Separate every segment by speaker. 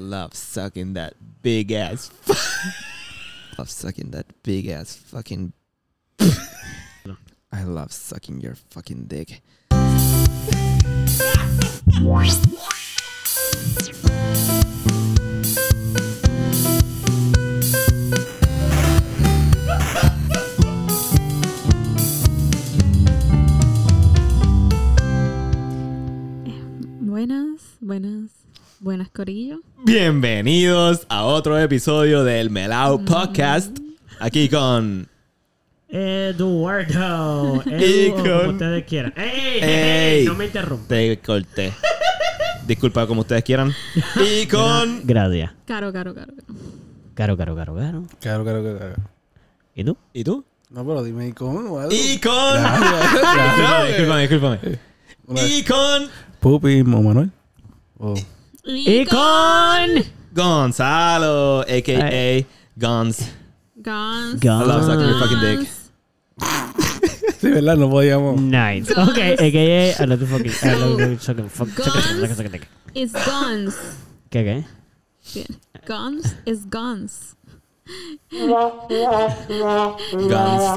Speaker 1: love sucking that big ass. fu- love sucking that big ass fucking. I love sucking your fucking dick.
Speaker 2: Buenas, buenas, buenas, Corillo.
Speaker 1: Bienvenidos a otro episodio del Melao Podcast. Aquí con.
Speaker 3: Eduardo.
Speaker 1: Y
Speaker 3: Edu, o
Speaker 1: con-
Speaker 3: como ustedes quieran. ¡Ey!
Speaker 1: Ey.
Speaker 3: ey, No me interrumpa.
Speaker 1: Te corté. Disculpa como ustedes quieran. Y con.
Speaker 3: Gracias.
Speaker 2: Caro, caro, caro.
Speaker 3: Caro, caro, caro, caro.
Speaker 4: Claro, claro, claro. claro.
Speaker 3: ¿Y tú?
Speaker 1: ¿Y tú?
Speaker 4: No, pero dime, ¿y cómo? Edu?
Speaker 1: Y con.
Speaker 4: Claro,
Speaker 1: No, discúlpame, discúlpame.
Speaker 4: Una
Speaker 1: Y con.
Speaker 4: Pupi o Manuel. O
Speaker 3: ¡Y con!
Speaker 1: Gonzalo, a.k.a.
Speaker 3: Ay.
Speaker 1: Gons.
Speaker 2: Guns.
Speaker 3: Guns. I love
Speaker 1: sucking your fucking dick.
Speaker 2: Guns.
Speaker 4: Sí, ¿verdad? No podíamos.
Speaker 3: Nice. Ok, a.k.a. I love the fucking... I love the fucking... Fuck,
Speaker 2: Guns.
Speaker 3: suck it, suck it, suck it, suck it.
Speaker 2: It's guns.
Speaker 3: ¿Qué, qué?
Speaker 2: Bien. Guns is guns.
Speaker 1: Guns. Guns,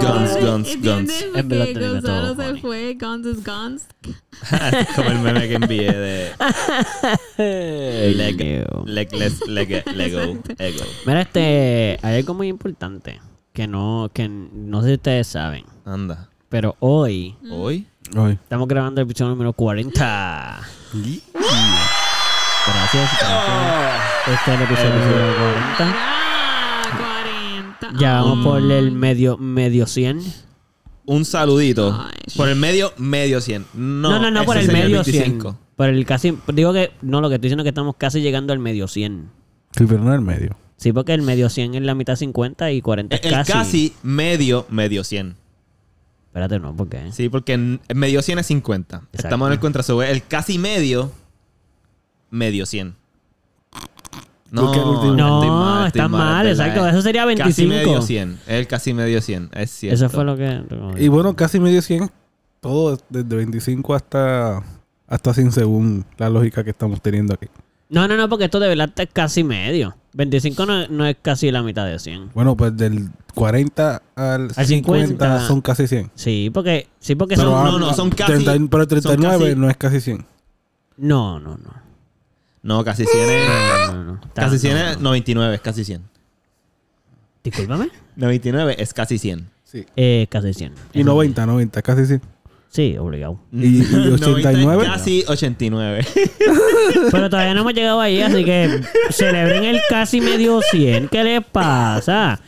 Speaker 1: guns,
Speaker 2: ¿Entiendes?
Speaker 1: guns.
Speaker 3: En verdad
Speaker 2: Porque
Speaker 3: tenía
Speaker 2: Gonzalo
Speaker 3: todo,
Speaker 2: se
Speaker 3: Moni.
Speaker 2: fue. Guns is guns.
Speaker 1: Como el meme que envié de. Lego.
Speaker 3: Leo.
Speaker 1: Leg, les- leg- Lego. Ego.
Speaker 3: Mira, este... Hay algo muy importante que no... Que no sé si ustedes saben,
Speaker 1: Anda.
Speaker 3: pero hoy
Speaker 1: Hoy.
Speaker 4: Hoy.
Speaker 3: estamos grabando el episodio número 40. Gracias. Este es el episodio número 40.
Speaker 2: Ah, 40.
Speaker 3: Ya vamos
Speaker 2: Oh,
Speaker 1: Mm.
Speaker 3: por el medio, medio 100.
Speaker 1: Un saludito.
Speaker 2: Ay.
Speaker 1: Por el medio, medio 100. No,
Speaker 3: No, no, no,
Speaker 1: ese
Speaker 3: por el
Speaker 1: sería
Speaker 3: medio
Speaker 1: 25.
Speaker 3: 100. Por el casi. Digo que. No, lo que estoy diciendo es que estamos casi llegando al medio 100.
Speaker 4: Sí, pero no en el medio.
Speaker 3: Sí, porque el medio 100 es la mitad 50 y 40 es
Speaker 1: El
Speaker 3: casi.
Speaker 1: casi. medio, medio 100.
Speaker 3: Espérate, no, ¿por qué?
Speaker 1: Sí, porque en- el medio 100 es 50. Estamos en el contra. so, El casi medio, medio 100. No,
Speaker 4: Porque el último-
Speaker 3: No,
Speaker 1: estoy mal, estoy
Speaker 3: está mal,
Speaker 1: es verdad,
Speaker 3: exacto,
Speaker 1: es
Speaker 3: eso sería
Speaker 1: Casi
Speaker 3: 25.
Speaker 1: medio 100. Es el casi medio 100. Es cierto.
Speaker 3: Eso fue lo que.
Speaker 4: Y bueno, casi medio 100. Todo desde 25 hasta, hasta 100 según la lógica que estamos teniendo aquí.
Speaker 3: No, no, no, porque esto de verdad es casi medio. 25 no, no es casi la mitad de 100.
Speaker 4: Bueno, pues del 40 al,
Speaker 3: Al
Speaker 4: 50,
Speaker 3: 50.
Speaker 4: son casi 100.
Speaker 3: Sí, porque. Sí, porque
Speaker 1: Pero
Speaker 3: son.
Speaker 1: no, no, son casi-
Speaker 4: pero 39
Speaker 1: son casi-
Speaker 4: no es casi 100.
Speaker 3: No, no, no.
Speaker 1: No, casi 100 es.
Speaker 3: no, no, no. Está-
Speaker 1: Casi 100
Speaker 3: no,
Speaker 1: es
Speaker 3: no.
Speaker 1: 99, es casi 100.
Speaker 3: Discúlpame.
Speaker 1: 99 es casi 100.
Speaker 4: Sí.
Speaker 3: Eh, casi 100.
Speaker 4: Y 90, 90, casi 100.
Speaker 3: Sí, obligado.
Speaker 4: Mm. Y- y 89.
Speaker 1: Casi 89.
Speaker 3: Pero todavía no hemos llegado ahí, así que celebren el casi medio 100. ¿Qué les pasa?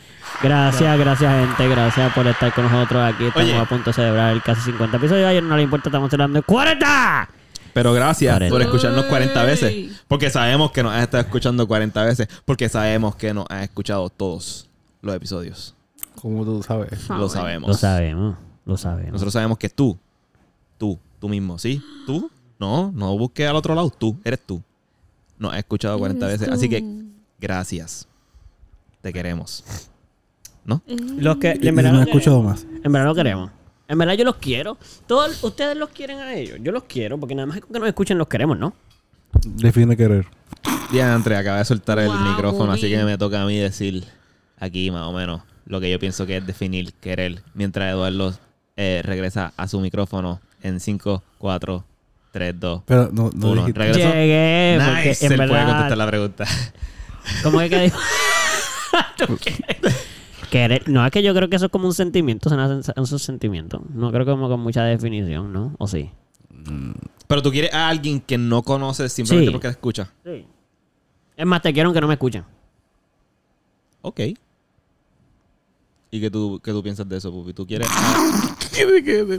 Speaker 3: Gracias, gracias, gente. Gracias por estar con nosotros aquí. Estamos
Speaker 1: Oye.
Speaker 3: a punto de celebrar el casi 50 episodio. Ayer no le importa, estamos celebrando el 40.
Speaker 1: Pero gracias
Speaker 3: Cuarenta.
Speaker 1: por escucharnos 40
Speaker 2: Uy.
Speaker 1: veces. Porque sabemos que nos has estado escuchando 40 veces. Porque sabemos que nos has escuchado todos los episodios.
Speaker 4: Como tú sabes.
Speaker 2: por favor.
Speaker 1: Lo sabemos.
Speaker 3: Lo sabemos, lo sabemos.
Speaker 1: Nosotros sabemos que tú, tú, tú mismo, ¿sí? Tú, no, no busques al otro lado. Tú, eres tú. Nos has escuchado 40
Speaker 2: Eres
Speaker 1: veces.
Speaker 2: tú.
Speaker 1: Así que gracias. Te queremos. ¿No?
Speaker 2: Eh,
Speaker 3: Mm. Los que,
Speaker 4: Y, y
Speaker 3: en
Speaker 4: no
Speaker 3: verdad,
Speaker 4: he
Speaker 3: lo
Speaker 4: escuchado
Speaker 3: queremos.
Speaker 4: más.
Speaker 3: En verdad lo queremos. En verdad yo los quiero. Todos ustedes los quieren a ellos. Yo los quiero porque nada más con que nos escuchen los queremos, ¿no?
Speaker 4: Define querer.
Speaker 1: Diantre, acaba de soltar el
Speaker 2: Guau,
Speaker 1: micrófono, así
Speaker 2: Bobby.
Speaker 1: que me toca a mí decir aquí más o menos lo que yo pienso que es definir querer. Mientras Eduardo eh, regresa a su micrófono en 5, 4, 3, 2,
Speaker 4: Pero no, no
Speaker 1: 1.
Speaker 4: dijiste-
Speaker 1: Regresó.
Speaker 3: Llegué. eh, Porque
Speaker 1: Nice,
Speaker 3: en
Speaker 1: él puede contestar
Speaker 3: verdad.
Speaker 1: la pregunta.
Speaker 3: ¿Cómo es que dijo? ¿Tú qué? Querer- No, es que yo creo que eso es como un sentimiento, es una sens- es un sentimiento. No creo que como con mucha definición, ¿no? ¿O sí?
Speaker 1: Pero tú quieres a alguien que no conoces simplemente
Speaker 3: Sí.
Speaker 1: porque te escucha.
Speaker 3: Sí. Es más, te quiero aunque no me escuchen.
Speaker 1: Ok. ¿Y qué tú, qué tú piensas de eso, Pupi? ¿Tú quieres a-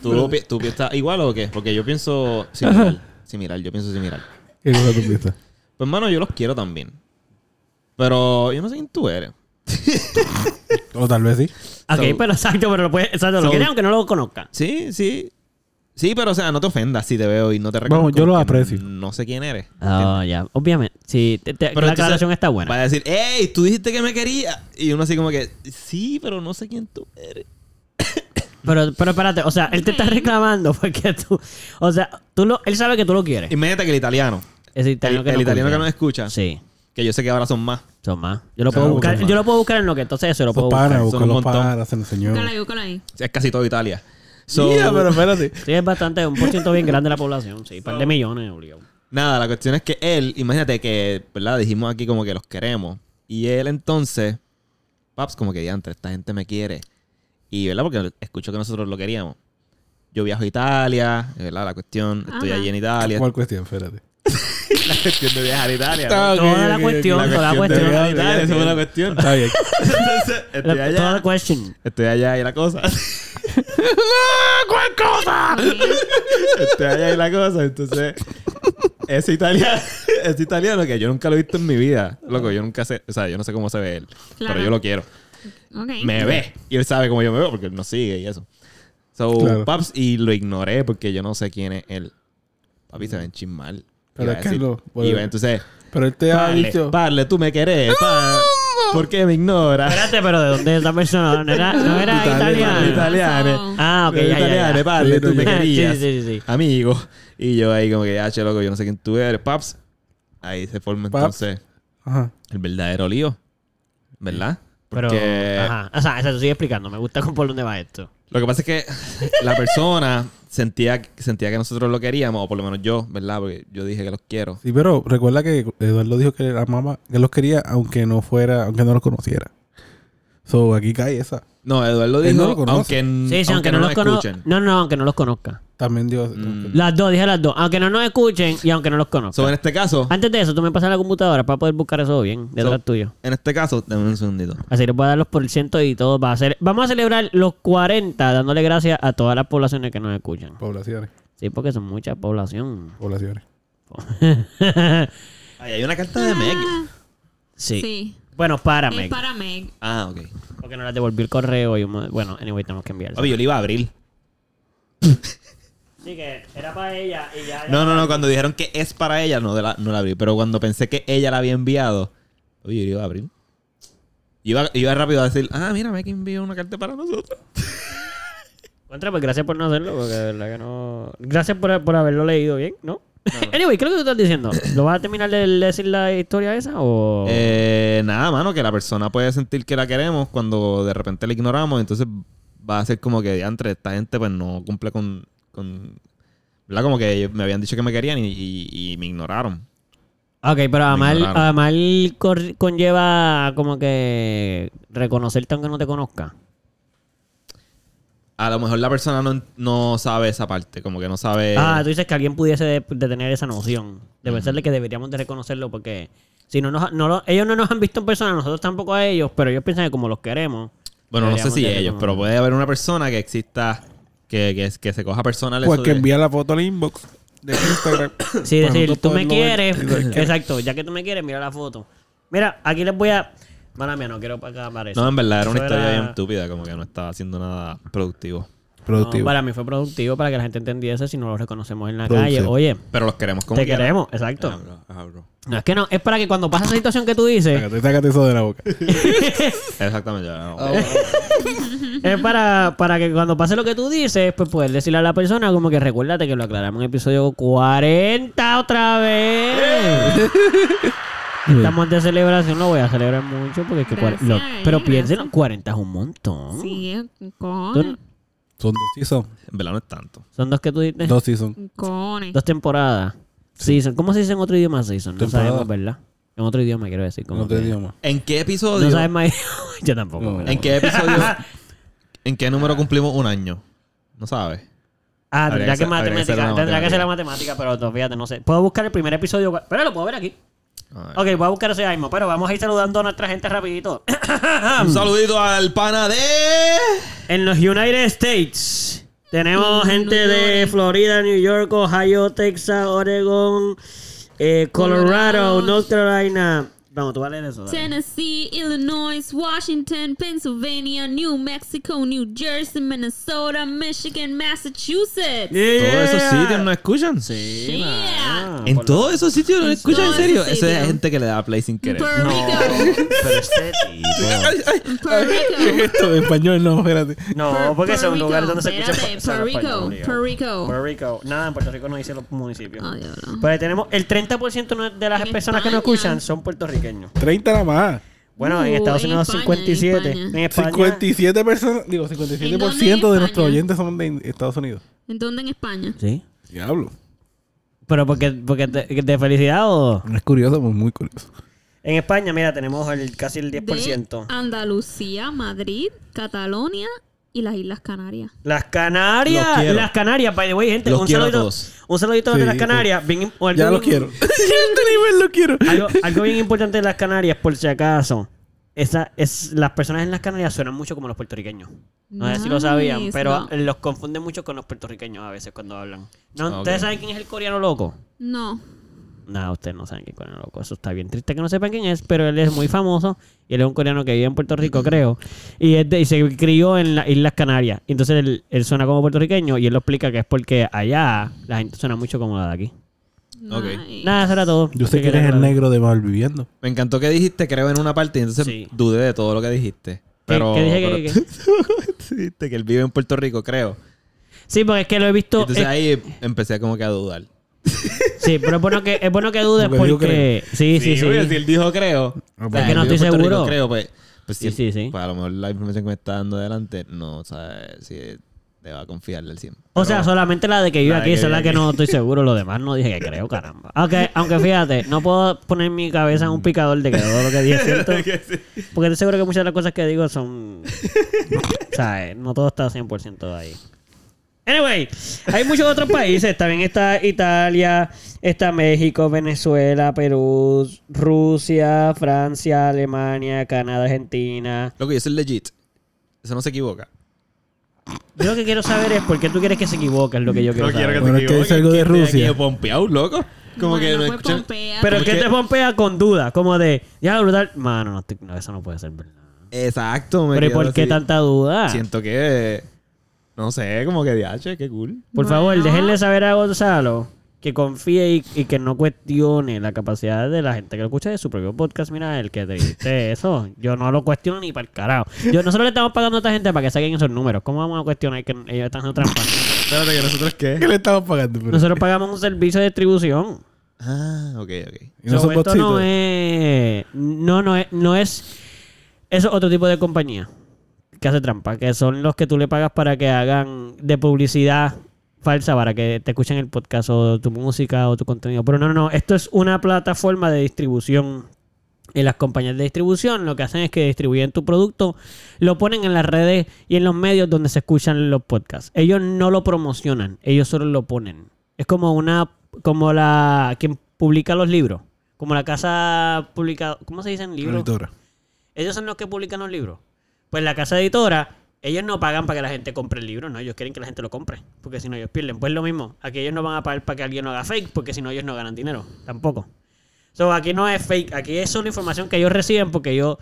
Speaker 1: ¿Tú, lo pi- tú piensas igual o qué? Porque yo pienso similar. similar, yo pienso similar.
Speaker 4: ¿Qué cosa tú piensas?
Speaker 1: Pues, hermano, yo los quiero también. Pero yo no sé quién tú eres.
Speaker 4: O tal vez sí.
Speaker 3: Ok,
Speaker 1: So-
Speaker 3: pero exacto, pero lo puedes, exacto,
Speaker 1: So-
Speaker 3: lo quieres aunque no lo conozca.
Speaker 1: Sí, sí. Sí, pero o sea, no te ofendas si te veo y no te reconozco.
Speaker 4: Vamos, yo lo
Speaker 1: porque
Speaker 4: aprecio.
Speaker 1: No sé quién eres.
Speaker 3: Ah, ya. Obviamente. Sí, te- te- la
Speaker 1: entonces
Speaker 3: aclaración está buena.
Speaker 1: Va a decir, hey, tú dijiste que me quería. Y uno así como que, sí, pero no sé quién tú eres.
Speaker 3: Pero, pero espérate, o sea, él te está reclamando porque tú. O sea, tú lo, él sabe que tú lo quieres.
Speaker 1: Imagínate que el italiano.
Speaker 3: Es
Speaker 1: El el italiano que
Speaker 3: Eh. no
Speaker 1: nos
Speaker 3: escucha.
Speaker 1: escucha.
Speaker 3: Sí.
Speaker 1: Que yo sé que ahora son más.
Speaker 3: Son más. Yo lo
Speaker 4: Claro,
Speaker 3: puedo buscar.
Speaker 4: son más.
Speaker 3: Yo lo puedo buscar en lo que entonces eso lo
Speaker 4: Los
Speaker 3: puedo buscar.
Speaker 4: panas,
Speaker 1: buscar,
Speaker 4: buscan
Speaker 1: son un
Speaker 4: los
Speaker 1: montón.
Speaker 4: panas, se lo enseñó.
Speaker 2: Búscala ahí, búscala ahí.
Speaker 1: Es casi toda Italia. So,
Speaker 4: Yeah, pero espérate.
Speaker 3: Sí, es bastante, un por ciento bien grande de la población, sí, un par de millones, obligado.
Speaker 1: Nada, la cuestión es que él, imagínate que, ¿verdad? Dijimos aquí como que los queremos. Y él entonces, paps, como que diantre, esta gente me quiere. Y, ¿verdad? Porque escuchó que nosotros lo queríamos. Yo viajo a Italia, ¿verdad? La cuestión, estoy
Speaker 2: Ajá.
Speaker 1: allí en Italia.
Speaker 4: ¿Cuál cuestión? Espérate.
Speaker 1: La cuestión de viajar a Italia. ¿no?
Speaker 4: Está
Speaker 3: Toda
Speaker 4: ok,
Speaker 3: la
Speaker 4: ok, ok.
Speaker 3: cuestión,
Speaker 1: La
Speaker 3: toda la
Speaker 1: cuestión de
Speaker 3: cuestión.
Speaker 1: viajar a Italia, esa fue la cuestión.
Speaker 4: Está bien.
Speaker 1: Entonces, estoy
Speaker 3: La- Toda la
Speaker 1: allá.
Speaker 3: question.
Speaker 1: Estoy allá y la cosa.
Speaker 2: Ok.
Speaker 1: Estoy allá y la cosa. Entonces, ese italiano, ese italiano que yo nunca lo he visto en mi vida. Loco, yo nunca sé, o sea, yo no sé cómo se ve él.
Speaker 2: Claro.
Speaker 1: Pero yo lo quiero.
Speaker 2: Ok.
Speaker 1: me ve. Y él sabe cómo yo me veo porque él nos sigue y eso. So,
Speaker 4: Claro.
Speaker 1: paps, y lo ignoré porque yo no sé quién es él. Papi, se ven chismal.
Speaker 4: Pero
Speaker 1: Iba a
Speaker 4: es que
Speaker 1: decir-
Speaker 4: no, bueno.
Speaker 1: iba, entonces,
Speaker 4: Pero él te ha
Speaker 1: parle,
Speaker 4: dicho.
Speaker 1: parle, tú me querés, pa. ¿Por qué me ignoras?
Speaker 3: Espérate, pero ¿de dónde es esta persona? No era, no era
Speaker 4: Italia,
Speaker 3: italiana.
Speaker 4: Italia.
Speaker 1: Italiano.
Speaker 3: Ah, ok, ya, ya, ya.
Speaker 1: Italiano, parle,
Speaker 4: Sí,
Speaker 1: tú me
Speaker 4: sí,
Speaker 1: querías.
Speaker 3: sí, sí, sí.
Speaker 1: Amigo. Y yo ahí como que, ah, che, loco, yo no sé quién tú eres, paps. Ahí se forma
Speaker 4: Paps.
Speaker 1: entonces
Speaker 4: Ajá.
Speaker 1: el verdadero lío. ¿Verdad?
Speaker 3: Pero,
Speaker 1: Porque-
Speaker 3: ajá. O sea, eso sigue explicando. Me gusta con por dónde va esto.
Speaker 1: Lo que pasa es que la persona sentía, sentía que nosotros lo queríamos, o por lo menos yo, ¿verdad? Porque yo dije que los quiero.
Speaker 4: Sí, pero recuerda que Eduardo dijo que la mamá, que los quería aunque no fuera, aunque no los conociera. So, aquí cae esa.
Speaker 1: No, Eduardo
Speaker 4: Él no
Speaker 1: dijo,
Speaker 4: lo conoce.
Speaker 1: Mm, aunque,
Speaker 3: Sí, sí, aunque, no, los
Speaker 1: escuchen.
Speaker 3: conozca. No, no, aunque no los conozca.
Speaker 4: También Dios.
Speaker 1: Mm.
Speaker 3: Las dos, dije las dos. Aunque no nos escuchen y aunque no los conozca.
Speaker 1: So, en este caso,
Speaker 3: Antes de eso, tú me pasas la computadora para poder buscar eso bien, detrás
Speaker 1: So-
Speaker 3: tuyo.
Speaker 1: en este caso, dame un segundito.
Speaker 3: Así les voy a dar los por ciento y todo va a ser. Vamos a celebrar los 40 dándole gracias a todas las poblaciones que nos escuchan.
Speaker 4: Poblaciones.
Speaker 3: Sí, porque son mucha población.
Speaker 4: Poblaciones.
Speaker 1: Ay, hay una carta de Meg.
Speaker 3: sí.
Speaker 2: Sí.
Speaker 3: Bueno, para
Speaker 2: Es
Speaker 3: Meg.
Speaker 2: para Meg.
Speaker 1: Ah, ok.
Speaker 3: Porque nos la devolvió el correo y un mo- bueno, anyway, tenemos que enviarla.
Speaker 1: Papi, yo le iba a abrir.
Speaker 3: Sí, que era para ella y ya.
Speaker 1: No, no, no, cuando dijeron que es para ella, no, de la, no la abrí. Pero cuando pensé que ella la había enviado, oye, yo le iba a abrir. Iba, iba rápido a decir, ah, mira, Meg envió una carta para nosotros.
Speaker 3: Contra, pues gracias por no hacerlo, porque de verdad que no. Gracias por, por haberlo leído bien, ¿no? anyway, ¿qué es lo que tú estás diciendo? ¿Lo vas a terminar de decir la historia esa o.?
Speaker 1: Eh, nada, mano, que la persona puede sentir que la queremos cuando de repente la ignoramos, entonces va a ser como que entre esta gente pues no cumple con, con ¿verdad? Como que ellos me habían dicho que me querían y, y- y me ignoraron.
Speaker 3: Ok, pero Amal,
Speaker 1: ignoraron.
Speaker 3: Amal cor- conlleva como que reconocerte aunque no te conozca.
Speaker 1: A lo mejor la persona no, no sabe esa parte, como que no sabe.
Speaker 3: Ah, tú dices que alguien pudiese de, de tener esa noción. De pensarle que deberíamos de reconocerlo porque si no, nos, no lo- ellos no nos han visto en persona, nosotros tampoco a ellos, pero ellos piensan que como los queremos.
Speaker 1: bueno, no sé
Speaker 3: deberíamos
Speaker 1: si
Speaker 3: de
Speaker 1: ellos,
Speaker 3: reconocer.
Speaker 1: pero puede haber una persona que exista que, que, que se coja personal. eso de-
Speaker 4: Porque Pues envía la foto al inbox de Instagram.
Speaker 3: Sí,
Speaker 4: Para
Speaker 3: decir,
Speaker 4: nosotros
Speaker 3: tú me
Speaker 4: poderlo ver.
Speaker 3: quieres. pues,
Speaker 4: Exacto.
Speaker 3: Exacto, ya que tú me quieres, mira la foto. Mira, aquí les voy a. Mala mía, no quiero para acá eso.
Speaker 1: No, en verdad era una
Speaker 3: Eso
Speaker 1: historia
Speaker 3: era-
Speaker 1: bien estúpida, como que no estaba haciendo nada productivo.
Speaker 4: Productivo.
Speaker 3: No, para mí fue productivo para que la gente entendiese si no lo reconocemos en la
Speaker 4: Productivo.
Speaker 3: calle. Oye,
Speaker 1: Pero los queremos como
Speaker 3: te
Speaker 1: quiera. Ah.
Speaker 3: queremos, exacto.
Speaker 1: Ajá, bro.
Speaker 3: No, es que no, es para que cuando pasa esa situación que tú dices,
Speaker 4: Sácate, sácate eso de la boca.
Speaker 1: Exactamente. no.
Speaker 3: es para, para que cuando pase lo que tú dices, pues poder decirle a la persona como que recuérdate que lo aclaramos en episodio 40 otra vez. Estamos de celebración, lo voy a celebrar mucho porque es que cuar-
Speaker 2: Gracias,
Speaker 3: lo-
Speaker 2: eh,
Speaker 3: pero piénsenlo,
Speaker 2: gracias.
Speaker 3: 40 es un montón.
Speaker 2: Sí,
Speaker 3: Tú-
Speaker 2: cojones.
Speaker 4: Son dos seasons.
Speaker 1: En verdad no es tanto.
Speaker 3: Son dos que tú dices,
Speaker 4: Dos seasons.
Speaker 2: Cojones.
Speaker 3: dos temporadas. Season. ¿Cómo se dice en otro idioma season? No
Speaker 4: Temporada.
Speaker 3: sabemos, ¿verdad? En otro idioma quiero decir. Como
Speaker 4: No te
Speaker 3: que-
Speaker 4: digo más.
Speaker 1: ¿En qué
Speaker 3: No
Speaker 1: episodio?
Speaker 3: sabemos. Yo tampoco.
Speaker 4: No.
Speaker 3: ¿verdad?
Speaker 1: ¿En qué episodio? ¿En qué número cumplimos un año? No sabes.
Speaker 3: Ah,
Speaker 1: Habría
Speaker 3: tendrá
Speaker 1: que
Speaker 3: que,
Speaker 1: ser- habría que ser
Speaker 3: matemática,
Speaker 1: la
Speaker 3: tendrá que ser la matemática, pero to- fíjate, no sé. Puedo buscar el primer episodio. Pero lo puedo ver aquí.
Speaker 1: Ay.
Speaker 3: Ok, voy a buscar ese mismo. Pero vamos a ir saludando a nuestra gente rapidito. Ah,
Speaker 1: Un
Speaker 3: mm.
Speaker 1: saludito al pana de.
Speaker 3: en los United States tenemos
Speaker 2: Mm,
Speaker 3: gente
Speaker 2: New
Speaker 3: de
Speaker 2: York.
Speaker 3: Florida, New York, Ohio, Texas, Oregon, eh, Colorado,
Speaker 2: Colorado.
Speaker 3: North Carolina. Vamos, tú vas a leer eso. dale.
Speaker 2: Tennessee, Illinois, Washington, Pennsylvania, New Mexico, New Jersey, Minnesota, Michigan, Massachusetts.
Speaker 1: Todos esos
Speaker 3: Yeah.
Speaker 1: sitios no escuchan.
Speaker 3: Eh, Sí,
Speaker 2: Yeah.
Speaker 3: mano.
Speaker 1: En todos esos sitios no escuchan, en
Speaker 2: todos
Speaker 1: serio.
Speaker 2: esos
Speaker 1: Esa es
Speaker 2: sitios.
Speaker 1: gente que le da play sin querer.
Speaker 2: Puerto Rico.
Speaker 3: Pero este tipo.
Speaker 2: Puerto Rico.
Speaker 4: Esto en español no, espérate.
Speaker 3: No, porque son
Speaker 2: Puerto
Speaker 3: lugares
Speaker 2: Rico,
Speaker 3: donde se escucha
Speaker 2: espérate,
Speaker 3: esa
Speaker 2: Puerto Rico,
Speaker 3: español, obligado.
Speaker 2: Puerto Rico.
Speaker 3: Puerto Rico. Nada, en Puerto Rico no dice los municipios.
Speaker 2: Ay, diablo.
Speaker 3: Pero ahí tenemos el 30% no- de las
Speaker 2: En
Speaker 3: personas que no
Speaker 2: España.
Speaker 3: escuchan son Puerto Rico. pequeño.
Speaker 4: 30 nada más.
Speaker 3: Bueno, en
Speaker 2: Uh,
Speaker 3: Estados
Speaker 2: en
Speaker 3: Unidos
Speaker 2: España, en
Speaker 3: 57. En
Speaker 2: España.
Speaker 3: España.
Speaker 4: 57 personas, digo, 57%
Speaker 2: ¿En
Speaker 4: de
Speaker 2: España?
Speaker 4: nuestros oyentes son de Estados Unidos.
Speaker 2: ¿En dónde en España?
Speaker 3: Sí.
Speaker 4: Diablo.
Speaker 3: Pero porque, porque te- de felicidad o...
Speaker 4: Es curioso, pues, muy, muy curioso.
Speaker 3: En España, mira, tenemos el, casi el
Speaker 2: De
Speaker 3: 10%.
Speaker 2: Andalucía, Madrid, Catalonia y las Islas Canarias.
Speaker 3: Las Canarias.
Speaker 1: Los quiero.
Speaker 3: Las Canarias, by the way, gente.
Speaker 1: Los
Speaker 3: un,
Speaker 1: quiero a
Speaker 3: saludito,
Speaker 1: todos.
Speaker 3: un saludito a los de
Speaker 4: Sí,
Speaker 3: las Canarias. Bien, im- algo
Speaker 4: Ya lo
Speaker 3: bien-
Speaker 4: quiero. este nivel lo quiero.
Speaker 3: Algo, algo bien importante de las Canarias, por si acaso. Esa, es, las personas en las Canarias suenan mucho como los puertorriqueños. No sé si lo
Speaker 2: Nice,
Speaker 3: sabían, pero
Speaker 2: no.
Speaker 3: los confunden mucho con los puertorriqueños a veces cuando hablan. ¿No?
Speaker 1: Ah, ok.
Speaker 3: ¿Ustedes saben quién es el coreano loco?
Speaker 2: No.
Speaker 3: Nada, ustedes no saben quién es coreano loco. Eso está bien triste que no sepan quién es, pero él es muy famoso. Y él es un coreano que vive en Puerto Rico, creo. Y, es de- y se crió en las Islas Canarias. Y Entonces él, él suena como puertorriqueño y él lo explica que es porque allá la gente suena mucho como la de aquí.
Speaker 1: Ok.
Speaker 2: Nice.
Speaker 3: Nada, eso era todo.
Speaker 4: Yo sé
Speaker 3: Sí,
Speaker 4: que eres
Speaker 3: claro.
Speaker 4: el negro de Malviviendo.
Speaker 1: Me encantó que dijiste, creo, en una parte, y entonces
Speaker 3: Sí.
Speaker 1: dudé de todo lo que dijiste. Pero,
Speaker 3: qué dije que-
Speaker 1: pero tú dijiste que él vive en Puerto Rico, creo.
Speaker 3: Sí, porque es que lo he visto.
Speaker 1: Entonces
Speaker 3: es-
Speaker 1: ahí empecé como que a dudar.
Speaker 3: Sí, pero es bueno que, es bueno que dudes
Speaker 4: Porque digo
Speaker 3: porque. Sí, sí, sí.
Speaker 1: oye, si él dijo creo. sea,
Speaker 4: Ah, pues.
Speaker 3: Es que no
Speaker 1: él vive en
Speaker 3: estoy
Speaker 1: Puerto
Speaker 3: seguro.
Speaker 1: Rico, creo, pues. pues si
Speaker 3: Sí, sí,
Speaker 1: él-
Speaker 3: sí.
Speaker 1: pues, a lo mejor la información que me está dando adelante, no, o sea, si deba confiarle al 100.
Speaker 3: O sea, solamente la de que vive
Speaker 1: La de
Speaker 3: aquí,
Speaker 1: que
Speaker 3: esa es
Speaker 1: vive
Speaker 3: la que
Speaker 1: aquí.
Speaker 3: no estoy seguro. Lo demás no dije que creo, caramba. Aunque, aunque fíjate, no puedo poner mi cabeza en un picador de que todo lo que dije es cierto. Porque estoy seguro que muchas de las cosas que digo son. O sea, eh, no todo está 100% ahí. Anyway, hay muchos otros países. También está Italia, está México, Venezuela, Perú, Rusia, Francia, Alemania, Canadá, Argentina.
Speaker 1: Loco, yo soy legit. Eso no se equivoca.
Speaker 3: Yo lo que quiero saber es por qué tú quieres que se equivoque, es lo que yo quiero saber.
Speaker 4: Bueno, es que dice algo de Rusia.
Speaker 1: Yo pompeado, loco. Como que
Speaker 2: Bueno,
Speaker 1: no
Speaker 2: pues,
Speaker 1: escuché.
Speaker 2: Pompea.
Speaker 3: Pero
Speaker 1: Porque-
Speaker 3: que te pompea con duda, como de, ya lo brutal. Mano, no, estoy- no, eso no puede ser verdad.
Speaker 1: Exacto, me
Speaker 3: Pero ¿y
Speaker 1: quedo
Speaker 3: por qué
Speaker 1: así.
Speaker 3: tanta duda?
Speaker 1: Siento que. No sé, como que DH, qué cool.
Speaker 3: Por favor,
Speaker 2: Bueno.
Speaker 3: déjenle saber a Gonzalo que confíe y, y que no cuestione la capacidad de la gente que lo escucha de su propio podcast. Mira, el que te dice eso, yo no lo cuestiono ni para el carajo. Yo, nosotros le estamos pagando a esta gente para que saquen esos números. ¿Cómo vamos a cuestionar que ellos están haciendo trampas?
Speaker 1: Espérate, que nosotros
Speaker 4: ¿Qué
Speaker 1: qué.
Speaker 4: le estamos pagando? Pero?
Speaker 3: Nosotros pagamos un servicio de distribución.
Speaker 1: Ah, ok, ok.
Speaker 4: Y no
Speaker 3: So,
Speaker 4: son
Speaker 3: esto
Speaker 4: botsitos.
Speaker 3: no es. No, no es. No es. Eso es otro tipo de compañía que hace trampa, que son los que tú le pagas para que hagan de publicidad falsa para que te escuchen el podcast o tu música o tu contenido. Pero no, no, no. Esto es una plataforma de distribución. Y las compañías de distribución lo que hacen es que distribuyen tu producto, lo ponen en las redes y en los medios donde se escuchan los podcasts. Ellos no lo promocionan, ellos solo lo ponen. Es como una, como la, quien publica los libros, como la casa publica, ¿cómo se dicen libros?
Speaker 4: Editora.
Speaker 3: Ellos son los que publican los libros. Pues la casa editora, ellos no pagan para que la gente compre el libro, no, ellos quieren que la gente lo compre, porque si no ellos pierden. Pues lo mismo, aquí ellos no van a pagar para que alguien lo haga fake, porque si no ellos no ganan dinero, tampoco. So, aquí no es fake, aquí es solo información que ellos reciben porque ellos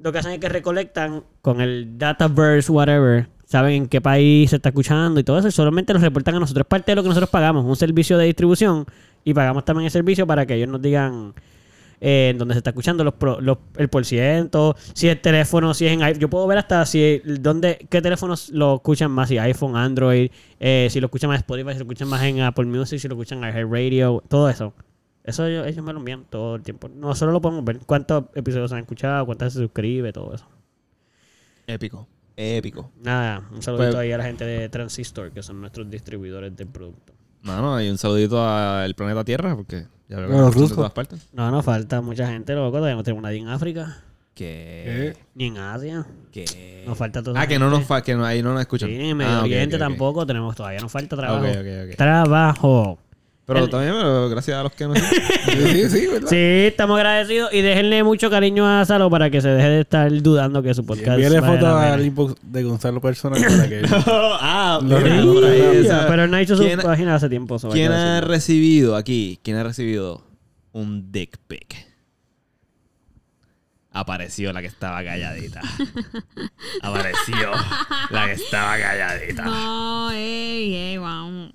Speaker 3: lo que hacen es que recolectan con el dataverse, whatever, saben en qué país se está escuchando y todo eso, y solamente los reportan a nosotros. Es parte de lo que nosotros pagamos, un servicio de distribución, y pagamos también el servicio para que ellos nos digan eh, en donde se está escuchando los, pro- los- el por ciento, si el teléfono, si es en iPhone. Yo puedo ver hasta si el- dónde, qué teléfonos lo escuchan más, si iPhone, Android, eh, si lo escuchan más en Spotify, si lo escuchan más en Apple Music, si lo escuchan en Radio, todo eso. Eso ellos, ellos me lo envían todo el tiempo. Nosotros lo podemos ver. ¿Cuántos episodios han escuchado? ¿Cuántas se suscribe? Todo eso.
Speaker 1: Épico. Épico.
Speaker 3: Nada, un saludito
Speaker 1: Pues-
Speaker 3: ahí a la gente de Transistor, que son nuestros distribuidores del producto.
Speaker 1: Mano, y un saludito al planeta Tierra, porque ya veo que
Speaker 4: A
Speaker 1: nos
Speaker 4: los
Speaker 1: escuchan de
Speaker 4: rusos.
Speaker 1: todas partes.
Speaker 3: No, nos falta mucha gente, loco. Todavía no tenemos nadie en África,
Speaker 1: Que.
Speaker 3: ni en Asia.
Speaker 1: Que.
Speaker 3: Nos falta toda
Speaker 1: Ah,
Speaker 3: esa
Speaker 1: que no nos
Speaker 3: gente.
Speaker 1: fa- que no, ahí no nos escuchan.
Speaker 3: Sí, ni en Medio
Speaker 1: Ah, ok,
Speaker 3: Oriente
Speaker 1: ok, ok.
Speaker 3: tampoco tenemos todavía, nos falta trabajo.
Speaker 1: Ok, ok, ok.
Speaker 3: Trabajo.
Speaker 1: Pero
Speaker 3: El-
Speaker 1: también, pero gracias a los que nos
Speaker 4: Sí, sí, sí, ¿verdad?
Speaker 3: Sí, estamos agradecidos y déjenle mucho cariño a Salo para que se deje de estar dudando que su podcast.
Speaker 4: Envíale
Speaker 3: vale
Speaker 4: foto
Speaker 3: la pena.
Speaker 4: al inbox de Gonzalo personal para que...
Speaker 1: ah,
Speaker 4: Los
Speaker 1: mira,
Speaker 4: rusos.
Speaker 1: por ahí,
Speaker 3: Sí,
Speaker 1: o sea,
Speaker 3: Pero él no ha hecho su
Speaker 1: ¿quién-
Speaker 3: página hace tiempo. eso hay que
Speaker 1: ¿Quién ha
Speaker 3: decirlo.
Speaker 1: recibido aquí? ¿Quién ha recibido un dick pic? Apareció la que estaba calladita. Apareció la que estaba calladita.
Speaker 2: No, pues, ey, ey, vamos.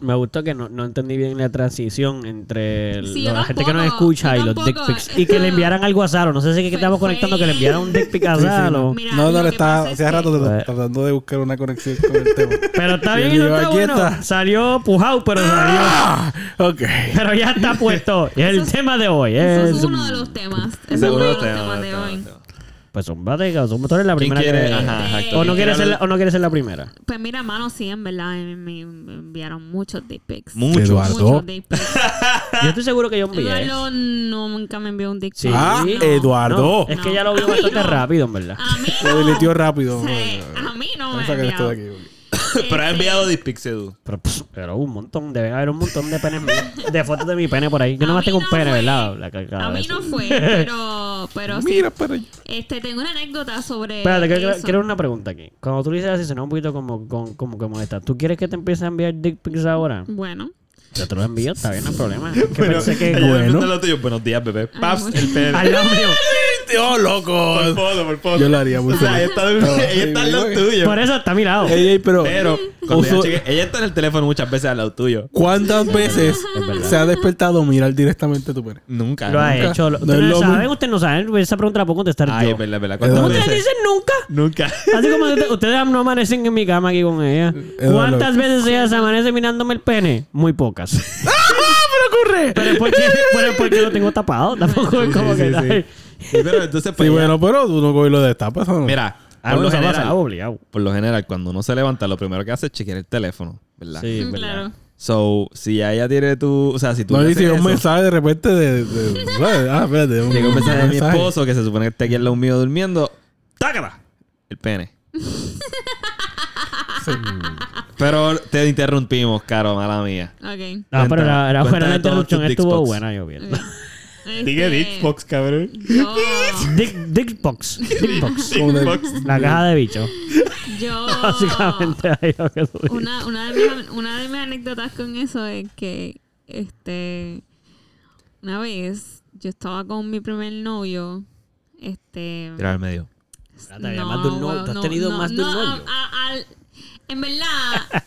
Speaker 3: Me gustó que no, no entendí bien la transición entre el-
Speaker 2: Sí, yo
Speaker 3: la gente
Speaker 2: tampoco,
Speaker 3: que nos escucha
Speaker 2: yo
Speaker 3: y los dick
Speaker 2: tampoco,
Speaker 3: pics. Y que le
Speaker 2: eso-
Speaker 3: enviaran algo a Saro. No sé si es que
Speaker 2: Fue
Speaker 3: estamos conectando que le
Speaker 2: feo.
Speaker 3: enviaran un dick pic a
Speaker 4: Sí, sí,
Speaker 3: Saro.
Speaker 2: Mira,
Speaker 4: no,
Speaker 2: lo
Speaker 4: no,
Speaker 2: que
Speaker 4: le estaba,
Speaker 2: pasa es
Speaker 4: hace rato
Speaker 3: que-
Speaker 4: tra- tratando de buscar una conexión con el tema.
Speaker 3: Pero está
Speaker 4: Yo
Speaker 3: bien, no
Speaker 4: digo,
Speaker 3: está
Speaker 4: aquí
Speaker 3: bueno.
Speaker 4: está.
Speaker 3: Salió pujado, pero salió.
Speaker 4: Ah, ok.
Speaker 3: Pero ya está puesto. Y el
Speaker 2: Eso es-
Speaker 3: tema de hoy
Speaker 2: Eso
Speaker 3: es.
Speaker 2: es uno de los temas. Eso es uno de los temas de hoy.
Speaker 3: Pues son bategas, son motores la
Speaker 1: ¿Quién
Speaker 3: primera
Speaker 1: quiere?
Speaker 3: que-
Speaker 1: Ajá,
Speaker 2: Este-
Speaker 1: exacto.
Speaker 3: O no
Speaker 1: ¿Quién
Speaker 3: quiere ser la,
Speaker 1: hablar?
Speaker 3: o no quiere ser la primera.
Speaker 2: Pues mira, mano, sí, en verdad eh, me me enviaron muchos dick pics.
Speaker 1: Muchos.
Speaker 4: Eduardo.
Speaker 2: Muchos dick pics. Ah.
Speaker 3: Yo estoy seguro que yo envié.
Speaker 2: Eduardo no, nunca me envió un dick pic.
Speaker 3: Sí.
Speaker 4: Ah,
Speaker 3: No,
Speaker 4: Eduardo.
Speaker 3: No, es que
Speaker 2: No.
Speaker 3: ya lo vio
Speaker 2: A mí
Speaker 3: bastante
Speaker 2: no. Ah.
Speaker 3: rápido, en verdad.
Speaker 2: A mí
Speaker 4: Se delitió
Speaker 2: no.
Speaker 4: rápido.
Speaker 2: Sí, a mí no me
Speaker 4: Vamos a
Speaker 2: ha
Speaker 4: sacar
Speaker 2: enviado.
Speaker 4: esto de aquí. ok.
Speaker 1: Pero ha enviado Dispix Edu.
Speaker 3: Pero, pss, pero un montón, debe haber un montón de penes míos, de fotos de mi pene por ahí. Yo nomás
Speaker 2: A mí
Speaker 3: tengo un
Speaker 2: no
Speaker 3: pene,
Speaker 2: fue.
Speaker 3: ¿verdad? La ca- cada
Speaker 2: A mí
Speaker 3: vez.
Speaker 2: no fue, pero, pero sí.
Speaker 4: Mira para allá.
Speaker 2: Este, tengo una anécdota sobre.
Speaker 3: Espérate, que- que-
Speaker 2: eso.
Speaker 3: quiero una pregunta aquí. Cuando tú dices así, suena un poquito como, como, como que molesta. ¿Tú quieres que te empiece a enviar dick pics ahora?
Speaker 2: Bueno.
Speaker 3: Yo te lo envío, está bien, no hay problema. Es que pensé que...
Speaker 1: Ayer me
Speaker 4: bueno.
Speaker 1: mandó el otro y yo, buenos días, bebé. Paps,
Speaker 2: bueno.
Speaker 1: el pene.
Speaker 3: Al lado mío.
Speaker 4: ¡Dios, loco!
Speaker 1: Por foto, por foto.
Speaker 4: Yo lo haría muy
Speaker 1: O sea,
Speaker 4: feliz.
Speaker 1: ella está, ella está al lado tuyo.
Speaker 3: Por eso está a mi lado.
Speaker 1: Eh,
Speaker 4: Ey, ey, pero,
Speaker 1: Pero, cuando
Speaker 4: uso-
Speaker 1: ella, cheque- ella está en el teléfono muchas veces al lado tuyo.
Speaker 4: ¿cuántas veces
Speaker 3: verdad.
Speaker 4: se ha despertado mirar directamente tu pene?
Speaker 1: Nunca.
Speaker 3: Lo ha
Speaker 1: Ah, nunca.
Speaker 3: hecho. lo-
Speaker 4: No
Speaker 3: Ustedes
Speaker 4: es
Speaker 3: no,
Speaker 4: lo
Speaker 3: saben,
Speaker 4: mismo.
Speaker 3: ustedes no saben. Esa pregunta la puedo contestar
Speaker 1: Ay,
Speaker 3: yo.
Speaker 1: es verdad, es verdad.
Speaker 4: Eduardo.
Speaker 1: ¿Cuántas
Speaker 3: ¿Ustedes
Speaker 1: veces?
Speaker 3: dicen nunca?
Speaker 1: Nunca.
Speaker 3: Así como ustedes- ustedes no amanecen en mi cama aquí con ella.
Speaker 4: Eduardo.
Speaker 3: ¿Cuántas veces ella se amanece mirándome el pene? Muy pocas.
Speaker 4: ¡Ah! ocurre?
Speaker 3: Pero es porque, pero es porque lo tengo tapado. Tampoco es como
Speaker 1: Sí,
Speaker 3: que...
Speaker 1: sí, sí.
Speaker 3: ay,
Speaker 1: Sí, pero entonces,
Speaker 4: Sí,
Speaker 1: pues, ya-
Speaker 4: bueno, pero tú no coges lo de tapas. ¿o no?
Speaker 1: Mira, por
Speaker 3: Algo
Speaker 1: lo,
Speaker 3: Ah, se ha pasado,
Speaker 1: Ah, general,
Speaker 3: obligado.
Speaker 1: por lo general, cuando uno se levanta, lo primero que hace es chequear el teléfono, ¿verdad?
Speaker 3: Sí, es verdad.
Speaker 2: claro.
Speaker 1: So, si ya ella tiene tu. O sea, si tú.
Speaker 4: no
Speaker 1: le
Speaker 4: le
Speaker 1: haces
Speaker 4: llegó un
Speaker 1: eso-
Speaker 4: mensaje de repente de. de- de- ah, espérate.
Speaker 1: Llegó un mensaje de mi esposo que se supone que está aquí al lado mío durmiendo. ¡Tácala! El pene. Pero te interrumpimos, caro, mala mía.
Speaker 2: Ok.
Speaker 3: No, Ah, pero
Speaker 1: Cuenta-
Speaker 3: la, la,
Speaker 1: cuenta
Speaker 3: buena
Speaker 1: de
Speaker 3: la
Speaker 1: todos
Speaker 3: interrupción
Speaker 1: tus dick
Speaker 3: estuvo
Speaker 1: spots.
Speaker 3: buena, yo bien.
Speaker 2: Este,
Speaker 1: cabrón.
Speaker 2: Yo,
Speaker 3: Dick, Dickbox. Dickbox.
Speaker 1: Dickbox.
Speaker 3: La caja de bicho.
Speaker 2: yo
Speaker 3: Básicamente ahí lo que tú dices.
Speaker 2: una, una, de mis, una de mis anécdotas con eso es que este una vez yo estaba con mi primer novio. Este
Speaker 1: Tira al medio.
Speaker 3: Espérate, había más de un novio.
Speaker 2: wow,
Speaker 3: ¿Tú has tenido más de un
Speaker 2: no,
Speaker 3: novio?
Speaker 2: a- a- al- en verdad,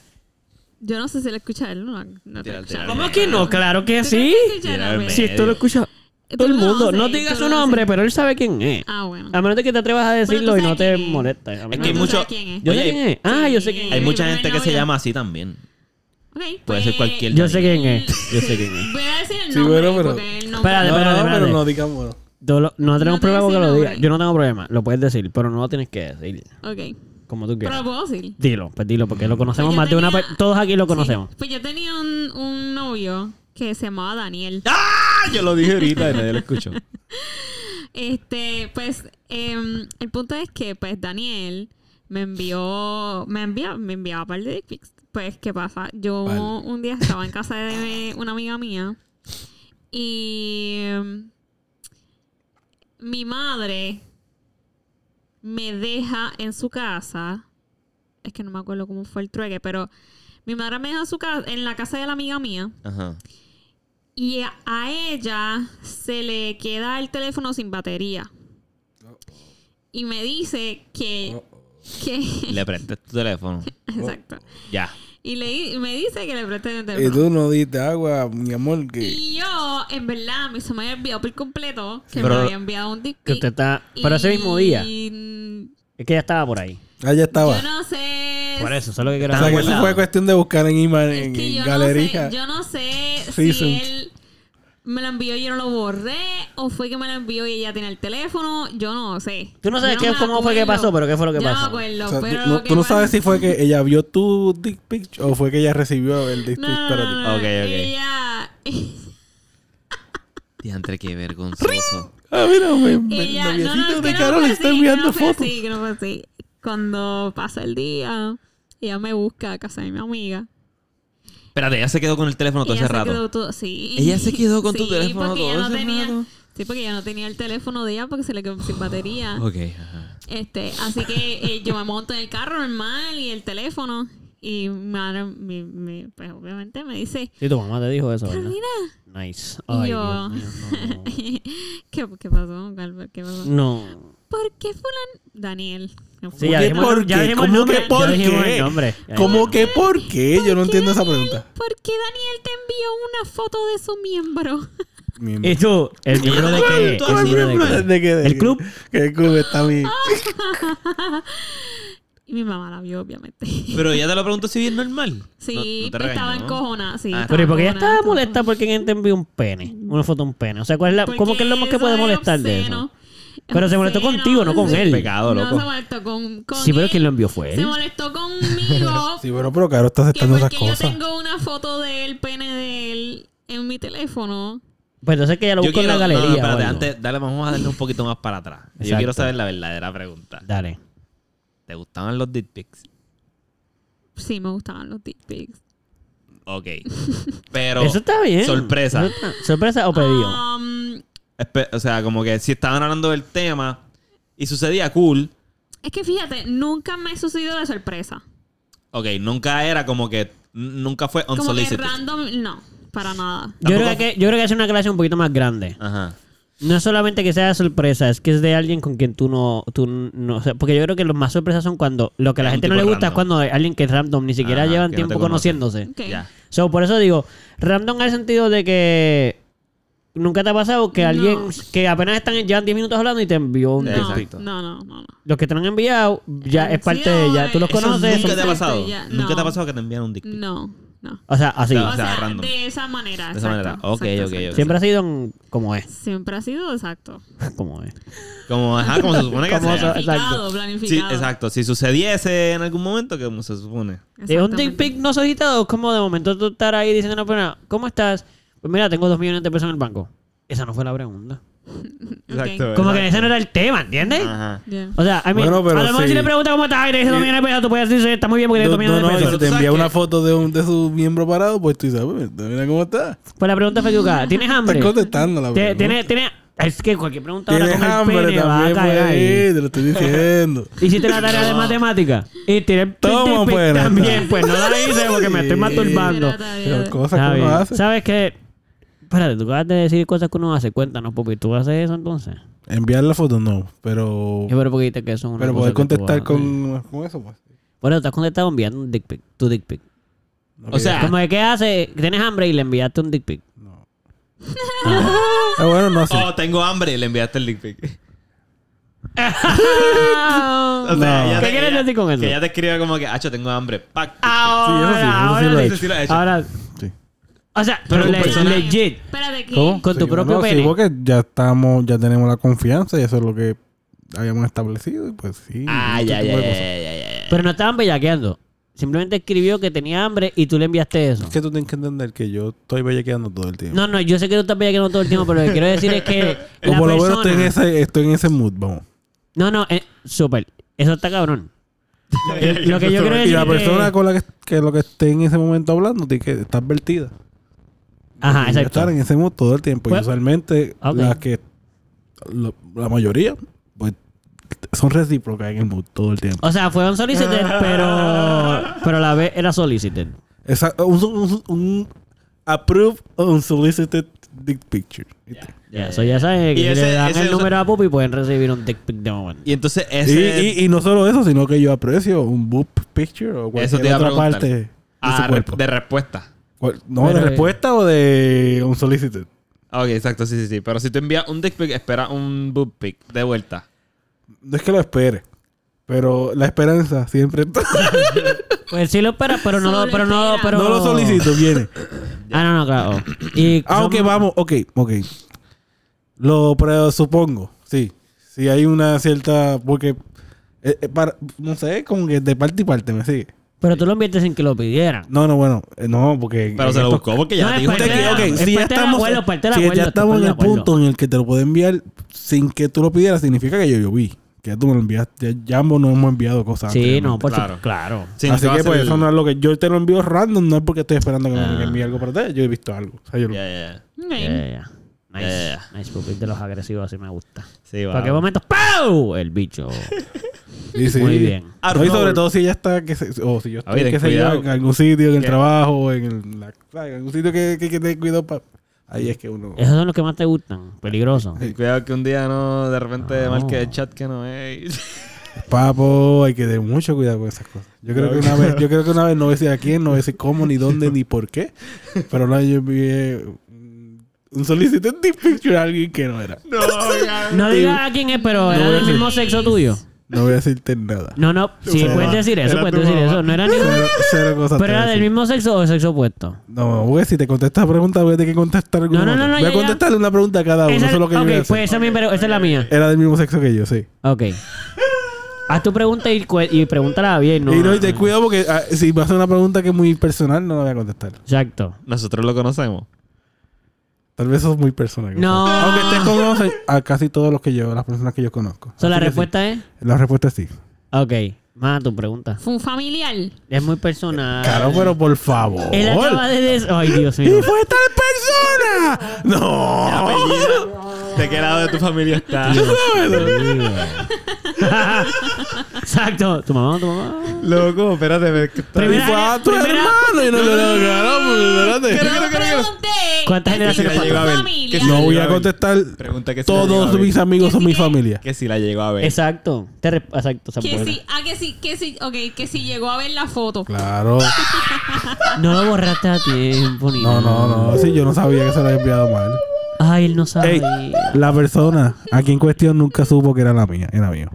Speaker 2: yo no sé si lo escucha él. No, no te
Speaker 1: Tira,
Speaker 2: escucha.
Speaker 1: tira.
Speaker 3: ¿Cómo que no? Claro que sí.
Speaker 1: Tira al
Speaker 3: Si
Speaker 2: Ah,
Speaker 3: tú lo escuchas todo el mundo. No digas su nombre, pero él sabe quién es.
Speaker 2: Ah, bueno.
Speaker 3: A menos de que te atrevas a decirlo y
Speaker 2: sabes
Speaker 3: no te
Speaker 2: quién es.
Speaker 3: molesta. A mí
Speaker 1: Es
Speaker 3: no
Speaker 1: que hay
Speaker 3: me-
Speaker 2: tú
Speaker 1: mucho-
Speaker 2: sabes quién es.
Speaker 3: Yo sé
Speaker 1: Oye,
Speaker 3: quién es. Ah, yo sé
Speaker 2: Sí.
Speaker 3: quién
Speaker 1: Hay
Speaker 3: es.
Speaker 2: mi
Speaker 1: mucha
Speaker 2: primer
Speaker 1: gente que se
Speaker 2: novio.
Speaker 1: llama así también.
Speaker 2: Ok,
Speaker 1: Puede ser
Speaker 2: pues,
Speaker 1: cualquier
Speaker 3: Yo sé quién es. Yo sé quién es.
Speaker 2: Voy a decir el
Speaker 4: Sí,
Speaker 2: nombre
Speaker 4: bueno, pero-
Speaker 2: porque el nombre...
Speaker 3: Espérate, espérate,
Speaker 4: No, no, pero
Speaker 3: espérate.
Speaker 4: no digamos.
Speaker 3: Yo lo- no tenemos
Speaker 2: te
Speaker 3: problema con que lo
Speaker 2: decimos,
Speaker 3: digas.
Speaker 2: güey.
Speaker 3: Yo no tengo problema. Lo puedes decir, pero no lo tienes que decir.
Speaker 2: Ok,
Speaker 3: Como tú
Speaker 2: pero lo
Speaker 3: quieras.
Speaker 2: puedo decir.
Speaker 3: Dilo, pues dilo, porque lo conocemos
Speaker 2: Yo
Speaker 3: más de una
Speaker 2: tenía-
Speaker 3: per- Todos aquí lo conocemos.
Speaker 2: Pues yo tenía un, un novio que se llamaba Daniel.
Speaker 1: ¡Ah! Yo lo dije ahorita y nadie lo escuchó.
Speaker 2: Este, pues, em, el punto es que, pues, Daniel me envió, me envió, me enviaba un par de dick pics. Pues, ¿qué pasa? Yo
Speaker 4: Vale.
Speaker 2: un día estaba en casa de una amiga mía y em, mi madre me deja en su casa. Es que no me acuerdo cómo fue el trueque, pero mi madre me deja en su casa, en la casa de la amiga mía.
Speaker 1: Ajá.
Speaker 2: Y a- a ella se le queda el teléfono sin batería. Y me dice que... que
Speaker 1: Le prestes tu teléfono.
Speaker 2: exacto.
Speaker 1: Ya.
Speaker 2: Y le, di- me dice que le preste el
Speaker 4: Y
Speaker 2: teléfono.
Speaker 4: tú no diste agua, mi amor. Que...
Speaker 2: Y yo, en verdad, me se me había enviado por completo que
Speaker 1: Pero-
Speaker 2: me había enviado un dick
Speaker 3: Que
Speaker 2: pic.
Speaker 3: usted está. Pero ese mismo día.
Speaker 2: Y mm,
Speaker 3: Es que ya estaba por ahí.
Speaker 4: Allá estaba.
Speaker 2: yo no sé...
Speaker 3: Por eso, eso es lo que quiero
Speaker 4: O
Speaker 1: Ah,
Speaker 4: sea, que
Speaker 3: decir.
Speaker 4: eso fue cuestión de buscar en Iman,
Speaker 2: es
Speaker 4: en,
Speaker 2: que
Speaker 4: en
Speaker 2: yo
Speaker 4: galería.
Speaker 2: No sé, yo no sé si
Speaker 4: Reasons.
Speaker 2: él me lo envió y yo no lo borré o fue que me lo envió y ella tiene el teléfono. Yo no sé.
Speaker 3: Tú no sabes
Speaker 2: Yo
Speaker 3: qué-
Speaker 2: me
Speaker 3: cómo fue que
Speaker 2: acuerdo.
Speaker 3: pasó, pero qué fue lo que
Speaker 2: Yo
Speaker 3: pasó.
Speaker 2: No me acuerdo,
Speaker 4: O sea, tú-
Speaker 2: pero
Speaker 4: no-
Speaker 2: lo que
Speaker 4: tú no
Speaker 2: pasó-
Speaker 4: sabes si fue que ella vio tu dick pic o fue que ella recibió el dick pic
Speaker 2: No, no,
Speaker 4: para
Speaker 2: no,
Speaker 4: ti.
Speaker 2: no, no.
Speaker 1: Ok, ok.
Speaker 2: Ella,
Speaker 1: Diantre, qué vergonzoso.
Speaker 4: Ah, mira, me, me,
Speaker 2: ella,
Speaker 4: el
Speaker 2: no, no,
Speaker 4: noviecito
Speaker 2: es que
Speaker 4: de
Speaker 2: no
Speaker 4: Carol
Speaker 2: fue
Speaker 4: está
Speaker 2: así, que
Speaker 4: enviando
Speaker 2: no fue
Speaker 4: fotos.
Speaker 2: así, que no fue así. Cuando pasa el día, ella me busca a casa de mi amiga.
Speaker 1: Espérate, ella se quedó con el teléfono todo
Speaker 2: Ella
Speaker 1: ese
Speaker 2: se
Speaker 1: rato.
Speaker 2: quedó todo- sí.
Speaker 1: Ella se quedó con tu
Speaker 2: Sí,
Speaker 1: teléfono
Speaker 2: porque ella
Speaker 1: todo
Speaker 2: no
Speaker 1: ese
Speaker 2: tenía-
Speaker 1: rato.
Speaker 2: Sí, porque ella no tenía el teléfono de ella porque se le quedó sin batería.
Speaker 1: Ok, ajá.
Speaker 2: Este, así que eh, yo me monto en el carro normal y el teléfono. y mi madre, mi- mi- pues obviamente me dice,
Speaker 3: Sí, tu mamá te dijo eso, ¿verdad?
Speaker 2: Carolina,
Speaker 3: Nice.
Speaker 2: Y
Speaker 3: Ay,
Speaker 2: yo-
Speaker 3: Dios mío,
Speaker 2: ¿qué, qué pasó, Galvez? ¿Qué pasó?
Speaker 3: no. no.
Speaker 2: ¿Por qué fulan? Daniel. No
Speaker 3: Sí,
Speaker 2: fue-
Speaker 3: ya
Speaker 4: qué?
Speaker 3: dijimos,
Speaker 4: ¿Por
Speaker 3: ya
Speaker 4: qué?
Speaker 3: dijimos
Speaker 4: ¿Cómo
Speaker 3: el nombre.
Speaker 4: que por
Speaker 3: ya dijimos
Speaker 4: qué?
Speaker 3: el nombre. Ya
Speaker 4: ¿Cómo
Speaker 3: dijimos.
Speaker 4: que por qué? Yo no
Speaker 2: ¿Por qué
Speaker 4: entiendo esa
Speaker 2: Daniel-
Speaker 4: pregunta.
Speaker 2: ¿Por qué Daniel te envió una foto de su miembro?
Speaker 4: Miembro.
Speaker 3: ¿Y tú? ¿El miembro de qué?
Speaker 1: Tú
Speaker 3: ¿El miembro de qué?
Speaker 4: ¿De qué?
Speaker 3: Este,
Speaker 4: de
Speaker 3: ¿El
Speaker 4: qué?
Speaker 3: club?
Speaker 4: Que el club está bien.
Speaker 2: Y mi mamá la vio, obviamente.
Speaker 1: Pero ella te lo preguntó si bien normal. No- no
Speaker 2: Sí,
Speaker 1: te
Speaker 2: pues, estaba
Speaker 1: regañó, ¿no?
Speaker 2: encojonada. Sí,
Speaker 1: Ah,
Speaker 2: estaba
Speaker 3: Pero ¿y por qué ella
Speaker 2: encojonada,
Speaker 3: estaba molesta porque alguien te envió un pene? Una foto de un pene. O sea, ¿cuál es la,
Speaker 2: Porque
Speaker 3: ¿cómo que es lo más que
Speaker 2: eso
Speaker 3: puede
Speaker 2: es
Speaker 3: molestar de
Speaker 2: obsceno.
Speaker 3: eso? Pero se molestó
Speaker 2: Obsceno,
Speaker 3: contigo, no con
Speaker 2: sí.
Speaker 3: él.
Speaker 1: Pecado,
Speaker 2: No,
Speaker 1: loco.
Speaker 2: se molestó con, con
Speaker 3: Sí, pero
Speaker 2: él.
Speaker 3: quien lo envió fue
Speaker 2: Se
Speaker 3: él.
Speaker 2: molestó conmigo.
Speaker 4: Sí, bueno, pero Caro está
Speaker 2: que
Speaker 4: aceptando esas
Speaker 2: porque yo
Speaker 4: cosas.
Speaker 2: tengo una foto del pene de él en mi teléfono.
Speaker 3: Pero Pues entonces que ella lo
Speaker 1: Yo
Speaker 3: buscó en la
Speaker 1: quiero- no, no,
Speaker 3: galería.
Speaker 1: espérate,
Speaker 3: o algo.
Speaker 1: antes, dale, vamos a darle un poquito más para atrás. Yo
Speaker 3: Exacto.
Speaker 1: quiero saber la verdadera pregunta.
Speaker 3: Dale.
Speaker 1: ¿Te gustaban los dick pics?
Speaker 2: Sí, me gustaban los dick pics.
Speaker 1: Ok. Pero.
Speaker 3: Eso está bien.
Speaker 1: Sorpresa.
Speaker 3: Eso está- ¿Sorpresa o
Speaker 2: Ah.
Speaker 3: pedido?
Speaker 2: Um,
Speaker 1: espe- O sea, como que si estaban hablando del tema y sucedía cool.
Speaker 2: es que fíjate, nunca me sucedió de sorpresa.
Speaker 1: Ok, nunca era como que. n- Nunca fue
Speaker 2: Como que
Speaker 1: unsolicited.
Speaker 2: random, no, para nada.
Speaker 3: Yo creo,
Speaker 1: Tampoco-
Speaker 3: que, yo creo que es una clase un poquito más grande.
Speaker 1: Ajá.
Speaker 3: No es solamente que sea sorpresa, es que es de alguien con quien tú no... Tú no o sea, porque yo creo que los más sorpresas son cuando... Lo que a la
Speaker 1: Es un
Speaker 3: gente no le
Speaker 1: tipo
Speaker 3: gusta es
Speaker 1: random.
Speaker 3: cuando hay alguien que es random, ni siquiera
Speaker 1: Ajá, que no
Speaker 3: llevan
Speaker 1: te
Speaker 3: tiempo
Speaker 1: conocen.
Speaker 3: conociéndose.
Speaker 2: Ok.
Speaker 1: Ya.
Speaker 3: So, por eso digo, random en el sentido de que... ¿Nunca te ha pasado que
Speaker 2: No.
Speaker 3: alguien que apenas están llevan 10 minutos hablando y te envió un...
Speaker 1: Eh,
Speaker 2: No,
Speaker 3: dick pic?
Speaker 1: Exacto.
Speaker 2: no, no, no, no.
Speaker 3: Los que te lo han enviado ya es
Speaker 2: Sí,
Speaker 3: parte de ella. Tú los
Speaker 2: eso
Speaker 3: conoces.
Speaker 1: Nunca
Speaker 3: son-
Speaker 1: te ha
Speaker 2: Exacto,
Speaker 1: pasado.
Speaker 2: ya,
Speaker 1: Nunca te
Speaker 2: no.
Speaker 1: ha pasado que te envían un dick pic.
Speaker 2: No, no.
Speaker 3: O sea, así.
Speaker 1: No,
Speaker 2: O
Speaker 1: o
Speaker 2: sea,
Speaker 1: sea, random.
Speaker 2: de esa manera.
Speaker 1: De esa
Speaker 2: exacto,
Speaker 1: manera. Ok,
Speaker 2: exacto,
Speaker 1: ok,
Speaker 2: exacto.
Speaker 1: ok.
Speaker 3: Siempre ha sido un- como es.
Speaker 2: Siempre ha sido exacto.
Speaker 3: Como es.
Speaker 1: Como, ajá, como se supone que
Speaker 3: Como
Speaker 1: sea.
Speaker 2: Planificado,
Speaker 3: se- Exacto.
Speaker 1: Sí,
Speaker 2: planificado.
Speaker 1: exacto. Si sucediese en algún momento, como se supone.
Speaker 3: De un dick
Speaker 2: Exactamente.
Speaker 3: pic no solicitado es como de momento tú estar ahí diciendo una persona, ¿cómo estás? Pues mira, tengo dos millones de pesos en el banco. Esa no fue la pregunta.
Speaker 1: Exacto.
Speaker 3: Como que
Speaker 1: exacto.
Speaker 3: ese no era el tema, ¿entiendes?
Speaker 1: Ajá.
Speaker 2: Ya.
Speaker 3: O sea, a mí,
Speaker 4: Bueno, pero
Speaker 3: a lo mejor si
Speaker 4: sí.
Speaker 3: le preguntas cómo estás y te dice dos millones de pesos, tú puedes decir, está muy bien porque
Speaker 4: No,
Speaker 3: tienes
Speaker 4: no,
Speaker 3: dos
Speaker 4: no,
Speaker 3: millones
Speaker 4: y
Speaker 3: de
Speaker 1: Pero
Speaker 4: si
Speaker 3: pesos.
Speaker 1: tú
Speaker 4: te
Speaker 1: sabes
Speaker 4: envía
Speaker 1: que-
Speaker 4: una foto de, un, de su miembro parado, pues tú dices, "Mira, mira cómo está.
Speaker 3: Pues la pregunta fue equivocada. ¿Tienes hambre?
Speaker 4: Estás contestando la
Speaker 3: Tiene-
Speaker 4: pregunta.
Speaker 3: tiene- tiene- Es que cualquier pregunta ahora
Speaker 4: Tienes
Speaker 3: con el
Speaker 4: hambre
Speaker 3: pene va a
Speaker 4: también,
Speaker 3: caer
Speaker 4: pues,
Speaker 3: ahí.
Speaker 4: te lo estoy diciendo.
Speaker 3: Hiciste la tarea de matemática. Y tiré
Speaker 4: Toma,
Speaker 3: Toma,
Speaker 4: pues,
Speaker 3: también.
Speaker 4: Natalia.
Speaker 3: Pues no la hice porque me estoy
Speaker 4: Sí.
Speaker 3: masturbando.
Speaker 2: Era tarea de-
Speaker 4: Pero cosas
Speaker 3: Está
Speaker 4: que uno
Speaker 3: bien.
Speaker 4: hace.
Speaker 3: ¿Sabes qué? Espérate, tú acabas de decir cosas que uno hace. Cuéntanos, Popi. ¿Tú haces eso entonces?
Speaker 4: Enviar la foto no, pero.
Speaker 3: Yo creo porque dijiste que eso es una
Speaker 4: Pero
Speaker 3: cosa
Speaker 4: poder
Speaker 3: que tú
Speaker 4: contestar
Speaker 3: haces.
Speaker 4: con, con eso, pues.
Speaker 3: Por eso te has contestado enviando un dick pic. Tu dick pic.
Speaker 1: O sea,
Speaker 3: Como de qué haces, tienes hambre y le enviaste un dick pic.
Speaker 4: Ah, bueno, no sé.
Speaker 1: Oh, tengo hambre y le enviaste el dick pic.
Speaker 3: Ah.
Speaker 1: O sea,
Speaker 4: No.
Speaker 1: ella
Speaker 3: ¿Qué
Speaker 1: te-
Speaker 3: quieres
Speaker 1: ella-
Speaker 3: decir con eso? Ah.
Speaker 1: Que ella te escribe como que, hacho, tengo hambre. Pac.
Speaker 3: Ahora,
Speaker 4: Sí, eso sí, eso sí lo he
Speaker 3: ahora,
Speaker 4: hecho.
Speaker 1: Ese sí lo he hecho.
Speaker 3: ahora.
Speaker 4: Sí.
Speaker 3: O sea,
Speaker 1: Pero
Speaker 3: pero
Speaker 1: con
Speaker 3: le-
Speaker 1: persona-
Speaker 3: legit.
Speaker 2: Espérate, ¿qué?
Speaker 3: Con tu
Speaker 4: Sí,
Speaker 3: propio
Speaker 4: bueno, sí,
Speaker 3: pene.
Speaker 4: porque ya estamos, ya tenemos la confianza y eso es lo que habíamos establecido. Y pues sí.
Speaker 1: Ah,
Speaker 4: este
Speaker 1: ya,
Speaker 4: tipo
Speaker 1: ya,
Speaker 4: de
Speaker 1: ya,
Speaker 4: cosas.
Speaker 1: ya, ya, ya.
Speaker 3: Pero no estaban bellaqueando. Simplemente escribió que tenía hambre y tú le enviaste eso.
Speaker 4: Es que tú tienes que entender que yo estoy bellaqueando todo el tiempo.
Speaker 3: No, no, yo sé que tú estás bellaqueando todo el tiempo, pero lo que quiero decir es que. la
Speaker 4: Como lo veo,
Speaker 3: persona...
Speaker 4: estoy en, ese, estoy en ese mood, vamos.
Speaker 3: No, no, eh, súper. Eso está cabrón. Lo que yo quiero
Speaker 4: Y
Speaker 3: decir.
Speaker 4: la
Speaker 3: es que-
Speaker 4: persona con la que, que lo que esté en ese momento hablando tiene que estar advertida.
Speaker 3: Ajá,
Speaker 4: Tiene que estar
Speaker 3: exacto.
Speaker 4: en ese mood todo el tiempo.
Speaker 3: Pues-
Speaker 4: y usualmente
Speaker 3: Ok.
Speaker 4: las que lo- la mayoría, pues son recíprocas en el mood todo el tiempo.
Speaker 3: O sea, fue un solicited, pero. Pero a la vez era solicited.
Speaker 4: Esa- un, un, un approve unsolicited dick picture. ¿viste?
Speaker 3: Ya, Eso ya sabes que
Speaker 1: Y
Speaker 3: si
Speaker 1: ese-
Speaker 3: le dan
Speaker 1: ese
Speaker 3: el
Speaker 1: usa-
Speaker 3: número a Pupi pueden recibir un dick pic de momento.
Speaker 1: Y entonces ese.
Speaker 4: Y, y, y no solo eso, sino que yo aprecio un boob picture o cualquier
Speaker 1: Eso te iba a
Speaker 4: otra
Speaker 1: preguntar.
Speaker 4: parte de
Speaker 1: Ah,
Speaker 4: su cuerpo.
Speaker 1: re- de respuesta.
Speaker 4: Cual- no,
Speaker 3: Pero,
Speaker 4: de
Speaker 3: eh,
Speaker 4: respuesta o de unsolicited.
Speaker 1: Ah, Ok, exacto, sí, sí, sí. Pero si tú envías un dick pic, espera un boob pic de vuelta.
Speaker 4: No es que lo espere, pero la esperanza siempre está.
Speaker 3: Pues sí lo esperas, pero no
Speaker 2: Solo
Speaker 3: lo. Pero no,
Speaker 2: espera.
Speaker 3: pero...
Speaker 4: no lo solicito, viene.
Speaker 3: Ah, no, no, claro. Y
Speaker 4: Aunque
Speaker 3: son-
Speaker 4: vamos, ok, ok. Lo presupongo, sí. Si hay una cierta. Porque. eh, eh, para- no sé, como que de parte y parte, ¿me sigue?
Speaker 3: Pero tú lo enviertes sin que lo pidieran.
Speaker 4: No, no, bueno, eh, no, porque.
Speaker 1: Pero se lo buscó porque ya
Speaker 3: No,
Speaker 1: te
Speaker 3: es
Speaker 1: dijo
Speaker 3: parte
Speaker 1: que
Speaker 4: Te-
Speaker 3: de-
Speaker 1: ya.
Speaker 4: ok,
Speaker 3: Es
Speaker 4: si ya
Speaker 3: parte del
Speaker 4: estamos,
Speaker 3: acuerdo, parte del
Speaker 4: si
Speaker 3: acuerdo,
Speaker 4: ya estamos en
Speaker 3: estoy
Speaker 4: el
Speaker 3: de acuerdo.
Speaker 4: punto en el que te lo puedo enviar sin que tú lo pidieras, significa que yo, yo vi. Que ya tú me lo enviaste. Ya, ya ambos nos hemos enviado cosas.
Speaker 3: Sí,
Speaker 4: anteriormente.
Speaker 3: no, por
Speaker 1: Claro.
Speaker 3: supuesto. Claro.
Speaker 1: Sí,
Speaker 4: Así
Speaker 1: no va
Speaker 4: que
Speaker 1: a
Speaker 4: pues
Speaker 1: ser-
Speaker 4: eso no es lo que yo te lo envío random, no es porque estoy esperando que
Speaker 1: Ah.
Speaker 4: me envíe algo para ti. Yo he visto algo. O sea, yo lo-
Speaker 3: Eh,
Speaker 1: Ya, ya, ya.
Speaker 2: Ok.
Speaker 3: Ya, ya, ya. Nice.
Speaker 1: Yeah.
Speaker 3: Nice, pupil de los agresivos así me gusta.
Speaker 1: Sí,
Speaker 3: ¿Para qué momento? ¡Pau! El bicho.
Speaker 4: Sí, sí.
Speaker 3: Muy bien.
Speaker 4: No, y sobre todo si ella está, que se- o si
Speaker 1: Oye,
Speaker 4: yo estoy,
Speaker 1: ten
Speaker 4: que se
Speaker 1: cuidado.
Speaker 4: en algún sitio, en el
Speaker 1: Que-
Speaker 4: trabajo, en, el- la- ¿sabes? en algún sitio que, que, que te cuidado. pa- Ahí es que uno.
Speaker 3: Esos son los que más te gustan. Peligrosos.
Speaker 1: Cuidado que un día no de repente
Speaker 3: No.
Speaker 1: marque el chat que no es.
Speaker 4: Papo, hay que tener mucho cuidado con esas cosas. Yo creo que una vez, yo creo que una vez no decía a quién, no decía cómo, ni dónde, ni por qué. Pero una vez yo envié un un solicited dick picture a alguien que no era.
Speaker 1: No,
Speaker 3: No digas a quién es, pero era del mismo sexo tuyo.
Speaker 4: No voy a decirte nada.
Speaker 3: No, no. Si
Speaker 4: Era-
Speaker 3: puedes decir eso,
Speaker 1: era
Speaker 3: puedes
Speaker 1: tu
Speaker 3: decir
Speaker 1: mamá.
Speaker 3: eso. No era ningún.
Speaker 4: Cero, cero cosas.
Speaker 3: Pero
Speaker 4: te voy
Speaker 3: era
Speaker 4: a
Speaker 3: del
Speaker 4: decir.
Speaker 3: mismo sexo o del sexo opuesto.
Speaker 4: No, güey, si te contestas la pregunta, voy a tener que contestar alguna.
Speaker 3: No, no, no, no,
Speaker 4: Voy
Speaker 3: ya,
Speaker 4: a
Speaker 3: ya.
Speaker 4: contestar una pregunta a cada uno.
Speaker 3: Esa-
Speaker 4: Eso es lo que yo
Speaker 3: ok,
Speaker 4: voy a hacer.
Speaker 3: pues esa, es mi pre- esa es la mía.
Speaker 4: Era del mismo sexo que yo, sí.
Speaker 3: Ok. Haz tu pregunta y, cu- y pregúntala bien. No,
Speaker 4: y no, y ten cuidado porque ah, si vas a hacer una pregunta que es muy personal, no la voy a contestar.
Speaker 3: Exacto.
Speaker 1: Nosotros lo conocemos.
Speaker 4: Tal vez eso es muy personal.
Speaker 3: No.
Speaker 4: Aunque te conocen a casi todos los que yo, las personas que yo conozco.
Speaker 3: So, la
Speaker 4: Así que
Speaker 3: respuesta es.
Speaker 4: sí. La respuesta es sí.
Speaker 3: Ok. Más tu pregunta.
Speaker 2: Fue un familiar.
Speaker 3: Es muy personal.
Speaker 4: Claro, pero por favor.
Speaker 3: Él acaba de des- Ay, Dios
Speaker 4: ¡Y
Speaker 3: mío.
Speaker 4: fue tal persona! ¡No!
Speaker 1: ¿De qué lado de tu familia está?
Speaker 3: Exacto. ¿Tu mamá tu mamá?
Speaker 1: Loco, espérate. me- que está-
Speaker 4: Y
Speaker 3: Primera-
Speaker 4: fue a tu
Speaker 3: primera-
Speaker 4: hermano y no lo lograron.
Speaker 1: Que
Speaker 4: espérate.
Speaker 1: no,
Speaker 2: No
Speaker 1: que no, que no.
Speaker 2: pregunté.
Speaker 3: ¿Cuántas
Speaker 2: que
Speaker 3: generaciones
Speaker 2: si
Speaker 1: pasó?
Speaker 2: fue tu
Speaker 1: Llegó a ver.
Speaker 2: familia.
Speaker 1: Que si-
Speaker 4: No voy a contestar.
Speaker 1: Pregunta que si la llegó a
Speaker 4: Todos
Speaker 1: ver.
Speaker 4: mis amigos son mi familia.
Speaker 1: Que si la llegó a ver.
Speaker 3: Exacto. Te re- Exacto. esa es
Speaker 2: Que
Speaker 3: buena.
Speaker 2: si, ah, que si, que si, ok, que si llegó a ver la foto.
Speaker 4: Claro.
Speaker 3: No lo borraste a tiempo ni nada.
Speaker 4: No, no, no. Sí, yo no sabía que se lo había enviado mal.
Speaker 3: Ay, él no
Speaker 4: Ey,
Speaker 3: sabía.
Speaker 4: la persona aquí en cuestión nunca supo que era la mía. Era mío.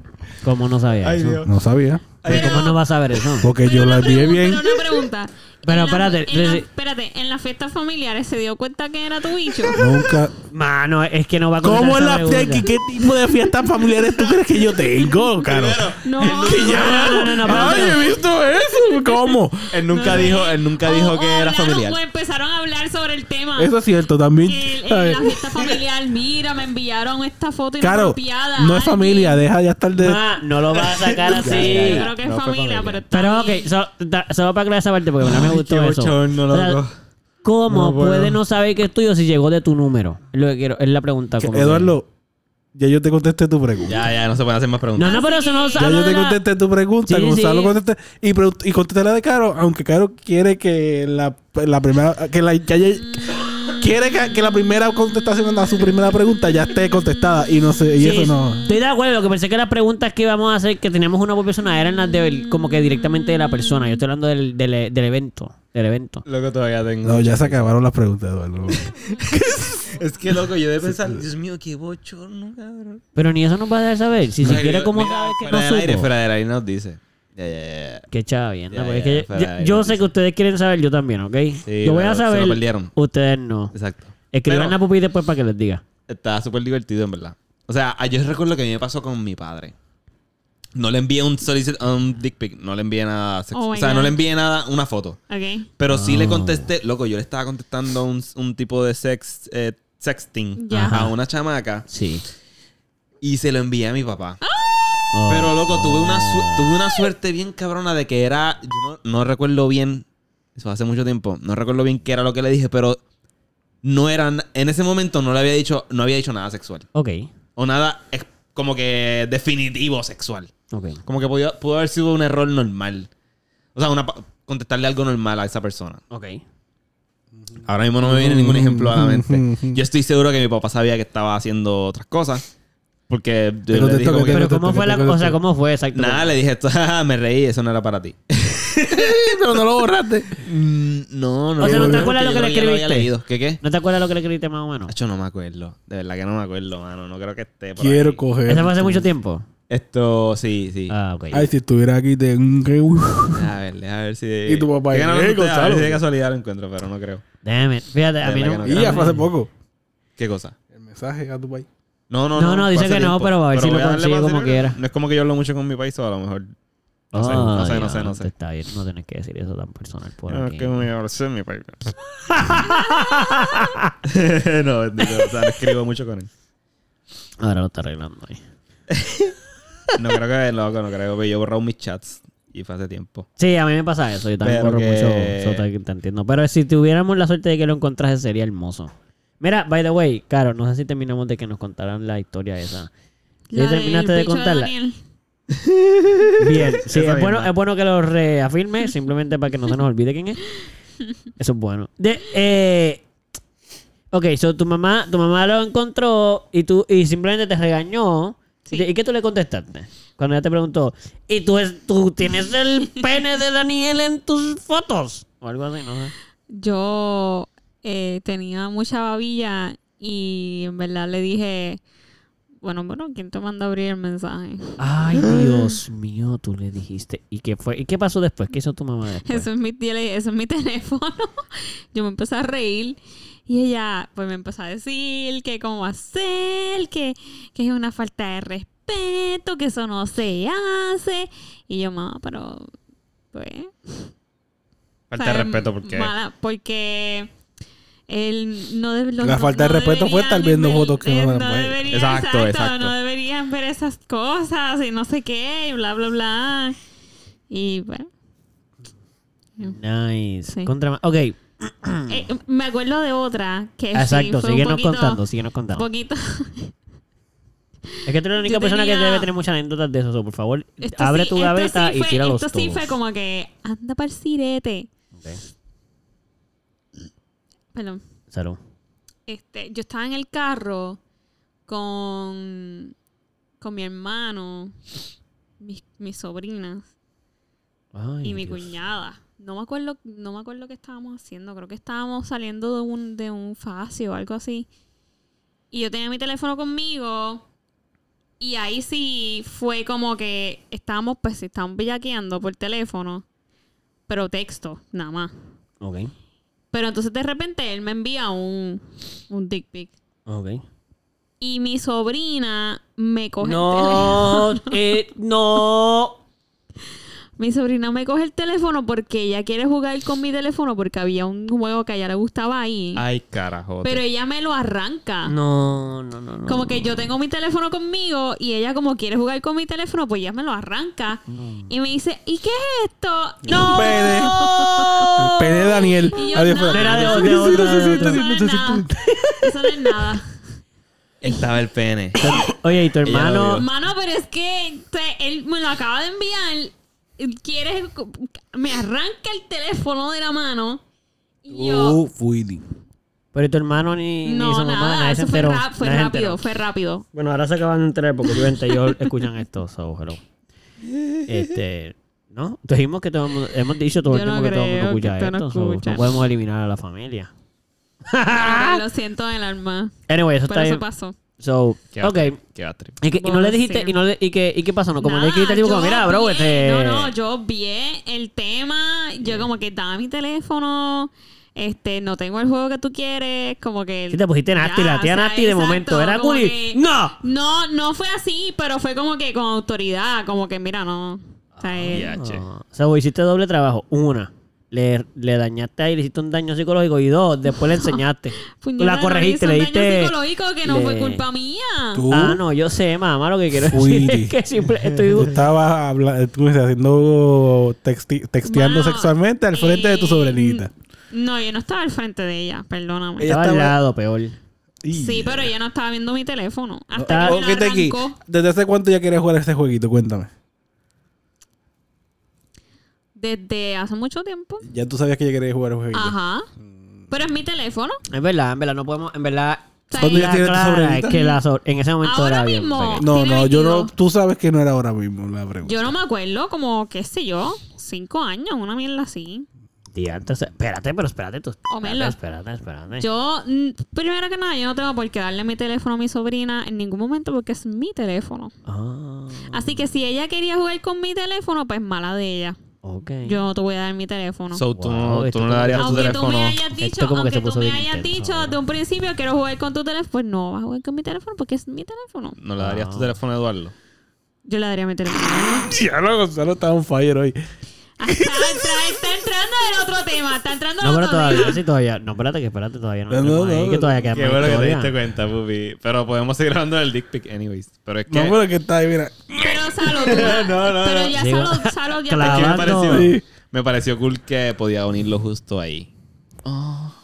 Speaker 3: ¿Cómo no sabía
Speaker 1: Ay,
Speaker 3: eso?
Speaker 1: Dios.
Speaker 4: No sabía.
Speaker 3: Pero ¿Cómo no va a saber eso?
Speaker 4: Porque
Speaker 2: Pero
Speaker 4: yo la
Speaker 2: una
Speaker 4: envié
Speaker 2: pregunta,
Speaker 4: bien.
Speaker 2: Pero una pregunta.
Speaker 3: Pero
Speaker 2: En la-
Speaker 3: espérate,
Speaker 2: en la-
Speaker 3: le-
Speaker 2: espérate, en las fiestas familiares se dio cuenta que era tu bicho.
Speaker 4: Nunca.
Speaker 3: Mano, es que no va a contestar
Speaker 4: ¿Cómo es
Speaker 3: esa
Speaker 4: la
Speaker 3: pregunta.
Speaker 4: ¿Qué tipo de fiestas familiares tú crees que yo tengo, caro?
Speaker 2: No,
Speaker 4: ¿Qué
Speaker 2: no,
Speaker 4: ya?
Speaker 3: No, no, no, no,
Speaker 4: Ay,
Speaker 3: pero-
Speaker 4: he visto eso. ¿Cómo?
Speaker 1: Ah, Él nunca dijo, él nunca
Speaker 2: O-
Speaker 1: dijo
Speaker 2: o
Speaker 1: que era
Speaker 2: hablaron,
Speaker 1: familiar.
Speaker 2: O pues, empezaron a hablar sobre el tema.
Speaker 4: Eso es cierto también.
Speaker 2: Ah, El- el-
Speaker 4: ¿sabes?
Speaker 2: la fiesta familiar, mira, me enviaron esta foto
Speaker 4: Caro,
Speaker 2: inapropiada.
Speaker 4: no es familia, deja ya estar de.
Speaker 3: Ma, no lo va a sacar
Speaker 2: Alguien-
Speaker 3: así.
Speaker 2: Yo creo que es
Speaker 1: No fue
Speaker 2: familia,
Speaker 1: familia.
Speaker 2: pero está
Speaker 3: Pero ok,
Speaker 2: bien.
Speaker 3: so- da- solo para aclarar esa parte porque no me
Speaker 1: Ay,
Speaker 3: gustó
Speaker 1: qué
Speaker 3: eso.
Speaker 1: bochorno,
Speaker 3: O sea,
Speaker 1: loco.
Speaker 3: ¿Cómo
Speaker 1: No puedo.
Speaker 3: puede no saber que es tuyo si llegó de tu número? Es lo que quiero, es la pregunta.
Speaker 4: Que,
Speaker 3: como que-
Speaker 4: Eduardo, ya yo te contesté tu pregunta.
Speaker 1: Ya, ya, no se pueden hacer más preguntas.
Speaker 3: No, no, pero eso no
Speaker 4: Ya
Speaker 3: sabe.
Speaker 4: yo te contesté tu pregunta,
Speaker 3: Sí,
Speaker 4: Gonzalo
Speaker 3: sí.
Speaker 4: contesté. Y, pregun- y contesté la de Caro, aunque Caro quiere que la, la primera. Que la, que haya- quiere que, que la primera contestación a su primera pregunta ya esté contestada. Y no sé, y eso no.
Speaker 3: Estoy de acuerdo, lo que pensé que las preguntas que íbamos a hacer, que teníamos una por persona, eran las de, como que directamente de la persona. Yo estoy hablando del, del, del evento. Del evento.
Speaker 1: Loco, todavía tengo.
Speaker 4: No, ya se acabaron las preguntas, Eduardo.
Speaker 1: Es que loco, yo de pensar, Dios mío, qué bochorno, cabrón.
Speaker 3: Pero ni eso nos va a dejar saber. Si siquiera, ¿cómo
Speaker 1: Mira,
Speaker 3: sabes que
Speaker 1: fuera
Speaker 3: no
Speaker 1: del aire,
Speaker 3: supo?
Speaker 1: fuera del aire nos dice. Ya, ya, ya.
Speaker 3: Qué chavienda,
Speaker 1: Ya,
Speaker 3: porque es
Speaker 1: ya,
Speaker 3: que
Speaker 1: fuera
Speaker 3: yo-
Speaker 1: de
Speaker 3: yo,
Speaker 1: ahí,
Speaker 3: sé que ustedes quieren saber, yo también, ¿ok?
Speaker 1: Sí,
Speaker 3: yo voy
Speaker 1: pero
Speaker 3: a
Speaker 1: se lo
Speaker 3: saber.
Speaker 1: perdieron.
Speaker 3: Ustedes no.
Speaker 1: Exacto.
Speaker 3: Escriban
Speaker 1: Pero-
Speaker 3: a Pupi después para que les diga.
Speaker 1: Está súper divertido, en verdad. O sea, ah, yo recuerdo que a mí me pasó con mi padre. No le envié un solicit un dick pic, no le envié nada. sex-
Speaker 2: Oh
Speaker 1: o
Speaker 2: my
Speaker 1: sea,
Speaker 2: God.
Speaker 1: no le envié nada, una foto.
Speaker 2: Ok.
Speaker 1: Pero sí le contesté, loco, yo le estaba contestando un, un tipo de sex, eh, sexting
Speaker 2: Ya.
Speaker 1: a una chamaca
Speaker 3: Sí.
Speaker 1: y se lo envié a mi papá.
Speaker 3: Oh.
Speaker 1: Pero loco, tuve una, su- tuve una suerte bien cabrona de que era. Yo no, no recuerdo bien. Eso hace mucho tiempo. No recuerdo bien qué era lo que le dije, pero no eran. En ese momento no le había dicho, no había dicho nada sexual.
Speaker 3: Ok.
Speaker 1: O nada ex- como que definitivo sexual.
Speaker 3: Ok.
Speaker 1: Como que podía, pudo haber sido un error normal. O sea, una pa- contestarle algo normal a esa persona.
Speaker 3: Ok.
Speaker 1: Ahora mismo no me viene ningún ejemplo a la mente. Yo estoy seguro que mi papá sabía que estaba haciendo otras cosas. Porque yo
Speaker 4: Te
Speaker 1: le dije
Speaker 4: contestó
Speaker 1: como
Speaker 4: que
Speaker 1: que,
Speaker 3: Pero
Speaker 4: te-
Speaker 3: ¿cómo
Speaker 4: te-
Speaker 3: fue
Speaker 4: te-
Speaker 3: la
Speaker 4: te-
Speaker 3: cosa? O sea,
Speaker 4: te-
Speaker 3: ¿cómo fue exacto?
Speaker 1: nada, le dije esto, "Ah, me reí, eso no era para ti.
Speaker 4: Pero no lo borraste.
Speaker 1: Mm, No, no.
Speaker 3: O sea,
Speaker 1: no
Speaker 3: ¿no te
Speaker 1: porque
Speaker 3: acuerdas
Speaker 1: yo
Speaker 3: lo que
Speaker 1: creo
Speaker 3: le
Speaker 1: ya había
Speaker 3: escribiste?
Speaker 1: leído. ¿Qué qué?
Speaker 3: ¿No te acuerdas lo que le escribiste más o menos?
Speaker 1: Hacho, no me acuerdo. De verdad que no me acuerdo, mano. No creo que esté por
Speaker 4: Quiero
Speaker 1: aquí.
Speaker 4: coger.
Speaker 3: ¿Eso fue hace mucho tiempo?
Speaker 1: Esto, sí, sí.
Speaker 3: Ah, ok.
Speaker 4: Ay, si estuviera aquí, te.
Speaker 1: A ver, a ver si...
Speaker 4: Y tu papá,
Speaker 1: Estoy ganando
Speaker 4: "Eh,
Speaker 1: con usted, A ver
Speaker 4: Gonzalo".
Speaker 1: si de casualidad lo encuentro, pero no creo.
Speaker 3: Damn it. Fíjate, a
Speaker 1: De
Speaker 3: mí
Speaker 1: verdad
Speaker 3: no...
Speaker 1: que
Speaker 4: Y ya fue hace poco.
Speaker 1: ¿Qué cosa?
Speaker 4: El mensaje a tu país.
Speaker 1: No, no, no.
Speaker 3: No, no, dice
Speaker 1: fue hace
Speaker 3: que no, pero a ver si
Speaker 1: voy
Speaker 3: lo
Speaker 1: darle
Speaker 3: consigue
Speaker 1: para
Speaker 3: como
Speaker 1: hacer-
Speaker 3: quiera.
Speaker 1: No es como que yo hablo mucho con mi país, o a lo mejor... No sé, no sé,
Speaker 3: Ay,
Speaker 1: no sé, no
Speaker 3: no,
Speaker 1: sé.
Speaker 3: Está bien, no tienes que decir eso tan personal este, por
Speaker 2: Ah,
Speaker 1: No, es
Speaker 3: aquí.
Speaker 1: que me abracé mi país. no, bendito, o sea, no escribo mucho con él.
Speaker 3: Ahora lo está arreglando ahí.
Speaker 1: No creo que, loco, no creo. pero Yo he borrado mis chats y fue hace tiempo.
Speaker 3: Sí, a mí me pasa eso. Yo también
Speaker 1: Pero
Speaker 3: corro
Speaker 1: que-
Speaker 3: mucho. Eso te, te entiendo. Pero si tuviéramos la suerte de que lo encontrase, sería hermoso. Mira, by the way, Caro, no sé si terminamos de que nos contaran la historia esa. ¿Sí
Speaker 2: La del
Speaker 3: terminaste de
Speaker 2: bicho
Speaker 3: contarla?
Speaker 2: Daniel.
Speaker 3: Bien, sí,
Speaker 5: Esa
Speaker 3: es bueno,
Speaker 5: misma.
Speaker 3: es bueno que lo reafirme, simplemente para que no se nos olvide quién es. Eso es bueno. De, eh, ok, so tu mamá, tu mamá lo encontró y tú y simplemente te regañó.
Speaker 2: Sí.
Speaker 3: ¿Y qué tú le contestaste? Cuando ella te preguntó, ¿y tú, es- tú tienes el pene de Daniel en tus fotos? O algo así, no sé.
Speaker 2: Yo eh, tenía mucha babilla y en verdad le dije, bueno, bueno, ¿quién te manda a abrir el mensaje?
Speaker 3: Ay, Dios mío, tú le dijiste. ¿Y qué fue? ¿Y qué pasó después? ¿Qué hizo tu mamá después?
Speaker 2: Eso es mi tele- eso es mi teléfono. Yo me empecé a reír y ella pues me empezó a decir que cómo hacer, que, que es una falta de respeto, que eso no se hace. Y yo, mamá, pero pues
Speaker 5: Falta
Speaker 2: sea,
Speaker 5: de respeto porque.
Speaker 2: mala- porque él no debe- los-
Speaker 4: La
Speaker 2: no-
Speaker 4: falta de
Speaker 2: no
Speaker 4: respeto fue estar
Speaker 2: deberían
Speaker 4: viendo
Speaker 2: ver- eh,
Speaker 4: fotos que no
Speaker 2: no,
Speaker 4: eran buenas.
Speaker 2: deberían,
Speaker 5: Exacto,
Speaker 2: exacto,
Speaker 5: exacto.
Speaker 2: No deberían ver esas cosas y no sé qué y bla, bla, bla. Y bueno,
Speaker 3: Nice.
Speaker 2: Sí.
Speaker 3: Contra ma- ok,
Speaker 2: eh, me acuerdo de otra que
Speaker 3: Exacto,
Speaker 2: sí, fue un
Speaker 3: síguenos
Speaker 2: poquito-
Speaker 3: contando, síguenos
Speaker 2: un
Speaker 3: contando.
Speaker 2: poquito.
Speaker 3: Es que tú eres la única
Speaker 2: Yo
Speaker 3: persona que
Speaker 2: tenía-
Speaker 3: debe tener muchas anécdotas de eso, so, por favor,
Speaker 2: Esto
Speaker 3: abre
Speaker 2: sí-
Speaker 3: tu
Speaker 2: esto
Speaker 3: gaveta
Speaker 2: sí
Speaker 3: y
Speaker 2: fue-
Speaker 3: tíralos
Speaker 2: Esto sí
Speaker 3: todos.
Speaker 2: fue como que anda para el sirete.
Speaker 3: Ok,
Speaker 2: Perdón.
Speaker 3: Salud.
Speaker 2: este, yo estaba en el carro con, con mi hermano, mis, mis sobrinas
Speaker 3: Ay,
Speaker 2: y mi
Speaker 3: Dios.
Speaker 2: cuñada. No me acuerdo, no me acuerdo qué estábamos haciendo. Creo que estábamos saliendo de un, de un facio o algo así. Y yo tenía mi teléfono conmigo. Y ahí sí fue como que estábamos, pues, estábamos bellaqueando por teléfono. Pero texto, nada más.
Speaker 3: Ok,
Speaker 2: Pero entonces de repente él me envía un, un dick pic.
Speaker 3: ok.
Speaker 2: Y mi sobrina me coge el teléfono.
Speaker 3: No, eh, no.
Speaker 2: Mi sobrina me coge el teléfono porque ella quiere jugar con mi teléfono porque había un juego que a ella le gustaba ahí.
Speaker 5: Ay, carajo.
Speaker 2: pero ella me lo arranca.
Speaker 3: No, no, no, no.
Speaker 2: Como que yo tengo mi teléfono conmigo y ella como quiere jugar con mi teléfono, pues ella me lo arranca. Y me dice, ¿y qué es esto?
Speaker 4: Un pene. El pene de Daniel.
Speaker 2: Y yo,
Speaker 4: Adiós,
Speaker 2: no.
Speaker 4: fuera.
Speaker 3: Era de
Speaker 4: Sí,
Speaker 3: de
Speaker 4: sí,
Speaker 3: otra,
Speaker 4: sí,
Speaker 3: de
Speaker 4: sí,
Speaker 3: otra.
Speaker 4: sí,
Speaker 2: Eso no
Speaker 4: sí,
Speaker 2: es
Speaker 4: sí,
Speaker 2: nada. Eso no es nada.
Speaker 5: Estaba el pene.
Speaker 3: Oye, ¿y tu
Speaker 5: Ella lo
Speaker 3: hermano?
Speaker 5: vio.
Speaker 2: Hermano, pero es que o sea, él me lo acaba de enviar. Quieres. Me arranca el teléfono de la mano. Y yo.
Speaker 4: Oh, Fuili.
Speaker 3: Pero Uh, ¿y tu hermano ni, ni
Speaker 2: no,
Speaker 3: su
Speaker 2: nada.
Speaker 3: mamá? Nadie se
Speaker 2: eso fue,
Speaker 3: enteró.
Speaker 2: ra- fue
Speaker 3: nadie se
Speaker 2: rápido,
Speaker 3: enteró.
Speaker 2: fue rápido.
Speaker 3: Bueno, ahora se acaban de enterar porque obviamente ellos escuchan esto, so hello. Este, ¿no? Dijimos que todo el mundo- hemos dicho todo el
Speaker 2: Yo no
Speaker 3: tiempo que todo el mundo
Speaker 2: creo que
Speaker 3: escucha
Speaker 2: esto no
Speaker 3: esto, so
Speaker 2: escucha.
Speaker 3: no podemos eliminar a la familia.
Speaker 2: Ahora pues, Lo siento en el alma.
Speaker 3: Anyway, eso
Speaker 2: Pero
Speaker 3: está
Speaker 2: eso
Speaker 3: bien.
Speaker 2: pasó.
Speaker 3: So,
Speaker 5: Qué
Speaker 3: ok.
Speaker 5: atri- Qué atri-
Speaker 3: ¿Y, que, y no le dijiste, y, no le, y, que, y qué pasó? No, como le
Speaker 2: Nada,
Speaker 3: dijiste, tipo,
Speaker 2: yo
Speaker 3: como, mira, bro,
Speaker 2: vi-
Speaker 3: este...
Speaker 2: No, no, yo vi el tema. Yo como que daba mi teléfono. Este, no tengo el juego que tú quieres. Como que.
Speaker 3: Sí, te pusiste nasty,
Speaker 2: Ya,
Speaker 3: la tía
Speaker 2: o sea,
Speaker 3: nasty de
Speaker 2: exacto,
Speaker 3: momento. ¿Era
Speaker 2: como
Speaker 3: cool?
Speaker 2: que-
Speaker 3: ¡No!
Speaker 2: No, no fue así, pero fue como que con autoridad, como que mira, no. O sea, eh,
Speaker 5: Ya, che.
Speaker 3: Ah, O sea, vos hiciste doble trabajo. Una, le, le dañaste ahí, le hiciste un daño psicológico. Y dos, después le enseñaste. Tú
Speaker 2: puñeta,
Speaker 3: la
Speaker 2: no
Speaker 3: corregiste,
Speaker 2: hice
Speaker 3: le
Speaker 2: un daño
Speaker 3: diste...
Speaker 2: psicológico que no
Speaker 3: le-
Speaker 2: fue culpa mía.
Speaker 4: Tú,
Speaker 3: Ah, no, yo sé, mamá, lo que quiero
Speaker 4: Fuiri.
Speaker 3: decir es que siempre
Speaker 4: tú
Speaker 3: estoy...
Speaker 4: estabas habla- eh, tú me estás haciendo texti- texteando
Speaker 2: Mano,
Speaker 4: sexualmente al frente de tu
Speaker 2: eh,
Speaker 4: sobrinita.
Speaker 2: No, yo no estaba al frente de ella, perdóname.
Speaker 4: Ella
Speaker 3: Estaba al
Speaker 4: estaba-
Speaker 3: lado, peor.
Speaker 2: Sí, pero ella no estaba viendo mi teléfono. Hasta
Speaker 3: Estaba-
Speaker 2: que me la
Speaker 4: eh, Ok, Tequi,
Speaker 2: arrancó.
Speaker 4: ¿Desde hace cuánto ya querías jugar ese jueguito? Cuéntame.
Speaker 2: Desde hace mucho tiempo.
Speaker 4: Ya tú sabías que ya querías jugar ese jueguito.
Speaker 2: Ajá. Pero es mi teléfono.
Speaker 3: Es verdad, en verdad, no podemos... En verdad...
Speaker 2: O sea,
Speaker 4: ¿Cuándo
Speaker 2: ella-
Speaker 4: ya tienes tu
Speaker 3: Clara, es
Speaker 4: sobrinita?
Speaker 3: que la so- en ese momento
Speaker 2: Ahora
Speaker 3: era bien
Speaker 2: mismo.
Speaker 3: pequeña.
Speaker 4: No,
Speaker 2: tiene
Speaker 4: no, yo no.
Speaker 2: 22.
Speaker 4: Tú sabes que no era ahora mismo la pregunta.
Speaker 2: yo no me acuerdo, como, qué sé yo, cinco años, una mierda así.
Speaker 3: Diantre, o sea, espérate, pero espérate tú.
Speaker 2: O
Speaker 3: Espérate,
Speaker 2: Oh, Melo.
Speaker 3: espérate, espérate.
Speaker 2: Yo, mm, primero que nada, yo no tengo por qué darle mi teléfono a mi sobrina en ningún momento porque es mi teléfono.
Speaker 3: Ah,
Speaker 2: Así que si ella quería jugar con mi teléfono, pues mala de ella.
Speaker 3: ok.
Speaker 2: Yo no te voy a dar mi teléfono.
Speaker 5: So, tú,
Speaker 3: Wow,
Speaker 5: no,
Speaker 3: esto
Speaker 5: tú no le
Speaker 3: como-
Speaker 5: darías tu
Speaker 2: aunque tú me
Speaker 5: teléfono.
Speaker 2: hayas dicho,
Speaker 3: Esto como que
Speaker 2: aunque
Speaker 3: se
Speaker 2: tú
Speaker 3: puso
Speaker 2: me
Speaker 3: bien
Speaker 2: hayas
Speaker 3: intenso
Speaker 2: dicho
Speaker 3: ahora.
Speaker 2: de un principio quiero jugar con tu teléfono, pues no vas a jugar con mi teléfono porque es mi teléfono.
Speaker 5: No le darías tu
Speaker 3: Wow.
Speaker 5: teléfono a Eduardo.
Speaker 2: Yo le daría mi teléfono.
Speaker 4: Ya lo Gonzalo está on fire hoy.
Speaker 2: Ah, está, está- está entrando el otro tema, está entrando el
Speaker 3: No, pero
Speaker 2: otro
Speaker 3: todavía,
Speaker 2: tema.
Speaker 3: sí, todavía. No, espérate, que espérate, todavía no.
Speaker 4: No, no,
Speaker 3: tenemos ahí,
Speaker 4: no,
Speaker 3: que
Speaker 4: no.
Speaker 3: todavía queda
Speaker 5: Qué
Speaker 3: más
Speaker 5: bueno que te
Speaker 3: historia.
Speaker 5: diste cuenta, Pupi. Pero podemos seguir hablando del dick pic anyways. Pero es que...
Speaker 4: No, pero que está ahí, mira.
Speaker 2: Pero Salo, tú vas-
Speaker 5: No, no,
Speaker 2: pero
Speaker 5: no.
Speaker 2: ya
Speaker 3: Digo,
Speaker 2: Salo, Salo ya
Speaker 5: que
Speaker 3: claro.
Speaker 5: me
Speaker 3: Hablando.
Speaker 5: pareció,
Speaker 4: Sí.
Speaker 5: me pareció cool que podía unirlo justo ahí.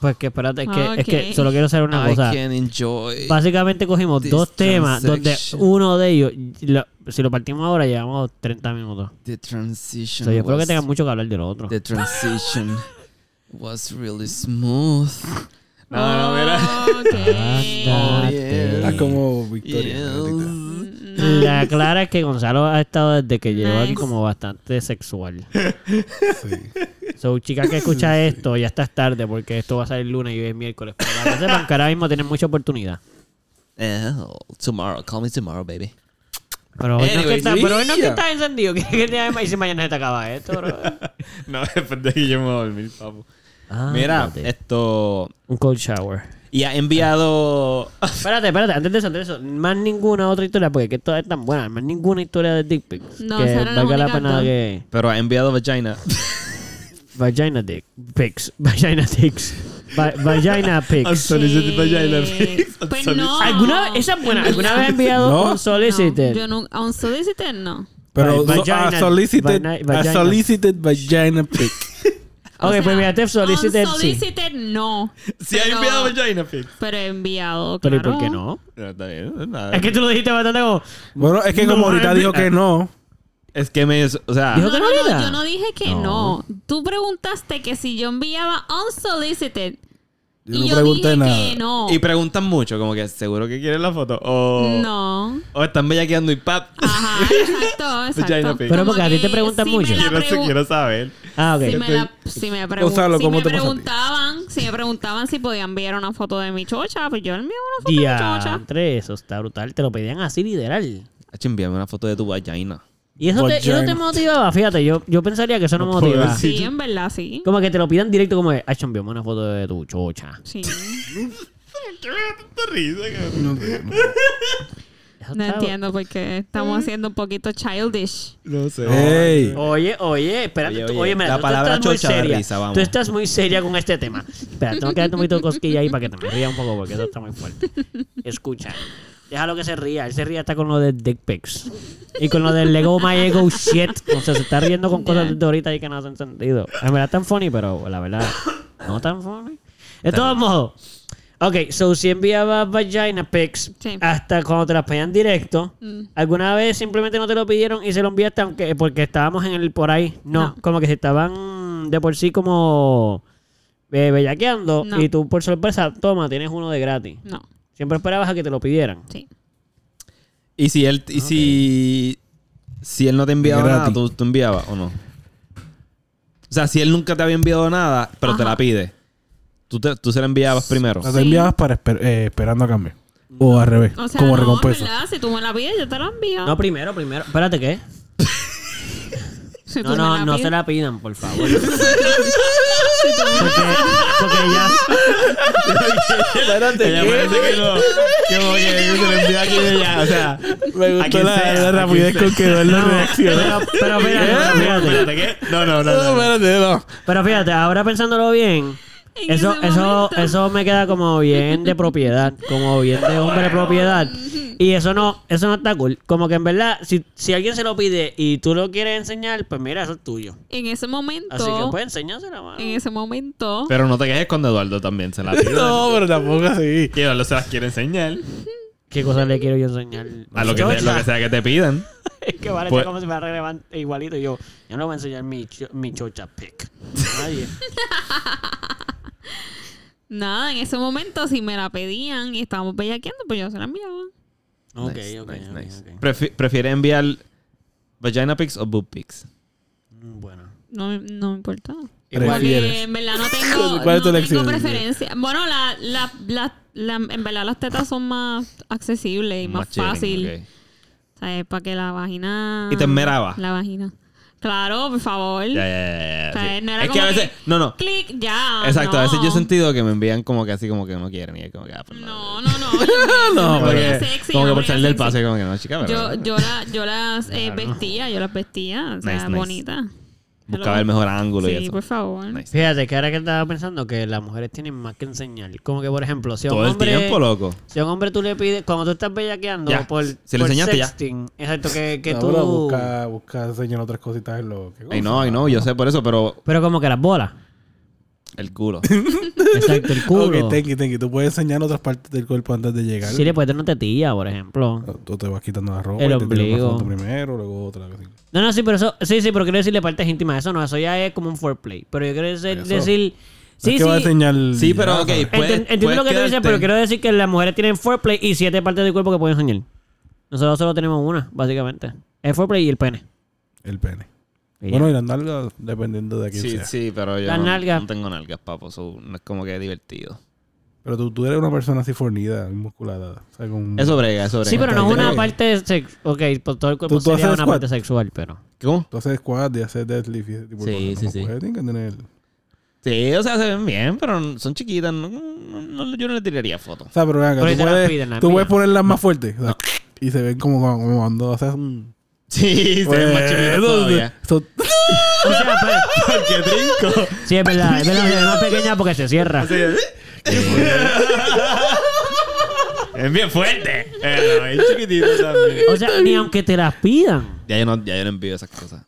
Speaker 3: Pues que espérate, es que, es que
Speaker 2: Ok.
Speaker 3: solo quiero hacer una
Speaker 1: I
Speaker 3: cosa.
Speaker 1: can enjoy.
Speaker 3: Básicamente cogimos
Speaker 1: This
Speaker 3: dos temas donde
Speaker 1: transaction.
Speaker 3: uno de ellos, lo- si lo partimos ahora, llevamos 30 minutos.
Speaker 1: The
Speaker 3: O
Speaker 1: transition.
Speaker 3: sea, yo espero que
Speaker 1: was-
Speaker 3: tengan mucho que hablar del otro.
Speaker 1: The transition was really smooth.
Speaker 5: No, no, mira.
Speaker 2: Ok.
Speaker 1: yeah.
Speaker 4: Está como Victoria.
Speaker 1: Yes.
Speaker 4: ahorita.
Speaker 3: La clara es que Gonzalo ha estado desde que llegó aquí
Speaker 2: Nice.
Speaker 3: como bastante sexual.
Speaker 4: Sí.
Speaker 3: So, chicas que escucha esto, ya estás tarde porque esto va a salir lunes y hoy es miércoles. Pero para que sepan que ahora mismo tienen mucha oportunidad.
Speaker 1: Oh, tomorrow, call me tomorrow, baby.
Speaker 3: Pero hoy no es que
Speaker 1: Anyway,
Speaker 3: estás, pero hoy no es que
Speaker 4: yeah.
Speaker 3: estás encendido. Que, que te llamas y si mañana se te acaba esto, bro.
Speaker 5: No, después de que yo me voy a dormir, papo.
Speaker 3: Ah,
Speaker 1: Mira,
Speaker 3: espérate.
Speaker 1: esto.
Speaker 3: Ah, un cold shower.
Speaker 1: Y ha enviado.
Speaker 3: Espérate, espérate, antes de eso, antes de eso, más ninguna otra historia, porque que todas están buenas, más ninguna historia de dick pics.
Speaker 2: No,
Speaker 3: que
Speaker 2: esas eran las
Speaker 3: valga la
Speaker 2: únicas
Speaker 3: pena
Speaker 2: dos.
Speaker 3: que...
Speaker 1: Pero ha enviado vagina.
Speaker 3: Vagina dick pics, vagina dicks, Va- vagina pics.
Speaker 5: Unsolicited vagina pics.
Speaker 2: Pues
Speaker 5: Unsolicited-
Speaker 2: no.
Speaker 3: ¿Alguna, esa es buena, ¿alguna vez he enviado
Speaker 4: No.
Speaker 3: un solicited?
Speaker 2: No, yo nunca, un solicited no.
Speaker 4: Pero
Speaker 3: Va-
Speaker 4: so-
Speaker 3: vagina-
Speaker 4: a solicited,
Speaker 3: vagina-
Speaker 4: a
Speaker 3: vagina.
Speaker 4: solicited vagina pic.
Speaker 3: ok,
Speaker 2: O sea,
Speaker 3: pues mira, te solicited
Speaker 2: Un
Speaker 3: sí.
Speaker 2: solicited no.
Speaker 5: Sí, ha
Speaker 2: Pero-
Speaker 5: enviado pues vagina pics.
Speaker 2: Pero enviado,
Speaker 3: Pero ¿y
Speaker 2: claro.
Speaker 3: por qué no?
Speaker 5: No, está bien, nada.
Speaker 3: Es que tú lo dijiste bastante como...
Speaker 4: Bueno, es que como
Speaker 3: No,
Speaker 4: ahorita
Speaker 3: es-
Speaker 4: dijo que no.
Speaker 5: Es que me. O sea.
Speaker 3: Dijo
Speaker 2: No,
Speaker 3: que
Speaker 2: no,
Speaker 3: no
Speaker 2: no,
Speaker 3: era.
Speaker 2: yo no dije que no. Tú preguntaste que si yo enviaba unsolicited.
Speaker 4: Yo
Speaker 2: y
Speaker 4: no
Speaker 2: yo
Speaker 4: pregunté
Speaker 2: dije
Speaker 4: nada.
Speaker 2: que no.
Speaker 5: Y preguntan mucho, como que seguro que quieren la foto. O,
Speaker 2: No.
Speaker 5: o están bellaqueando y pap.
Speaker 1: Ah,
Speaker 2: Ajá, exacto,
Speaker 5: Vagina
Speaker 2: exacto.
Speaker 5: pic.
Speaker 3: Pero
Speaker 2: Como
Speaker 3: porque a ti te
Speaker 2: que
Speaker 3: preguntan
Speaker 2: si me
Speaker 3: mucho.
Speaker 2: la
Speaker 5: Pues Quiero,
Speaker 2: pregu-
Speaker 5: quiero saber.
Speaker 3: Ah, ok.
Speaker 2: Si me, la- si me pregun-
Speaker 4: Gonzalo,
Speaker 2: si
Speaker 4: ¿cómo
Speaker 2: me
Speaker 4: te pasa a ti?
Speaker 2: preguntaban, si me preguntaban si podían enviar una foto de mi chocha, pues yo enviaba una foto de mi chocha.
Speaker 3: Diantre, eso está brutal, te lo pedían así literal.
Speaker 1: Hacho, envíame una foto de tu vagina.
Speaker 3: Y eso, te, y eso te
Speaker 4: Vagina.
Speaker 3: motivaba, fíjate, yo, yo pensaría que eso no, me
Speaker 5: No puedo
Speaker 3: motivaba.
Speaker 5: decir.
Speaker 2: Sí, en verdad, sí.
Speaker 3: Como que te lo pidan directo como de, ay, envíame una foto de tu chocha.
Speaker 2: Sí.
Speaker 5: ¿Qué me da tanta risa, cabrón?
Speaker 4: No sé, no.
Speaker 3: Eso
Speaker 2: No
Speaker 3: está-
Speaker 2: entiendo por qué
Speaker 3: Mm.
Speaker 2: estamos haciendo un poquito childish.
Speaker 5: No sé.
Speaker 4: Ey.
Speaker 3: Oye, oye, espérate,
Speaker 1: Oye,
Speaker 3: tú- oye,
Speaker 1: oye,
Speaker 3: mira,
Speaker 1: la
Speaker 3: tú
Speaker 1: palabra
Speaker 3: estás muy
Speaker 1: chocha da
Speaker 3: seria.
Speaker 1: risa, vamos.
Speaker 3: Tú estás muy seria con este tema. Espera, tengo que darte un poquito de cosquilla ahí para que te me ría un poco porque eso está muy fuerte. Escucha, déjalo que se ría, él se ría hasta con lo de dick pics y con lo del Lego My Ego shit. O sea, se está riendo con cosas de ahorita ahí que no hacen sentido. En verdad tan funny, pero la verdad no tan funny. De todos modos, ok, so si enviabas vagina pics
Speaker 2: Sí.
Speaker 3: hasta cuando te las pedían directo,
Speaker 2: Mm,
Speaker 3: ¿alguna vez simplemente no te lo pidieron y se lo enviaste aunque porque estábamos en el por ahí? No,
Speaker 2: No.
Speaker 3: como que se estaban de por sí como eh, bellaqueando
Speaker 2: No.
Speaker 3: y tú por sorpresa, toma, tienes uno de gratis.
Speaker 2: No,
Speaker 3: Siempre esperabas a que te lo pidieran.
Speaker 2: sí.
Speaker 1: Y si él, y si, si él no te enviaba
Speaker 4: Gratis.
Speaker 1: nada, ¿tú, tú enviabas o no? O sea, si él nunca te había enviado nada, pero te
Speaker 2: Ajá.
Speaker 1: la pide, ¿tú, te- tú se la enviabas primero.
Speaker 4: Las enviabas para esper- eh, esperando a cambio. O al revés,
Speaker 2: O sea,
Speaker 4: como
Speaker 2: no,
Speaker 4: recompensa.
Speaker 2: en verdad, si tú me la pides, yo te la envío.
Speaker 3: No, primero, primero. Espérate, ¿qué?
Speaker 2: Si tú me
Speaker 3: No, no,
Speaker 2: la
Speaker 3: no
Speaker 2: pides-
Speaker 3: se la pidan, por favor. porque, porque ellas-
Speaker 5: Ella parece que no. Que como que se le envía aquí y allá. O sea.
Speaker 4: Me
Speaker 5: gustó la- la rapidez con
Speaker 4: que da la
Speaker 3: pero, pero fíjate, pero fíjate.
Speaker 5: Espérate, ¿qué? No, no, no. no, no.
Speaker 3: Pero fíjate, ahora pensándolo bien,
Speaker 2: En
Speaker 3: eso,
Speaker 2: ese
Speaker 3: eso,
Speaker 2: momento.
Speaker 3: eso me queda como bien de propiedad, como bien de hombre de propiedad. Y eso no, eso no está cool. Como que en verdad, si, si alguien se lo pide y tú lo quieres enseñar, pues mira, eso es tuyo.
Speaker 2: En ese momento,
Speaker 3: Así que pues enséñaselo, mano.
Speaker 2: en ese momento,
Speaker 5: Pero no te quejes cuando Eduardo también se la pide.
Speaker 4: No, pero tampoco así.
Speaker 5: Que Eduardo se las quiere enseñar.
Speaker 3: ¿Qué cosas le quiero yo enseñar?
Speaker 5: A lo que, te- lo que sea que te pidan.
Speaker 3: Es que vale,
Speaker 5: Pues-
Speaker 3: está como si fuera relevante igualito. Y Yo, yo no voy a enseñar mi, cho- mi chocha pic. Nadie.
Speaker 2: nada, en ese momento, si me la pedían y estábamos bellaqueando, pues yo se la enviaba.
Speaker 3: Ok,
Speaker 1: Nice,
Speaker 3: ok,
Speaker 1: nice,
Speaker 3: ok,
Speaker 1: nice.
Speaker 3: ok.
Speaker 1: Prefi- ¿Prefieres enviar vagina pics o boob pics?
Speaker 3: Mm, Bueno.
Speaker 2: No, me- no me importa. Porque
Speaker 4: Prefieres.
Speaker 2: en verdad no tengo,
Speaker 4: ¿Cuál es tu
Speaker 2: no
Speaker 4: elección?
Speaker 2: tengo preferencia. Bueno, la, la, la, la- en verdad las tetas son más accesibles y más,
Speaker 1: chévere,
Speaker 2: fácil.
Speaker 1: ok.
Speaker 2: ¿Sabes? Para que la vagina.
Speaker 1: Y te esmeraba.
Speaker 2: La vagina. Claro, por favor.
Speaker 1: Ya, ya, ya, ya,
Speaker 2: O sea,
Speaker 1: sí.
Speaker 2: no era
Speaker 1: es que a
Speaker 2: como
Speaker 1: veces.
Speaker 2: que-
Speaker 1: No, no.
Speaker 2: Clic, ya.
Speaker 1: Exacto, a veces
Speaker 2: no.
Speaker 1: yo he sentido que me envían como que así, como que no quieren. Y es como que. ah, pues
Speaker 2: No, no, no. yo
Speaker 1: No,
Speaker 2: no me veía
Speaker 1: porque, como que
Speaker 2: sexy, yo no
Speaker 1: por
Speaker 2: me veía
Speaker 1: salir del
Speaker 2: sexy.
Speaker 1: pase, como que no, chica, pero.
Speaker 2: Yo, yo, la- yo las eh, vestía, yo las vestía. O sea,
Speaker 1: Nice, nice.
Speaker 2: bonitas.
Speaker 1: buscaba el mejor ángulo y
Speaker 2: Sí,
Speaker 1: eso.
Speaker 2: por favor.
Speaker 1: Nice.
Speaker 3: Fíjate que ahora que estaba pensando que las mujeres tienen más que enseñar. Como que, por ejemplo, si a un
Speaker 1: Todo el
Speaker 3: hombre.
Speaker 1: tiempo, loco.
Speaker 3: Si a un hombre tú le pides, cuando tú estás bellaqueando
Speaker 1: Ya,
Speaker 3: por,
Speaker 1: si le
Speaker 3: por
Speaker 1: enseñaste, ya.
Speaker 3: sexting, exacto, que, que
Speaker 4: Ahora
Speaker 3: tú.
Speaker 4: busca, busca enseñar otras cositas en lo que
Speaker 1: Ay, no, ay, no, yo sé por eso, pero
Speaker 3: Pero como que las bolas.
Speaker 1: El culo.
Speaker 3: Exacto, el culo.
Speaker 4: Ok, thank you, thank you. Tú puedes enseñar otras partes del cuerpo antes de llegar.
Speaker 3: Sí, le puedes tener una tetilla, por ejemplo.
Speaker 4: Tú te vas quitando la ropa.
Speaker 3: El
Speaker 4: y te tiras una
Speaker 3: ombligo.
Speaker 4: foto primero, luego otra. así.
Speaker 3: No, no, sí, pero eso, sí, sí, pero quiero decirle partes íntimas. Eso no, eso ya es como un foreplay. Pero yo quiero decir,
Speaker 4: Eso.
Speaker 3: decir
Speaker 4: No
Speaker 3: sí,
Speaker 4: es que va a
Speaker 3: sí.
Speaker 4: enseñar.
Speaker 1: Sí, pero
Speaker 4: nada.
Speaker 1: ok.
Speaker 3: Enti- Entiendo lo que tú dices, pero quiero decir que las mujeres tienen foreplay y siete partes del cuerpo que pueden enseñar. Nosotros solo tenemos una, básicamente. El foreplay y el pene.
Speaker 4: El pene.
Speaker 3: Y
Speaker 4: Bueno, y las nalgas, dependiendo de quién
Speaker 1: Sí,
Speaker 4: sea.
Speaker 1: sí, pero yo
Speaker 3: Las
Speaker 1: no,
Speaker 3: nalgas.
Speaker 1: no tengo nalgas, papo. so, no es como que divertido.
Speaker 4: Pero tú, tú eres una persona así fornida, musculada. O sea, con...
Speaker 1: Eso brega, eso brega.
Speaker 3: Sí, pero no es una
Speaker 4: Sí.
Speaker 3: parte sexual. Ok, pues todo el cuerpo
Speaker 4: Tú- tú
Speaker 3: sería
Speaker 4: haces
Speaker 3: una
Speaker 4: squat.
Speaker 3: parte sexual, pero.
Speaker 1: ¿Cómo?
Speaker 4: Tú haces squat y haces deadlift y ese tipo de
Speaker 1: Sí,
Speaker 4: cosas. No
Speaker 1: sí, sí.
Speaker 4: puedes, tienen que tener...
Speaker 1: Sí, o sea, se ven bien, pero son chiquitas. no- no- no- yo no le tiraría fotos.
Speaker 4: O sea, pero venga,
Speaker 3: Pero
Speaker 4: tú
Speaker 3: ahí te las
Speaker 4: puedes,
Speaker 3: piden, las
Speaker 4: tú puedes
Speaker 3: mías.
Speaker 4: ponerlas más fuertes. o sea, Y se ven como, como cuando haces un...
Speaker 1: Sí, se ven más chiquitas todavía.
Speaker 4: eso-
Speaker 3: O sea, pues,
Speaker 1: ¡Qué trinco!
Speaker 3: sí, es verdad. Es verdad, es más pequeña porque se cierra.
Speaker 1: Es bien fuerte. Pero es chiquitito también.
Speaker 3: O sea, ni aunque te las pidan.
Speaker 1: Ya yo no, ya yo no envío esas cosas.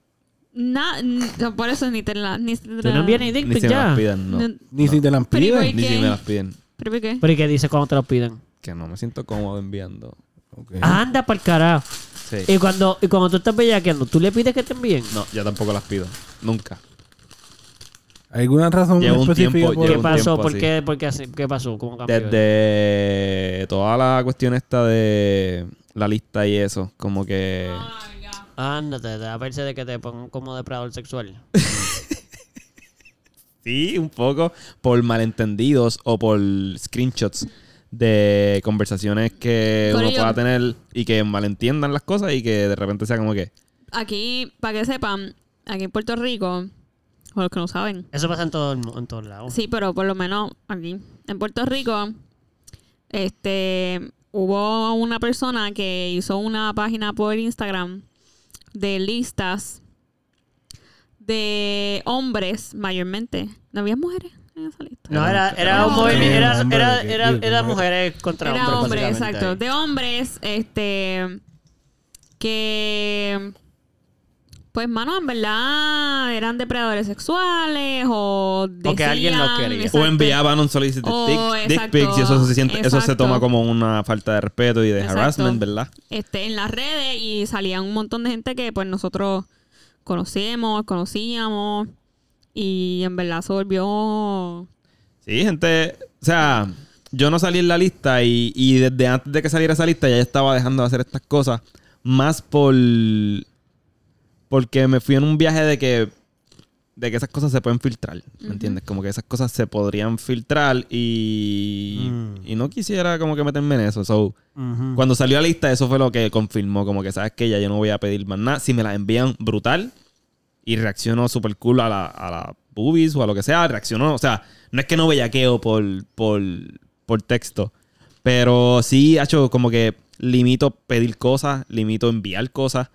Speaker 2: No, no, por eso ni te la. Ni te
Speaker 3: Tú
Speaker 2: la
Speaker 3: no envías ni dick
Speaker 1: Ni
Speaker 3: pic
Speaker 1: si me
Speaker 3: ya.
Speaker 1: las piden, no.
Speaker 2: pues No.
Speaker 4: Ni si te las
Speaker 2: Pero igual-
Speaker 4: piden.
Speaker 1: Ni si
Speaker 2: ¿Qué?
Speaker 1: me las piden.
Speaker 2: ¿Pero por qué?
Speaker 3: Pero ¿y qué dices cuando te las piden?
Speaker 1: Que no me siento cómodo enviando.
Speaker 4: Ok.
Speaker 3: Anda para el carajo.
Speaker 1: Sí.
Speaker 2: Eh.
Speaker 3: Y cuando, y cuando tú estás bellaqueando, ¿tú le pides que te envíen?
Speaker 1: No, yo tampoco las pido. Nunca.
Speaker 4: ¿Hay ¿Alguna razón
Speaker 1: Llevo un
Speaker 4: específica?
Speaker 1: tiempo,
Speaker 4: por-
Speaker 1: llevo
Speaker 3: ¿Qué
Speaker 1: un
Speaker 3: pasó?
Speaker 1: tiempo
Speaker 3: ¿Por
Speaker 1: así.
Speaker 3: qué, por qué así? ¿Qué pasó? ¿Cómo cambió?
Speaker 1: Desde toda la cuestión esta de la lista y eso, como que...
Speaker 3: Ándate, te da verse de que te pongan como depredador sexual.
Speaker 1: Sí, un poco por malentendidos o por screenshots de conversaciones que
Speaker 2: Con
Speaker 1: uno
Speaker 2: ellos-
Speaker 1: pueda tener y que malentiendan las cosas y que de repente sea como que...
Speaker 2: Aquí, para que sepan, aquí en Puerto Rico, o los que no saben,
Speaker 3: Eso pasa en, todo el, mu- en todos lados.
Speaker 2: Sí, pero por lo menos aquí en Puerto Rico, este, hubo una persona que hizo una página por Instagram de listas de hombres mayormente. No había mujeres en esa lista.
Speaker 3: No, era, era,
Speaker 2: Hombre.
Speaker 3: hombre, era,
Speaker 4: Hombre,
Speaker 3: era,
Speaker 4: que-
Speaker 3: era,
Speaker 4: que-
Speaker 3: era mujeres contra
Speaker 2: Era
Speaker 3: hombres.
Speaker 2: hombre,
Speaker 3: básicamente,
Speaker 2: exacto.
Speaker 3: ahí.
Speaker 2: De hombres, este, que, pues, mano, en verdad eran depredadores sexuales o
Speaker 3: O que alguien los
Speaker 2: decían,
Speaker 3: quería. O
Speaker 1: O
Speaker 2: exacto.
Speaker 1: enviaban un solicited
Speaker 2: Oh,
Speaker 1: dick, dick
Speaker 2: exacto,
Speaker 1: pics y eso se, siente, eso se
Speaker 2: exacto.
Speaker 1: toma como una falta de respeto y de
Speaker 2: Exacto.
Speaker 1: harassment, ¿verdad?
Speaker 2: este, en las redes y salía un montón de gente que pues nosotros conocemos, conocíamos y en verdad se volvió...
Speaker 1: Sí, gente. O sea, yo no salí en la lista y, y desde antes de que saliera esa lista ya yo estaba dejando de hacer estas cosas. Más por. Porque me fui en un viaje de que. De que esas cosas se pueden filtrar. ¿Me entiendes? Como que esas cosas se podrían filtrar y.
Speaker 3: Mm.
Speaker 1: Y no quisiera como que meterme en eso. So,
Speaker 3: Ujú.
Speaker 1: cuando salió la lista, eso fue lo que confirmó. Como que, ¿sabes que Ya yo no voy a pedir más nada. Si me las envían, brutal. Y reaccionó súper cool a la, a la boobies o a lo que sea. Reaccionó. O sea, no es que no bellaqueo por, por, por texto. Pero sí, hecho como que limito pedir cosas, limito enviar cosas.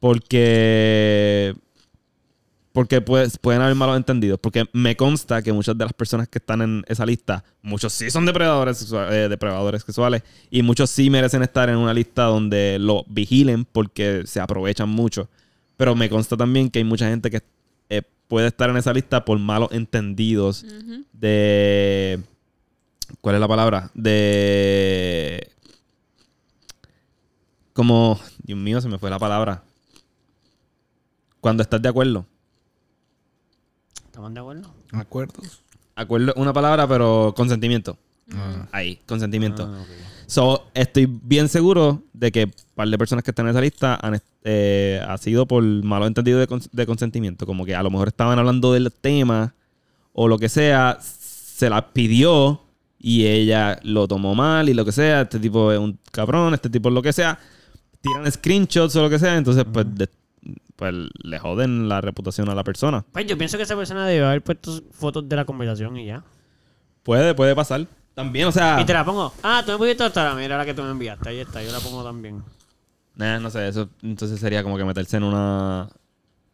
Speaker 1: Porque... Porque pues, pueden haber malos entendidos. Porque me consta que muchas de las personas que están en esa lista, muchos sí son depredadores, sexua- eh, depredadores sexuales y muchos sí merecen estar en una lista donde lo vigilen porque se aprovechan mucho. Pero me consta también que hay mucha gente que eh, puede estar en esa lista por malos entendidos
Speaker 2: Ujú.
Speaker 1: de... ¿Cuál es la palabra? De... Como... Dios mío, se me fue la palabra. Cuando estás de acuerdo.
Speaker 3: ¿Estamos de acuerdo?
Speaker 4: ¿Acuerdos?
Speaker 1: Acuerdo es una palabra, pero consentimiento.
Speaker 4: Ah.
Speaker 1: Ahí, consentimiento.
Speaker 3: Ah, ok.
Speaker 1: So, estoy bien seguro de que un par de personas que están en esa lista han, eh, ha sido por malo entendido de, cons- de consentimiento. Como que a lo mejor estaban hablando del tema o lo que sea, se la pidió y ella lo tomó mal y lo que sea. Este tipo es un cabrón, este tipo es lo que sea. Tiran screenshots o lo que sea, entonces pues, de- pues le joden la reputación a la persona.
Speaker 3: Pues yo pienso que esa persona debió haber puesto fotos de la conversación y ya.
Speaker 1: Puede, puede pasar. También, o sea...
Speaker 3: Y te la pongo. Ah, tú me pusiste hasta la mira la que tú me enviaste. Ahí está, yo la pongo también.
Speaker 1: Nah, no sé, eso entonces sería como que meterse en una...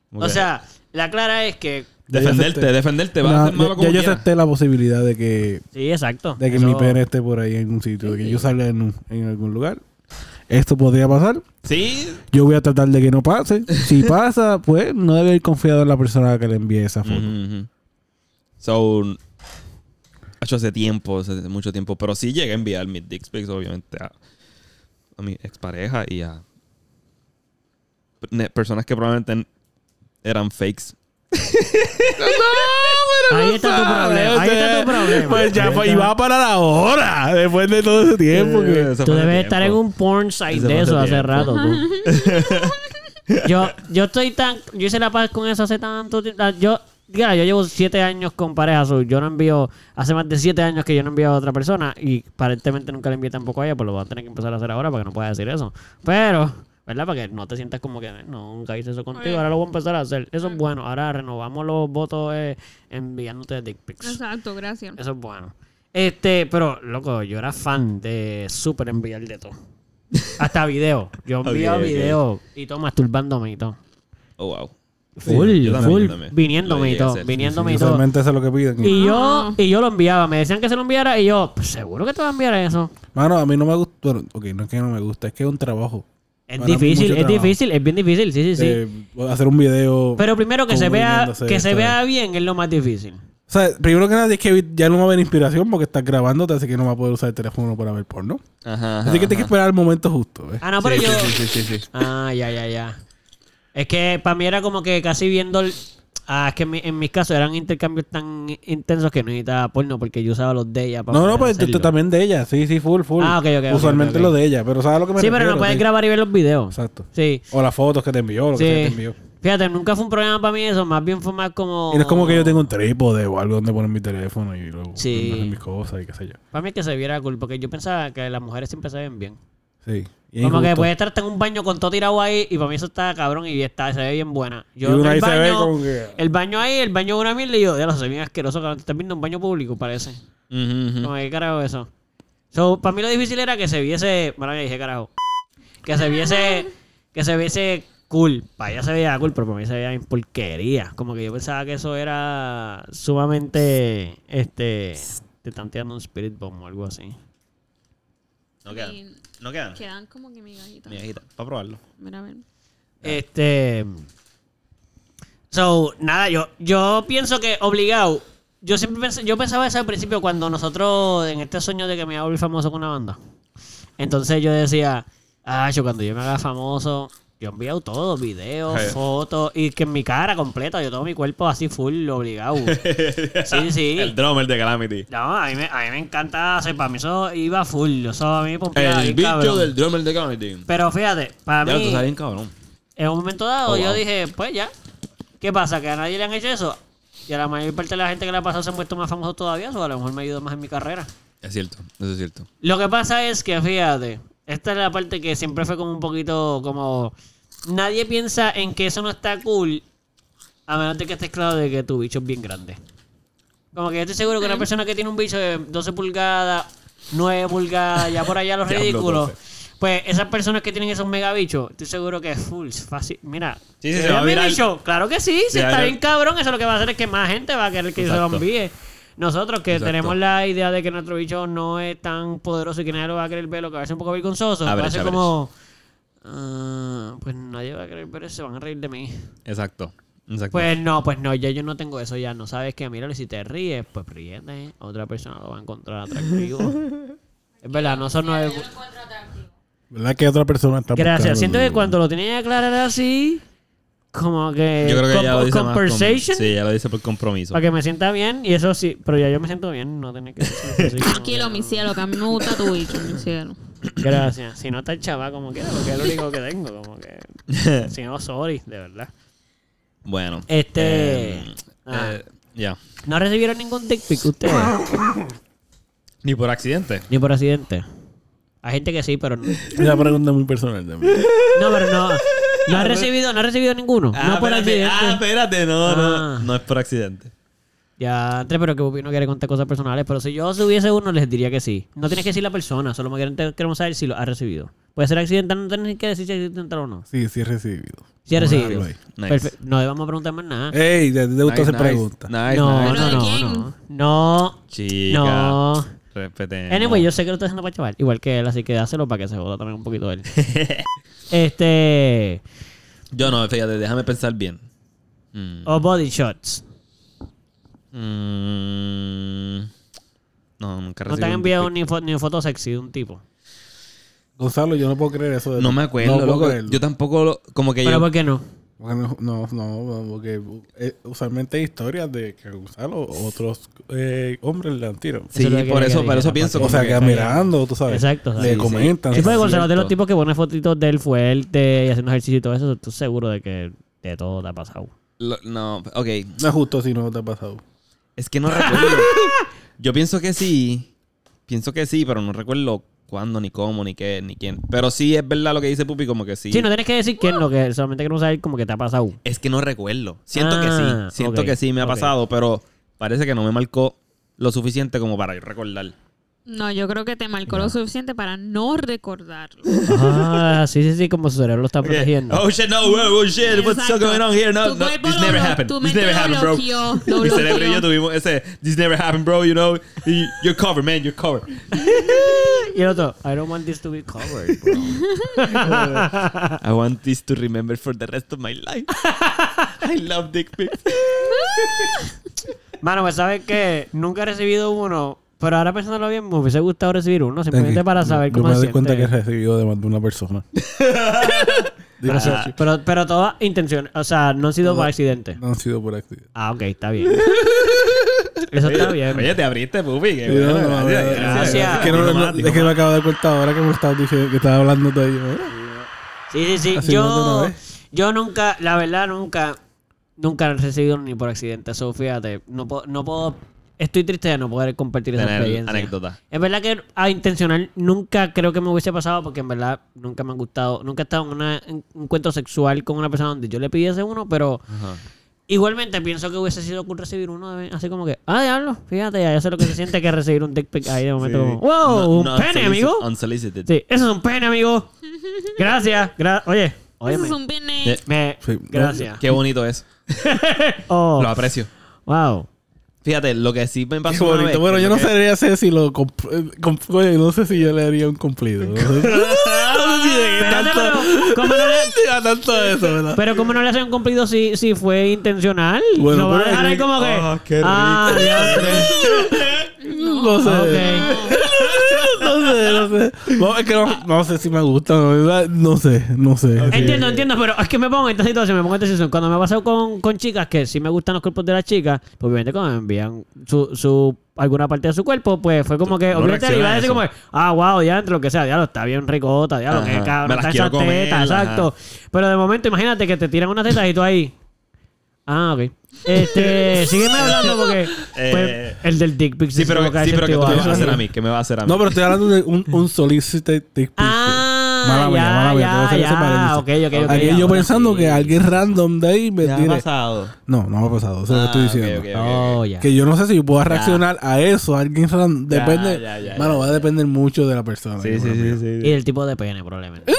Speaker 1: como
Speaker 3: O
Speaker 1: que-
Speaker 3: sea, la clara es que.
Speaker 1: Defenderte,
Speaker 4: Ya yo
Speaker 1: defenderte. Vas a
Speaker 4: No,
Speaker 1: ser malo
Speaker 4: ya-
Speaker 1: como
Speaker 4: ya yo
Speaker 1: quieras.
Speaker 4: acepté la posibilidad de que,
Speaker 3: Sí, exacto.
Speaker 4: de que
Speaker 3: Eso-
Speaker 4: mi pene esté por ahí en algún sitio, de que yo salga en, un- en algún lugar. Esto podría pasar.
Speaker 1: Sí.
Speaker 4: Yo voy a tratar de que no pase. Si pasa, pues no debe haber confiado en la persona que le envíe esa foto.
Speaker 1: Ujú, ujú. So, hecho hace tiempo, hace mucho tiempo. Pero sí llegué a enviar mis dick pics, obviamente, a, a mi expareja y a ne- personas que probablemente eran fakes.
Speaker 3: Ahí está tu problema. Ahí está tu problema.
Speaker 4: Pues ya
Speaker 3: Ahí
Speaker 4: fue, y
Speaker 3: está.
Speaker 4: va para la hora. Después de todo ese tiempo. que-
Speaker 1: Eso
Speaker 3: Tú
Speaker 1: fue hace
Speaker 3: debes estar en
Speaker 1: tiempo.
Speaker 3: un porn site
Speaker 1: Eso
Speaker 3: de
Speaker 1: fue
Speaker 3: eso
Speaker 1: hace tiempo.
Speaker 3: hace rato. tú. yo, yo estoy tan. Yo hice la paz con eso hace tanto tiempo. Yo, ya, yo llevo siete años con pareja azul. Yo no envío. Hace más de siete años que yo no envío a otra persona. Y aparentemente nunca le envié tampoco a ella. Pues lo voy a tener que empezar a hacer ahora para que no pueda decir eso. Pero. ¿Verdad? Para que no te sientas como que no, nunca hice eso contigo. Ahora lo voy a empezar a hacer. Eso es bueno. Ahora renovamos los votos eh, enviándote dick pics.
Speaker 2: Exacto, gracias.
Speaker 3: Eso es bueno. Este, pero, loco, yo era fan de super enviar de todo. Hasta video. Yo enviaba
Speaker 1: Ok, ok.
Speaker 3: video y todo masturbándome y todo.
Speaker 1: Oh, wow.
Speaker 3: Full,
Speaker 1: yo también,
Speaker 3: full.
Speaker 1: yo también. Lo
Speaker 3: Viniéndome y
Speaker 1: llegué a
Speaker 3: todo.
Speaker 1: hacer.
Speaker 3: Viniéndome y todo.
Speaker 4: Usualmente eso es lo que piden.
Speaker 3: Y yo,
Speaker 2: Ah.
Speaker 3: y yo lo enviaba. Me decían que se lo enviara y yo, "Pues, seguro que te va a enviar eso.
Speaker 4: Mano, a mí no me gusta. Bueno, ok, no es que no me gusta, es que es un trabajo.
Speaker 3: Es
Speaker 4: Para mí
Speaker 3: difícil,
Speaker 4: mucho
Speaker 3: es
Speaker 4: trabajo.
Speaker 3: difícil, es bien difícil, sí, sí, sí.
Speaker 4: Eh, hacer un video.
Speaker 3: pero primero que se
Speaker 4: como
Speaker 3: vea,
Speaker 4: viniéndose,
Speaker 3: que se
Speaker 4: ¿sabes?
Speaker 3: vea bien es lo más difícil.
Speaker 4: O sea, primero que nada es que ya no va a haber inspiración porque estás grabándote, así que no va a poder usar el teléfono para ver porno.
Speaker 1: Ajá.
Speaker 4: Así que tienes que esperar el momento justo. ¿ves?
Speaker 3: Ah, no, pero
Speaker 1: Sí,
Speaker 3: yo.
Speaker 1: sí, sí, sí, sí, sí.
Speaker 3: Ah, ya, ya, ya. Es que para mí era como que casi viendo. el- Ah, es que en, mi- en mis casos eran intercambios tan intensos que no necesitaba porno porque yo usaba los de ella. para
Speaker 4: No, no,
Speaker 3: poder
Speaker 4: pues tú- tú
Speaker 3: hacerlo.
Speaker 4: también de ella. Sí, sí, full, full.
Speaker 3: Ah, ok, ok, ok,
Speaker 4: Usualmente
Speaker 3: ok, ok.
Speaker 4: lo de ella, pero ¿sabes a lo que me
Speaker 3: Sí, pero
Speaker 4: refiero?
Speaker 3: no puedes
Speaker 4: Sí.
Speaker 3: grabar y ver los videos.
Speaker 4: Exacto.
Speaker 3: Sí.
Speaker 4: O las fotos que te envió, lo que sea que te
Speaker 3: Sí.
Speaker 4: envió.
Speaker 3: Fíjate, nunca fue un problema para mí eso. Más bien fue más como.
Speaker 4: Y no es como que yo tengo un trípode o algo donde poner mi teléfono y luego
Speaker 3: Sí.
Speaker 4: hacer mis cosas y qué sé yo.
Speaker 3: Para mí es que se viera cool porque yo pensaba que las mujeres siempre se ven bien.
Speaker 4: Sí. Y es
Speaker 3: Como que
Speaker 4: injusto.
Speaker 3: puede estar hasta en un baño con todo tirado ahí y para mí eso está cabrón y está, se ve bien buena. Yo
Speaker 4: Y
Speaker 3: en
Speaker 4: uno
Speaker 3: el
Speaker 4: ahí se ve
Speaker 3: baño-
Speaker 4: como que-
Speaker 3: El baño ahí, el baño de una mierda y yo, ya lo sé, bien asqueroso, cabrón. Te estás viendo un baño público, parece.
Speaker 1: Ujú, ujú.
Speaker 3: No, ¿qué carajo es eso? So, para mí lo difícil era que se viese. Bueno, ya dije carajo. Que se viese. Que se viese cool. Para ella se veía cool, pero para mí se veía en porquería. Como que yo pensaba que eso era sumamente. Este. Te están tirando un spirit bomb o algo así.
Speaker 1: No quedan. No quedan.
Speaker 2: Quedan como que migajitas.
Speaker 1: Mi hijita, para probarlo.
Speaker 2: Mira, a ver.
Speaker 3: Este. So, nada, yo, yo pienso que obligado. Yo siempre pens- yo pensaba eso al principio cuando nosotros, en este sueño de que me iba a volver famoso con una banda. Entonces yo decía, ah, yo cuando yo me haga famoso, yo envío todo, videos,
Speaker 1: Sí.
Speaker 3: fotos, y que en mi cara completa, yo todo mi cuerpo así full, obligado. sí,
Speaker 1: El
Speaker 3: sí.
Speaker 1: drummer de Calamity.
Speaker 3: No, a mí, me, a mí me encanta, o sea, para mí eso iba full, eso a mí me pompeaba
Speaker 1: El
Speaker 3: bien,
Speaker 1: bicho
Speaker 3: cabrón.
Speaker 1: del drummer de Calamity.
Speaker 3: Pero fíjate, para
Speaker 1: Ya lo
Speaker 3: mí...
Speaker 1: tú sabes bien, cabrón.
Speaker 3: En un momento dado,
Speaker 1: Oh,
Speaker 3: yo
Speaker 1: wow.
Speaker 3: dije, pues ya. ¿Qué pasa? ¿Que a nadie le han hecho eso? Y a la mayor parte de la gente que la ha pasado se han puesto más famosos todavía, o a lo mejor me ayudó más en mi carrera.
Speaker 1: Es cierto, eso es cierto.
Speaker 3: Lo que pasa es que, fíjate, esta es la parte que siempre fue como un poquito como. Nadie piensa en que eso no está cool, a menos de que estés claro de que tu bicho es bien grande. Como que yo estoy seguro que una persona que tiene un bicho de 12 pulgadas, 9 pulgadas, ya por allá los
Speaker 1: Diablo,
Speaker 3: ridículos.
Speaker 1: 12.
Speaker 3: Pues esas personas que tienen esos megabichos, estoy seguro que es full, es fácil. Mira,
Speaker 1: Sí, sí,
Speaker 3: ¿que
Speaker 1: se va
Speaker 3: vean
Speaker 1: a
Speaker 3: mi
Speaker 1: virar.
Speaker 3: bicho? Claro que sí, si
Speaker 1: Se va a
Speaker 3: está
Speaker 1: virar.
Speaker 3: bien cabrón, eso lo que va a hacer es que más gente va a querer que se lo
Speaker 1: Exacto.
Speaker 3: envíe. Nosotros que
Speaker 1: Exacto.
Speaker 3: tenemos la idea de que nuestro bicho no es tan poderoso y que nadie lo va a querer ver, lo que va a ser un poco vergonzoso, va a
Speaker 1: Average,
Speaker 3: ser
Speaker 1: average.
Speaker 3: como... "Ah, pues nadie va a querer ver eso, se van a reír de mí.
Speaker 1: Exacto. Exacto.
Speaker 3: Pues no, pues no, ya yo no tengo eso, ya no sabes que, míralo, si te ríes, pues ríete, otra persona lo va a encontrar atractivo. es verdad, no son nueve...
Speaker 4: ¿Verdad que otra persona está buscando
Speaker 3: Gracias, siento que
Speaker 4: el-
Speaker 3: cuando lo tenía que aclarar así, como que...
Speaker 1: Yo creo que ya
Speaker 3: con-
Speaker 1: lo dice más. con-
Speaker 3: conversation,
Speaker 1: Sí, ya lo dice por compromiso.
Speaker 3: Para que me sienta bien, y eso sí, pero ya yo me siento bien, no tiene que decirlo así, como
Speaker 2: Tranquilo,
Speaker 3: que-
Speaker 2: mi cielo, que a mí me gusta tu bicho, mi cielo.
Speaker 3: Gracias. Si no está el chaval como quiera, porque es lo único que tengo, como que. Si no, sorry, de verdad.
Speaker 1: Bueno.
Speaker 3: Este.
Speaker 1: Eh,
Speaker 3: ah,
Speaker 1: eh, ya.
Speaker 3: no recibieron ningún dick pic ustedes.
Speaker 1: Ni por accidente.
Speaker 3: Ni por accidente. Hay gente que sí, pero no.
Speaker 4: Una pregunta muy personal también.
Speaker 3: No, pero no. No ha recibido, no ha recibido ninguno. no por
Speaker 1: espérate,
Speaker 3: accidente.
Speaker 1: Ah, espérate, no,
Speaker 3: Ah.
Speaker 1: no. No es por accidente.
Speaker 3: Ya, entre, pero que Bubi no quiere contar cosas personales. Pero si yo subiese uno, les diría que sí. No tienes que decir la persona, solo me quieren- te- queremos saber si lo ha recibido. Puede ser accidental, no tienes que decir si es accidental o no.
Speaker 4: Sí, sí he recibido.
Speaker 3: Si ha recibido.
Speaker 4: Nice.
Speaker 1: Nice.
Speaker 3: Perfe- No debamos preguntar más nada.
Speaker 4: Ey, te, te gustó
Speaker 1: Nice,
Speaker 4: hacer
Speaker 1: nice,
Speaker 4: preguntas.
Speaker 1: Nice,
Speaker 3: no,
Speaker 1: nice.
Speaker 2: ¿Pero
Speaker 3: no,
Speaker 2: de
Speaker 3: no,
Speaker 2: quién?
Speaker 3: no. No.
Speaker 1: Chica.
Speaker 3: No.
Speaker 1: Respetemos.
Speaker 3: Anyway, yo sé que lo está haciendo para chaval. Igual que él, así que dáselo para que se joda también un poquito él. este.
Speaker 1: Yo no, fíjate, déjame pensar bien. Mm.
Speaker 3: Mm. O body shots.
Speaker 1: Mm. No, nunca
Speaker 3: No te
Speaker 1: recibí
Speaker 3: han
Speaker 1: un
Speaker 3: enviado
Speaker 1: dick
Speaker 3: ni, fo- ni foto sexy de un tipo.
Speaker 4: Gonzalo, yo no puedo creer eso.
Speaker 1: pic.
Speaker 4: de-
Speaker 1: No me acuerdo,
Speaker 4: puedo
Speaker 1: loco.
Speaker 4: creerlo.
Speaker 1: Yo tampoco, lo- como que
Speaker 3: ¿Pero
Speaker 1: yo...
Speaker 3: por qué no?
Speaker 4: Porque no, no, no, porque eh, usualmente hay historias de que Gonzalo otros eh, hombres le han tirado.
Speaker 1: Sí,
Speaker 3: Eso es lo que
Speaker 1: por
Speaker 3: quería
Speaker 1: eso,
Speaker 3: que
Speaker 1: por eso
Speaker 3: dijera,
Speaker 1: pienso
Speaker 4: O
Speaker 1: como
Speaker 4: sea,
Speaker 1: que-
Speaker 4: queda mirando, tú sabes.
Speaker 3: Exacto,
Speaker 4: Le
Speaker 3: sí,
Speaker 4: comentan.
Speaker 3: Sí,
Speaker 1: Es
Speaker 3: porque Gonzalo es de
Speaker 1: cierto.
Speaker 3: los tipos que pone fotitos del fuerte y haciendo ejercicio y todo eso. Estoy seguro de que de todo te ha pasado.
Speaker 1: Lo- no, ok.
Speaker 4: No es justo si no te ha pasado.
Speaker 1: Es que no recuerdo. yo pienso que sí. Pienso que sí, pero no recuerdo cuándo, ni cómo, ni qué, ni quién. Pero sí es verdad lo que dice Pupi, como que sí.
Speaker 3: Sí, no tienes que decir quién, lo que, solamente queremos saber como que te ha pasado.
Speaker 1: Es que no recuerdo. Siento
Speaker 3: Ah,
Speaker 1: que sí. Siento
Speaker 3: ok,
Speaker 1: que sí me ha
Speaker 3: ok.
Speaker 1: pasado, pero parece que no me marcó lo suficiente como para yo recordar.
Speaker 2: No, yo creo que te marcó lo suficiente para no recordarlo.
Speaker 3: Ah, sí, sí, sí, como su cerebro lo está protegiendo.
Speaker 1: Oh shit, no, whoa, oh shit, what's
Speaker 2: Exacto.
Speaker 1: going on here? No,
Speaker 2: Tu
Speaker 1: no,
Speaker 2: cuerpo
Speaker 1: this
Speaker 2: lo
Speaker 1: never
Speaker 2: blo-
Speaker 1: happened.
Speaker 2: tu
Speaker 1: This
Speaker 2: mente
Speaker 1: never
Speaker 2: lo
Speaker 1: happened, bro.
Speaker 2: bloqueó, lo
Speaker 1: Mi cerebro y yo
Speaker 2: bloqueó.
Speaker 1: tuvimos ese, this never happened, bro, you know. Y- You're covered, man, you're covered.
Speaker 3: Y el otro, I don't want this to be covered, bro.
Speaker 1: I want this to remember for the rest of my life. I love dick pics.
Speaker 3: Mano, pues sabes que nunca he recibido uno, pero ahora pensándolo bien, me hubiese gustado recibir uno, simplemente para saber
Speaker 4: Yo-
Speaker 3: cómo
Speaker 4: Yo me
Speaker 3: se
Speaker 4: doy cuenta que he
Speaker 3: siente.
Speaker 4: recibido de más de una persona. Digo,
Speaker 3: Ah, pero, pero todas intenciones, o sea, no han sido por accidente.
Speaker 4: No han sido por accidente.
Speaker 3: Ah, ok, está bien. Eso está bien.
Speaker 1: Oye, te abriste, Pupi. qué
Speaker 4: Sí,
Speaker 1: bueno,
Speaker 4: no, no,
Speaker 1: gracias,
Speaker 4: no,
Speaker 1: gracias.
Speaker 3: gracias.
Speaker 4: Es que, no- no- es que me acabo de dar cuenta ahora que me estabas diciendo que estaba hablando de ello. ¿eh?
Speaker 3: Sí, sí, sí.
Speaker 4: Así más de
Speaker 3: Yo,
Speaker 4: una
Speaker 3: yo nunca, la verdad, nunca, nunca he recibido ni por accidente. Eso, fíjate, no puedo, no puedo, estoy triste de no poder compartir esa
Speaker 1: Tener
Speaker 3: experiencia.
Speaker 1: anécdota.
Speaker 3: Es verdad que a intencional nunca creo que me hubiese pasado porque en verdad nunca me han gustado, nunca he estado en una- en un encuentro sexual con una persona donde yo le pidiese uno, pero igualmente pienso que hubiese sido cool recibir uno de- así como que, ah, diablo, fíjate, ya sé lo que se siente que es recibir un dick pic ahí de momento como, wow,
Speaker 1: No-
Speaker 3: un
Speaker 1: no
Speaker 3: pene,
Speaker 1: unsolicited-
Speaker 3: amigo.
Speaker 1: Unsolicited.
Speaker 3: Sí, eso es un pene, amigo. Gracias. gra- Oye, oye.
Speaker 2: Eso es un pene.
Speaker 1: Eh,
Speaker 3: Me...
Speaker 4: Sí, no,
Speaker 3: Gracias.
Speaker 1: Qué bonito es.
Speaker 3: Oh,
Speaker 1: Lo aprecio.
Speaker 3: wow.
Speaker 1: Fíjate, lo que sí me pasó.
Speaker 4: Qué
Speaker 1: una
Speaker 4: bonito.
Speaker 1: vez,
Speaker 4: Bueno,
Speaker 1: que
Speaker 4: yo
Speaker 1: lo
Speaker 4: no
Speaker 1: que-
Speaker 4: sabría sé si lo. comp- eh, comp- oye, No sé si yo le haría un cumplido. No sé si llegué
Speaker 3: Espérate,
Speaker 4: tanto-
Speaker 3: pero ¿cómo no le,
Speaker 4: a tanto a eso, ¿verdad?
Speaker 3: pero cómo no le hacen cumplido si, si fue intencional?
Speaker 4: Bueno,
Speaker 3: Lo van a
Speaker 4: pero-
Speaker 3: dejar ahí como que...
Speaker 4: Ah, qué rico.
Speaker 3: Ah, ya.
Speaker 4: No
Speaker 3: Ah,
Speaker 4: sé. No sé, no sé. No, es que no, no sé si me gusta. No, ¿verdad? no sé, no sé. Sí.
Speaker 3: Entiendo, entiendo, pero es que me pongo en esta situación, me pongo en esta situación. Cuando me ha pasado con, con chicas que sí me gustan los cuerpos de las chicas, pues obviamente cuando me envían su, su, alguna parte de su cuerpo, pues fue como que,
Speaker 1: No
Speaker 3: obviamente,
Speaker 1: reacciona
Speaker 3: iba a decir
Speaker 1: a
Speaker 3: como, que, ah, wow, ya entre lo que sea, ya lo está bien ricota, ya lo que
Speaker 1: Ajá.
Speaker 3: cabrón,
Speaker 1: Me las
Speaker 3: está
Speaker 1: quiero
Speaker 3: esa
Speaker 1: comer,
Speaker 3: teta,
Speaker 1: ajá.
Speaker 3: exacto. Pero de momento, imagínate que te tiran unas tetas y tú ahí. Ah, ok. Este, sígueme hablando porque pues,
Speaker 1: Eh,
Speaker 3: el del dick pic
Speaker 1: Sí, pero,
Speaker 3: como
Speaker 1: sí,
Speaker 3: hay
Speaker 1: pero que tú me vas
Speaker 3: sentido.
Speaker 1: a hacer a mí. Que me vas a hacer a mí.
Speaker 4: No, pero estoy hablando de un, un solicited dick pic.
Speaker 3: Ah,
Speaker 4: Mala mía,
Speaker 3: ya,
Speaker 4: mala mía, tengo que
Speaker 3: ya,
Speaker 4: hacer ese
Speaker 3: ya, ok,
Speaker 4: paréntesis.
Speaker 3: ok, ok.
Speaker 4: Aquí yo
Speaker 3: ahora
Speaker 4: pensando
Speaker 3: sí.
Speaker 4: que alguien random de ahí me
Speaker 1: Ya ha
Speaker 4: tiene.
Speaker 1: pasado.
Speaker 4: No, no me ha pasado. Eso lo estoy
Speaker 1: Ah, ok,
Speaker 4: diciendo.
Speaker 1: ok, ok,
Speaker 3: Oh,
Speaker 1: ok.
Speaker 3: ya.
Speaker 4: Que yo no sé si yo puedo reaccionar a eso. Alguien ran-
Speaker 1: Ya,
Speaker 4: depende.
Speaker 1: ya, ya,
Speaker 4: mano,
Speaker 1: ya,
Speaker 4: va a depender mucho de la persona.
Speaker 1: Sí, sí, sí, sí.
Speaker 3: Y el tipo de pene,
Speaker 1: ¿Eh?
Speaker 3: probablemente.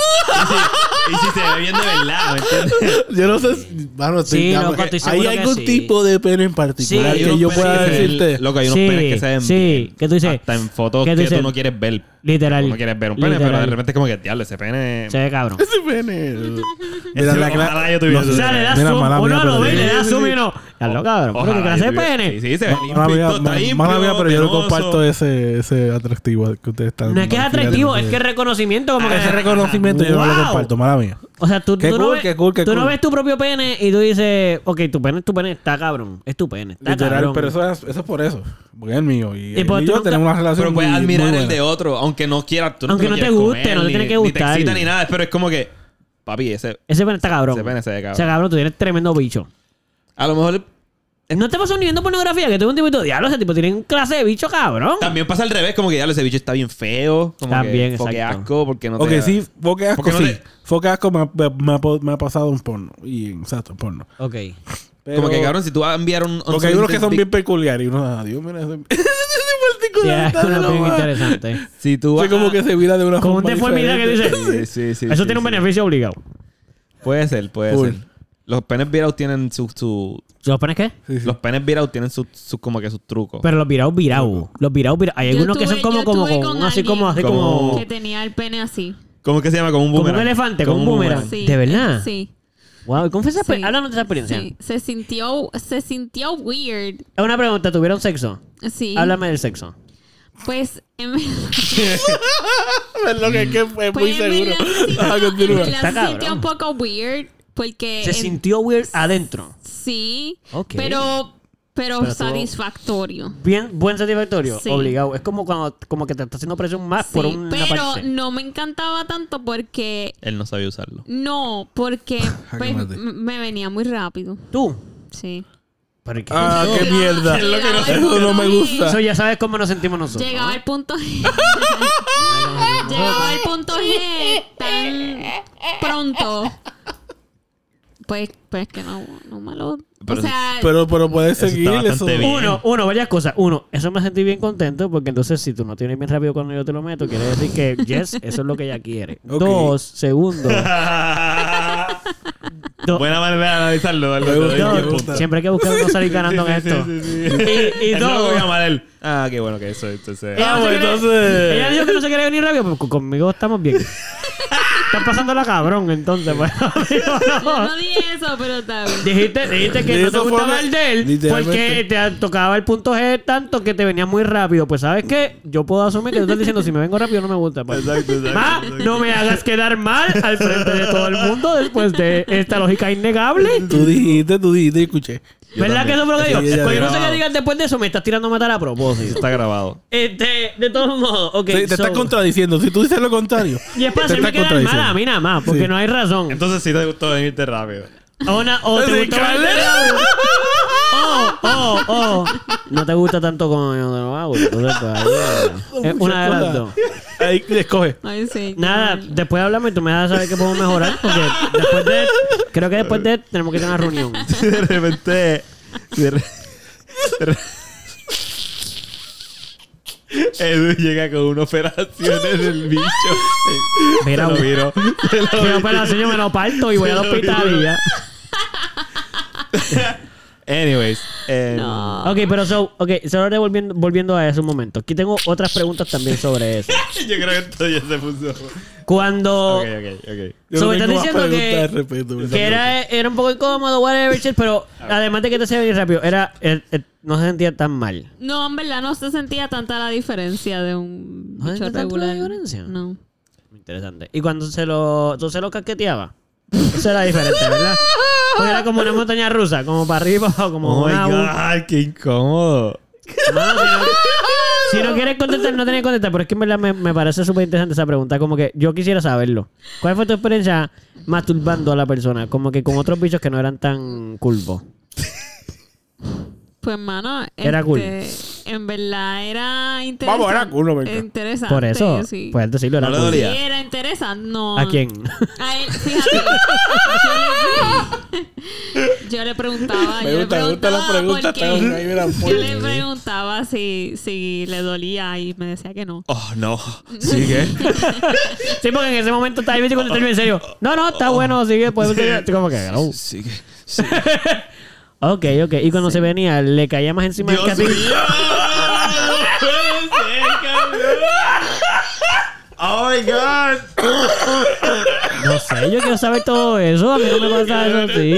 Speaker 1: Y si se ve bien de verdad, ¿me entiendes?
Speaker 4: Yo no sé. si- Mano, estoy-
Speaker 3: Sí,
Speaker 4: ya,
Speaker 3: loco,
Speaker 4: porque
Speaker 3: estoy
Speaker 4: hay
Speaker 3: seguro que
Speaker 4: algún
Speaker 3: sí.
Speaker 4: tipo de pene en particular
Speaker 3: Sí,
Speaker 1: Hay
Speaker 4: que
Speaker 1: unos
Speaker 4: yo
Speaker 1: penes
Speaker 4: pueda
Speaker 1: que se ven-
Speaker 4: decirte.
Speaker 1: Loco, hay unos
Speaker 3: Sí,
Speaker 1: penes que se ven
Speaker 3: sí.
Speaker 1: bien.
Speaker 3: ¿Qué tú dices?
Speaker 1: Hasta en fotos
Speaker 3: ¿Qué tú
Speaker 1: que
Speaker 3: dices?
Speaker 1: tú no quieres ver.
Speaker 3: Literal.
Speaker 1: Tú no quieres ver un pene,
Speaker 3: Literal.
Speaker 1: pero de repente es como que, diablo, ese pene...
Speaker 3: Se ve cabrón.
Speaker 4: Ese pene. Mira, la
Speaker 1: ojalá
Speaker 4: cla-
Speaker 1: yo tuviera
Speaker 4: no sé.
Speaker 3: O
Speaker 1: ese
Speaker 3: sea, le da
Speaker 4: Mira,
Speaker 3: zoom.
Speaker 4: mala
Speaker 3: Uno
Speaker 4: mía,
Speaker 3: lo ve y
Speaker 4: pero-
Speaker 3: le da
Speaker 4: sí,
Speaker 3: zoom
Speaker 4: sí,
Speaker 3: y
Speaker 4: sí.
Speaker 3: no. Ya lo cabrón. Pero que
Speaker 1: Ojalá
Speaker 3: clase de
Speaker 1: yo tuviera-
Speaker 3: pene.
Speaker 1: Sí, sí, se ve
Speaker 4: Mala mía,
Speaker 1: limpito, está
Speaker 4: ma-
Speaker 1: limpio,
Speaker 4: mala mía, pero yo no
Speaker 1: penoso.
Speaker 4: comparto ese, ese atractivo que ustedes están.
Speaker 3: No es que es atractivo, es que es reconocimiento. Como que
Speaker 4: Ese reconocimiento yo no
Speaker 3: Wow.
Speaker 4: lo Ah, comparto, mala mía.
Speaker 3: O sea, tú,
Speaker 4: Qué
Speaker 3: tú no,
Speaker 4: cool,
Speaker 3: ves,
Speaker 4: qué cool, qué
Speaker 3: tú no
Speaker 4: cool.
Speaker 3: ves tu propio pene y tú dices, ok, tu pene es tu pene, está cabrón. Es tu pene, está
Speaker 4: Literal,
Speaker 3: cabrón.
Speaker 4: pero eso es, eso es por eso. Porque es el mío. Y,
Speaker 3: Y
Speaker 4: él
Speaker 3: pues
Speaker 4: y
Speaker 3: tú
Speaker 4: yo
Speaker 3: nunca-
Speaker 4: tenemos una relación.
Speaker 1: Pero puedes
Speaker 4: muy- muy
Speaker 1: admirar el
Speaker 4: buena.
Speaker 1: de otro, aunque no quieras... tú
Speaker 3: Aunque no te
Speaker 1: quieres
Speaker 3: guste, no te
Speaker 1: ni-
Speaker 3: tiene que
Speaker 1: Ni
Speaker 3: gustar.
Speaker 1: te excita ni nada, pero es como que... Papi, ese...
Speaker 3: Ese pene está cabrón.
Speaker 1: Ese pene se ve cabrón.
Speaker 3: O sea, cabrón, tú tienes tremendo bicho.
Speaker 1: A lo mejor
Speaker 3: ¿No te pasó ni viendo pornografía? Que tú ves un tipo y tú, diablo, ese tipo tiene un clase de bicho cabrón.
Speaker 1: También pasa al revés, como que ya ese bicho está bien feo. Como
Speaker 3: También,
Speaker 1: que, fo, qué
Speaker 3: exacto.
Speaker 1: asco, porque no
Speaker 4: Ok,
Speaker 1: te...
Speaker 4: sí, foque asco,
Speaker 1: Porque no
Speaker 4: sí.
Speaker 1: te-
Speaker 4: Foque asco me, ha- me ha- me ha pasado un porno. Y, exacto, un porno.
Speaker 3: Ok.
Speaker 1: Como que,
Speaker 4: Pero-
Speaker 1: cabrón, si tú vas a enviar un... un
Speaker 4: Porque hay unos
Speaker 1: solicited
Speaker 4: que son
Speaker 1: dick-
Speaker 4: bien peculiares. Y uno, ah, Dios, mira, ese, ese
Speaker 3: Sí,
Speaker 4: particular
Speaker 3: es
Speaker 4: está de
Speaker 3: una
Speaker 4: lo
Speaker 3: bien
Speaker 4: más.
Speaker 3: interesante.
Speaker 1: Si tú
Speaker 4: Sí,
Speaker 1: vas
Speaker 4: como
Speaker 1: a-
Speaker 4: que se mira de una
Speaker 3: Como un
Speaker 4: forma
Speaker 3: deformidad que
Speaker 4: diferente.
Speaker 3: dice.
Speaker 1: Sí, sí, sí.
Speaker 3: Eso
Speaker 1: sí,
Speaker 3: tiene un
Speaker 1: sí.
Speaker 3: beneficio obligado.
Speaker 1: Puede ser, puede
Speaker 4: Full.
Speaker 1: ser. Los penes virados tienen su... su-
Speaker 3: ¿Los penes qué?
Speaker 4: Sí, sí.
Speaker 1: Los penes virados tienen sus su, como que sus trucos.
Speaker 3: Pero los virados virados. Los virados virados. Hay
Speaker 2: Yo
Speaker 3: algunos que
Speaker 2: tuve-
Speaker 3: son como,
Speaker 2: yo
Speaker 3: como,
Speaker 2: tuve
Speaker 3: con,
Speaker 2: con
Speaker 3: así como, así
Speaker 2: alguien
Speaker 3: como,
Speaker 2: Que tenía el pene así.
Speaker 1: ¿Cómo que se llama? Como un
Speaker 3: Como un
Speaker 1: boomerang.
Speaker 3: elefante, como un
Speaker 4: Ah,
Speaker 3: boomerang.
Speaker 2: Sí.
Speaker 3: ¿De verdad?
Speaker 2: Sí.
Speaker 3: Wow, ¿cómo fue
Speaker 2: sí.
Speaker 3: esa experiencia? Háblanos de esa experiencia.
Speaker 2: Sí. Se sintió, se sintió weird.
Speaker 3: Es Una pregunta, ¿tuvieron sexo?
Speaker 2: Sí.
Speaker 3: Háblame del sexo.
Speaker 2: Pues en verdad.
Speaker 4: Es lo que es, que es muy
Speaker 2: Pues en
Speaker 4: seguro.
Speaker 2: verdad sí,
Speaker 4: Ajá,
Speaker 2: no, en
Speaker 4: continúa.
Speaker 2: verdad
Speaker 3: Está
Speaker 2: se sintió
Speaker 3: cabrón.
Speaker 2: un poco weird. Porque.
Speaker 3: Se
Speaker 2: en-
Speaker 3: sintió weird adentro.
Speaker 2: Sí.
Speaker 3: Ok.
Speaker 2: Pero. Pero,
Speaker 3: Pero tú-
Speaker 2: satisfactorio.
Speaker 3: Bien, buen satisfactorio,
Speaker 2: Sí.
Speaker 3: obligado. Es como cuando como que te está haciendo presión más
Speaker 2: Sí,
Speaker 3: por una
Speaker 2: pero
Speaker 3: parte.
Speaker 2: no me encantaba tanto porque.
Speaker 1: Él no sabía usarlo.
Speaker 2: No, porque
Speaker 3: Ah,
Speaker 4: qué
Speaker 2: pues,
Speaker 4: mate.
Speaker 2: m- me venía muy rápido.
Speaker 3: Tú.
Speaker 2: Sí.
Speaker 3: Pero ¿qué?
Speaker 4: Ah, qué mierda.
Speaker 2: Es lo que no-
Speaker 4: Eso no me gusta.
Speaker 3: Eso ya sabes cómo nos sentimos nosotros.
Speaker 2: Llegaba al punto G. Llegaba al punto G tan pronto. Pues, pues que no, no me lo.
Speaker 1: Pero-
Speaker 2: o sea,
Speaker 4: Pero, pero puedes
Speaker 1: Eso está
Speaker 4: seguir eso.
Speaker 1: bastante bien.
Speaker 3: Uno, uno, varias cosas. Uno, eso me sentí bien contento porque entonces si tú no tienes bien rápido cuando yo te lo meto, quiere decir que yes, eso es lo que ella quiere.
Speaker 4: Ok.
Speaker 3: Dos, segundo. do-
Speaker 1: Buena manera de analizarlo. Alberto.
Speaker 4: Me gusta,
Speaker 1: Doy
Speaker 4: me
Speaker 1: un punto.
Speaker 4: gusta.
Speaker 3: siempre hay que buscar no salir ganando en esto. Y, y
Speaker 1: Eso lo voy a
Speaker 3: dos.
Speaker 1: llamar él. Ah, qué bueno que eso. Entonces,
Speaker 3: Ella,
Speaker 4: Ah,
Speaker 3: no se
Speaker 4: pues,
Speaker 3: quiere-
Speaker 4: entonces-
Speaker 3: ella dijo que no se quería venir rápido, pero con- conmigo estamos bien. Están pasando la cabrón, entonces. pues, amigo,
Speaker 2: yo
Speaker 3: no.
Speaker 2: no dije eso, pero está bien.
Speaker 3: Dijiste, dijiste que
Speaker 4: De
Speaker 3: no te
Speaker 4: esa
Speaker 3: gustaba
Speaker 4: forma,
Speaker 3: el de él porque
Speaker 4: literalmente.
Speaker 3: te tocaba el punto G tanto que te venía muy rápido. Pues, ¿sabes qué? Yo puedo asumir que tú estás diciendo, si me vengo rápido, no me gusta. pues.
Speaker 1: Exacto, exacto,
Speaker 3: Ma, no me hagas quedar mal al frente de todo el mundo después de esta lógica innegable.
Speaker 4: Tú dijiste, tú dijiste y escuché.
Speaker 1: Yo
Speaker 3: ¿Verdad
Speaker 1: también.
Speaker 3: que eso fue lo que
Speaker 4: Sí,
Speaker 3: digo?
Speaker 4: ella "Ah".
Speaker 3: Porque no sé qué
Speaker 1: grabado.
Speaker 3: digas después de eso, me estás tirando a matar a propósito.
Speaker 1: está grabado.
Speaker 3: Este, de todos modos, ok.
Speaker 4: te te
Speaker 3: so-
Speaker 4: estás contradiciendo. Si tú dices lo contrario.
Speaker 3: Y es para
Speaker 4: te
Speaker 3: hacerme
Speaker 4: estás
Speaker 3: quedar mal a
Speaker 4: contradiciendo.
Speaker 3: mí nada más, porque
Speaker 4: Sí.
Speaker 3: no hay razón.
Speaker 1: Entonces, sí te gustó venirte rápido.
Speaker 3: O, una, o te
Speaker 4: Sí,
Speaker 3: gustó
Speaker 4: Carla.
Speaker 3: verte rápido. Oh, oh, oh. No te gusta tanto como yo te lo hago. entonces, pues, ahí, eh, es una de las dos.
Speaker 4: Ahí escoge.
Speaker 2: Ay, sí.
Speaker 3: Nada,
Speaker 2: Ay.
Speaker 3: después hablamos y tú me das a saber que podemos mejorar. Porque después de. Creo que después de. Tenemos que tener una reunión.
Speaker 1: de repente. De re- de re- Edu llega con una operación en el bicho.
Speaker 3: Mira,
Speaker 1: se lo viro. Se lo
Speaker 3: Pero,
Speaker 1: viro.
Speaker 3: pero, señor, me lo parto y voy al hospital y ya.
Speaker 1: Anyways. em,
Speaker 2: No.
Speaker 3: Ok, pero so, ok, solo devolviendo, volviendo a eso un momento. Aquí tengo otras preguntas también sobre eso.
Speaker 1: Yo creo que esto ya se puso.
Speaker 3: Cuando.
Speaker 1: Ok, ok, ok.
Speaker 4: Yo
Speaker 3: So,
Speaker 4: no
Speaker 3: me estás
Speaker 4: tengo más
Speaker 3: diciendo
Speaker 4: preguntas
Speaker 3: que-
Speaker 4: al respecto, por
Speaker 3: Que
Speaker 4: favor.
Speaker 3: era, era un poco incómodo, whatever, shit, pero además de que te hacía venir rápido, era, eh, eh, no se sentía tan mal.
Speaker 2: No, en verdad no se sentía tanta la diferencia de un
Speaker 3: ¿No
Speaker 2: bicho
Speaker 3: sentía tanta
Speaker 2: regular.
Speaker 3: la diferencia?
Speaker 2: No.
Speaker 3: Interesante. Y cuando se lo, tú se lo casqueteaba, eso era diferente, ¿verdad? Porque era como una montaña rusa, como para arriba o como
Speaker 1: Oh my
Speaker 3: una...
Speaker 1: god, qué incómodo.
Speaker 3: Mano, si, no, si no quieres contestar, no tienes que contestar, pero es que en verdad me, me parece súper interesante esa pregunta, como que yo quisiera saberlo. ¿Cuál fue tu experiencia masturbando a la persona? Como que con otros bichos que no eran tan curvos.
Speaker 2: Pues, mano, este,
Speaker 3: Era cool.
Speaker 2: En verdad era interesante.
Speaker 4: Vamos, era cool, no venga.
Speaker 2: Interesante.
Speaker 3: Por eso,
Speaker 2: Ah,
Speaker 3: pues,
Speaker 2: sí.
Speaker 3: puedes decirlo, era
Speaker 1: No le
Speaker 3: cool.
Speaker 1: dolía.
Speaker 2: Sí, era interesante. No.
Speaker 3: ¿A quién?
Speaker 2: A él, fíjate. yo, le, yo le preguntaba.
Speaker 4: Me
Speaker 2: yo
Speaker 4: gusta,
Speaker 2: le
Speaker 4: me gustan
Speaker 2: preguntaba
Speaker 4: las preguntas.
Speaker 2: porque-
Speaker 4: están ahí, mira,
Speaker 2: Yo le
Speaker 4: por-
Speaker 2: preguntaba si, si le dolía y me decía que no.
Speaker 1: Oh, no. Sigue.
Speaker 3: Sí, porque en ese momento estaba difícil contestarme en serio. No, no,
Speaker 1: Oh.
Speaker 3: está bueno, sigue, podemos seguir. Como que, no.
Speaker 1: Sigue.
Speaker 3: Ok, ok. Y cuando se venía, le caía más encima del
Speaker 1: Dios mío.
Speaker 3: catín.
Speaker 1: No puede ser, cabrón. Oh my god.
Speaker 3: No sé, yo quiero saber todo eso. A mí no me pasa eso así.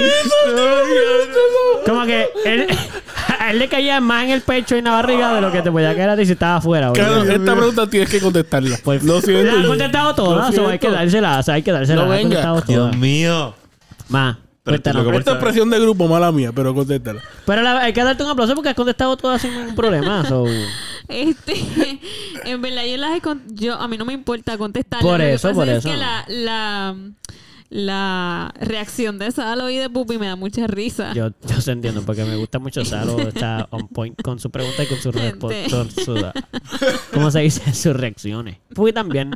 Speaker 3: Como que él, a él le caía más en el pecho y en la barriga de lo que te podía caer a ti si estaba afuera.
Speaker 4: Claro,
Speaker 3: obviamente.
Speaker 4: esta pregunta tienes que contestarla.
Speaker 3: Pues,
Speaker 4: lo
Speaker 3: La
Speaker 4: siento.
Speaker 3: han contestado todas, o sea, hay que dársela, o sea, hay que dársela.
Speaker 4: No
Speaker 3: la han
Speaker 4: venga.
Speaker 3: contestado
Speaker 1: Dios
Speaker 3: todas.
Speaker 1: mío.
Speaker 3: Más,
Speaker 1: Pero te lo
Speaker 3: cuéntanos.
Speaker 4: Esta es presión de grupo, mala mía, pero contéstala.
Speaker 3: Pero la- hay que darte un aplauso porque has contestado todas sin ningún problema. so.
Speaker 2: Este, en verdad yo las he con- yo a mí no me importa contestar.
Speaker 3: Por
Speaker 2: Lo que
Speaker 3: eso,
Speaker 2: pasa
Speaker 3: por
Speaker 2: es
Speaker 3: eso.
Speaker 2: que la, la, la reacción de esa al oído de Pupi me da mucha risa.
Speaker 3: Yo, yo se entiendo, porque me gusta mucho Saro. Está on point con su pregunta y con su respuesta. ¿Cómo se dice? Sus reacciones. Fui también.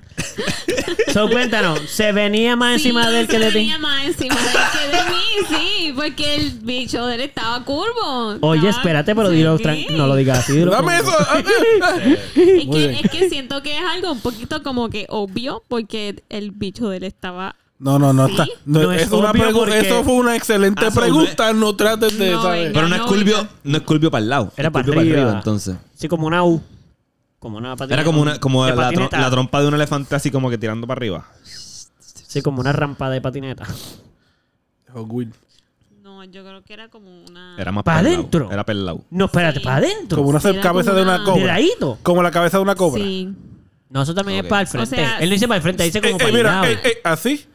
Speaker 3: So, cuéntanos. ¿Se venía más
Speaker 2: Sí,
Speaker 3: encima de él que
Speaker 2: se
Speaker 3: de ti?
Speaker 2: venía más encima de él que de mí, sí, porque el bicho de él estaba curvo.
Speaker 3: Oye,
Speaker 2: Estaba-
Speaker 3: espérate, pero
Speaker 2: sí,
Speaker 3: dilo
Speaker 2: sí.
Speaker 3: tran- No lo digas así. dilo
Speaker 4: Dame
Speaker 3: como-
Speaker 4: eso. dame.
Speaker 2: Es
Speaker 4: Muy
Speaker 2: que,
Speaker 4: bien.
Speaker 2: es que siento que es algo un poquito como que obvio, porque el bicho de él estaba
Speaker 4: No, no, no está. No,
Speaker 3: No es
Speaker 4: es una
Speaker 3: obvio
Speaker 4: pregu-
Speaker 3: porque- eh.
Speaker 4: Eso fue una excelente
Speaker 1: Ah,
Speaker 4: pregunta. No trates de
Speaker 2: No,
Speaker 4: saber.
Speaker 2: venga.
Speaker 1: Pero no es curvio, no es curvio para el lado.
Speaker 3: Era
Speaker 1: es
Speaker 3: para
Speaker 1: curvio
Speaker 3: arriba.
Speaker 1: entonces.
Speaker 3: Sí, como una U. Como una patineta.
Speaker 1: Era como una como
Speaker 3: De
Speaker 1: la, tro-
Speaker 3: patineta. Ah.
Speaker 1: la trompa de un elefante así como que tirando para arriba.
Speaker 3: Sí, como una rampa de patineta.
Speaker 4: Hot Wheels.
Speaker 2: No, No, yo creo que era como una.
Speaker 1: Era más
Speaker 3: ¿Pa'
Speaker 1: pelao.
Speaker 3: adentro?
Speaker 1: Era pelado.
Speaker 3: No, espérate,
Speaker 2: Sí.
Speaker 3: para adentro.
Speaker 4: Como una
Speaker 2: Sí, era
Speaker 4: cabeza
Speaker 2: como
Speaker 4: de una
Speaker 2: una-
Speaker 3: De
Speaker 4: cobra.
Speaker 3: ladito.
Speaker 4: Como la cabeza de una cobra.
Speaker 2: Sí.
Speaker 3: No, eso también
Speaker 1: Ok.
Speaker 3: es para el
Speaker 2: sea,
Speaker 3: frente. Él no dice para el frente, dice
Speaker 4: Eh,
Speaker 3: como
Speaker 4: eh,
Speaker 3: para el
Speaker 4: mira,
Speaker 3: lado.
Speaker 4: eh, eh, así.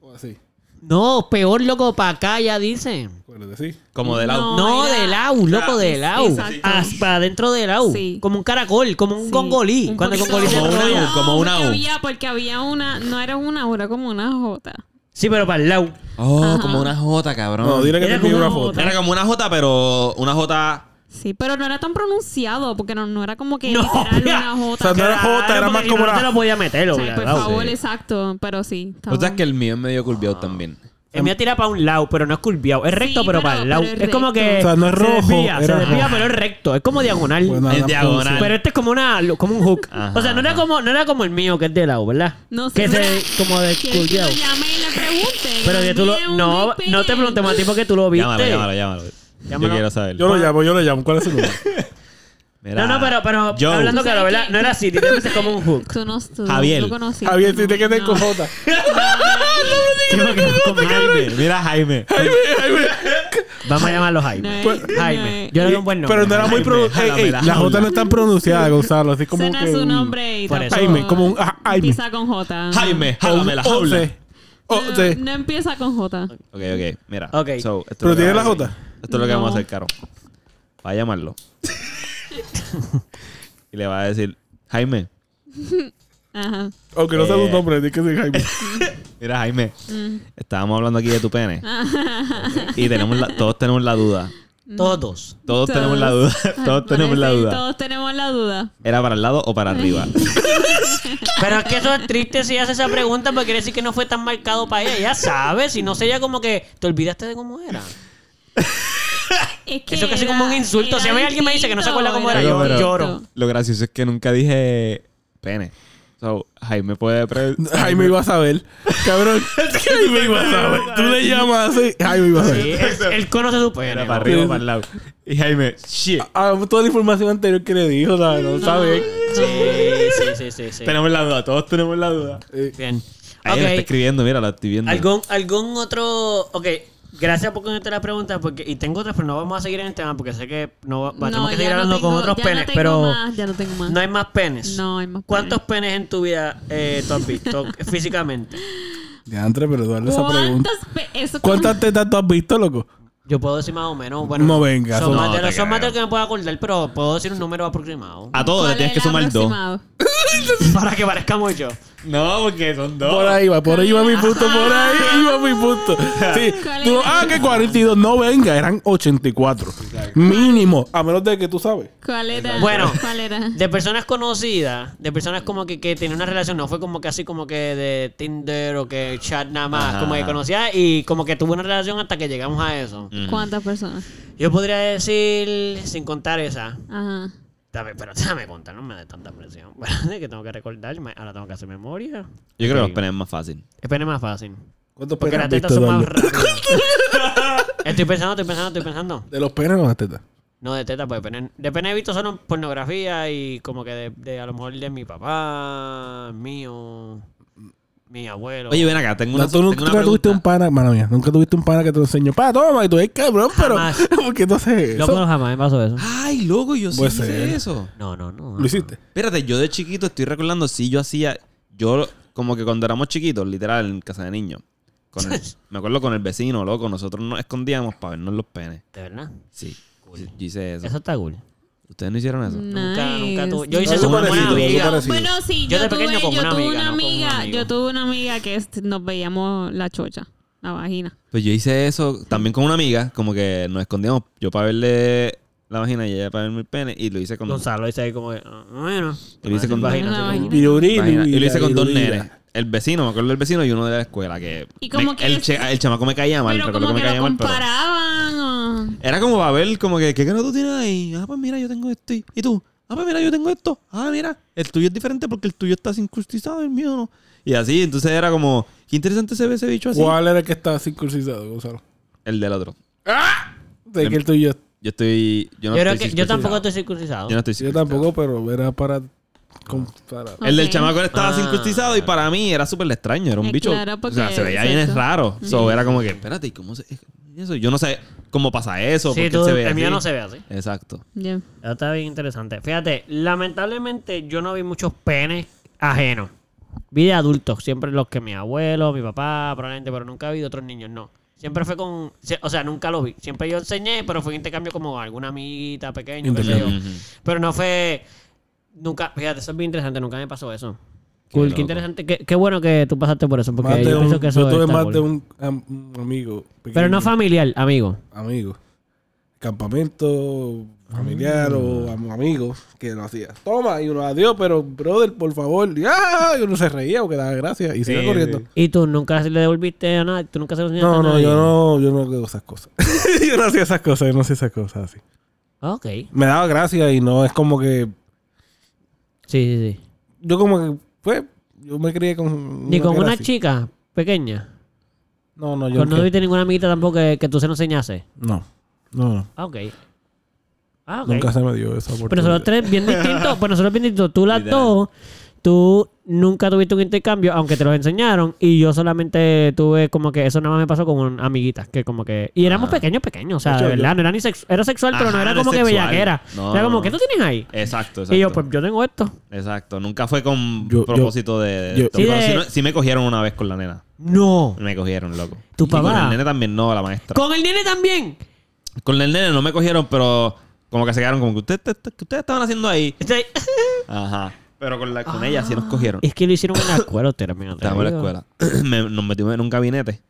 Speaker 4: O así.
Speaker 3: No, peor loco para acá ya dicen.
Speaker 4: Acuérdate, sí.
Speaker 1: Como de lado.
Speaker 2: No,
Speaker 3: No,
Speaker 2: era-
Speaker 3: de lado, loco, de lado.
Speaker 2: Exacto.
Speaker 3: Para adentro de lado.
Speaker 2: Sí.
Speaker 3: Como un caracol, como un
Speaker 2: Sí.
Speaker 3: gongolí.
Speaker 2: Un
Speaker 3: Cuando el
Speaker 2: poquito-
Speaker 3: gongolí se
Speaker 1: Como una
Speaker 3: enrolla.
Speaker 1: U, como una
Speaker 2: porque
Speaker 1: U.
Speaker 2: Había, porque había una. No era una U, era como una J.
Speaker 3: Sí, pero para el lado.
Speaker 1: Oh, como una jota, cabrón.
Speaker 4: No, dile que
Speaker 3: Era
Speaker 4: te pido
Speaker 3: como
Speaker 4: una
Speaker 3: una
Speaker 4: foto.
Speaker 1: Era como una jota, pero una jota...
Speaker 2: Sí, pero no era tan pronunciado, porque no, no era como que
Speaker 3: No,
Speaker 2: literal
Speaker 3: ya.
Speaker 2: una
Speaker 4: O sea,
Speaker 2: J.
Speaker 4: no era
Speaker 3: Claro,
Speaker 4: J, era
Speaker 3: porque
Speaker 4: más
Speaker 3: si
Speaker 4: como
Speaker 3: no, No te
Speaker 4: una.
Speaker 3: lo podía meter,
Speaker 2: O
Speaker 3: loco.
Speaker 2: sea, por
Speaker 3: obligado.
Speaker 2: favor, exacto. Pero
Speaker 1: O sea,
Speaker 2: sí. estaba-
Speaker 1: es pues, que el mío es medio curviado también.
Speaker 3: El mío tira para un lado, pero no es curviado. Es recto, pero,
Speaker 2: pero-
Speaker 3: para el lado.
Speaker 2: pero
Speaker 3: Es,
Speaker 2: es
Speaker 3: como que.
Speaker 4: recto. O sea, no es rojo,
Speaker 3: Se desvía, se
Speaker 4: era
Speaker 3: desvía,
Speaker 4: rojo.
Speaker 3: pero es recto. Es como diagonal.
Speaker 4: Bueno,
Speaker 1: En
Speaker 4: Adam
Speaker 1: diagonal.
Speaker 3: Pero este es como una como un hook.
Speaker 1: Ajá,
Speaker 3: o sea, no era
Speaker 1: ajá.
Speaker 3: como no era como el mío que es de lado, ¿verdad?
Speaker 2: No
Speaker 3: que
Speaker 2: sé.
Speaker 3: se como de
Speaker 2: ¿Quieres que lo
Speaker 3: curviado.
Speaker 2: llame y le pregunte?
Speaker 3: Pero que tú
Speaker 2: Envíe
Speaker 3: lo
Speaker 2: un
Speaker 3: no
Speaker 2: IP.
Speaker 3: no te preguntemos a ti porque tú lo viste.
Speaker 1: Llámalo, llámalo, llámalo.
Speaker 3: Llámalo.
Speaker 1: Yo quiero saber.
Speaker 4: Yo lo llamo, yo lo llamo. ¿Cuál es su número?
Speaker 1: Mira,
Speaker 3: No, no, pero pero
Speaker 1: Joe.
Speaker 3: hablando
Speaker 2: ¿Tú
Speaker 3: claro,
Speaker 2: sabes
Speaker 3: ¿verdad?
Speaker 2: qué?
Speaker 3: No era así, tú te metes como un hook.
Speaker 2: Tú no tú
Speaker 1: Javier.
Speaker 2: No conociste.
Speaker 4: Javier, si Ah, te quedas
Speaker 2: No.
Speaker 4: con J.
Speaker 1: Jaime, mira Jaime.
Speaker 3: Vamos a llamarlo Jaime.
Speaker 2: No es-
Speaker 3: Pues, Jaime.
Speaker 2: no
Speaker 3: Yo le doy un buen nombre.
Speaker 4: Pero no era muy
Speaker 1: Jaime,
Speaker 4: pronunciada.
Speaker 1: jálame la
Speaker 4: la J
Speaker 1: jaula.
Speaker 4: no es tan pronunciada, Gonzalo. Así
Speaker 2: es-
Speaker 4: como
Speaker 2: Ese no
Speaker 4: que.
Speaker 2: es su
Speaker 4: un-
Speaker 2: nombre y
Speaker 3: Por eso.
Speaker 2: tampoco-
Speaker 4: Jaime, como un- ah, Jaime.
Speaker 2: Empieza con J. ¿no?
Speaker 1: Jaime, jálame la jaula.
Speaker 4: Once.
Speaker 1: Ok,
Speaker 2: No,
Speaker 4: Once.
Speaker 2: no empieza con J.
Speaker 1: ok, mira.
Speaker 3: Ok.
Speaker 1: So, esto es
Speaker 4: Pero
Speaker 1: lo que
Speaker 4: tiene
Speaker 1: vamos
Speaker 4: la
Speaker 1: a hacer.
Speaker 4: J.
Speaker 1: Esto es lo que vamos a
Speaker 2: No.
Speaker 1: hacer, Caro. Va a llamarlo. y le va a decir, Jaime,
Speaker 2: Ajá.
Speaker 4: Aunque no sea
Speaker 1: Eh.
Speaker 4: tu nombre, di que sí, Jaime.
Speaker 1: mira Jaime,
Speaker 2: Mm.
Speaker 1: estábamos hablando aquí de tu pene. y tenemos la- todos tenemos la duda.
Speaker 3: Todos.
Speaker 1: Todos, tenemos la duda. todos tenemos la
Speaker 2: Parece que
Speaker 1: duda.
Speaker 2: Todos tenemos la duda.
Speaker 1: ¿Era para el lado o para arriba?
Speaker 3: Pero es que eso es triste si hace esa pregunta porque quiere decir que no fue tan marcado para ella. Ya sabes, si no sé, ya como que te olvidaste de cómo era.
Speaker 2: Es que
Speaker 3: Eso casi
Speaker 2: era-
Speaker 3: como un insulto. Si a mí
Speaker 2: era
Speaker 3: alguien me dice que no se acuerda cómo era,
Speaker 1: Pero,
Speaker 3: yo
Speaker 1: pero-
Speaker 3: lloro.
Speaker 1: Lo gracioso es que nunca dije pene. So, Jaime puede... pre-
Speaker 4: Jaime iba a saber. Cabrón. Jaime iba a saber. Tú le llamas así. Jaime iba a
Speaker 3: Sí,
Speaker 4: saber.
Speaker 3: él, él conoce tu
Speaker 1: Era
Speaker 3: pene.
Speaker 1: para arriba o para el lado. Y Jaime, shit.
Speaker 4: Ah, toda la información anterior que le dijo, ¿sabes? No sabe.
Speaker 3: Sí, sí, sí, sí. sí.
Speaker 1: Tenemos la duda, todos tenemos la duda.
Speaker 3: Bien.
Speaker 1: Ahí lo está
Speaker 3: Ok.
Speaker 1: escribiendo, mira, lo estoy viendo.
Speaker 3: ¿Algún, algún otro. Ok, gracias por contestar la pregunta. Porque, y tengo otras, pero no vamos a seguir en el tema porque sé que no, va-
Speaker 2: No,
Speaker 3: tenemos que
Speaker 2: ya
Speaker 3: seguir
Speaker 2: no
Speaker 3: hablando con
Speaker 2: tengo-
Speaker 3: otros
Speaker 2: ya no
Speaker 3: penes.
Speaker 2: tengo
Speaker 3: pero
Speaker 2: más, ya no tengo más.
Speaker 3: no hay más penes.
Speaker 2: No hay más
Speaker 3: ¿Cuántos penes en tu vida eh, tú has visto físicamente?
Speaker 4: De antes, pero darle esa pregunta.
Speaker 2: ¿Cuántas pe- eso como-
Speaker 4: ¿Cuántas tetas tú has visto, loco?
Speaker 3: Yo puedo decir más o menos. Bueno,
Speaker 4: No venga,
Speaker 3: Son,
Speaker 4: son-
Speaker 3: más, de
Speaker 1: No,
Speaker 3: los,
Speaker 1: te
Speaker 3: son más
Speaker 1: creo. Ah.
Speaker 3: de los que me puedo acordar, pero puedo decir un número aproximado.
Speaker 1: A todos le
Speaker 2: ¿Cuál
Speaker 1: tienes que
Speaker 2: era
Speaker 1: sumar dos.
Speaker 2: aproximado?
Speaker 3: Para que parezca mucho.
Speaker 1: No, porque son dos.
Speaker 4: Por ahí va, por ahí
Speaker 3: Ah.
Speaker 4: va mi punto, por ahí va mi punto. Sí, tú, ah, que 42, no venga, eran 84. Mínimo, a menos de que tú sabes.
Speaker 2: ¿Cuál era?
Speaker 3: Bueno.
Speaker 2: ¿Cuál era?
Speaker 3: De personas conocidas, de personas como que, que tienen una relación, no fue como que así como que de Tinder o que chat nada más,
Speaker 1: Ajá,
Speaker 3: como que
Speaker 1: ajá.
Speaker 3: conocía y como que tuvo una relación hasta que llegamos a eso.
Speaker 1: Mm.
Speaker 2: ¿Cuántas personas?
Speaker 3: Yo podría decir, sin contar esa,
Speaker 2: Ajá.
Speaker 3: dame, pero déjame contar, no me dé tanta presión. Bueno, que tengo que recordarme, ahora tengo que hacer memoria.
Speaker 1: Yo creo que los penes es más fácil.
Speaker 3: Espere más fácil.
Speaker 4: ¿Cuántos
Speaker 3: Porque
Speaker 4: penes
Speaker 3: las
Speaker 4: has
Speaker 3: tetas
Speaker 4: visto,
Speaker 3: son más
Speaker 4: Eduardo?
Speaker 3: rápidas. Estoy pensando, estoy pensando, estoy pensando.
Speaker 4: ¿De los penes o las tetas?
Speaker 3: No, de teta, pues de pene. De pene he visto solo pornografía y como que de, de a lo mejor de mi papá, mío, mi abuelo.
Speaker 1: Oye, ven acá, tengo una,
Speaker 4: No, tú
Speaker 1: tengo
Speaker 4: nunca
Speaker 1: una
Speaker 4: tuviste
Speaker 1: pregunta.
Speaker 4: un pana, mano mía, nunca tuviste un pana que te lo enseñó. Pa, toma, y tú, "Ey, cabrón, pero
Speaker 3: Jamás.
Speaker 4: ¿por qué tú haces eso?
Speaker 3: Loco, jamás me pasó eso.
Speaker 1: Ay, loco, yo sí
Speaker 4: Puede
Speaker 1: hice
Speaker 4: ser.
Speaker 1: eso.
Speaker 3: No, no, no.
Speaker 4: ¿Lo hiciste?
Speaker 1: Espérate, yo de chiquito estoy recordando si yo hacía. Yo, como que cuando éramos chiquitos, literal, en casa de niños. con el- me acuerdo con el vecino, loco. Nosotros nos escondíamos para vernos los penes.
Speaker 3: De verdad.
Speaker 1: Sí. Yo hice eso.
Speaker 3: Eso está cool.
Speaker 1: ¿Ustedes no hicieron
Speaker 2: Mm.
Speaker 1: eso?
Speaker 3: Nunca,
Speaker 2: Nice.
Speaker 3: nunca tuve. Yo hice
Speaker 4: Algo
Speaker 3: eso con una
Speaker 4: parecido, algo
Speaker 3: amiga.
Speaker 4: parecido.
Speaker 2: Bueno, sí,
Speaker 3: Yo
Speaker 2: yo,
Speaker 3: de
Speaker 2: tuve,
Speaker 3: pequeño con
Speaker 2: yo
Speaker 3: una
Speaker 2: tuve
Speaker 3: amiga,
Speaker 2: una
Speaker 3: no con un
Speaker 2: amiga,
Speaker 3: amigo.
Speaker 2: yo tuve una amiga que este, nos veíamos la chocha, la vagina.
Speaker 1: Pues yo hice eso también con una amiga. Como que nos escondíamos. Yo para verle la vagina y ella para verme el pene. Y lo hice con.
Speaker 3: Gonzalo dice ahí como que, ah, bueno.
Speaker 1: Yo lo hice con-
Speaker 3: Imagínate,
Speaker 2: Una
Speaker 3: como-
Speaker 2: vagina.
Speaker 4: Viruril,
Speaker 1: vagina. Y lo hice
Speaker 4: viruril,
Speaker 1: con dos
Speaker 4: viruril.
Speaker 1: nenes. El vecino, me acuerdo del vecino y uno de la escuela. Que
Speaker 2: Y como
Speaker 1: me-
Speaker 2: que
Speaker 1: el,
Speaker 2: es-
Speaker 1: che- el chamaco me caía mal.
Speaker 2: pero
Speaker 1: recuerdo
Speaker 2: como
Speaker 1: que
Speaker 2: que
Speaker 1: me caía
Speaker 2: lo
Speaker 1: mal, pero-
Speaker 2: comparaban. o-
Speaker 1: Era como para ver, como que, ¿qué grano tú tienes ahí? Ah, pues mira, yo tengo esto. ¿Y y tú? Ah, pues mira, yo tengo esto. Ah, mira, el tuyo es diferente porque el tuyo está incrustizado, el mío no. Y así, entonces era como, qué interesante se ve ese bicho así.
Speaker 4: ¿Cuál era el que estaba circuncisado, Gonzalo?
Speaker 1: El del otro. Em,
Speaker 4: De que el tuyo.
Speaker 1: Yo estoy. Yo
Speaker 3: Yo
Speaker 1: no
Speaker 3: creo
Speaker 1: estoy
Speaker 3: que yo
Speaker 1: circuncidado.
Speaker 3: tampoco estoy circuncisado.
Speaker 1: Yo no estoy
Speaker 4: Yo
Speaker 1: circuncidado.
Speaker 4: tampoco, pero era para comparar.
Speaker 1: El del
Speaker 2: Ok.
Speaker 1: chamaco estaba
Speaker 3: Ah.
Speaker 1: circuncidado y para mí era súper extraño. Era un
Speaker 2: Eh,
Speaker 1: bicho.
Speaker 2: claro,
Speaker 1: o sea,
Speaker 2: porque-
Speaker 1: se veía bien
Speaker 2: exacto.
Speaker 1: raro. So, era como que, espérate, ¿y cómo se.? eso, yo no sé cómo pasa eso.
Speaker 3: Sí,
Speaker 1: porque
Speaker 3: tú-
Speaker 1: se ve
Speaker 3: el mío
Speaker 1: así.
Speaker 3: no se ve así.
Speaker 1: Exacto.
Speaker 2: Ya.
Speaker 3: Eso está bien interesante. Fíjate, lamentablemente yo no vi muchos penes ajenos. Vi de adultos, siempre los que mi abuelo, mi papá, probablemente, pero nunca vi de otros niños, no. Siempre fue con... se- O sea, nunca lo vi. Siempre yo enseñé, pero fue un intercambio como alguna amiguita pequeña, qué sé yo.
Speaker 4: Intercambio.
Speaker 3: Pero no fue... Nunca... Fíjate, eso es bien interesante. Nunca me pasó eso. Cool, qué,
Speaker 1: loco.
Speaker 3: interesante. Qué, qué bueno que tú pasaste por eso, porque
Speaker 4: Más
Speaker 3: yo
Speaker 4: de un-
Speaker 3: pienso que eso
Speaker 4: yo tuve
Speaker 3: está
Speaker 4: más
Speaker 3: cool.
Speaker 4: de un, am- un amigo.
Speaker 3: Pero no
Speaker 4: pequeño.
Speaker 3: familiar, amigo.
Speaker 4: amigos. Campamento familiar o
Speaker 3: Ah.
Speaker 4: am- amigos que lo hacía. Toma, y uno adiós, pero brother, por favor. Y, ¡ah! y uno se reía porque daba gracias y sigue corriendo.
Speaker 3: ¿Y tú nunca le devolviste a nada? ¿Tú nunca se lo enseñaste
Speaker 4: No,
Speaker 3: a
Speaker 4: no,
Speaker 3: nadie?
Speaker 4: yo no, yo no hago esas cosas. yo no hacía esas cosas, yo no hacía esas cosas así.
Speaker 3: Ok.
Speaker 4: Me daba gracias y no es como que.
Speaker 3: Sí, sí, sí.
Speaker 4: Yo como que, pues, yo me crié con.
Speaker 3: Ni con
Speaker 4: que era
Speaker 3: una
Speaker 4: así.
Speaker 3: chica pequeña.
Speaker 4: No, no, yo
Speaker 3: Con no
Speaker 4: no.
Speaker 3: tuviste ninguna amiguita tampoco que, que tú se lo enseñase.
Speaker 4: No, no, no.
Speaker 3: Ah, ok. Ah, ok.
Speaker 4: Nunca se me dio esa oportunidad.
Speaker 3: Pero nosotros tres bien distintos. Pero nosotros bien distintos. Tú las
Speaker 1: Literal.
Speaker 3: dos, tú nunca tuviste un intercambio, aunque te los enseñaron. Y yo solamente tuve como que eso nada más me pasó con un- amiguitas. Que como que. Y éramos
Speaker 1: Ah.
Speaker 3: pequeños, pequeños. O sea, de verdad, no era ni sexual. Era sexual, pero no
Speaker 1: Ajá,
Speaker 3: era
Speaker 1: no es
Speaker 3: como que
Speaker 1: sexual.
Speaker 3: bellaquera.
Speaker 1: No,
Speaker 3: era
Speaker 1: no,
Speaker 3: como,
Speaker 1: no.
Speaker 3: ¿qué tú tienes ahí?
Speaker 1: Exacto, exacto.
Speaker 3: Y yo, pues yo tengo esto.
Speaker 1: Exacto. Nunca fue con
Speaker 4: Yo- yo-
Speaker 1: propósito de. de
Speaker 4: yo-
Speaker 1: esto.
Speaker 3: Sí,
Speaker 1: Pero
Speaker 3: de-
Speaker 1: sí, no- sí me cogieron una vez con la nena.
Speaker 3: No.
Speaker 1: Me cogieron, loco.
Speaker 3: ¿Tu
Speaker 1: Y con
Speaker 3: papá?
Speaker 1: el nene también, no, la maestra.
Speaker 3: Con el nene también.
Speaker 1: Con el nene no me cogieron, pero como que se quedaron como que ustedes, ustedes- ustedes estaban haciendo ahí.
Speaker 3: Este-
Speaker 1: Ajá. Pero con, la, con ella sí nos cogieron.
Speaker 3: Es que lo hicieron Ah. en la escuela, usted era bien
Speaker 1: Estábamos en la
Speaker 3: atrevido.
Speaker 1: escuela. Me- nos metimos en un gabinete.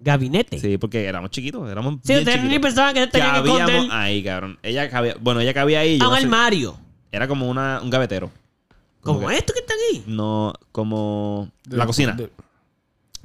Speaker 3: Gabinete. Sí,
Speaker 1: Sí, porque éramos chiquitos. Éramos bien
Speaker 3: ustedes ni
Speaker 1: chiquitos.
Speaker 3: pensaban que se
Speaker 1: Que
Speaker 3: tenían que
Speaker 1: habíamos
Speaker 3: esconder
Speaker 1: ahí, cabrón. Ella cabía, bueno, ella cabía ahí. yo
Speaker 3: a
Speaker 1: no
Speaker 3: un
Speaker 1: sé.
Speaker 3: armario.
Speaker 1: Era como una, un gavetero.
Speaker 3: Como
Speaker 1: que-
Speaker 3: esto que está aquí.
Speaker 1: No, como
Speaker 4: De-
Speaker 1: la cocina.
Speaker 4: de-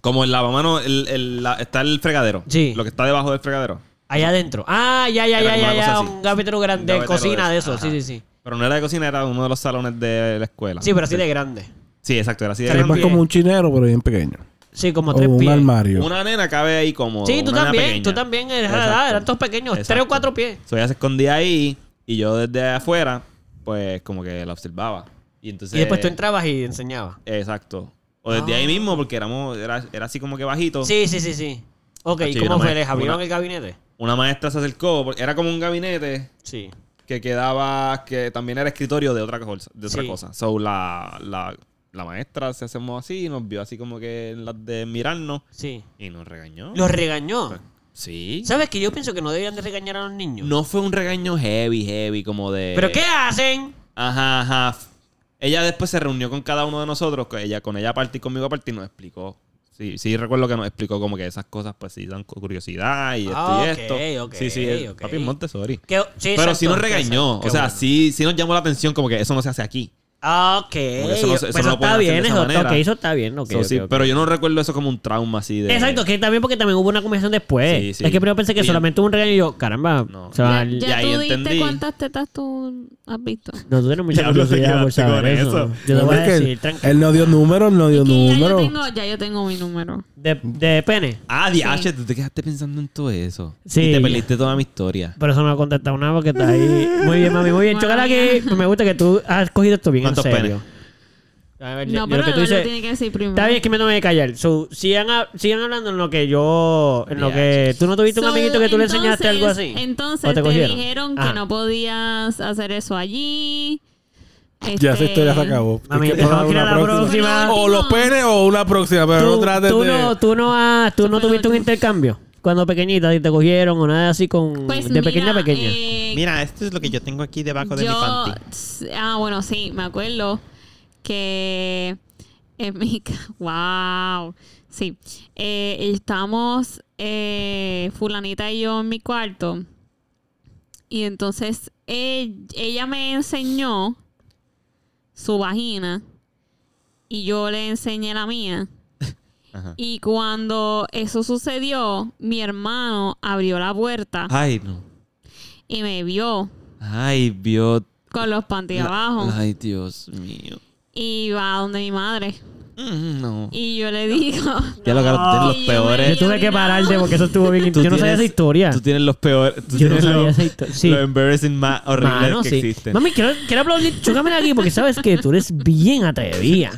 Speaker 1: Como el lavamano, el, el- la- está el fregadero.
Speaker 3: Sí.
Speaker 1: Lo que está debajo del fregadero.
Speaker 3: Allá adentro. Ah, ya,
Speaker 1: Era
Speaker 3: ya, ya,
Speaker 1: como
Speaker 3: ya,
Speaker 1: una
Speaker 3: ya.
Speaker 1: cosa así.
Speaker 3: Un gavetero grande,
Speaker 1: Un gavetero
Speaker 3: cocina de
Speaker 1: de-
Speaker 3: eso. Sí,
Speaker 1: ajá.
Speaker 3: sí, sí.
Speaker 1: Pero no era de cocina, era uno de los salones de la escuela.
Speaker 3: Sí, pero así de grande.
Speaker 1: Sí, exacto, era así de
Speaker 4: Es más
Speaker 1: grande.
Speaker 4: como un chinero, pero bien pequeño.
Speaker 3: Sí, como
Speaker 4: O
Speaker 3: tres
Speaker 4: un
Speaker 3: pies.
Speaker 4: armario.
Speaker 1: Una nena cabe ahí como.
Speaker 3: Sí, tú
Speaker 1: una nena
Speaker 3: también,
Speaker 1: pequeña.
Speaker 3: tú también eres de la
Speaker 1: Exacto.
Speaker 3: edad, eran todos pequeños,
Speaker 1: Exacto.
Speaker 3: tres o cuatro pies.
Speaker 1: So, ella se escondía ahí y yo desde afuera, pues como que la observaba. Y entonces.
Speaker 3: Y después tú entrabas y enseñabas.
Speaker 1: Exacto. O desde
Speaker 3: Ah.
Speaker 1: ahí mismo, porque éramos, era, era así como que bajito.
Speaker 3: Sí, sí, sí, sí. Ok, ¿y
Speaker 1: Achí,
Speaker 3: cómo
Speaker 1: una
Speaker 3: fue?
Speaker 1: ma-
Speaker 3: ¿Les abrieron
Speaker 1: una-
Speaker 3: el gabinete?
Speaker 1: Una maestra se acercó, porque era como un gabinete
Speaker 3: Sí.
Speaker 1: que quedaba, que también era escritorio de otra cosa. De otra
Speaker 3: Sí.
Speaker 1: cosa. So, la, la, la maestra se asemó así y nos vio así como que en las de mirarnos
Speaker 3: Sí.
Speaker 1: y nos regañó.
Speaker 3: Los regañó.
Speaker 1: Sí.
Speaker 3: ¿Sabes que yo pienso que no deberían de regañar a los niños?
Speaker 1: No fue un regaño heavy, heavy, como de.
Speaker 3: ¿Pero qué hacen?
Speaker 1: Ajá, ajá. Ella después se reunió con cada uno de nosotros, con ella, con ella aparte y conmigo aparte, y nos explicó. Sí, sí, recuerdo que nos explicó como que esas cosas, pues sí, dan cu- curiosidad y esto
Speaker 3: Ah,
Speaker 1: y
Speaker 3: ok,
Speaker 1: esto.
Speaker 3: ok,
Speaker 1: sí, sí, es-
Speaker 3: ok.
Speaker 1: papi es Montessori.
Speaker 3: Que- sí,
Speaker 1: Pero
Speaker 3: exacto,
Speaker 1: sí nos
Speaker 3: qué
Speaker 1: regañó.
Speaker 3: exacto,
Speaker 1: O sea,
Speaker 3: qué
Speaker 1: sí, sí nos llamó la atención como que eso no se hace aquí.
Speaker 3: bueno. Ok.
Speaker 1: Porque eso no se-
Speaker 3: Pues
Speaker 1: eso no lo
Speaker 3: está
Speaker 1: pueden hacer de
Speaker 3: bien,
Speaker 1: esa
Speaker 3: eso,
Speaker 1: manera.
Speaker 3: ok, eso está bien. ok,
Speaker 1: So,
Speaker 3: ok,
Speaker 1: sí,
Speaker 3: ok.
Speaker 1: Pero yo no recuerdo eso como un trauma así de...
Speaker 3: Exacto, que también porque también hubo una conversación después.
Speaker 1: Sí, sí.
Speaker 3: Es que primero pensé que
Speaker 1: Y-
Speaker 3: solamente hubo un regaño y yo, caramba.
Speaker 1: No.
Speaker 3: O sea,
Speaker 2: ya
Speaker 1: y
Speaker 2: ya
Speaker 1: ahí
Speaker 2: tú
Speaker 1: entendí.
Speaker 2: diste cuántas tetas tú has visto.
Speaker 3: no tú tienes mucha
Speaker 1: Ya no te
Speaker 3: curiosidad por
Speaker 1: quedaste
Speaker 3: saber
Speaker 1: con
Speaker 3: eso.
Speaker 1: eso.
Speaker 3: Yo te voy a
Speaker 4: Es que eh,
Speaker 3: decir, tranquilo.
Speaker 4: Él no dio números, no dio
Speaker 2: Es que ya yo
Speaker 4: números.
Speaker 2: tengo, ya yo tengo mi número.
Speaker 3: De, de pene.
Speaker 1: Ah, diache, tú te quedaste pensando en todo eso.
Speaker 3: Sí.
Speaker 1: Y te perdiste toda mi historia.
Speaker 3: Pero eso no lo ha contestado nada porque está ahí. Muy bien, mami, muy bien.
Speaker 2: Madre
Speaker 3: Chocala
Speaker 2: mía.
Speaker 3: que me gusta que tú has cogido esto bien en
Speaker 1: ¿Cuántos
Speaker 3: serio. A ver,
Speaker 2: No,
Speaker 3: yo- yo
Speaker 2: pero
Speaker 3: que
Speaker 2: no
Speaker 3: tú
Speaker 2: lo
Speaker 3: dices-
Speaker 2: tiene que decir primero.
Speaker 3: Está bien, es que me tomé de callar. So, sigan, ha- sigan hablando en lo que yo. En lo
Speaker 1: Ya,
Speaker 3: que. Tú no tuviste un
Speaker 2: So,
Speaker 3: amiguito que tú le enseñaste algo
Speaker 2: entonces-
Speaker 3: así.
Speaker 2: Entonces
Speaker 3: ¿O
Speaker 2: te,
Speaker 3: te cogieron?
Speaker 2: dijeron
Speaker 3: Ah.
Speaker 2: que no podías hacer eso allí.
Speaker 4: Ya
Speaker 2: Este,
Speaker 4: esa historia se acabó.
Speaker 3: Mami,
Speaker 4: Hay que
Speaker 3: tenemos
Speaker 4: tomar
Speaker 3: que ir a
Speaker 4: una
Speaker 3: la
Speaker 4: próxima.
Speaker 3: próxima.
Speaker 4: O los penes o una próxima, pero no
Speaker 3: Tú,
Speaker 4: trates
Speaker 3: tú
Speaker 4: de.
Speaker 3: no, tú no, has- tú no
Speaker 2: Eso fue
Speaker 3: tuviste
Speaker 2: lo
Speaker 3: un
Speaker 2: último.
Speaker 3: intercambio cuando pequeñita y te cogieron o nada así con
Speaker 2: Pues
Speaker 3: de
Speaker 2: mira,
Speaker 3: pequeña a pequeña.
Speaker 2: eh,
Speaker 5: Mira, esto es lo que yo tengo aquí debajo de mi
Speaker 2: yo,
Speaker 5: panty.
Speaker 2: s- ah, bueno, sí, me acuerdo que en mi ca- wow, sí, eh, estábamos eh, fulanita y yo en mi cuarto y entonces eh, ella me enseñó su vagina y yo le enseñé la mía.
Speaker 1: Ajá.
Speaker 2: Y cuando eso sucedió, mi hermano abrió la puerta
Speaker 5: Ah.
Speaker 1: Ay, no.
Speaker 2: y me vio
Speaker 1: Ay, vio...
Speaker 2: con los panties abajo.
Speaker 1: Ay, Dios mío.
Speaker 2: Y va a donde mi madre.
Speaker 1: Mm, No.
Speaker 2: Y yo le digo.
Speaker 1: Ya lo que tú tienes los
Speaker 2: Y yo
Speaker 1: peores...
Speaker 3: Yo tuve que pararte porque eso estuvo bien. Yo
Speaker 1: Tú
Speaker 3: no sabía
Speaker 1: tienes-
Speaker 3: esa historia.
Speaker 1: Tú tienes los peores. Tú
Speaker 3: Yo no
Speaker 1: tienes
Speaker 3: sabía
Speaker 1: los-
Speaker 3: esa historia. Sí.
Speaker 1: Los embarrassing más horribles
Speaker 3: Mano,
Speaker 1: que
Speaker 3: sí.
Speaker 1: existen.
Speaker 3: Mami, quiero, quiero aplaudir. Chócamela aquí porque sabes que tú eres bien atrevida.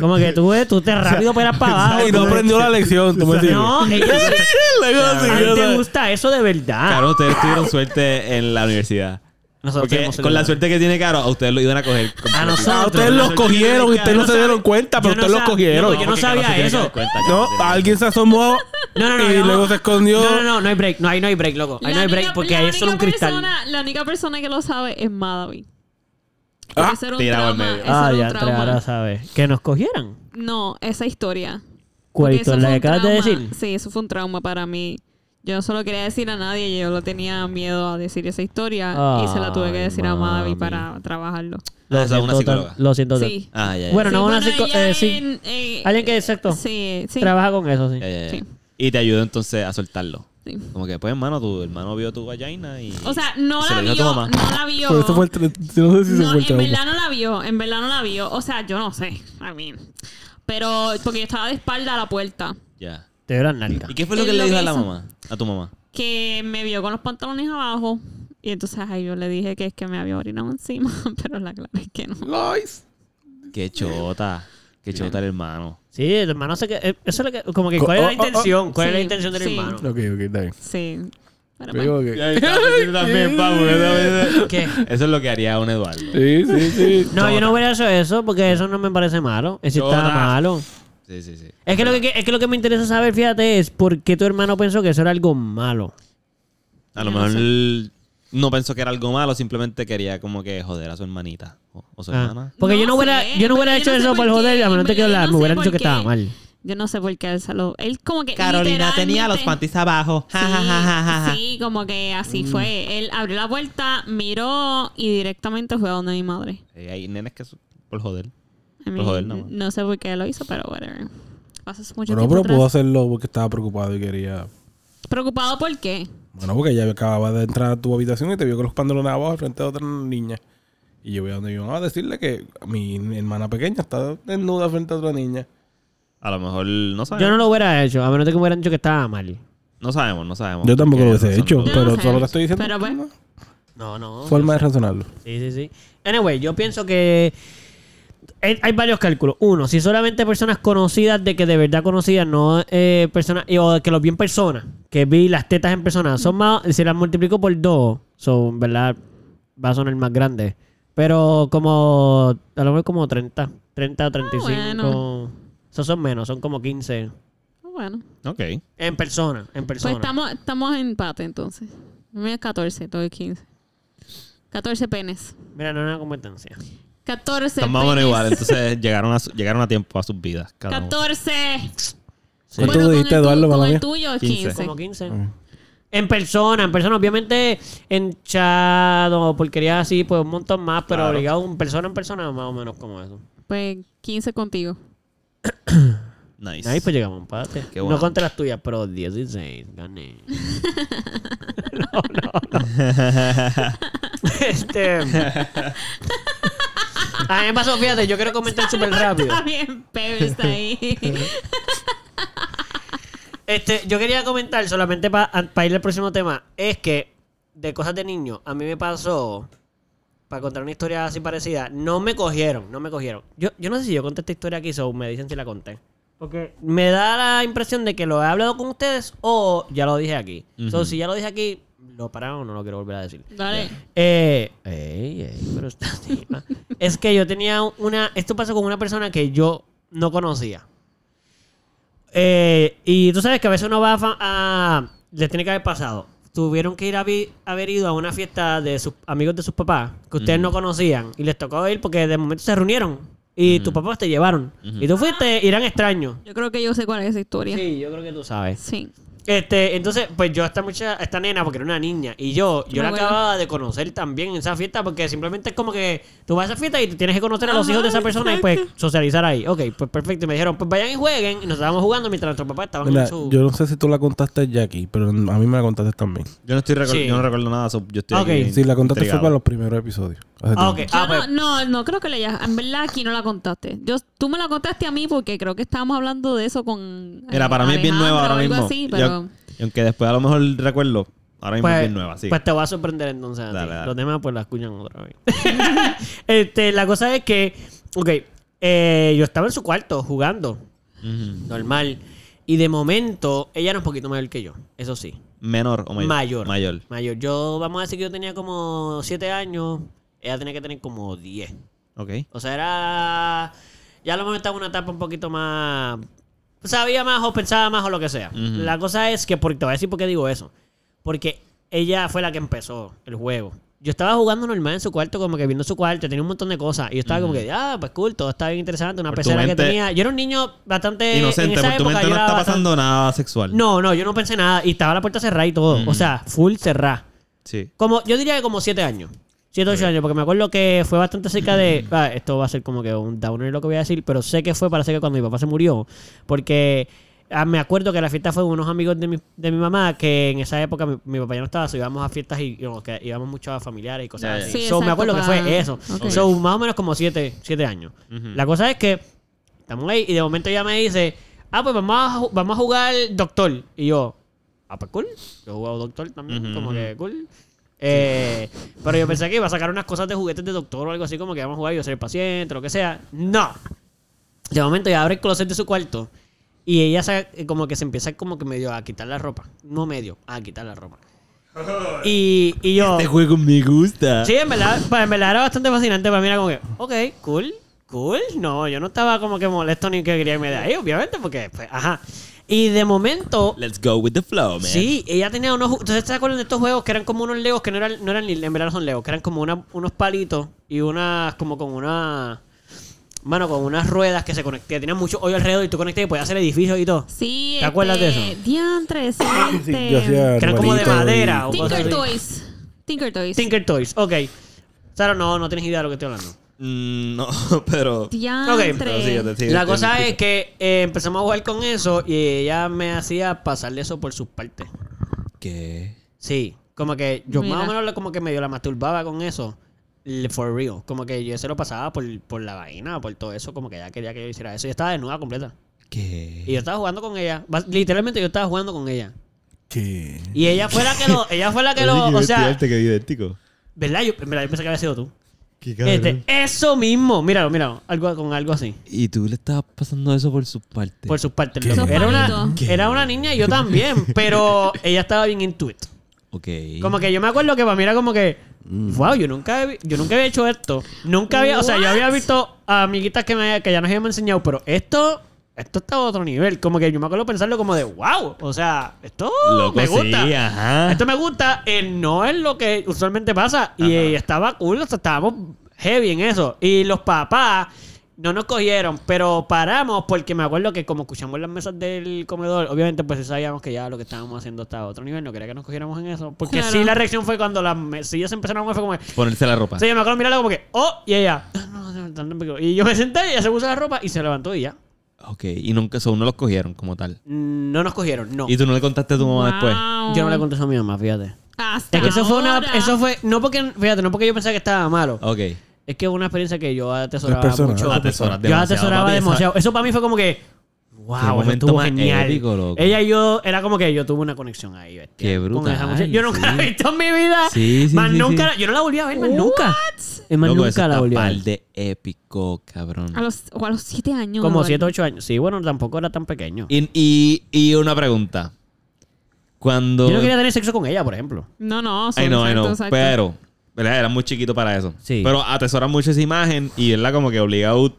Speaker 3: Como que tú, eh, tú te rápido para para abajo.
Speaker 4: Y no
Speaker 3: tú-
Speaker 4: aprendió la lección, tú me sigues.
Speaker 3: No, ella sí.
Speaker 4: Luego
Speaker 3: A
Speaker 4: siguió,
Speaker 3: ti te
Speaker 4: ¿sabes?
Speaker 3: gusta eso de verdad.
Speaker 1: Caro, ustedes tuvieron suerte en la universidad.
Speaker 3: Nosotros
Speaker 1: Porque
Speaker 3: hemos
Speaker 1: con la
Speaker 3: celebrado.
Speaker 1: suerte que tiene Caro, a ustedes lo iban a coger.
Speaker 3: A nosotros.
Speaker 4: Ah, ustedes los cogieron y ustedes no se dieron cuenta, pero
Speaker 3: Yo no
Speaker 4: ustedes los
Speaker 3: sab-
Speaker 4: cogieron.
Speaker 3: no, yo no sabía eso.
Speaker 4: No, alguien se asomó
Speaker 3: No, no, no.
Speaker 4: y
Speaker 3: no.
Speaker 4: luego se escondió.
Speaker 3: No, no, no, no hay break. No, ahí no hay break, loco. Ahí no hay break porque ahí es solo un cristal.
Speaker 2: Persona, la única persona que lo sabe es Madavi.
Speaker 4: Ah,
Speaker 2: Ese era un
Speaker 1: tirado al
Speaker 2: trauma,
Speaker 1: medio.
Speaker 2: ese
Speaker 3: Ah,
Speaker 2: era un
Speaker 3: ya,
Speaker 2: trauma.
Speaker 3: ahora sabes. Que nos cogieran.
Speaker 2: No, esa historia.
Speaker 3: ¿Cuál
Speaker 2: Porque
Speaker 3: historia?
Speaker 2: eso
Speaker 3: ¿La
Speaker 2: fue
Speaker 3: que
Speaker 2: un
Speaker 3: acabas de
Speaker 2: trauma.
Speaker 3: decir?
Speaker 2: Sí, eso fue un trauma para mí. Yo no se lo quería decir a nadie, yo lo tenía miedo a decir esa historia y se la tuve que
Speaker 3: Ay,
Speaker 2: decir a Madavi
Speaker 3: mami.
Speaker 2: para trabajarlo.
Speaker 1: Ah,
Speaker 3: Lo
Speaker 1: o sea, una
Speaker 3: siento tan-
Speaker 1: psicóloga.
Speaker 3: Lo siento. tan-
Speaker 2: Sí.
Speaker 1: Ah, ya, ya.
Speaker 3: Bueno, no, una psico-
Speaker 2: ella
Speaker 3: eh, sí.
Speaker 2: en- eh,
Speaker 3: Alguien que, exacto,
Speaker 2: Sí, sí.
Speaker 3: trabaja con eso, sí.
Speaker 4: Eh.
Speaker 1: Ya, ya, ya.
Speaker 2: Sí.
Speaker 1: Y te ayudó entonces a soltarlo.
Speaker 2: sí. Oh.
Speaker 1: Como que, pues, hermano, tu hermano vio tu vagina y.
Speaker 2: O sea, no
Speaker 1: se
Speaker 2: la
Speaker 1: lo dijo a
Speaker 2: vio,
Speaker 1: tu
Speaker 2: no
Speaker 1: mamá.
Speaker 2: la vio.
Speaker 4: Por eso fue el tra- No sé si se
Speaker 2: No,
Speaker 4: fue el
Speaker 2: en
Speaker 4: trauma.
Speaker 2: verdad no la vio, en verdad no la vio. O sea, yo no sé, I mean. Pero porque yo estaba de espalda a la puerta,
Speaker 1: Ya.
Speaker 3: Te veo las nalgas.
Speaker 1: ¿Y qué fue lo
Speaker 2: Es
Speaker 1: que le
Speaker 2: lo
Speaker 1: dijo
Speaker 2: que
Speaker 1: a la
Speaker 2: hizo.
Speaker 1: mamá? A tu mamá.
Speaker 2: que me vio con los pantalones abajo. Y entonces ahí yo le dije que es que me había orinado encima, pero la clave es que no.
Speaker 4: Lois.
Speaker 1: Qué chota. Qué chota el hermano.
Speaker 3: Sí, el hermano se que... eh, Eso es lo que... Como que,
Speaker 4: Co-
Speaker 3: ¿cuál es
Speaker 4: oh,
Speaker 3: la
Speaker 4: oh, oh.
Speaker 3: intención? ¿Cuál es la
Speaker 2: Sí,
Speaker 3: intención del
Speaker 2: sí.
Speaker 3: hermano?
Speaker 4: Ok, ok, está bien.
Speaker 2: Sí. Pero
Speaker 4: Yo
Speaker 2: bueno.
Speaker 4: digo que-
Speaker 1: también,
Speaker 3: ¿Qué?
Speaker 1: Eso es lo que haría un Eduardo.
Speaker 4: Sí, sí, sí.
Speaker 3: No, yo no hubiera hecho eso porque eso no me parece malo. Eso está
Speaker 1: Chota.
Speaker 3: malo.
Speaker 1: Sí, sí, sí.
Speaker 3: Es que, lo que, es que lo que me interesa saber, fíjate, es por qué tu hermano pensó que eso era algo malo.
Speaker 1: A lo mejor él no pensó que era algo malo, simplemente quería como que joder a su hermanita o, o su
Speaker 3: Ah,
Speaker 1: hermana.
Speaker 3: Porque yo no
Speaker 2: sé,
Speaker 3: hubiera, yo no
Speaker 2: pero
Speaker 3: hubiera
Speaker 2: yo
Speaker 3: hecho
Speaker 2: no sé
Speaker 3: eso
Speaker 2: por
Speaker 3: por joder,
Speaker 2: qué,
Speaker 3: a menos de que
Speaker 2: en
Speaker 3: la-
Speaker 2: verdad
Speaker 3: me
Speaker 2: no
Speaker 3: hubieran
Speaker 2: sé
Speaker 3: dicho que
Speaker 2: por
Speaker 3: estaba
Speaker 2: qué.
Speaker 3: mal.
Speaker 2: pues, Yo no sé por qué él se lo... Él como que
Speaker 5: Carolina tenía los
Speaker 2: literalmente-
Speaker 5: panties abajo. Ja, ja, ja, ja, ja, ja.
Speaker 2: Sí, como que
Speaker 4: Mm.
Speaker 2: así fue. Él abrió la puerta, miró y directamente fue a donde mi madre.
Speaker 1: Eh, hay nenes que su- por joder.
Speaker 2: I mean,
Speaker 1: Por joder, nada más.
Speaker 2: no sé por qué lo hizo, pero whatever. Pasas mucho
Speaker 4: Bueno, pero
Speaker 2: tiempo
Speaker 4: pudo
Speaker 2: atrás.
Speaker 4: hacerlo porque estaba preocupado y quería.
Speaker 2: ¿Preocupado por qué?
Speaker 4: Bueno, porque ella acababa de entrar a tu habitación y te vio con los pantalones abajo al frente de otra niña. Y yo voy a donde yo a decirle que mi hermana pequeña está desnuda frente a otra niña.
Speaker 1: A lo mejor no sabemos.
Speaker 3: Yo no lo hubiera hecho, a menos de que me hubieran dicho que estaba mal.
Speaker 1: No sabemos, no sabemos.
Speaker 4: Yo tampoco lo
Speaker 1: Porque
Speaker 4: hubiese
Speaker 1: razón
Speaker 4: hecho,
Speaker 1: no lo-
Speaker 2: Yo no
Speaker 4: pero
Speaker 2: sé,
Speaker 4: solo te estoy diciendo.
Speaker 2: pero bueno.
Speaker 4: una
Speaker 3: No, no.
Speaker 4: Forma de razonarlo.
Speaker 3: Sí, sí, sí. Anyway, yo pienso que hay, hay varios cálculos. Uno, si solamente personas conocidas, de que de verdad conocidas, no eh, personas, y- o que los vi en persona, que vi las tetas en persona, son más, si las multiplico por dos, son, ¿verdad? Va a sonar más grande. Pero como, a lo mejor como 30, 30 o 35.
Speaker 2: Ah, bueno.
Speaker 3: Esos son menos, son como 15.
Speaker 2: Ah, Bueno,
Speaker 1: Ok.
Speaker 3: En persona, en persona.
Speaker 2: pues estamos, estamos en empate entonces. Mira, 14, estoy 15. 14 penes.
Speaker 3: Mira, no es una competencia.
Speaker 2: 14
Speaker 1: Están más o menos
Speaker 2: penes.
Speaker 1: igual. Entonces llegaron a, su- llegaron a tiempo a sus vidas. Cada uno.
Speaker 2: 14.
Speaker 3: Sí.
Speaker 4: ¿Cuánto
Speaker 2: con
Speaker 4: dijiste,
Speaker 2: el tu-
Speaker 4: Eduardo,
Speaker 2: Con
Speaker 4: mala mía?
Speaker 2: el tuyo es
Speaker 1: 15.
Speaker 2: 15.
Speaker 3: Como 15. En persona, en persona. Obviamente en chat o porquerías así, pues un montón más, pero
Speaker 1: Claro.
Speaker 3: obligado en persona, en persona, más o menos como eso.
Speaker 2: Pues 15 contigo.
Speaker 1: Nice.
Speaker 3: Ahí pues llegamos a empate.
Speaker 1: Qué bueno.
Speaker 3: No contra las tuyas, pero 16, gané. no, no, no. este... A mí me pasó, fíjate, yo quiero comentar súper rápido.
Speaker 2: Está bien, Pepe está ahí.
Speaker 3: Este, yo quería comentar solamente para ir al próximo tema. Es que, de cosas de niño, a mí me pasó, para contar una historia así parecida, no me cogieron, no me cogieron. Yo, yo no sé si yo conté esta historia aquí, o me dicen si la conté. Porque me da la impresión de que lo he hablado con ustedes o ya lo dije aquí. Entonces,
Speaker 1: Ujú.
Speaker 3: si ya lo dije aquí, lo paramos, no lo quiero volver a decir.
Speaker 2: Dale.
Speaker 3: Eh, ey, ey, pero esta tipa. es que yo tenía una. Esto pasó con una persona que yo no conocía. Eh, y tú sabes que a veces uno va a, fa- a- Les tiene que haber pasado. Tuvieron que ir a vi- haber ido a una fiesta de sus amigos de sus papás que ustedes no conocían. Y les tocó ir porque de momento se reunieron. Y tus papás te llevaron. Y tú fuiste, y eran extraños.
Speaker 2: Yo creo que yo sé cuál es esa historia. Sí.
Speaker 3: Sí, yo creo que tú sabes. Este, entonces, pues yo a esta mucha, a esta nena, porque era una niña, y yo,
Speaker 2: Me
Speaker 3: yo la
Speaker 2: acuerdo.
Speaker 3: acababa de conocer también en esa fiesta, porque simplemente es como que tú vas a esa fiesta y tú tienes que conocer a los
Speaker 2: Ajá,
Speaker 3: hijos de esa persona y pues socializar ahí. Ok, pues perfecto. Y me dijeron, pues vayan y jueguen, y nos estábamos jugando mientras nuestros papás estaban
Speaker 4: Mira,
Speaker 3: en su.
Speaker 4: yo no sé si tú la contaste a Jackie, pero a mí me la contaste también.
Speaker 1: Yo no, estoy recor-
Speaker 3: Sí.
Speaker 1: yo no recuerdo nada. so- yo estoy
Speaker 3: Ok.
Speaker 1: aquí
Speaker 4: Si la contaste fue
Speaker 1: intrigado.
Speaker 4: para los primeros episodios. Hace
Speaker 3: Ah, ok.
Speaker 4: tiempo.
Speaker 2: Yo
Speaker 3: Ah,
Speaker 2: no,
Speaker 3: pues-
Speaker 2: no, no creo que le hayas. En verdad, aquí no la contaste. Yo, tú me la contaste a mí porque creo que estábamos hablando de eso con. eh,
Speaker 1: Mira, para mí es bien
Speaker 2: Alejandro
Speaker 1: nueva
Speaker 2: o
Speaker 1: ahora
Speaker 2: algo
Speaker 1: mismo.
Speaker 2: así,
Speaker 1: Yo-
Speaker 2: pero.
Speaker 1: y aunque después a lo mejor recuerdo, ahora mismo es bien nueva, sí.
Speaker 3: Pues te voy a sorprender entonces. a ti.
Speaker 1: Dale, dale.
Speaker 3: Los demás pues la escuchan otra vez. este, la cosa es que, ok, eh, yo estaba en su cuarto jugando, normal. Y de momento, ella era un poquito mayor que yo, eso sí.
Speaker 1: Menor o mayor.
Speaker 3: Mayor.
Speaker 1: Mayor.
Speaker 3: Mayor. Yo, vamos a decir que yo tenía como 7 años, ella tenía que tener como 10.
Speaker 1: Ok.
Speaker 3: O sea, era. Ya lo hemos estado en una etapa un poquito más. Sabía más o pensaba más o lo que sea. La cosa es que, por, te voy a decir por qué digo eso. Porque ella fue la que empezó el juego. Yo estaba jugando normal en su cuarto, como que viendo su cuarto, tenía un montón de cosas. Y yo estaba como que, ah, pues cool, todo está bien interesante, una
Speaker 1: Por tu
Speaker 3: pecera que
Speaker 1: mente-
Speaker 3: tenía. Yo era un niño bastante. en
Speaker 1: Inocente,
Speaker 3: esa
Speaker 1: por tu
Speaker 3: época
Speaker 1: mente
Speaker 3: yo
Speaker 1: no
Speaker 3: era
Speaker 1: está
Speaker 3: bastante-
Speaker 1: pasando nada sexual.
Speaker 3: No, no, yo no pensé nada. Y estaba la puerta cerrada y todo. O sea, full cerrada.
Speaker 1: Sí.
Speaker 3: Como, yo diría que como siete años. Siete, ocho años, porque me acuerdo que fue bastante cerca de.
Speaker 1: Mm.
Speaker 3: Ah, esto va a ser como que un downer lo que voy a decir, pero sé que fue, parece que cuando mi papá se murió. Porque ah, me acuerdo que la fiesta fue con unos amigos de mi, de mi mamá, que en esa época mi, mi papá ya no estaba, so íbamos a fiestas y, y nos queda- íbamos mucho a familiares y cosas
Speaker 1: Ya, ya.
Speaker 3: así.
Speaker 2: Sí,
Speaker 3: So, me
Speaker 2: exacto,
Speaker 3: acuerdo que
Speaker 2: para-
Speaker 3: fue eso.
Speaker 2: Ok.
Speaker 3: So, más o menos como siete, siete años. La cosa es que estamos ahí y de momento ella me dice, ah, pues vamos a, ju- vamos a jugar doctor. Y yo, ah, pues cool. Yo he jugado doctor también, como que cool. Eh, pero yo pensé que iba a sacar unas cosas de juguetes de doctor o algo así, como que vamos a jugar y yo ser el paciente, lo que sea. No. De momento ella abre el closet de su cuarto y ella se- eh, como que se empieza como que medio a quitar la ropa. No medio, a quitar la ropa. Y, y yo...
Speaker 1: Este juego me gusta.
Speaker 3: Sí, en verdad, pa- en verdad era bastante fascinante. Para mí era como que, ok, cool, cool. No, yo no estaba como que molesto ni que quería irme de ahí, obviamente, porque, pues, ajá. Y de momento,
Speaker 1: Let's go with the flow, man.
Speaker 3: sí, ella tenía unos. ju- ¿Ustedes se acuerdan de estos juegos que eran como unos legos que no eran, no eran ni. En verdad no son legos, que eran como una- unos palitos y unas. como con una. Mano, con unas ruedas que se conectaban. Tenían mucho hoyo alrededor y tú conectabas y podías hacer edificios y todo.
Speaker 2: Sí.
Speaker 3: ¿Te acuerdas de
Speaker 2: este,
Speaker 3: eso?
Speaker 2: Diantre, sí,
Speaker 4: Sí,
Speaker 2: este,
Speaker 4: yo hacía
Speaker 3: que era como de
Speaker 4: arbolito y-
Speaker 3: madera o cosas
Speaker 2: Tinker
Speaker 3: así.
Speaker 2: Toys. Tinker Toys.
Speaker 3: Tinker Toys, ok. Sara, no, no tienes idea de lo que estoy hablando.
Speaker 1: Mm, no, pero.
Speaker 2: Diantre.
Speaker 3: Ok.
Speaker 1: pero sigue, sigue,
Speaker 3: La
Speaker 1: te
Speaker 3: cosa es
Speaker 1: explico.
Speaker 3: que eh, empezamos a jugar con eso y ella me hacía pasarle eso por sus partes.
Speaker 1: ¿Qué?
Speaker 3: Sí, como que yo más
Speaker 2: Mira.
Speaker 3: o menos le- como que medio la masturbaba con eso. l- For real. Como que yo se lo pasaba por, por la vaina, por todo eso. Como que ella quería que yo hiciera eso. Y estaba desnuda completa. Y
Speaker 1: ¿Qué?
Speaker 3: yo estaba jugando con ella. Bas- Literalmente yo estaba jugando con ella.
Speaker 4: ¿Qué?
Speaker 3: Y ella fue la que lo... Ella fue la que lo... O sea...
Speaker 1: que idéntico.
Speaker 3: ¿Verdad? Yo, en verdad, yo pensé que había sido tú.
Speaker 1: Qué
Speaker 3: Este, eso mismo. Míralo, míralo. Algo, con algo así.
Speaker 1: Y tú le estabas pasando eso por sus partes.
Speaker 3: Por sus partes.
Speaker 4: ¿Qué?
Speaker 3: loco.
Speaker 2: Esos
Speaker 3: Era una,
Speaker 2: palitos.
Speaker 3: era una niña y yo también, pero ella estaba bien into it.
Speaker 1: Ok.
Speaker 3: Como que yo me acuerdo que para mí era como que,
Speaker 1: Mm.
Speaker 3: wow, yo nunca, he vi- yo nunca había hecho esto. Nunca había, o sea, yo había visto a amiguitas que, me, que ya nos habían enseñado, pero esto, esto está a otro nivel. Como que yo me acuerdo pensarlo como de, wow, o sea, esto
Speaker 1: Loco,
Speaker 3: "Oh, me gusta.
Speaker 1: sí, ajá.
Speaker 3: Esto me gusta, eh, no es lo que usualmente pasa. Y eh, estaba cool, o sea, estábamos heavy en eso. Y los papás no nos cogieron, pero paramos porque me acuerdo que como escuchamos las mesas del comedor, obviamente pues sabíamos que ya lo que estábamos haciendo estaba a otro nivel, no quería que nos cogiéramos en eso. Porque
Speaker 2: Claro.
Speaker 3: sí la reacción fue cuando las mesillas se empezaron a mover, fue como... que-
Speaker 1: Ponerse la ropa.
Speaker 3: Sí, yo me acuerdo mirarla como que, oh, y ella... "No, no, no, no". Y yo me senté, y ella se puso la ropa y se levantó y ya.
Speaker 1: Ok. Y nunca, son no los cogieron como tal.
Speaker 3: No nos cogieron, no.
Speaker 1: Y tú no le contaste a tu mamá después.
Speaker 2: Wow.
Speaker 3: Yo no le conté eso a mi mamá, fíjate.
Speaker 2: Hasta
Speaker 3: Es que eso fue una.
Speaker 2: ahora.
Speaker 3: Eso fue. No porque. Fíjate, no porque yo pensaba que estaba malo.
Speaker 1: Ok.
Speaker 3: Es que es una experiencia que yo atesoraba
Speaker 4: Las personas,
Speaker 3: mucho.
Speaker 4: las
Speaker 1: personas.
Speaker 3: yo atesoraba
Speaker 1: Demasiado, papi,
Speaker 3: demasiado. Eso para mí fue como que.
Speaker 1: Qué
Speaker 3: Wow, eso
Speaker 1: momento
Speaker 3: estuvo
Speaker 1: más
Speaker 3: genial.
Speaker 1: épico, loco.
Speaker 3: Ella y yo, era como que yo tuve una conexión ahí, bestia,
Speaker 1: Qué
Speaker 3: con
Speaker 1: brutal,
Speaker 3: esa muchacha. Yo nunca la
Speaker 1: sí.
Speaker 3: he visto en mi vida.
Speaker 1: Sí, sí,
Speaker 3: Más
Speaker 1: sí,
Speaker 3: nunca. Yo no la volví a ver, más nunca. Es más,
Speaker 1: Loco, pues, eso
Speaker 3: nunca la
Speaker 1: está
Speaker 3: volví a
Speaker 1: pal
Speaker 3: ver.
Speaker 1: de épico, cabrón.
Speaker 2: A los, o a los siete años.
Speaker 3: Como
Speaker 2: Eduardo.
Speaker 3: 7, 8 años. Sí, bueno, tampoco era tan pequeño.
Speaker 1: Y, y, y una pregunta. Cuando.
Speaker 3: Yo no quería tener sexo con ella, por ejemplo.
Speaker 2: No, no. son-
Speaker 1: Ay, no, ay,
Speaker 2: exacto,
Speaker 1: no.
Speaker 2: exacto.
Speaker 1: Pero, ¿verdad? Era muy chiquito para eso.
Speaker 3: Sí.
Speaker 1: Pero atesoran mucho esa imagen y, ¿verdad? Como que obligado.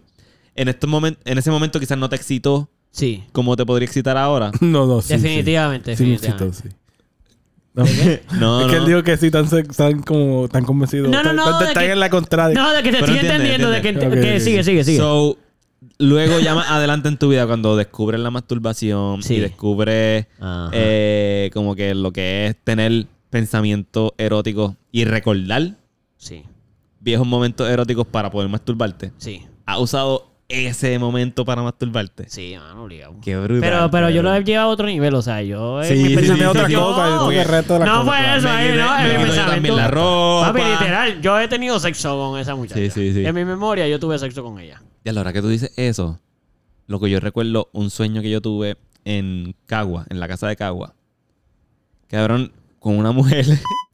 Speaker 1: En, estos momen- en ese momento quizás no te excitó
Speaker 3: Sí.
Speaker 1: como te podría excitar ahora.
Speaker 4: No, no, sí. sí.
Speaker 3: Definitivamente,
Speaker 4: Sí,
Speaker 3: definitivamente.
Speaker 4: sí, sí. No.
Speaker 1: No,
Speaker 4: es
Speaker 1: no.
Speaker 4: que él dijo que sí, tan, se- tan como tan convencido.
Speaker 3: No, no,
Speaker 4: Tan-
Speaker 3: no,
Speaker 4: tan-
Speaker 3: de
Speaker 4: tan
Speaker 3: que-
Speaker 4: en la contraria.
Speaker 3: No, de que te
Speaker 1: Ah, Pero
Speaker 3: estoy
Speaker 1: entiende,
Speaker 3: entendiendo, de que,
Speaker 1: entiende.
Speaker 3: ent-
Speaker 4: Ok,
Speaker 3: que
Speaker 4: ok,
Speaker 3: sigue,
Speaker 4: ok.
Speaker 3: sigue, sigue.
Speaker 1: So, luego ya más adelante en tu vida, cuando descubres la masturbación
Speaker 3: Sí.
Speaker 1: y descubres
Speaker 3: Ajá.
Speaker 1: eh, como que lo que es tener pensamientos eróticos y recordar
Speaker 3: sí,
Speaker 1: viejos momentos eróticos para poder masturbarte.
Speaker 3: sí,
Speaker 1: ¿Has usado ese momento para masturbarte?
Speaker 3: sí, mano, obligado.
Speaker 1: Qué brutal.
Speaker 3: Pero, pero yo lo he
Speaker 1: cabrón.
Speaker 3: llevado a otro nivel, o sea, yo...
Speaker 4: Sí, sí, sí, otra
Speaker 3: yo-
Speaker 4: cosa, yo creo que el resto de la
Speaker 3: No
Speaker 4: cosa,
Speaker 3: fue
Speaker 4: claro.
Speaker 3: eso
Speaker 1: Me
Speaker 3: ahí,
Speaker 1: quité-
Speaker 3: ¿no?
Speaker 1: me
Speaker 3: Es mi
Speaker 1: quité
Speaker 3: pensamiento.
Speaker 1: también la ropa.
Speaker 3: Papi, literal, yo he tenido sexo con esa muchacha.
Speaker 1: Sí, sí, sí.
Speaker 3: En mi memoria yo tuve sexo con ella.
Speaker 1: Y a la hora que tú dices eso, lo que yo recuerdo, un sueño que yo tuve en Cagua, en la casa de Cagua. Cabrón, con una mujer.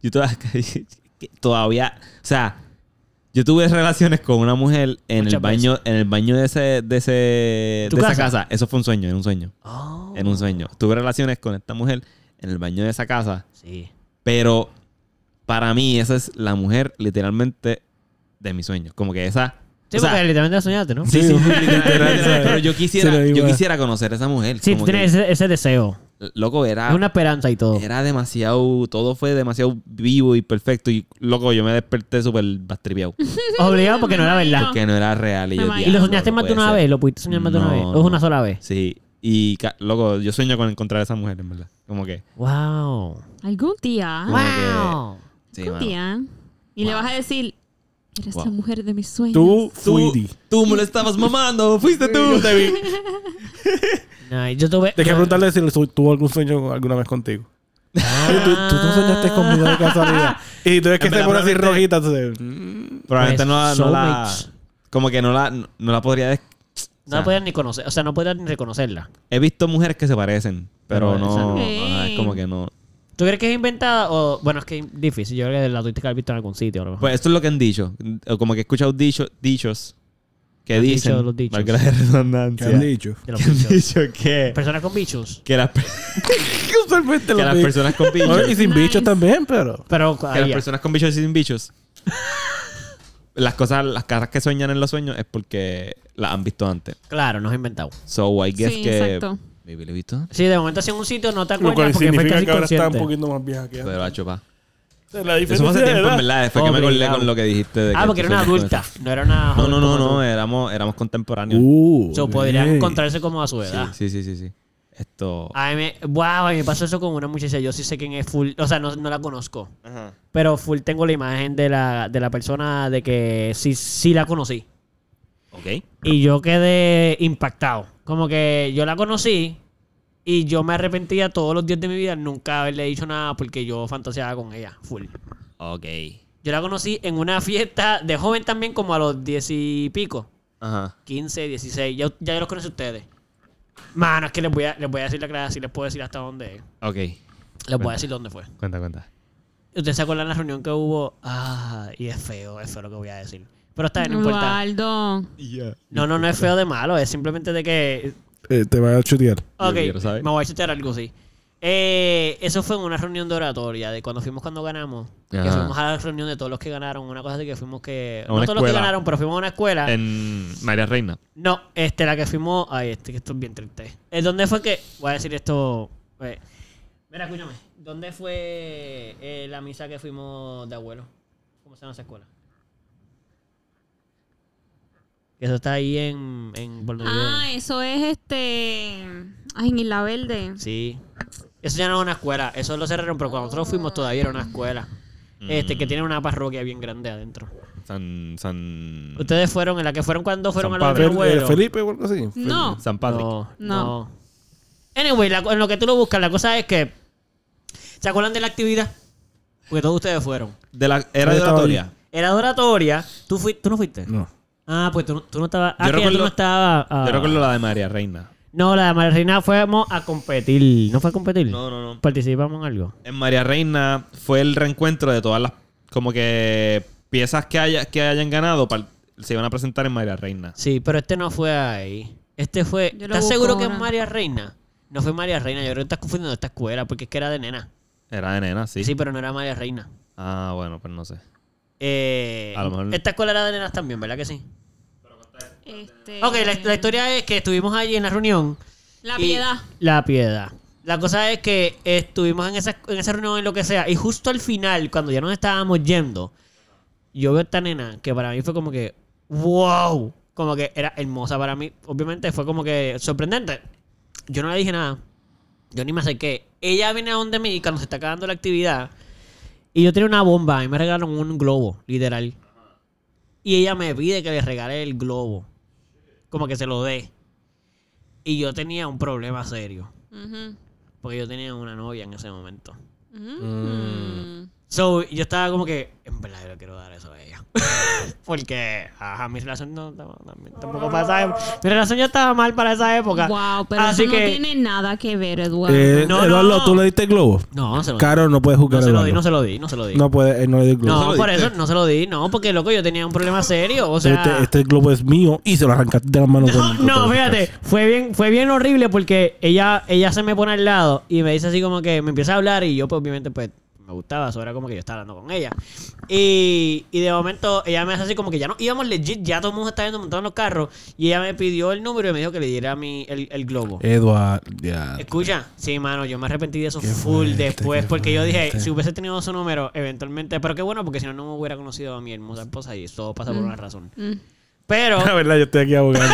Speaker 1: yo toda- que todavía. O sea, Yo tuve relaciones con una mujer en
Speaker 3: Muchas
Speaker 1: el baño, en el baño de ese, de ese, de
Speaker 3: ¿Tu
Speaker 1: esa
Speaker 3: casa?
Speaker 1: casa. Eso fue un sueño, en un sueño,
Speaker 3: Oh,
Speaker 1: en un sueño. Tuve relaciones con esta mujer en el baño de esa casa,
Speaker 3: sí.
Speaker 1: pero para mí esa es la mujer literalmente de mis sueños. Como que esa,
Speaker 3: Sí,
Speaker 1: o sea,
Speaker 3: porque literalmente la soñaste, ¿no?
Speaker 1: sí, sí, literalmente,
Speaker 4: Sí.
Speaker 1: Pero yo
Speaker 4: Se
Speaker 1: quisiera,
Speaker 4: lo iba.
Speaker 1: yo quisiera conocer a esa mujer.
Speaker 3: Sí, tú
Speaker 1: como que, Ah.
Speaker 3: tienes ese, ese deseo.
Speaker 1: loco era,
Speaker 3: Es una esperanza y todo.
Speaker 1: era demasiado, todo fue demasiado vivo y perfecto y loco yo me desperté súper bastripeado.
Speaker 3: Obligado porque no era verdad.
Speaker 2: Imagino.
Speaker 1: que no era real. Y, yo,
Speaker 2: Me imagino.
Speaker 3: ¿Y lo
Speaker 1: "Diablo,
Speaker 3: soñaste
Speaker 1: no
Speaker 3: más de
Speaker 1: puede
Speaker 3: una
Speaker 1: ser".
Speaker 3: vez? ¿Lo pudiste soñar más de una
Speaker 1: No,
Speaker 3: vez? ¿O
Speaker 1: no.
Speaker 3: es una sola vez?
Speaker 1: Sí. Y, ca- loco, yo sueño con encontrar a esa mujer, en verdad. Como que.
Speaker 3: ¡Wow!
Speaker 2: Algún día.
Speaker 1: Como
Speaker 3: ¡Wow!
Speaker 1: Sí,
Speaker 2: algún
Speaker 1: mano.
Speaker 2: día. Y le vas a decir, eres
Speaker 1: Wow.
Speaker 2: la mujer de mis sueños.
Speaker 4: Tú,
Speaker 1: Tú,
Speaker 4: Fuidi.
Speaker 1: tú me lo estabas mamando. Fuiste tú.
Speaker 3: Ay, yo tuve...
Speaker 4: Te que
Speaker 3: yo-
Speaker 4: preguntarle si su- tuvo algún sueño alguna vez contigo. Oye, ¿Tú,
Speaker 3: Ah.
Speaker 4: tú no soñaste conmigo de casualidad. Y tú ves que
Speaker 1: En
Speaker 4: se
Speaker 1: verdad,
Speaker 4: pone así
Speaker 1: probablemente-
Speaker 4: rojita. entonces, mm.
Speaker 1: Probablemente no, la- no la.
Speaker 3: Soulmates.
Speaker 1: Como que no la, no, la podría. des-
Speaker 3: No la podías ni conocer. O sea, no podías ni reconocerla.
Speaker 1: He visto mujeres que se parecen, pero
Speaker 3: Pero esa
Speaker 1: no.
Speaker 2: no.
Speaker 1: ajá, es como que no.
Speaker 3: ¿Tú crees que es inventada o...? Bueno, es que es difícil. Yo creo que la tuviste que haber visto en algún sitio. a lo mejor.
Speaker 1: Pues esto es lo que han dicho. O Como que he escuchado dicho- dichos que
Speaker 3: Han dicho
Speaker 1: dicen.
Speaker 3: los dichos.
Speaker 1: valga la
Speaker 4: ¿Qué
Speaker 1: redundancia.
Speaker 4: han dicho?
Speaker 3: De los
Speaker 1: que han
Speaker 3: bichos.
Speaker 1: dicho que.
Speaker 3: Personas con bichos.
Speaker 1: Que las, pe-
Speaker 4: Que usualmente
Speaker 1: que
Speaker 4: lo
Speaker 1: las
Speaker 4: vi.
Speaker 1: personas con bichos.
Speaker 4: Oye, Y sin
Speaker 2: Nice.
Speaker 4: bichos también, pero.
Speaker 3: Pero...
Speaker 1: Que
Speaker 3: ahí
Speaker 1: las
Speaker 3: ya.
Speaker 1: personas con bichos y sin bichos. las cosas, las caras que sueñan en los sueños es porque las han visto antes.
Speaker 3: Claro, nos inventado.
Speaker 1: So I guess
Speaker 2: Sí,
Speaker 1: que.
Speaker 2: exacto.
Speaker 1: Baby, ¿lo he visto?
Speaker 3: Sí, de momento si en un sitio no te
Speaker 4: Lo
Speaker 3: acuerdas
Speaker 4: cual
Speaker 3: porque fue
Speaker 4: significa
Speaker 3: casi
Speaker 4: que ahora está un
Speaker 3: consciente.
Speaker 4: poquito más vieja que antes.
Speaker 1: Pero ha chupado.
Speaker 4: La
Speaker 1: Eso fue hace
Speaker 4: diferencia de
Speaker 1: tiempo, en
Speaker 4: edad.
Speaker 1: verdad. Fue que me acordé
Speaker 3: Obligado.
Speaker 1: con lo que dijiste. de
Speaker 3: Ah,
Speaker 1: que
Speaker 3: porque
Speaker 1: tú
Speaker 3: era una
Speaker 1: sueñas con
Speaker 3: adulta. No era una
Speaker 1: eso. No, no, no,
Speaker 3: joven como
Speaker 1: no.
Speaker 3: nosotros.
Speaker 1: Éramos, éramos contemporáneos.
Speaker 4: Uh,
Speaker 3: So, podrían
Speaker 4: bien.
Speaker 3: encontrarse como a su edad.
Speaker 1: sí, sí, sí, sí. Esto.
Speaker 3: A mí me, wow, a mí me pasó eso con una muchacha. Yo sí sé quién es full. O sea, no, no la conozco. Pero full tengo la imagen de la, de la persona de que sí, sí la conocí.
Speaker 1: Ok.
Speaker 3: Y yo quedé impactado. Como que yo la conocí y yo me arrepentía todos los días de mi vida nunca haberle dicho nada porque yo fantaseaba con ella. Full.
Speaker 1: Ok.
Speaker 3: Yo la conocí en una fiesta de joven también, como a los diez y pico.
Speaker 1: Ajá.
Speaker 3: 15, 16. Ya, ya yo los conoce ustedes. Mano, es que les voy a, les voy a decir la clase si les puedo decir hasta dónde es.
Speaker 1: Ok.
Speaker 3: Les voy
Speaker 1: Cuenta.
Speaker 3: a decir dónde fue.
Speaker 1: Cuenta, cuenta.
Speaker 3: ¿Ustedes se acuerdan la reunión que hubo? Ah, y es feo, es feo lo que voy a decir. Pero está bien, no importa.
Speaker 2: Waldo.
Speaker 3: No, no, no es feo de malo, es simplemente de que.
Speaker 4: Eh, te va a chutear.
Speaker 1: Yo
Speaker 3: Ok,
Speaker 1: quiero
Speaker 3: me
Speaker 1: saber.
Speaker 3: voy a chutear algo así. Eh, eso fue en una reunión de oratoria, de cuando fuimos cuando ganamos. Que
Speaker 1: Ajá.
Speaker 3: fuimos a la reunión de todos los que ganaron. Una cosa de que fuimos que.
Speaker 1: A
Speaker 3: No
Speaker 1: una
Speaker 3: todos los que
Speaker 1: escuela. Eh.
Speaker 3: ganaron, pero fuimos a una escuela.
Speaker 1: En María Reina.
Speaker 3: No, este, la que fuimos. Ay, este, que esto es bien triste. Eh, ¿Dónde fue que.? Voy a decir esto. eh, Mira, escúchame. ¿Dónde fue eh, la misa que fuimos de abuelo? ¿Cómo se llama esa escuela? Que Eso está ahí en. en por donde
Speaker 2: Ah,
Speaker 3: viven.
Speaker 2: eso es este. Ay, en Isla Verde.
Speaker 3: Sí. Eso ya no es una escuela. Eso lo cerraron, pero cuando nosotros fuimos todavía era una escuela. Este,
Speaker 1: Mm.
Speaker 3: que tiene una parroquia bien grande adentro.
Speaker 1: San. San.
Speaker 3: Ustedes fueron, en la que fueron cuando fueron
Speaker 1: San
Speaker 3: a los
Speaker 1: Padre.
Speaker 3: de
Speaker 4: Fel-
Speaker 3: mi
Speaker 4: eh,
Speaker 3: abuelo.
Speaker 4: Felipe o algo así.
Speaker 2: No.
Speaker 1: San Patrick.
Speaker 3: No,
Speaker 2: No.
Speaker 3: no. Anyway, la- en lo que tú lo buscas, la cosa es que. ¿Se acuerdan de la actividad? Porque todos ustedes fueron.
Speaker 1: De la, era
Speaker 4: Yo
Speaker 1: de
Speaker 4: estaba
Speaker 1: oratoria.
Speaker 3: Era de oratoria. ¿Tú, fui- tú no fuiste?
Speaker 4: No.
Speaker 3: Ah, pues tú, no- tú no estabas.
Speaker 1: Yo
Speaker 3: Ah, que ya tú
Speaker 1: recuerdo-
Speaker 3: no estabas. ah.
Speaker 1: Yo recuerdo la de María Reina.
Speaker 3: No, la de Marina fuimos a competir. ¿No fue a competir?
Speaker 1: No, no, no.
Speaker 3: Participamos en algo.
Speaker 1: En María Reina fue el reencuentro de todas las como que piezas que, haya, que hayan ganado par- se iban a presentar en María Reina.
Speaker 3: Sí, pero este no fue ahí. Este fue.
Speaker 2: Yo lo
Speaker 3: ¿Estás
Speaker 2: busco
Speaker 3: seguro que es
Speaker 2: ahora.
Speaker 3: María Reina? No fue María Reina. Yo creo que estás confundiendo esta escuela porque es que era de nena.
Speaker 1: Era de nena, sí.
Speaker 3: Sí, pero no era María Reina.
Speaker 1: Ah, bueno, pues no sé.
Speaker 3: Eh,
Speaker 1: A lo mejor-
Speaker 3: Esta escuela era de nenas también, ¿verdad que sí?
Speaker 2: Este,
Speaker 3: Ok, la, la historia es que estuvimos allí en la reunión.
Speaker 2: La
Speaker 3: y-
Speaker 2: piedad.
Speaker 3: La piedad. La cosa es que estuvimos en esa, en esa reunión, en lo que sea, y justo al final, cuando ya nos estábamos yendo, yo veo a esta nena que para mí fue como que, wow, como que era hermosa para mí. Obviamente fue como que sorprendente. Yo no le dije nada. Yo ni me acerqué. Ella viene a donde mí cuando se está acabando la actividad. Y yo tenía una bomba. Y me regalaron un globo, literal. Y ella me pide que le regale el globo. Como que se lo dé. Y yo tenía un problema serio.
Speaker 2: Ujú,
Speaker 3: Porque yo tenía una novia en ese momento.
Speaker 2: ujú.
Speaker 3: So, yo estaba como que, en verdad, yo le quiero dar eso a ella. Porque, ajá, mi relación no, no, no, tampoco pasaba. Mi relación ya estaba mal para esa época.
Speaker 2: Wow, pero
Speaker 3: Así
Speaker 2: eso
Speaker 3: que,
Speaker 2: no tiene nada que ver, Eduardo.
Speaker 4: Eh,
Speaker 3: No, no,
Speaker 4: Eduardo,
Speaker 3: no.
Speaker 4: ¿tú le diste el globo?
Speaker 3: No, no se lo di.
Speaker 4: Caro, no puedes
Speaker 3: No
Speaker 4: juzgar a
Speaker 3: se lo
Speaker 4: Eduardo.
Speaker 3: di, no se lo di, no se lo di.
Speaker 4: No puede, él no le dio el globo.
Speaker 3: No,
Speaker 1: se lo
Speaker 3: por
Speaker 1: diste.
Speaker 3: eso no se lo di, no, porque loco, yo tenía un problema serio. O sea,
Speaker 4: este, este globo es mío y se lo arrancaste de las manos.
Speaker 3: No, no, fíjate, fue bien, fue bien horrible porque ella, ella se me pone al lado y me dice así como que me empieza a hablar y yo pues obviamente pues me gustaba, eso era como que yo estaba hablando con ella. Y, y de momento ella me hace así como que ya no íbamos legit, ya todo el mundo estaba yendo montado en los carros y ella me pidió el número y me dijo que le diera mi, el, el globo.
Speaker 4: Eduardo, ya.
Speaker 3: Escucha, sí, mano, yo me arrepentí de eso
Speaker 4: Eh, Qué
Speaker 3: full
Speaker 4: fuerte,
Speaker 3: después
Speaker 4: qué
Speaker 3: porque yo dije,
Speaker 4: fuerte.
Speaker 3: si hubiese tenido su número, eventualmente, pero qué bueno porque si no, no me hubiera conocido a mi hermosa esposa y todo pasa por una razón. Pero...
Speaker 4: La verdad, yo estoy aquí abogando.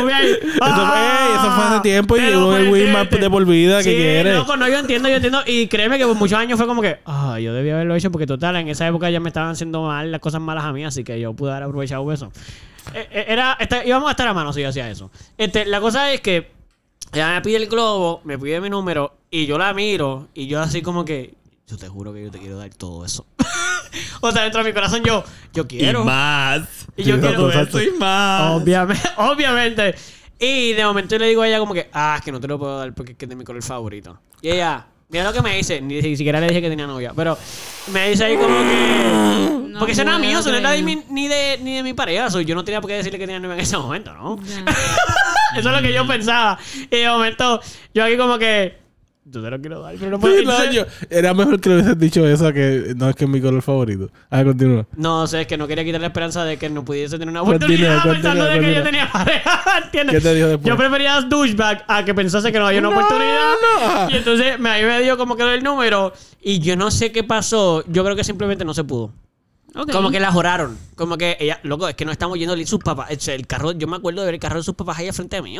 Speaker 3: Hubiera-
Speaker 4: Eso fue- ey, eso fue hace tiempo y
Speaker 3: Ah, Te
Speaker 4: llegó
Speaker 3: lo
Speaker 4: el Win
Speaker 3: perdiste.
Speaker 4: Map de por vida, ¿qué
Speaker 3: Sí,
Speaker 4: quieres?
Speaker 3: loco, no, yo entiendo, yo entiendo. Y créeme que por muchos años fue como que, ah, yo debía haberlo hecho porque total, en esa época ya me estaban haciendo mal las cosas malas a mí, así que yo pude haber aprovechado eso. Eh, eh, Era, esta- íbamos a estar a mano si yo hacía eso. Este, la cosa es que ella me pide el globo, me pide mi número y yo la miro y yo así como que, yo te juro que yo te quiero dar todo eso. o sea, dentro de mi corazón yo, yo quiero.
Speaker 1: más.
Speaker 3: Y yo quiero
Speaker 1: Todo
Speaker 3: ver
Speaker 1: eso y más.
Speaker 3: Obviamente, obviamente. Y de momento yo le digo a ella como que, ah, es que no te lo puedo dar porque es que es de mi color favorito. Y ella, mira lo que me dice, ni si- siquiera le dije que tenía novia, pero me dice ahí como que...
Speaker 2: No
Speaker 3: porque eso no era
Speaker 2: puedo
Speaker 3: mío, eso no era de
Speaker 2: creerlo.
Speaker 3: mi- ni, de, ni de mi pareja, so, yo no tenía por qué decirle que tenía novia en ese momento, ¿no?
Speaker 2: Ya.
Speaker 3: Eso es lo que yo pensaba. Y de momento yo aquí como que, yo te lo quiero dar, pero no puedo...
Speaker 4: Sí, no,
Speaker 3: Entonces-
Speaker 4: yo- era mejor que le hubieses dicho eso que no es que es mi color favorito. Ah, continúa.
Speaker 3: No, sé, es que no quería quitar la esperanza de que no pudiese tener una
Speaker 4: Continúa,
Speaker 3: oportunidad pensando
Speaker 4: continúa,
Speaker 3: de que yo
Speaker 4: continúa.
Speaker 3: tenía pareja, ¿entiendes?
Speaker 4: ¿Qué te dijo después?
Speaker 3: Yo prefería douchebag a que pensase que no había una oportunidad. Y entonces me, ahí me dio como que el número y yo no sé qué pasó. Yo creo que simplemente no se pudo.
Speaker 2: Ok.
Speaker 3: Como que la joraron. Como que ella, loco, es que no estamos yendo sus papás. es El carro, yo me acuerdo de ver el carro de sus papás allá frente a mí.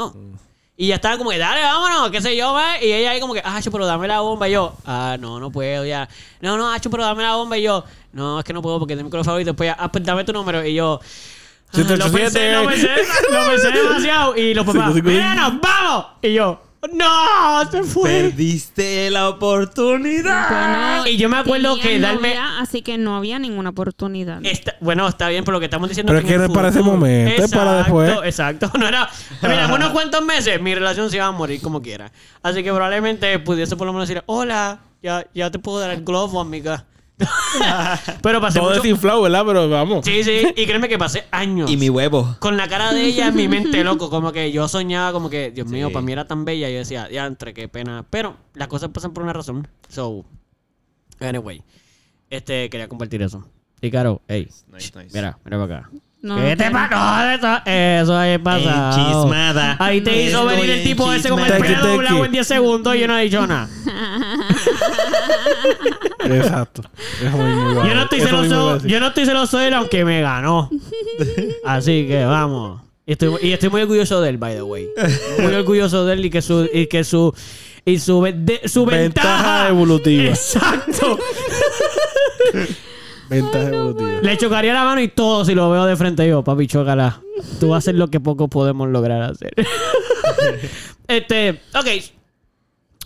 Speaker 3: Y ya estaba como que, dale, vámonos, qué sé yo, va. Y ella ahí como que, ah, chu, pero dame la bomba. Y yo, ah, no, no puedo ya. No, no, ah, chu, pero dame la bomba. Y yo, no, es que no puedo porque es mi color favorito. Después, ah, pues dame tu número. Y yo, ah, lo pensé,
Speaker 4: 787.
Speaker 3: lo pensé, lo pensé demasiado. Y los papás,
Speaker 4: 555.
Speaker 3: mira, nos vamos. Y yo, no, se fue.
Speaker 1: Perdiste la oportunidad.
Speaker 2: Bueno,
Speaker 3: Y yo me acuerdo
Speaker 2: tenía
Speaker 3: que darme-
Speaker 2: novia, así que no había ninguna oportunidad.
Speaker 3: Está- bueno, está bien, pero lo que estamos diciendo
Speaker 4: Pero es que
Speaker 3: en
Speaker 4: no
Speaker 3: el
Speaker 4: es para ese
Speaker 3: futuro-
Speaker 4: momento, es para después.
Speaker 3: Exacto, no era. Mira, en unos cuantos meses mi relación se iba a morir como quiera. Así que probablemente pudiese por lo menos decir, hola, ya, ya te puedo dar el globo, amiga. pero pasé
Speaker 4: Todo
Speaker 3: mucho-
Speaker 4: desinflado, ¿verdad? Pero vamos.
Speaker 3: Sí, sí, y créeme que pasé años.
Speaker 1: Y mi huevo.
Speaker 3: Con la cara de ella en mi mente, loco, como que yo soñaba como que, Dios mío,
Speaker 1: Sí.
Speaker 3: para mí era tan bella. Yo decía, ya, entre qué pena. Pero las cosas pasan por una razón. So, anyway, este, quería compartir eso. Y Caro, hey,
Speaker 1: Nice, nice.
Speaker 3: Mira, mira para acá.
Speaker 2: No,
Speaker 3: ¿Qué
Speaker 2: no
Speaker 3: te
Speaker 2: quiero.
Speaker 3: pasa? Eso, eso ahí pasa.
Speaker 1: Enchismada.
Speaker 3: Ahí te hizo
Speaker 1: Estoy
Speaker 3: venir el tipo ese con el
Speaker 1: enchismada.
Speaker 3: pelo
Speaker 4: Tequi,
Speaker 3: doblado
Speaker 4: tequi.
Speaker 3: en 10 segundos y yo no he dicho nada.
Speaker 4: Exacto. Eso mismo iba a-
Speaker 3: Yo no estoy
Speaker 4: eso mismo iba a
Speaker 3: celoso,
Speaker 4: decir.
Speaker 3: yo no estoy celoso de él, aunque me ganó. Así que vamos. Y estoy, y estoy muy orgulloso de él, by the way. Muy orgulloso de él y que su y que su y su, ve- de- su ventaja,
Speaker 4: Ventaja evolutiva.
Speaker 3: Exacto.
Speaker 4: Ventaja evolutiva.
Speaker 3: Le chocaría la mano y todo si lo veo de frente yo, papi, chócala. Tú haces lo que pocos podemos lograr hacer. este, ok.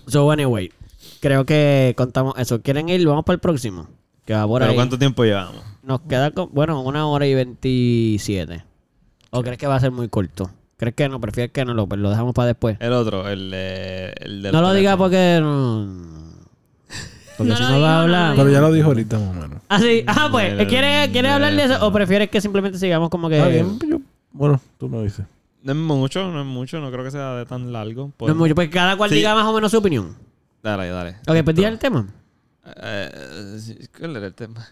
Speaker 3: So, anyway, creo que contamos eso. ¿Quieren ir? Vamos para el próximo. Que va por
Speaker 1: ¿Pero
Speaker 3: ahí.
Speaker 1: cuánto tiempo llevamos?
Speaker 3: Nos queda, con- bueno, una hora y veintisiete. ¿O crees que va a ser muy corto? ¿Crees que no? Prefieres que no lo, lo dejamos para después.
Speaker 1: El otro, el, eh, el del
Speaker 3: No lo digas
Speaker 1: teléfono.
Speaker 3: porque no. Porque
Speaker 2: No
Speaker 3: si
Speaker 2: lo digo, no
Speaker 3: no va a
Speaker 2: lo
Speaker 3: hablar.
Speaker 4: Pero ya lo dijo ahorita, más o menos.
Speaker 3: Ah,
Speaker 1: Mm,
Speaker 3: sí. Ah, pues, ¿quieres, ¿quieres hablar de eso o prefieres que simplemente sigamos como que...
Speaker 4: Está bien, yo- Bueno, tú me dices.
Speaker 1: No es mucho, no es mucho. No creo que sea de tan largo.
Speaker 3: No es mucho, pues cada cual
Speaker 1: Sí.
Speaker 3: diga más o menos su opinión.
Speaker 1: Dale, dale.
Speaker 3: Ok, pues diga el tema.
Speaker 1: Eh, sí, ¿Cuál era el tema?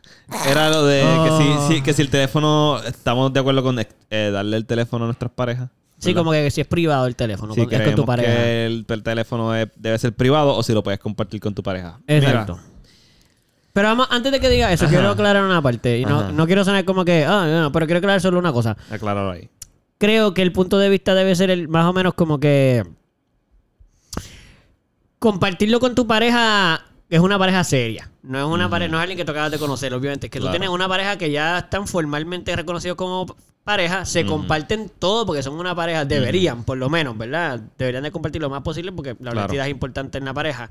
Speaker 1: Era lo de que,
Speaker 3: Ah.
Speaker 1: si, si- que si el teléfono, estamos de acuerdo con eh, darle el teléfono a nuestras parejas.
Speaker 3: Sí, como que si es privado el teléfono,
Speaker 1: si
Speaker 3: con- es con
Speaker 1: creemos
Speaker 3: tu pareja.
Speaker 1: que el, el teléfono es- debe ser privado o si lo puedes compartir con tu pareja.
Speaker 3: Exacto. Pero vamos, antes de que diga eso, quiero aclarar una parte. Y no,
Speaker 1: Ajá.
Speaker 3: no quiero sonar como que, ah, no, pero quiero aclarar solo una cosa.
Speaker 1: Mira, acláralo ahí.
Speaker 3: creo que el punto de vista debe ser el más o menos como que compartirlo con tu pareja es una pareja seria. No es una pareja, no es alguien que tú acabas de conocer, obviamente. Es que tú
Speaker 1: Claro.
Speaker 3: tienes una pareja que ya están formalmente reconocidos como pareja, se comparten todo porque son una pareja, deberían, por lo menos, ¿verdad? Deberían de compartir lo más posible porque la
Speaker 1: Claro.
Speaker 3: honestidad es importante en la pareja.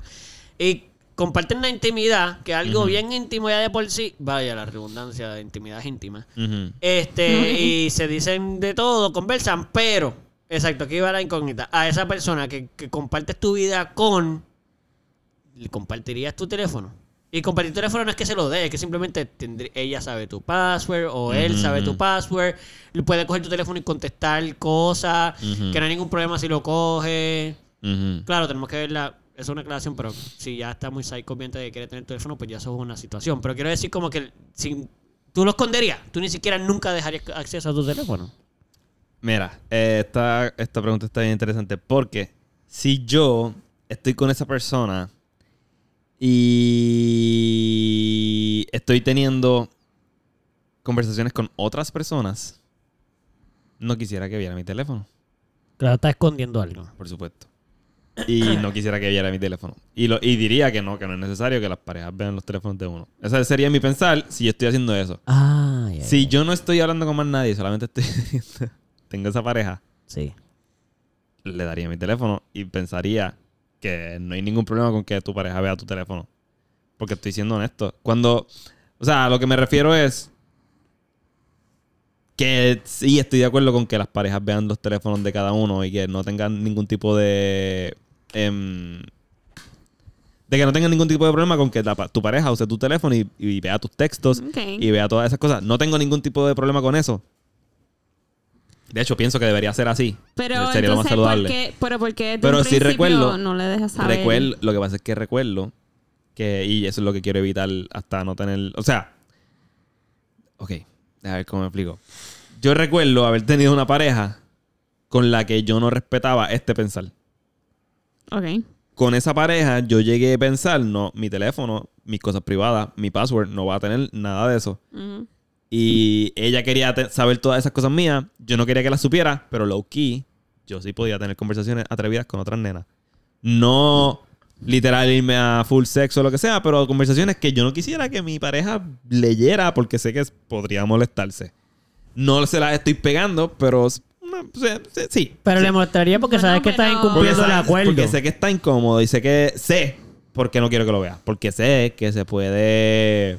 Speaker 3: Y comparten una intimidad, que es algo bien íntimo ya de por sí, vaya la redundancia de intimidad es íntima,
Speaker 1: Ujú.
Speaker 3: este, y se dicen de todo, conversan, pero, exacto, aquí va la incógnita, a esa persona que, que compartes tu vida con, le compartirías tu teléfono. Y compartir tu teléfono no es que se lo dé, es que simplemente tendrí- ella sabe tu password o él sabe tu password, le puede coger tu teléfono y contestar cosas,
Speaker 1: Ujú.
Speaker 3: que no hay ningún problema si lo coge.
Speaker 1: Ujú.
Speaker 3: Claro, tenemos que verla. Es una aclaración, pero si ya está muy psycho de que quiere tener teléfono, pues ya eso es una situación. Pero quiero decir como que si tú lo esconderías, tú ni siquiera nunca dejarías acceso a tu teléfono.
Speaker 1: Mira, eh, esta, esta pregunta está bien interesante porque si yo estoy con esa persona y estoy teniendo conversaciones con otras personas, no quisiera que viera mi teléfono,
Speaker 3: Claro, está escondiendo algo.
Speaker 1: por supuesto. Y no quisiera que viera mi teléfono. Y, lo, y diría que no, que no es necesario que las parejas vean los teléfonos de uno. Ese sería mi pensar si yo estoy haciendo eso.
Speaker 3: Ah, ya.
Speaker 1: Si yo no estoy hablando con más nadie, solamente estoy... tengo esa pareja.
Speaker 3: Sí.
Speaker 1: le daría mi teléfono y pensaría que no hay ningún problema con que tu pareja vea tu teléfono. Porque estoy siendo honesto. Cuando, o sea, a lo que me refiero es que sí estoy de acuerdo con que las parejas vean los teléfonos de cada uno y que no tengan ningún tipo de... em, de que no tengan ningún tipo de problema con que la pa- tu pareja use tu teléfono y, y vea tus textos
Speaker 2: Ok.
Speaker 1: y vea todas esas cosas. No tengo ningún tipo de problema con eso. De hecho, pienso que debería ser así.
Speaker 2: Pero
Speaker 1: Sería lo más
Speaker 2: entonces, ¿por
Speaker 1: saludable.
Speaker 2: qué? Pero porque desde
Speaker 1: Pero
Speaker 2: un
Speaker 1: sí
Speaker 2: principio
Speaker 1: recuerdo-
Speaker 2: no le dejas saber.
Speaker 1: Recuerdo, lo que pasa es que recuerdo que, y eso es lo que quiero evitar hasta no tener, o sea, ok, a ver cómo me explico. Yo recuerdo haber tenido una pareja con la que yo no respetaba este pensar.
Speaker 2: Ok.
Speaker 1: Con esa pareja yo llegué a pensar, no, mi teléfono, mis cosas privadas, mi password, no va a tener nada de eso.
Speaker 2: Ujú.
Speaker 1: Y ella quería te- saber todas esas cosas mías. Yo no quería que las supiera, pero low key, yo sí podía tener conversaciones atrevidas con otras nenas. No literal irme a full sexo o lo que sea, pero conversaciones que yo no quisiera que mi pareja leyera porque sé que podría molestarse. No se las estoy pegando, pero s- una- o sea, sí, sí.
Speaker 3: Pero le mostraría porque
Speaker 2: Bueno,
Speaker 3: sabes que estás
Speaker 2: pero-
Speaker 1: Porque,
Speaker 3: incumpliendo el
Speaker 1: sabes-
Speaker 3: acuerdo.
Speaker 1: porque sé que está incómodo y sé que sé porque no quiero que lo vea. Porque sé que se puede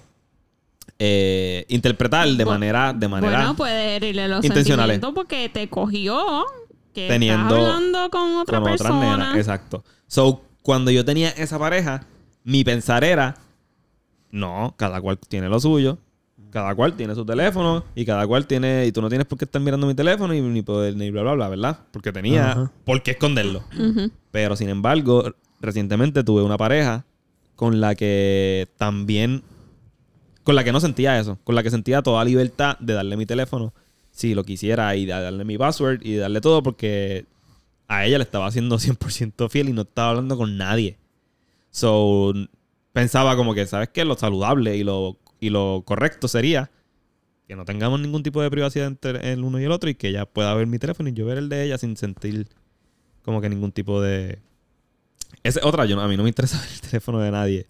Speaker 1: eh, interpretar de
Speaker 2: Bu-
Speaker 1: manera, de manera
Speaker 2: Bueno, puede herirle los
Speaker 1: intencionales.
Speaker 2: sentimientos porque te cogió que
Speaker 1: Teniendo
Speaker 2: estás hablando con otra
Speaker 1: con otras
Speaker 2: persona.
Speaker 1: nenas. Exacto. So, cuando yo tenía esa pareja, mi pensar era: no, cada cual tiene lo suyo. Cada cual tiene su teléfono y cada cual tiene. Y tú no tienes por qué estar mirando mi teléfono y ni poder ni bla bla bla, ¿verdad? Porque tenía
Speaker 3: Ajá.
Speaker 1: por qué esconderlo.
Speaker 2: Ujú.
Speaker 1: Pero sin embargo, recientemente tuve una pareja con la que también. Con la que no sentía eso. Con la que sentía toda libertad de darle mi teléfono si lo quisiera y de darle mi password y de darle todo porque a ella le estaba haciendo 100% fiel y no estaba hablando con nadie. So, pensaba como que, ¿sabes qué? Lo saludable y lo, y lo correcto sería que no tengamos ningún tipo de privacidad entre el uno y el otro y que ella pueda ver mi teléfono y yo ver el de ella sin sentir como que ningún tipo de... Esa es otra, yo no- a mí no me interesa ver el teléfono de nadie.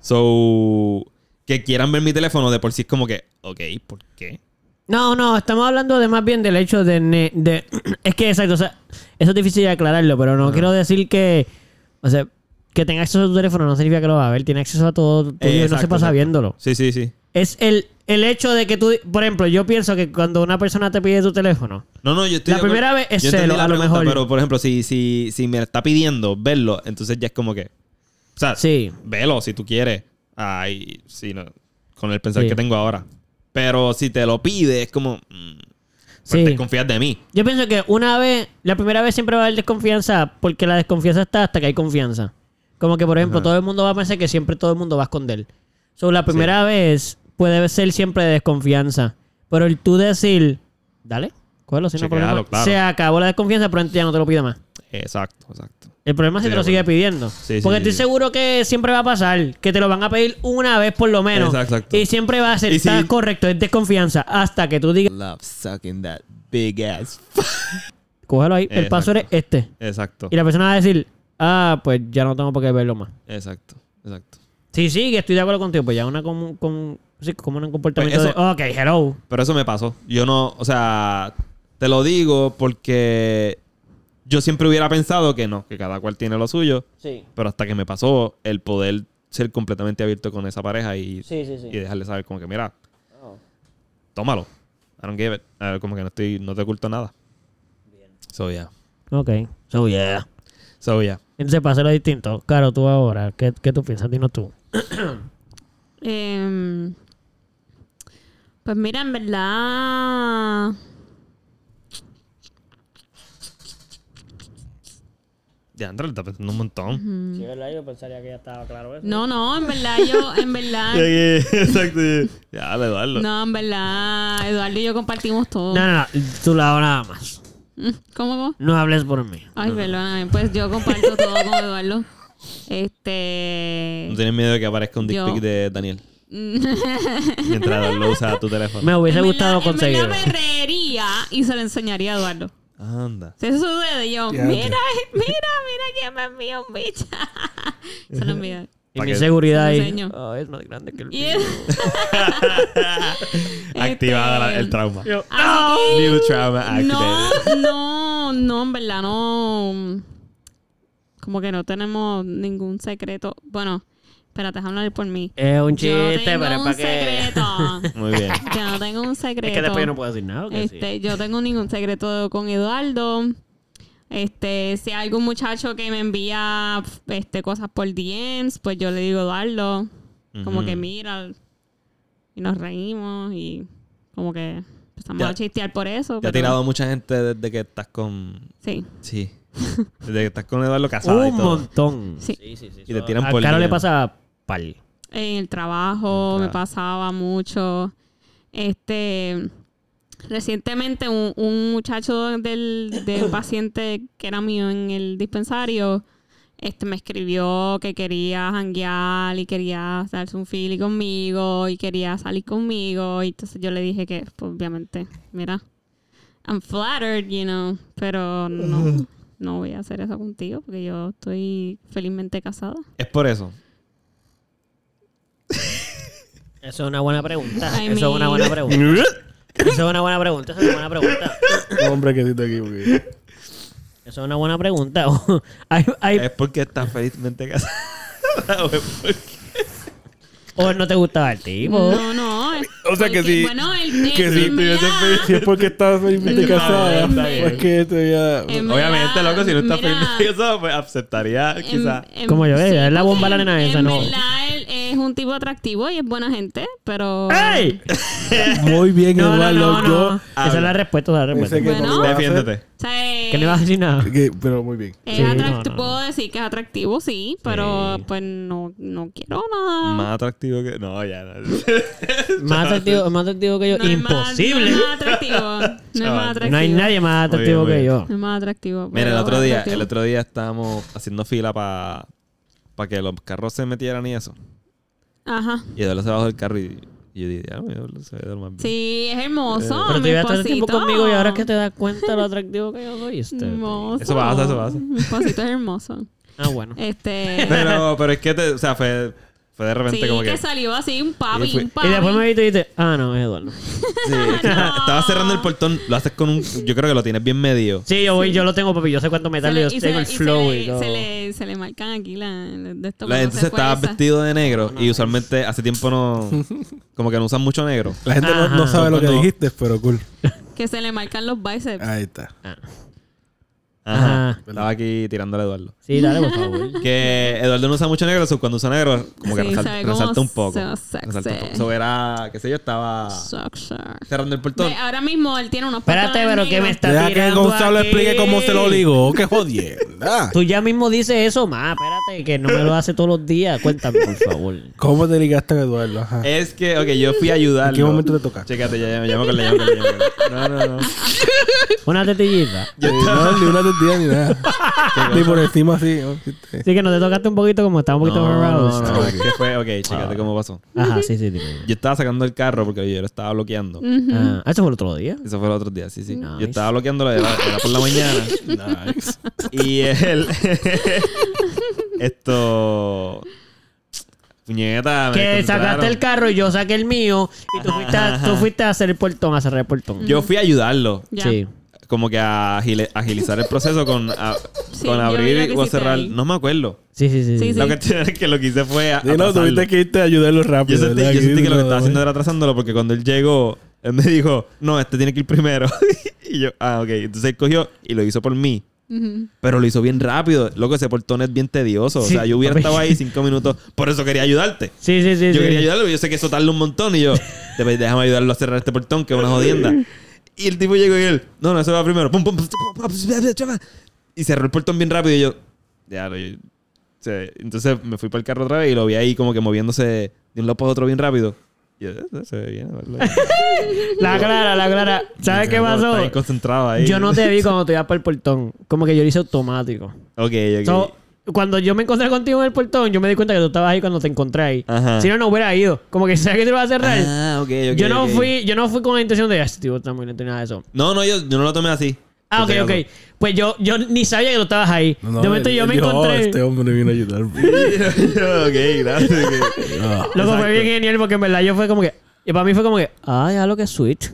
Speaker 1: So, que quieran ver mi teléfono de por sí es como que, ok, ¿por qué?
Speaker 3: No, no, estamos hablando de más bien del hecho de... ne- de- es que exacto, o sea, eso es difícil de aclararlo, pero no quiero decir que... O sea, que tenga acceso a tu teléfono no significa que lo va a ver, tiene acceso a todo tuyo
Speaker 1: Eh,
Speaker 3: y no se
Speaker 1: exacto,
Speaker 3: pasa
Speaker 1: exacto.
Speaker 3: viéndolo.
Speaker 1: Sí, sí, sí.
Speaker 3: Es el, el hecho de que tú... Por ejemplo, yo pienso que cuando una persona te pide tu teléfono...
Speaker 1: No, no, yo estoy.
Speaker 3: La
Speaker 1: de acuerdo.
Speaker 3: primera vez es
Speaker 1: Yo entendí
Speaker 3: celo,
Speaker 1: la
Speaker 3: a lo
Speaker 1: pregunta,
Speaker 3: mejor.
Speaker 1: Pero, por ejemplo, si, si, si me está pidiendo verlo, entonces ya es como que. O sea,
Speaker 3: Sí.
Speaker 1: velo si tú quieres. Ay, sí, no, con el pensar
Speaker 3: Sí.
Speaker 1: que tengo ahora. Pero si te lo pide, es como. mm, pues
Speaker 3: Sí.
Speaker 1: te confías de mí.
Speaker 3: Yo pienso que una vez, la primera vez siempre va a haber desconfianza, porque la desconfianza está hasta que hay confianza. Como que, por ejemplo, todo el mundo va a pensar que siempre todo el mundo va a esconder. So, la primera vez puede ser siempre de desconfianza. Pero el tú decir, dale, cógelo sin
Speaker 1: Chequealo,
Speaker 3: problema.
Speaker 1: claro.
Speaker 3: Se acabó la desconfianza, pero ya no te lo pide más.
Speaker 1: Exacto, exacto.
Speaker 3: El problema es si
Speaker 1: Sí,
Speaker 3: te lo
Speaker 1: de
Speaker 3: sigue
Speaker 1: acuerdo.
Speaker 3: pidiendo.
Speaker 1: pues. Sí,
Speaker 3: Porque
Speaker 1: sí,
Speaker 3: estoy
Speaker 1: sí.
Speaker 3: seguro que siempre va a pasar, que te lo van a pedir una vez por lo menos.
Speaker 1: Exacto, exacto.
Speaker 3: Y siempre va a ser,
Speaker 1: Y si-
Speaker 3: "Estás correcto, es desconfianza, hasta que tú digas,
Speaker 1: Love sucking that big ass.
Speaker 3: cógelo ahí, el
Speaker 1: Exacto.
Speaker 3: paso es este.
Speaker 1: Exacto.
Speaker 3: Y la persona va a decir, ah, pues ya no tengo por qué verlo más.
Speaker 1: Exacto, exacto.
Speaker 3: Sí, sí, que estoy de acuerdo contigo. Pues ya una como, como, sí, como un comportamiento
Speaker 1: Pues eso-
Speaker 3: de, ok, hello.
Speaker 1: Pero eso me pasó. Yo no, o sea, te lo digo porque yo siempre hubiera pensado que no, que cada cual tiene lo suyo.
Speaker 3: Sí.
Speaker 1: Pero hasta que me pasó el poder ser completamente abierto con esa pareja y,
Speaker 3: Sí, sí, sí.
Speaker 1: y dejarle saber como que, mira,
Speaker 3: Oh,
Speaker 1: tómalo. I don't give it. Ah, como que no estoy, no te oculto nada. So yeah.
Speaker 3: Ok. So, yeah.
Speaker 1: So yeah.
Speaker 3: Entonces, para hacerlo distinto, Caro, tú ahora, ¿qué, qué tú piensas? Dinos tú.
Speaker 2: Em, pues mira, en verdad.
Speaker 1: Ya, Andrés le está pensando un montón.
Speaker 3: Sí, ¿verdad? Yo pensaría que ya estaba claro eso.
Speaker 2: No, no, en verdad yo, en verdad.
Speaker 1: Eh, Exacto. Ya, le darlo.
Speaker 2: No, en verdad, Eduardo y yo compartimos todo.
Speaker 3: No, no, no. Tú la nada más.
Speaker 2: ¿Cómo vos?
Speaker 3: No hables por mí.
Speaker 2: Ay, perdóname, pues yo comparto todo con Eduardo. Este.
Speaker 1: No tienes miedo de que aparezca un dick
Speaker 2: Yo.
Speaker 1: pic de Daniel. Mientras lo usa tu teléfono.
Speaker 3: Me hubiese
Speaker 2: En
Speaker 3: gustado
Speaker 2: verdad- en verdad
Speaker 3: conseguirlo.
Speaker 2: me reiría y se lo enseñaría a Eduardo.
Speaker 1: Anda.
Speaker 2: Si eso sucede, yo,
Speaker 4: Ya,
Speaker 2: mira, mira, mira quién me envió un bicho. se lo envía.
Speaker 3: Y
Speaker 1: Pa'
Speaker 3: mi
Speaker 1: que-
Speaker 3: seguridad
Speaker 2: Se lo
Speaker 3: ahí.
Speaker 2: enseño.
Speaker 3: Oh, es más grande que el
Speaker 2: Y
Speaker 3: mío.
Speaker 1: Activada la- el trauma.
Speaker 3: Yo,
Speaker 2: Ah, Así que-
Speaker 1: New trauma
Speaker 2: No,
Speaker 1: activated.
Speaker 2: no, no, en verdad, no. Como que no tenemos ningún secreto. Bueno, espérate, déjame hablar por mí.
Speaker 3: Es un
Speaker 2: Yo no
Speaker 3: chiste,
Speaker 2: tengo
Speaker 3: pero es
Speaker 2: un
Speaker 3: para que.
Speaker 2: secreto.
Speaker 1: Muy bien.
Speaker 2: Yo no tengo un secreto.
Speaker 3: Es que después yo no puedo decir nada. ¿o que sí?
Speaker 2: Este, yo tengo ningún secreto con Eduardo. Este, si hay algún muchacho que me envía este, cosas por DMs, pues yo le digo Eduardo. Como
Speaker 1: Ujú.
Speaker 2: que mira. Y nos reímos y como que empezamos
Speaker 1: Ya-
Speaker 2: a chistear por eso.
Speaker 1: Te ha
Speaker 2: pero-
Speaker 1: tirado mucha gente desde que estás con.
Speaker 2: Sí.
Speaker 1: Sí. Desde que estás con Eduardo casado y
Speaker 3: Un
Speaker 1: todo.
Speaker 3: montón.
Speaker 2: Sí.
Speaker 1: Y te tiran
Speaker 3: A
Speaker 1: por
Speaker 3: Caro le
Speaker 1: línea.
Speaker 3: pasa pal.
Speaker 2: En el trabajo
Speaker 1: En el
Speaker 2: me
Speaker 1: trabajo.
Speaker 2: pasaba mucho. Este. Recientemente, un, un muchacho del, del paciente que era mío en el dispensario este me escribió que quería janguear y quería darse un fili conmigo y quería salir conmigo. Y entonces yo le dije que, pues, obviamente, mira, I'm flattered, you know, pero no, no voy a hacer eso contigo porque yo estoy felizmente casada.
Speaker 1: Es por eso.
Speaker 3: Eso es una buena pregunta.
Speaker 2: I
Speaker 3: Eso es una
Speaker 2: mean-
Speaker 3: buena pregunta. Eso es una buena pregunta. Eso es una buena pregunta.
Speaker 4: Hombre, que siento aquí. porque-
Speaker 3: Eso es una buena pregunta. Hay- hay-
Speaker 1: Es porque estás felizmente casado.
Speaker 3: o no te gustaba el tipo.
Speaker 2: No, no. es
Speaker 4: O sea, que
Speaker 2: porque-
Speaker 4: si-
Speaker 2: Bueno, el, el-
Speaker 4: Que si,
Speaker 2: en verdad-
Speaker 4: si es porque estás felizmente
Speaker 2: Está
Speaker 4: casada,
Speaker 2: bien, está
Speaker 4: es
Speaker 2: bien.
Speaker 4: que este te voy a-
Speaker 2: en
Speaker 1: Obviamente,
Speaker 2: verdad-
Speaker 1: loco, si no estás
Speaker 2: mira,
Speaker 1: felizmente casado, pues aceptaría
Speaker 2: en-
Speaker 1: quizás.
Speaker 2: en-
Speaker 3: Como yo, ella, es la bomba
Speaker 2: porque
Speaker 3: la nena
Speaker 2: en-
Speaker 3: esa,
Speaker 2: en
Speaker 3: no.
Speaker 2: verdad, él es un tipo atractivo y es buena gente, pero...
Speaker 3: ¡Ey!
Speaker 4: Muy bien,
Speaker 3: No, no,
Speaker 4: Eduardo.
Speaker 3: no, no.
Speaker 4: Yo
Speaker 3: Esa es la respuesta. esa es la
Speaker 4: pensé que
Speaker 3: respuesta.
Speaker 4: no
Speaker 2: Bueno.
Speaker 4: lo iba a hacer,
Speaker 1: Defiéndete.
Speaker 2: O sea,
Speaker 3: Que no ibas a decir nada.
Speaker 4: que- pero muy bien.
Speaker 2: es
Speaker 3: Sí, no,
Speaker 2: atract-
Speaker 3: no, no.
Speaker 2: Puedo decir que es atractivo, sí, pero
Speaker 3: Sí.
Speaker 2: pues no, no quiero nada.
Speaker 1: Más atractivo que. No, ya. no.
Speaker 3: Más atractivo, más atractivo que yo.
Speaker 2: No es más-
Speaker 3: Imposible.
Speaker 2: no es más atractivo. No es
Speaker 1: Chaval,
Speaker 2: más atractivo.
Speaker 3: No hay nadie más
Speaker 1: Muy
Speaker 3: atractivo
Speaker 1: bien, muy
Speaker 3: que yo.
Speaker 2: No es más atractivo.
Speaker 1: Mira, el
Speaker 2: pero
Speaker 1: otro día,
Speaker 2: atractivo.
Speaker 1: el otro día estábamos haciendo fila para que los carros se metieran y eso.
Speaker 2: Ajá.
Speaker 1: Y Eduardo se bajó del carro y, y yo dije, ah, mira, Eduardo se ve de lo más bien.
Speaker 2: Sí, es hermoso.
Speaker 3: Eh, Pero tú
Speaker 2: mi
Speaker 3: ibas todo el tiempo
Speaker 2: esposito.
Speaker 3: conmigo y ahora es que te das cuenta lo atractivo que yo soy. este,
Speaker 2: Hermoso.
Speaker 1: Eso pasa, eso pasa.
Speaker 2: Mi esposito es hermoso.
Speaker 3: Ah, bueno.
Speaker 2: Este.
Speaker 1: Pero, pero es que, te- o sea, fue, fue de repente
Speaker 2: sí,
Speaker 1: como
Speaker 2: que
Speaker 1: que...
Speaker 2: salió así un papi,
Speaker 1: Y fue-
Speaker 2: un
Speaker 3: Y
Speaker 2: papi.
Speaker 3: después me viste y dijiste, ah, no, es Eduardo.
Speaker 1: Sí, es que estaba, estaba cerrando el portón, lo haces con un... Yo creo que lo tienes bien medio.
Speaker 3: Sí, yo voy, yo lo tengo, papi. Yo sé cuánto
Speaker 2: Se
Speaker 3: metal,
Speaker 2: le-
Speaker 3: yo
Speaker 2: y se
Speaker 3: tengo
Speaker 2: le-
Speaker 3: el
Speaker 2: y se
Speaker 3: flow
Speaker 2: le-
Speaker 3: y todo.
Speaker 2: Se le, se le marcan aquí la, de esto
Speaker 1: La
Speaker 2: cuando
Speaker 1: gente
Speaker 2: se
Speaker 1: se estaba
Speaker 2: esfuerza.
Speaker 1: vestido de negro y usualmente hace tiempo no... Como que no usan mucho negro.
Speaker 4: La gente no,
Speaker 3: Ajá.
Speaker 4: no sabe lo que
Speaker 1: Cuando-
Speaker 4: dijiste, pero cool.
Speaker 2: Que se le marcan los bíceps.
Speaker 1: Ah.
Speaker 4: Ahí está.
Speaker 1: Ajá.
Speaker 3: Ajá.
Speaker 1: Estaba aquí tirándole a Eduardo.
Speaker 3: Sí, dale, por favor.
Speaker 1: Que Eduardo no usa mucho negro, so cuando usa negro como que
Speaker 2: Sí,
Speaker 1: resalta,
Speaker 2: se ve como
Speaker 1: resalta un poco.
Speaker 2: so sexy.
Speaker 1: Resalta un poco. So era, qué sé yo, estaba
Speaker 2: Suck, suck.
Speaker 1: cerrando el portón.
Speaker 2: Ve, ahora mismo él tiene unos
Speaker 3: Espérate,
Speaker 2: pantalones
Speaker 3: pero que me
Speaker 2: negros.
Speaker 3: está
Speaker 4: Deja que
Speaker 3: tirando
Speaker 4: Gonzalo
Speaker 3: aquí.
Speaker 4: explique cómo se lo ligó. ¡Qué jodienda!
Speaker 3: Tú ya mismo dices eso, más. Espérate, que no me lo hace todos los días. Cuéntame, por favor.
Speaker 4: ¿Cómo te ligaste a Eduardo? Ajá.
Speaker 1: Es que, ok, yo fui a ayudarlo.
Speaker 4: ¿En qué momento te toca?
Speaker 1: Chécate, ya, ya, ya me acordé, ya me acordé, ya me acordé. No, no, no.
Speaker 3: Una tetillita.
Speaker 4: Eh, no, ni una tortilla ni nada. ni por encima así. ¿no?
Speaker 3: Sí, que no te tocaste un poquito como estaba un poquito
Speaker 1: No,
Speaker 3: aroused.
Speaker 1: no, no, es que fue, ok, chécate cómo pasó.
Speaker 3: Ajá, sí, sí, dime.
Speaker 1: Yo estaba sacando el carro porque yo lo estaba bloqueando.
Speaker 3: Ah, eso fue el otro día.
Speaker 1: Eso fue el otro día, sí, sí. Yo
Speaker 3: Nice.
Speaker 1: estaba bloqueándolo, era, era por la mañana.
Speaker 4: Nice.
Speaker 1: Y él. esto. Puñeta. me
Speaker 3: Que
Speaker 1: desconcentraron.
Speaker 3: sacaste el carro y yo saqué el mío. Y tú fuiste, a, tú fuiste a hacer el portón, a cerrar el portón.
Speaker 1: Yo fui a ayudarlo.
Speaker 2: Ya.
Speaker 3: Sí.
Speaker 1: como que a agile- agilizar el proceso con, a-
Speaker 2: Sí,
Speaker 1: con
Speaker 2: yo vi
Speaker 1: abrir
Speaker 2: lo que
Speaker 1: o
Speaker 2: hiciste
Speaker 1: cerrar.
Speaker 2: ahí.
Speaker 1: No me acuerdo.
Speaker 3: Sí, sí, sí.
Speaker 2: Sí,
Speaker 3: sí.
Speaker 1: La cuestión es que lo que hice fue. a-
Speaker 4: Sí, no,
Speaker 1: atrasarlo.
Speaker 4: tuviste que irte a ayudarlo
Speaker 1: Yo
Speaker 4: rápido.
Speaker 1: sentí,
Speaker 4: ¿verdad?
Speaker 1: yo sentí que lo que
Speaker 4: no,
Speaker 1: estaba haciendo era trazándolo porque cuando él llegó, él me dijo, no, este tiene que ir primero. y yo, ah, ok. Entonces él cogió y lo hizo por mí.
Speaker 2: Ujú.
Speaker 1: Pero lo hizo bien rápido. Loco, ese portón es bien tedioso.
Speaker 3: Sí,
Speaker 1: o sea, yo hubiera
Speaker 3: papi.
Speaker 1: estado ahí cinco minutos. Por eso quería ayudarte.
Speaker 3: Sí, sí, sí.
Speaker 1: Yo
Speaker 3: sí.
Speaker 1: quería ayudarlo, pero yo sé que eso tarda un montón. Y yo, "Te- déjame ayudarlo a cerrar este portón, que es una jodienda. Y el tipo llegó y él, no, no, eso va primero. Pum, pum, pum, pum, pum, pum, pum, y cerró el portón bien rápido. Y yo, ya, lo- yo- o sea, entonces me fui para el carro otra vez y lo vi ahí como que moviéndose de un lado para otro bien rápido. Y yo, "Eh, se ve bien, ¿verdad?".
Speaker 3: La clara, la clara. ¿Sabes qué pasó?
Speaker 1: Está bien concentrado ahí.
Speaker 3: Yo no te vi cuando te ibas para el portón. Como que yo lo hice automático.
Speaker 1: Ok, ok.
Speaker 3: So, cuando yo me encontré contigo en el portón, yo me di cuenta que tú estabas ahí cuando te encontré ahí.
Speaker 1: Ajá.
Speaker 3: Si no, no hubiera ido. Como que sabes que te iba a cerrar.
Speaker 1: Ah, ok, ok,
Speaker 3: yo no
Speaker 1: ok.
Speaker 3: fui, yo no fui con la intención de, "Ah, este tipo está muy lento y nada de eso.
Speaker 1: No, no, yo, yo no lo tomé así.
Speaker 3: Ah, ok,
Speaker 1: Por si
Speaker 3: ok.
Speaker 1: acaso.
Speaker 3: Pues yo, yo ni sabía que tú estabas ahí.
Speaker 4: No, no,
Speaker 3: de momento yo
Speaker 4: él
Speaker 3: me
Speaker 4: dijo, "Oh,
Speaker 3: encontré.
Speaker 4: Este hombre vino a ayudarme.
Speaker 1: ok, gracias.
Speaker 4: Ah,
Speaker 3: Loco, fue bien genial porque en verdad yo fue como que. Y para mí fue como que, ah, ya lo que es sweet.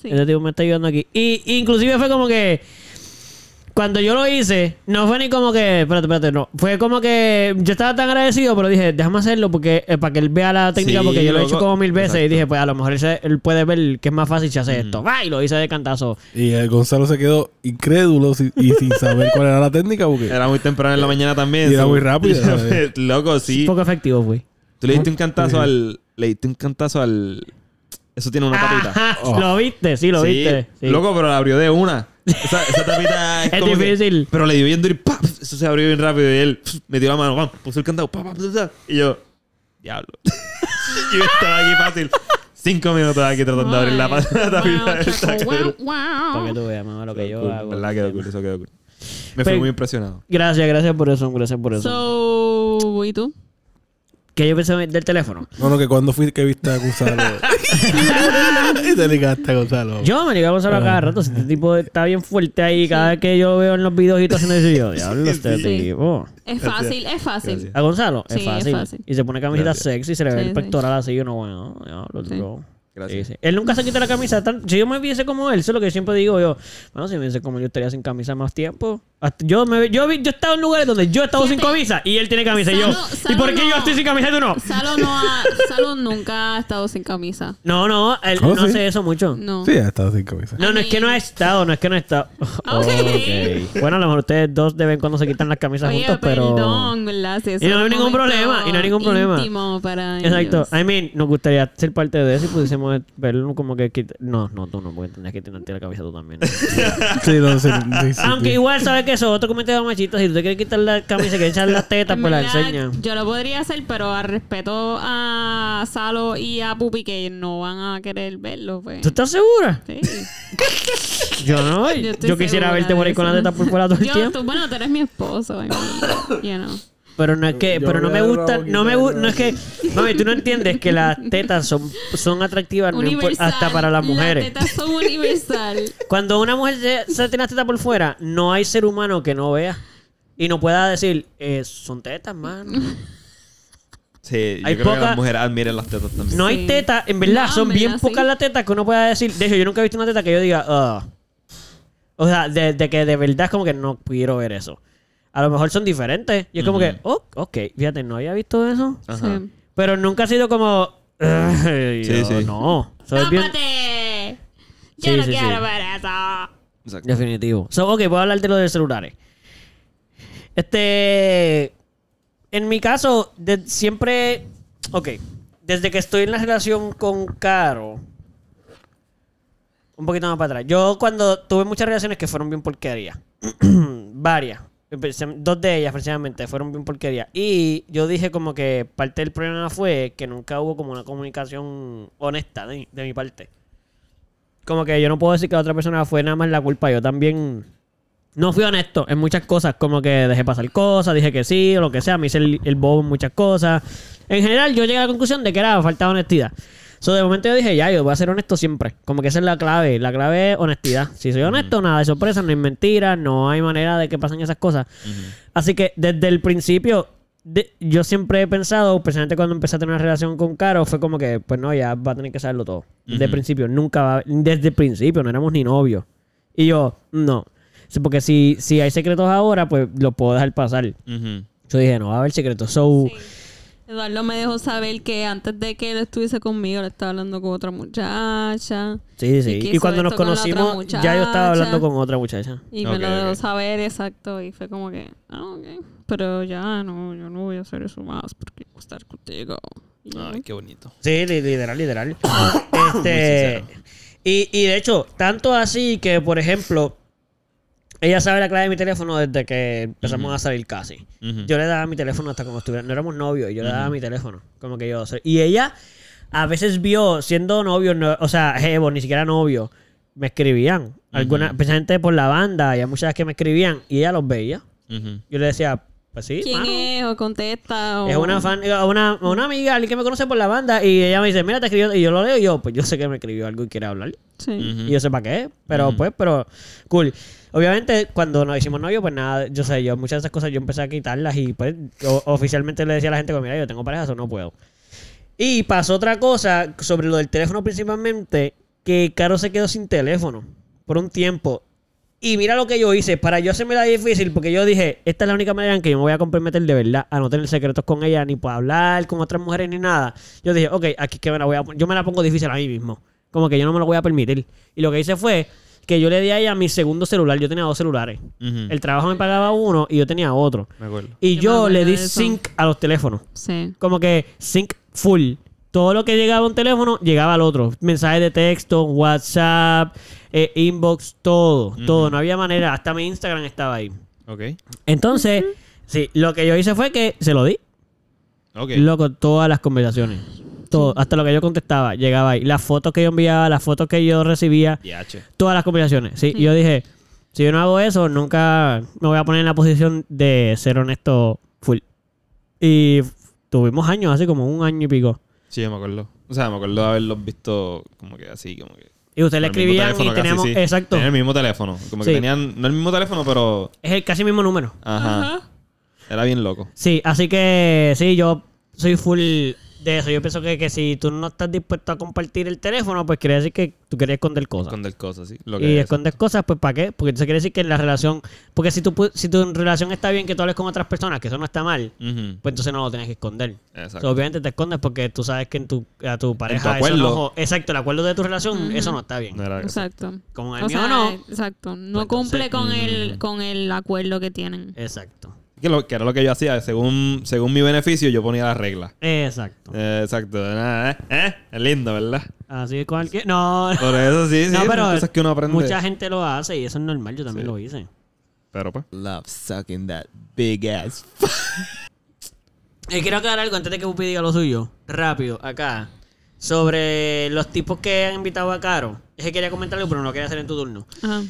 Speaker 2: Sí.
Speaker 3: Este tipo me está ayudando aquí. Y inclusive fue como que. Cuando yo lo hice, no fue ni como que. Espérate, espérate, no. Fue como que. Yo estaba tan agradecido, pero dije, déjame hacerlo porque eh, para que él vea la técnica,
Speaker 1: Sí,
Speaker 3: porque yo lo he
Speaker 1: loco.
Speaker 3: hecho como mil veces. Y
Speaker 1: Exacto.
Speaker 3: dije, pues a lo mejor él, se- él puede ver que es más fácil si hace esto. Va, y lo hice de cantazo.
Speaker 4: Y eh, Gonzalo se quedó incrédulo si- y sin saber cuál era la técnica. Porque
Speaker 1: Era muy temprano en la mañana también.
Speaker 4: Y era
Speaker 1: so-
Speaker 4: muy rápido, ¿sabes?
Speaker 1: Loco, sí.
Speaker 3: Poco efectivo fui.
Speaker 1: Tú le diste un cantazo al. Le diste un cantazo al. Eso tiene
Speaker 3: Ah.
Speaker 1: una tapita.
Speaker 3: Ajá, Lo viste, sí, lo
Speaker 1: Oh. Sí.
Speaker 3: viste. sí.
Speaker 1: Loco, pero la abrió de una. Esa, esa tapita es,
Speaker 3: Es
Speaker 1: como que-
Speaker 3: difícil.
Speaker 1: pero le dio bien duro y ¡pap! Eso se abrió bien rápido. Y él pf, metió la mano, ¡pam! puso el candado, ¡pam! pam, pam, pam, y yo, diablo. y yo estaba aquí fácil. Cinco minutos aquí tratando de abrir la,
Speaker 2: Ay,
Speaker 1: la tapita.
Speaker 2: wow,
Speaker 1: Está
Speaker 2: chaco,
Speaker 1: cabrón.
Speaker 2: wow, wow.
Speaker 3: Para que tú veas, mamá, lo que yo
Speaker 1: Cool,
Speaker 3: hago.
Speaker 1: ¿Verdad? Quedó cool, eso quedó cool. Me fui
Speaker 3: Pero-
Speaker 1: muy impresionado.
Speaker 3: Gracias, gracias por eso, gracias por eso.
Speaker 2: So, ¿y tú?
Speaker 3: que yo pensaba del teléfono.
Speaker 4: No, no, que cuando fuiste que viste a Gonzalo. y te ligaste a Gonzalo.
Speaker 3: Yo me ligaba solo a cada rato. Este tipo está bien fuerte ahí. Cada vez que yo lo veo en los videos y está haciendo eso, yo, diablo, este
Speaker 2: Sí.
Speaker 3: tipo.
Speaker 2: Es fácil, es fácil.
Speaker 3: A Gonzalo, es,
Speaker 2: Sí, es
Speaker 3: fácil.
Speaker 2: fácil.
Speaker 3: Y se pone camiseta sexy y se le ve
Speaker 2: Sí, sí.
Speaker 3: el pectoral así. Y uno, bueno, diablo,
Speaker 2: Sí.
Speaker 3: duro.
Speaker 1: Gracias.
Speaker 3: Sí, sí. Él nunca se quita la camisa. tan- si yo me viese como él, eso es lo que siempre digo yo. Bueno, si me viese como yo estaría sin camisa más tiempo. Hasta- yo me vi- yo, vi- yo he estado en lugares donde yo he estado sin
Speaker 2: Fíjate.
Speaker 3: camisa y él tiene camisa. y yo,
Speaker 2: Salo- Salo
Speaker 3: ¿y por qué
Speaker 2: no.
Speaker 3: yo estoy sin camisa y tú no?
Speaker 2: Salo, no ha, Salo nunca ha estado sin camisa.
Speaker 3: No, no, él
Speaker 4: Oh,
Speaker 3: no
Speaker 4: sí.
Speaker 3: hace eso mucho.
Speaker 2: No.
Speaker 4: Sí, ya estaba sin camisa.
Speaker 3: No, no es que no ha estado, no es que no ha estado.
Speaker 2: Ok.
Speaker 3: Ok. Bueno, a lo mejor ustedes dos deben cuando se quitan las camisas
Speaker 2: Oye,
Speaker 3: juntos, pero.
Speaker 2: perdón, ¿verdad? Sí, eso
Speaker 3: Y no hay
Speaker 2: es un
Speaker 3: ningún
Speaker 2: momento
Speaker 3: problema, y no hay ningún problema.
Speaker 2: íntimo para
Speaker 3: Exacto.
Speaker 2: ellos.
Speaker 3: I mean, nos gustaría ser parte de eso y pudiésemos verlo como que. quit- No, no, tú no, porque tendrías que tirarte la camisa tú también.
Speaker 4: Sí, no sé. sí, sí,
Speaker 3: Aunque
Speaker 4: sí.
Speaker 3: igual, ¿sabes que Eso es otro comentario machito. Si tú te quieres quitar la camisa y quieres echar las tetas,
Speaker 2: En
Speaker 3: pues la
Speaker 2: verdad,
Speaker 3: enseña.
Speaker 2: Yo lo podría hacer, pero al respeto a Salo y a Pupi, que no van a querer verlo, pues.
Speaker 3: ¿Tú estás segura?
Speaker 2: Sí.
Speaker 3: Yo no.
Speaker 2: Yo
Speaker 3: Yo,
Speaker 2: estoy
Speaker 3: quisiera
Speaker 2: segura
Speaker 3: verte
Speaker 2: de
Speaker 3: por ahí con la
Speaker 2: eso.
Speaker 3: teta por fuera todo el
Speaker 2: Yo-
Speaker 3: tiempo.
Speaker 2: tú- bueno, tú eres mi esposo, I mean, you know.
Speaker 3: Pero no es que,
Speaker 4: Yo
Speaker 3: pero no
Speaker 4: voy
Speaker 3: me
Speaker 4: a dar una
Speaker 3: gusta, no me
Speaker 4: boquita
Speaker 3: gusta, no es que, mami, tú no entiendes que las tetas son, son atractivas no impor-
Speaker 2: Universal.
Speaker 3: hasta para las mujeres.
Speaker 2: Las tetas son universal.
Speaker 3: Cuando una mujer se, se tiene las tetas por fuera, no hay ser humano que no vea y no pueda decir, eh, son tetas, mano.
Speaker 1: Sí, yo
Speaker 3: Hay
Speaker 1: creo que
Speaker 3: poca-
Speaker 1: las mujeres admiren las tetas también.
Speaker 3: No
Speaker 2: Sí.
Speaker 3: hay tetas, en verdad,
Speaker 2: No,
Speaker 3: son
Speaker 2: en verdad,
Speaker 3: bien
Speaker 2: sí.
Speaker 3: pocas las tetas que uno pueda decir. De hecho, yo nunca he visto una teta que yo diga, ah. O sea, de, de que de verdad es como que no quiero ver eso. A lo mejor son diferentes. Y es como que, oh, ok, fíjate, no había visto eso.
Speaker 1: Ajá.
Speaker 2: Sí.
Speaker 3: Pero nunca ha sido como. "Ay,
Speaker 1: Sí,
Speaker 3: yo
Speaker 1: sí.
Speaker 3: No. Soy bien-
Speaker 2: ¡Tápate! Yo
Speaker 3: Sí,
Speaker 2: no
Speaker 3: sí, sí.
Speaker 2: quiero ver eso.
Speaker 1: Exacto.
Speaker 3: Definitivo. So, ok, voy a hablar de lo de celulares. Este. En mi caso, de- siempre. Ok. Desde que estoy en la relación con Caro. Un poquito más para atrás. Yo cuando tuve muchas relaciones que fueron bien porquería. Varias. Empecé- Dos de ellas, precisamente, fueron bien porquería. Y yo dije como que parte del problema fue que nunca hubo como una comunicación honesta de- de mi parte como que yo no puedo decir que la otra persona fue nada más la culpa. Yo también no fui honesto en muchas cosas. Como que dejé pasar cosas, dije que sí, o lo que sea. Me hice el, el bobo en muchas cosas. En general, yo llegué a la conclusión de que era falta de honestidad. So, de momento yo dije, ya, yo voy a ser honesto siempre. Como que esa es la clave. La clave es honestidad. Si soy honesto, nada de sorpresa, no hay mentiras, no hay manera de que pasen esas cosas. Así que desde el principio, de- yo siempre he pensado, precisamente cuando empecé a tener una relación con Caro, fue como que, pues no, ya va a tener que saberlo todo. Desde el principio, nunca va. Desde el principio, no éramos ni novios. Y yo, no. Sí, Porque si, si hay secretos ahora, pues los puedo dejar pasar.
Speaker 1: Ujú.
Speaker 3: Yo dije, no va a haber secretos. So,
Speaker 2: Eduardo me dejó saber que antes de que él estuviese conmigo, él estaba hablando con otra muchacha.
Speaker 3: sí, sí.
Speaker 2: Y que
Speaker 3: Y,
Speaker 2: hizo
Speaker 3: cuando nos
Speaker 2: esto con la otra
Speaker 3: conocimos, ya yo estaba hablando
Speaker 2: muchacha.
Speaker 3: con otra muchacha.
Speaker 2: Y
Speaker 1: Ok,
Speaker 2: me lo dejó
Speaker 1: ok.
Speaker 2: saber, exacto. Y fue como que, ah, ok. Pero ya no, yo no voy a hacer eso más porque quiero estar contigo. Y yo,
Speaker 5: Ay, qué bonito.
Speaker 3: Sí, li- literal, literal. este, y, y de hecho, tanto así que, por ejemplo, ella sabe la clave de mi teléfono desde que empezamos a salir casi.
Speaker 1: Ujú.
Speaker 3: Yo le daba mi teléfono hasta cuando estuviera, no éramos novios, yo le daba mi teléfono. Como que yo. o sea, Y ella a veces vio, siendo novio, no- o sea, jevo, ni siquiera novio, me escribían. Alguna, Precisamente por la banda, había muchas que me escribían y ella los veía.
Speaker 1: Ujú.
Speaker 3: Yo le decía, pues sí,
Speaker 2: ¿Quién
Speaker 3: mano".
Speaker 2: es? O contesta. O...
Speaker 3: Es una fan, eh, una, una amiga, alguien que me conoce por la banda, y ella me dice, mira, te escribió, y yo lo leo, y yo, pues yo sé que me escribió algo y quiere hablar.
Speaker 2: Sí.
Speaker 1: Ujú.
Speaker 3: Y yo sé para qué, pero pues, pero cool. Obviamente, cuando nos hicimos novios, pues nada, yo sé, yo muchas de esas cosas yo empecé a quitarlas y pues yo oficialmente le decía a la gente, pues mira, yo tengo parejas o no puedo. Y pasó otra cosa sobre lo del teléfono principalmente, que Caro se quedó sin teléfono por un tiempo. Y mira lo que yo hice, para yo hacerme la difícil, porque yo dije, esta es la única manera en que yo me voy a comprometer de verdad a no tener secretos con ella, ni para hablar con otras mujeres, ni nada. Yo dije, ok, aquí es que me la voy a pon- yo me la pongo difícil a mí mismo. Como que yo no me lo voy a permitir. Y lo que hice fue que yo le di a ella mi segundo celular, yo tenía dos celulares.
Speaker 1: Ujú.
Speaker 3: El trabajo me pagaba uno y yo tenía otro.
Speaker 1: Me acuerdo.
Speaker 3: Y
Speaker 2: Qué
Speaker 3: yo
Speaker 2: maravilla
Speaker 3: le di
Speaker 2: de eso.
Speaker 3: sync a los teléfonos
Speaker 2: Sí.
Speaker 3: como que sync full. Todo lo que llegaba a un teléfono llegaba al otro. Mensajes de texto, WhatsApp, eh, inbox, todo, todo. No había manera. Hasta mi Instagram estaba ahí.
Speaker 1: Ok.
Speaker 3: Entonces, sí, lo que yo hice fue que se lo di.
Speaker 1: Ok.
Speaker 3: Loco, todas las conversaciones. Todo, hasta lo que yo contestaba, llegaba ahí. Las fotos que yo enviaba, las fotos que yo recibía,
Speaker 1: DH.
Speaker 3: todas las conversaciones. Sí, Y yo dije, si yo no hago eso, nunca me voy a poner en la posición de ser honesto full. Y tuvimos años, hace como un año y pico.
Speaker 1: Sí, yo me acuerdo. O sea, me acuerdo de haberlos visto como que así, como que.
Speaker 3: Y usted le
Speaker 1: con el mismo
Speaker 3: escribían
Speaker 1: teléfono
Speaker 3: y
Speaker 1: casi,
Speaker 3: teníamos.
Speaker 1: sí.
Speaker 3: Exacto.
Speaker 1: Tenían el mismo teléfono. Como
Speaker 3: Sí.
Speaker 1: que tenían. No el mismo teléfono, pero.
Speaker 3: Es el casi mismo número.
Speaker 1: Ajá. Era bien loco.
Speaker 3: Sí, así que sí, yo soy full de eso. Yo pienso que, que si tú no estás dispuesto a compartir el teléfono, pues quiere decir que tú querías esconder cosas.
Speaker 1: Esconder cosas, sí. Lo que
Speaker 3: Y
Speaker 1: es.
Speaker 3: escondes cosas, pues ¿para qué? Porque eso quiere decir que en la relación. Porque si tu, pu- si tu relación está bien que tú hables con otras personas, que eso no está mal,
Speaker 1: Ujú.
Speaker 3: pues entonces no lo tienes que esconder.
Speaker 1: Mm. Exacto.
Speaker 3: O sea, obviamente te escondes porque tú sabes que en tu, a tu pareja. eso
Speaker 1: acuerdo.
Speaker 3: no- exacto, el acuerdo de tu relación, eso no está bien.
Speaker 1: No era eso.
Speaker 2: Exacto.
Speaker 3: Como el
Speaker 2: O
Speaker 3: mío
Speaker 2: sea,
Speaker 3: no.
Speaker 2: Exacto. No
Speaker 3: Pues
Speaker 2: cumple
Speaker 3: entonces,
Speaker 2: con el con el acuerdo que tienen.
Speaker 3: Exacto.
Speaker 1: Que, lo- que era lo que yo hacía. Según, según mi beneficio, yo ponía las reglas.
Speaker 3: Exacto.
Speaker 1: Eh, exacto. Nada, ¿eh? ¿Eh? Es lindo, ¿verdad?
Speaker 3: Así que cualquier. No.
Speaker 1: Por eso sí, sí.
Speaker 3: no,
Speaker 1: son
Speaker 3: pero
Speaker 1: cosas que uno aprende.
Speaker 3: mucha gente lo hace y eso es normal, yo también lo hice.
Speaker 1: Pero pues.
Speaker 5: Love sucking that big ass.
Speaker 3: Y Eh, quiero aclarar algo antes de que Pupi diga lo suyo. Rápido, acá. Sobre los tipos que han invitado a Caro. Es que quería comentar algo, pero no lo quería hacer en tu turno.
Speaker 2: Ajá.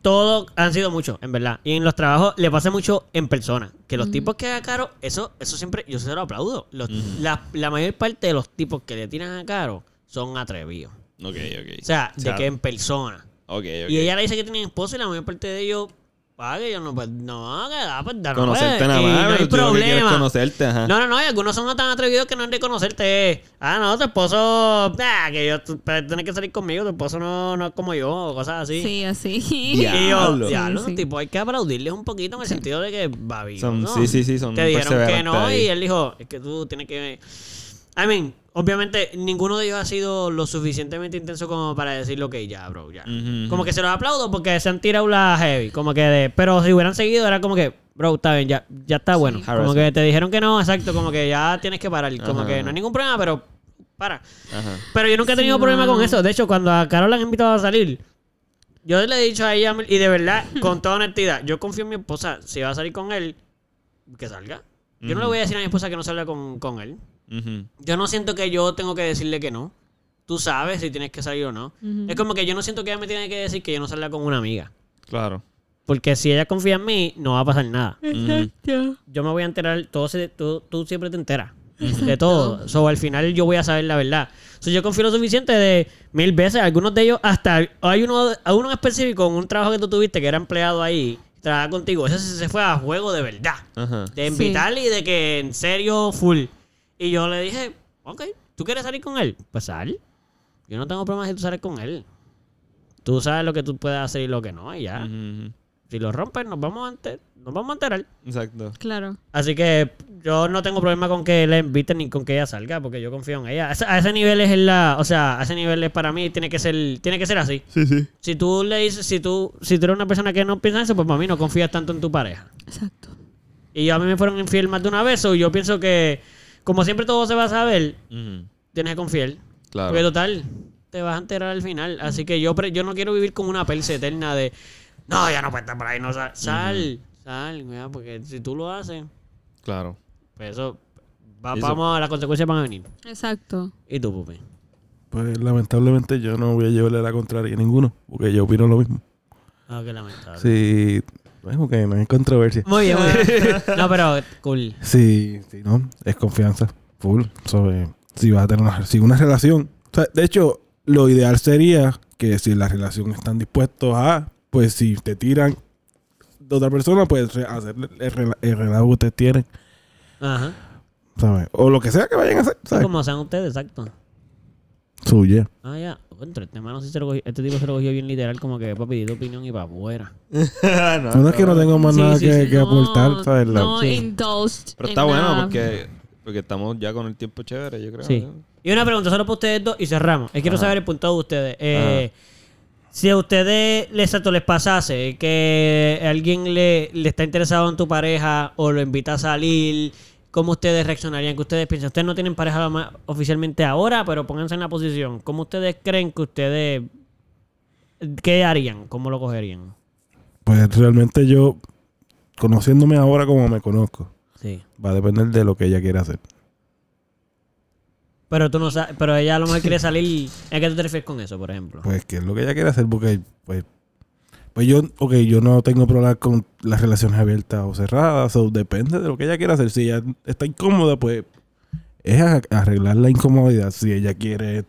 Speaker 3: Todo han sido muchos, en verdad. Y en los trabajos le pasa mucho en persona. Que los tipos que a Caro, eso, eso siempre, yo se lo aplaudo. Los- la, la mayor parte de los tipos que le tiran a Caro son atrevidos.
Speaker 1: Ok, ok.
Speaker 3: O sea,
Speaker 1: O sea,
Speaker 3: de que en persona.
Speaker 1: Ok, ok.
Speaker 3: Y ella le dice que tiene esposo y la mayor parte de ellos, paga, yo no, pues, no, que da, pues, da, no,
Speaker 1: Conocerte
Speaker 3: pues,
Speaker 1: nada
Speaker 3: y
Speaker 1: más.
Speaker 3: No hay
Speaker 1: pero yo lo que quiero es
Speaker 3: problema.
Speaker 1: Conocerte, ajá.
Speaker 3: No, no, no, y algunos son tan atrevidos que no han de conocerte. eh. Ah, no, tu esposo, ah, que yo, tú, pues, tienes que salir conmigo, tu esposo no, no es como yo, o cosas así.
Speaker 2: Sí, así.
Speaker 3: Y yo,
Speaker 1: Diablo.
Speaker 3: ya,
Speaker 2: Sí, sí.
Speaker 3: tipo, hay que aplaudirles un poquito en el sentido de que, babi,
Speaker 1: Son-
Speaker 3: ¿no?
Speaker 1: sí, sí, sí, son
Speaker 3: Te dijeron que
Speaker 1: perseverantes
Speaker 3: no
Speaker 1: ahí.
Speaker 3: y él dijo, es que tú tienes que... I mean, obviamente ninguno de ellos ha sido lo suficientemente intenso como para decir lo que ya, bro, ya.
Speaker 1: Ujú, ujú.
Speaker 3: Como que se los aplaudo porque se han tirado la heavy, como que de... Pero si hubieran seguido era como que, bro, está bien, ya, ya está bueno. Como que
Speaker 1: Harassment.
Speaker 3: te dijeron que no, exacto, como que ya tienes que parar, como
Speaker 1: Ajá.
Speaker 3: que no hay ningún problema, pero para.
Speaker 1: Ajá.
Speaker 3: Pero yo nunca he tenido
Speaker 2: Sí,
Speaker 3: problema con
Speaker 2: mano.
Speaker 3: eso. De hecho, cuando a Carol la han invitado a salir, yo le he dicho a ella, y de verdad, con toda honestidad, yo confío en mi esposa. Si va a salir con él, que salga. Yo no le
Speaker 1: Ujú.
Speaker 3: voy a decir a mi esposa que no salga con, con él.
Speaker 1: Ujú.
Speaker 3: Yo no siento que yo tengo que decirle que no. Tú sabes si tienes que salir o no. Es como que yo no siento que ella me tiene que decir que yo no salga con una amiga.
Speaker 1: Claro.
Speaker 3: Porque si ella confía en mí, no va a pasar nada.
Speaker 2: Exacto.
Speaker 3: Yo me voy a enterar, todo se- tú, tú siempre te enteras de todo. So, al final yo voy a saber la verdad. So, yo confío lo suficiente de mil veces. Algunos de ellos, hasta hay uno, hay uno en específico en un trabajo que tú tuviste que era empleado ahí, trabajaba contigo. Ese sí se fue a juego de verdad.
Speaker 1: Ajá.
Speaker 3: De
Speaker 2: Sí.
Speaker 3: invitarle y de que en serio, full. Y yo le dije, ok, ¿tú quieres salir con él? Pues sal. Yo no tengo problema si tú sales con él. Tú sabes lo que tú puedes hacer y lo que no, y ya.
Speaker 1: Ujú, ujú.
Speaker 3: Si lo rompes, nos vamos a enter- nos vamos a enterar.
Speaker 1: Exacto.
Speaker 2: Claro.
Speaker 3: Así que yo no tengo problema con que la inviten ni con que ella salga, porque yo confío en ella. A ese- A ese nivel es la, o sea, a ese nivel es para mí tiene que ser, tiene que ser así.
Speaker 1: Sí, sí.
Speaker 3: Si tú le dices, si tú, si tú eres una persona que no piensa eso, pues para mí no confías tanto en tu pareja.
Speaker 2: Exacto.
Speaker 3: Y yo a mí me fueron infiel más de una vez, o yo pienso que, como siempre todo se va a saber, tienes que confiar.
Speaker 1: Claro.
Speaker 3: Porque total, te vas a enterar al final. Así que yo, pre- yo no quiero vivir como una persa eterna de, no, ya no puedes estar por ahí, no sal, sal, sal, mira, porque si tú lo haces,
Speaker 1: Claro.
Speaker 3: pues eso, va-
Speaker 1: Eso-
Speaker 3: vamos a las consecuencias van a venir.
Speaker 2: Exacto.
Speaker 3: Y tú, pupi.
Speaker 4: Pues lamentablemente yo no voy a llevarle la contraria a ninguno, porque yo opino lo mismo.
Speaker 3: Ah, qué lamentable.
Speaker 4: Sí, bueno, que no hay controversia.
Speaker 3: Muy bien, muy bien. No, pero cool.
Speaker 4: Sí, sí, no, es confianza, full, sobre si vas a tener una, si una relación. O sea, de hecho, lo ideal sería que si la relación están dispuestos a, pues si te tiran de otra persona, pues re- hacer el, rela- el relajo que ustedes tienen,
Speaker 3: Ajá.
Speaker 4: ¿sabes? O lo que sea que vayan a hacer,
Speaker 3: Sí,
Speaker 4: ¿sabes?
Speaker 3: como sean ustedes, exacto.
Speaker 4: Suya.
Speaker 3: Ah, ya. Contra, este mano sí se lo cogió- este tipo se lo cogió bien literal, como que para pedir opinión y para afuera.
Speaker 4: No, es que no tengo más
Speaker 3: Sí,
Speaker 4: nada
Speaker 3: sí,
Speaker 4: que,
Speaker 3: sí.
Speaker 4: que aportar,
Speaker 2: No,
Speaker 4: ¿sabes? La-
Speaker 2: No,
Speaker 3: Sí.
Speaker 2: indulged
Speaker 1: Pero
Speaker 2: en
Speaker 1: está bueno
Speaker 2: nada.
Speaker 1: porque, porque estamos ya con el tiempo chévere, yo creo.
Speaker 3: Sí.
Speaker 1: ¿no?
Speaker 3: Y una pregunta solo para ustedes dos y cerramos. Eh, quiero saber el punto de ustedes. Eh, si a ustedes les, exacto, les pasase que alguien le, le está interesado en tu pareja o lo invita a salir, ¿cómo ustedes reaccionarían? ¿Qué ustedes piensan? Ustedes no tienen pareja ma- oficialmente ahora, pero pónganse en la posición. ¿Cómo ustedes creen que ustedes... ¿Qué harían? ¿Cómo lo cogerían?
Speaker 4: Pues realmente yo, conociéndome ahora como me conozco,
Speaker 3: Sí.
Speaker 4: va a depender de lo que ella quiera hacer.
Speaker 3: Pero tú no sabes, pero ella a lo mejor quiere salir. ¿A qué tú te refieres con eso, por ejemplo?
Speaker 4: Pues que es lo que ella quiere hacer, porque pues, pues yo, ok, yo no tengo problema con las relaciones abiertas o cerradas, o depende de lo que ella quiera hacer. Si ella está incómoda, pues es a- arreglar la incomodidad. Si ella quiere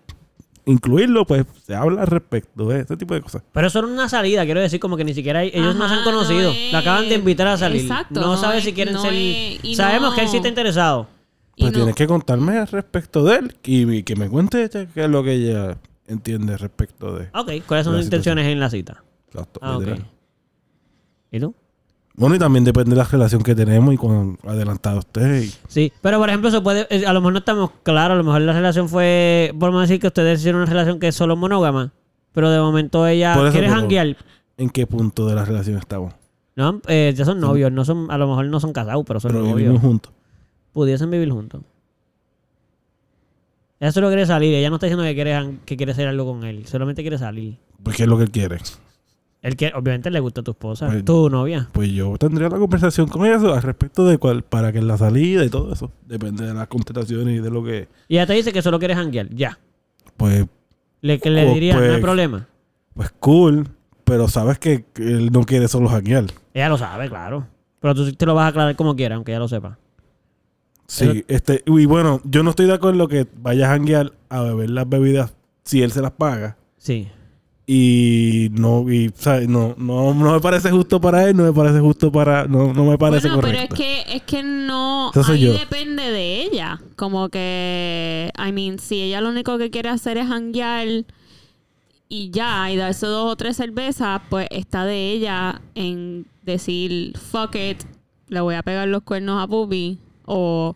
Speaker 4: incluirlo, pues se habla al respecto, ¿eh? ese tipo de cosas.
Speaker 3: Pero eso era una salida, quiero decir, como que ni siquiera hay- ellos no se
Speaker 2: Ajá,
Speaker 3: han conocido.
Speaker 2: no es-
Speaker 3: Lo acaban de invitar a salir.
Speaker 2: Exacto,
Speaker 3: No,
Speaker 2: no
Speaker 3: sabe
Speaker 2: es-
Speaker 3: si quieren
Speaker 2: no
Speaker 3: ser.
Speaker 2: es- y
Speaker 3: Sabemos
Speaker 2: no.
Speaker 3: que él sí está interesado.
Speaker 2: Y
Speaker 4: Pues
Speaker 2: no-
Speaker 4: tienes que contarme al respecto de él y, y que me cuente ella qué es lo que ella entiende al respecto de...
Speaker 3: Ok, ¿cuáles son
Speaker 4: La
Speaker 3: las intenciones en la cita?
Speaker 4: Exacto,
Speaker 3: Ah, ok.
Speaker 4: literal.
Speaker 3: ¿Y tú?
Speaker 4: Bueno, y también depende de la relación que tenemos y cuán adelantado esté. y-
Speaker 3: Sí, pero por ejemplo, se puede, eh, a lo mejor no estamos claros, a lo mejor la relación fue, vamos a decir que ustedes hicieron una relación que es solo monógama, pero de momento ella
Speaker 4: Por eso,
Speaker 3: quiere
Speaker 4: pero-
Speaker 3: janguear.
Speaker 4: ¿En qué punto de la relación estamos?
Speaker 3: No, eh, ya son novios, no son, a lo mejor no son casados, pero son
Speaker 4: Pero
Speaker 3: novios.
Speaker 4: vivimos juntos.
Speaker 3: pudiesen vivir juntos. Ella solo quiere salir. Ella no está diciendo que quiere, jan- que quiere hacer algo con él. Solamente quiere salir.
Speaker 4: Pues, ¿Qué es lo que él quiere?
Speaker 3: Él quiere, obviamente le gusta tu esposa,
Speaker 4: Pues-
Speaker 3: tu novia.
Speaker 4: Pues yo tendría la conversación con ella al respecto de cuál, para que la salida y todo eso. Depende de las contestaciones y de lo que.
Speaker 3: Y ella te dice que solo quiere janguear. Ya.
Speaker 4: Pues,
Speaker 3: Le, que le
Speaker 4: Oh,
Speaker 3: diría, no hay
Speaker 4: pues.
Speaker 3: problema.
Speaker 4: pues cool. Pero sabes que él no quiere solo hackear.
Speaker 3: Ella lo sabe, claro. Pero tú sí te lo vas a aclarar como quieras, aunque ella lo sepa.
Speaker 4: Sí, este. Y bueno, yo no estoy de acuerdo en lo que vaya a janguear a beber las bebidas si él se las paga.
Speaker 3: Sí.
Speaker 4: Y no, y, ¿sabes? No, no, no me parece justo para él, no me parece justo para. No, no me parece
Speaker 2: bueno,
Speaker 4: correcto.
Speaker 2: pero es que, es que no.
Speaker 4: Eso soy
Speaker 2: ahí
Speaker 4: yo.
Speaker 2: depende de ella. Como que. I mean, si ella lo único que quiere hacer es hanguear y ya, y darse dos o tres cervezas, pues está de ella en decir, fuck it, le voy a pegar los cuernos a Puppy. O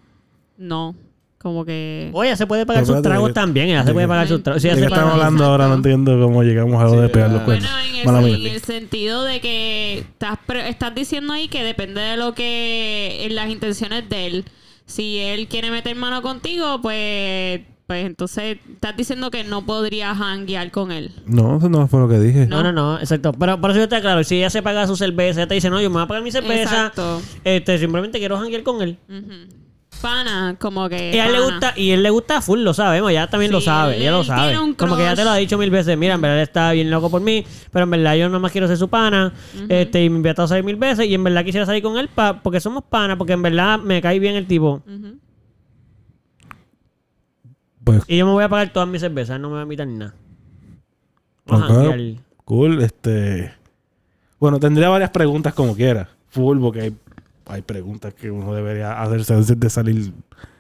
Speaker 2: no. Como que.
Speaker 3: O ella se puede pagar
Speaker 4: Pero
Speaker 3: sus
Speaker 4: espérate,
Speaker 3: tragos
Speaker 4: de-
Speaker 3: también. Ella se
Speaker 4: de-
Speaker 3: puede pagar sus tragos. Sí, ella
Speaker 4: ¿De
Speaker 3: se
Speaker 4: qué
Speaker 3: puede
Speaker 4: estamos
Speaker 3: pagar-
Speaker 4: hablando ahora? No
Speaker 2: Exacto.
Speaker 4: entiendo cómo llegamos a lo de pegar
Speaker 1: ¿verdad?
Speaker 4: los cuernos.
Speaker 2: Bueno, en
Speaker 4: Pues Mala
Speaker 2: el, en
Speaker 4: mía.
Speaker 2: el sentido de que estás, pre- estás diciendo ahí que depende de lo que en las intenciones de él. Si él quiere meter mano contigo, pues, pues entonces estás diciendo que no podrías hanguear con él.
Speaker 4: No, eso no fue lo que dije.
Speaker 3: No, no, no, exacto. Pero por eso yo te aclaro, si ella se paga su cerveza, ella te dice, no, yo me voy a pagar mi cerveza.
Speaker 2: Exacto.
Speaker 3: Este, simplemente quiero janguear con él.
Speaker 2: Ujú. Pana, como que.
Speaker 3: Y a él le
Speaker 2: pana.
Speaker 3: gusta, y él le gusta full, lo sabemos, ella también lo
Speaker 2: Sí,
Speaker 3: sabe,
Speaker 2: él-
Speaker 3: ella lo
Speaker 2: él
Speaker 3: sabe.
Speaker 2: tiene un
Speaker 3: Como que ella te lo ha dicho mil veces, mira, en verdad él está bien loco por mí, pero en verdad yo nomás quiero ser su pana, este, y me invitó a salir mil veces, y en verdad quisiera salir con él pa- porque somos panas, porque en verdad me cae bien el tipo.
Speaker 2: Ujú.
Speaker 4: Pues,
Speaker 3: Y yo me voy a pagar todas mis cervezas, no me va a invitar ni nada. Vamos a
Speaker 4: acá,
Speaker 3: janguear.
Speaker 4: cool, este... Bueno, tendría varias preguntas como quiera. Full, porque hay, hay preguntas que uno debería hacerse antes de salir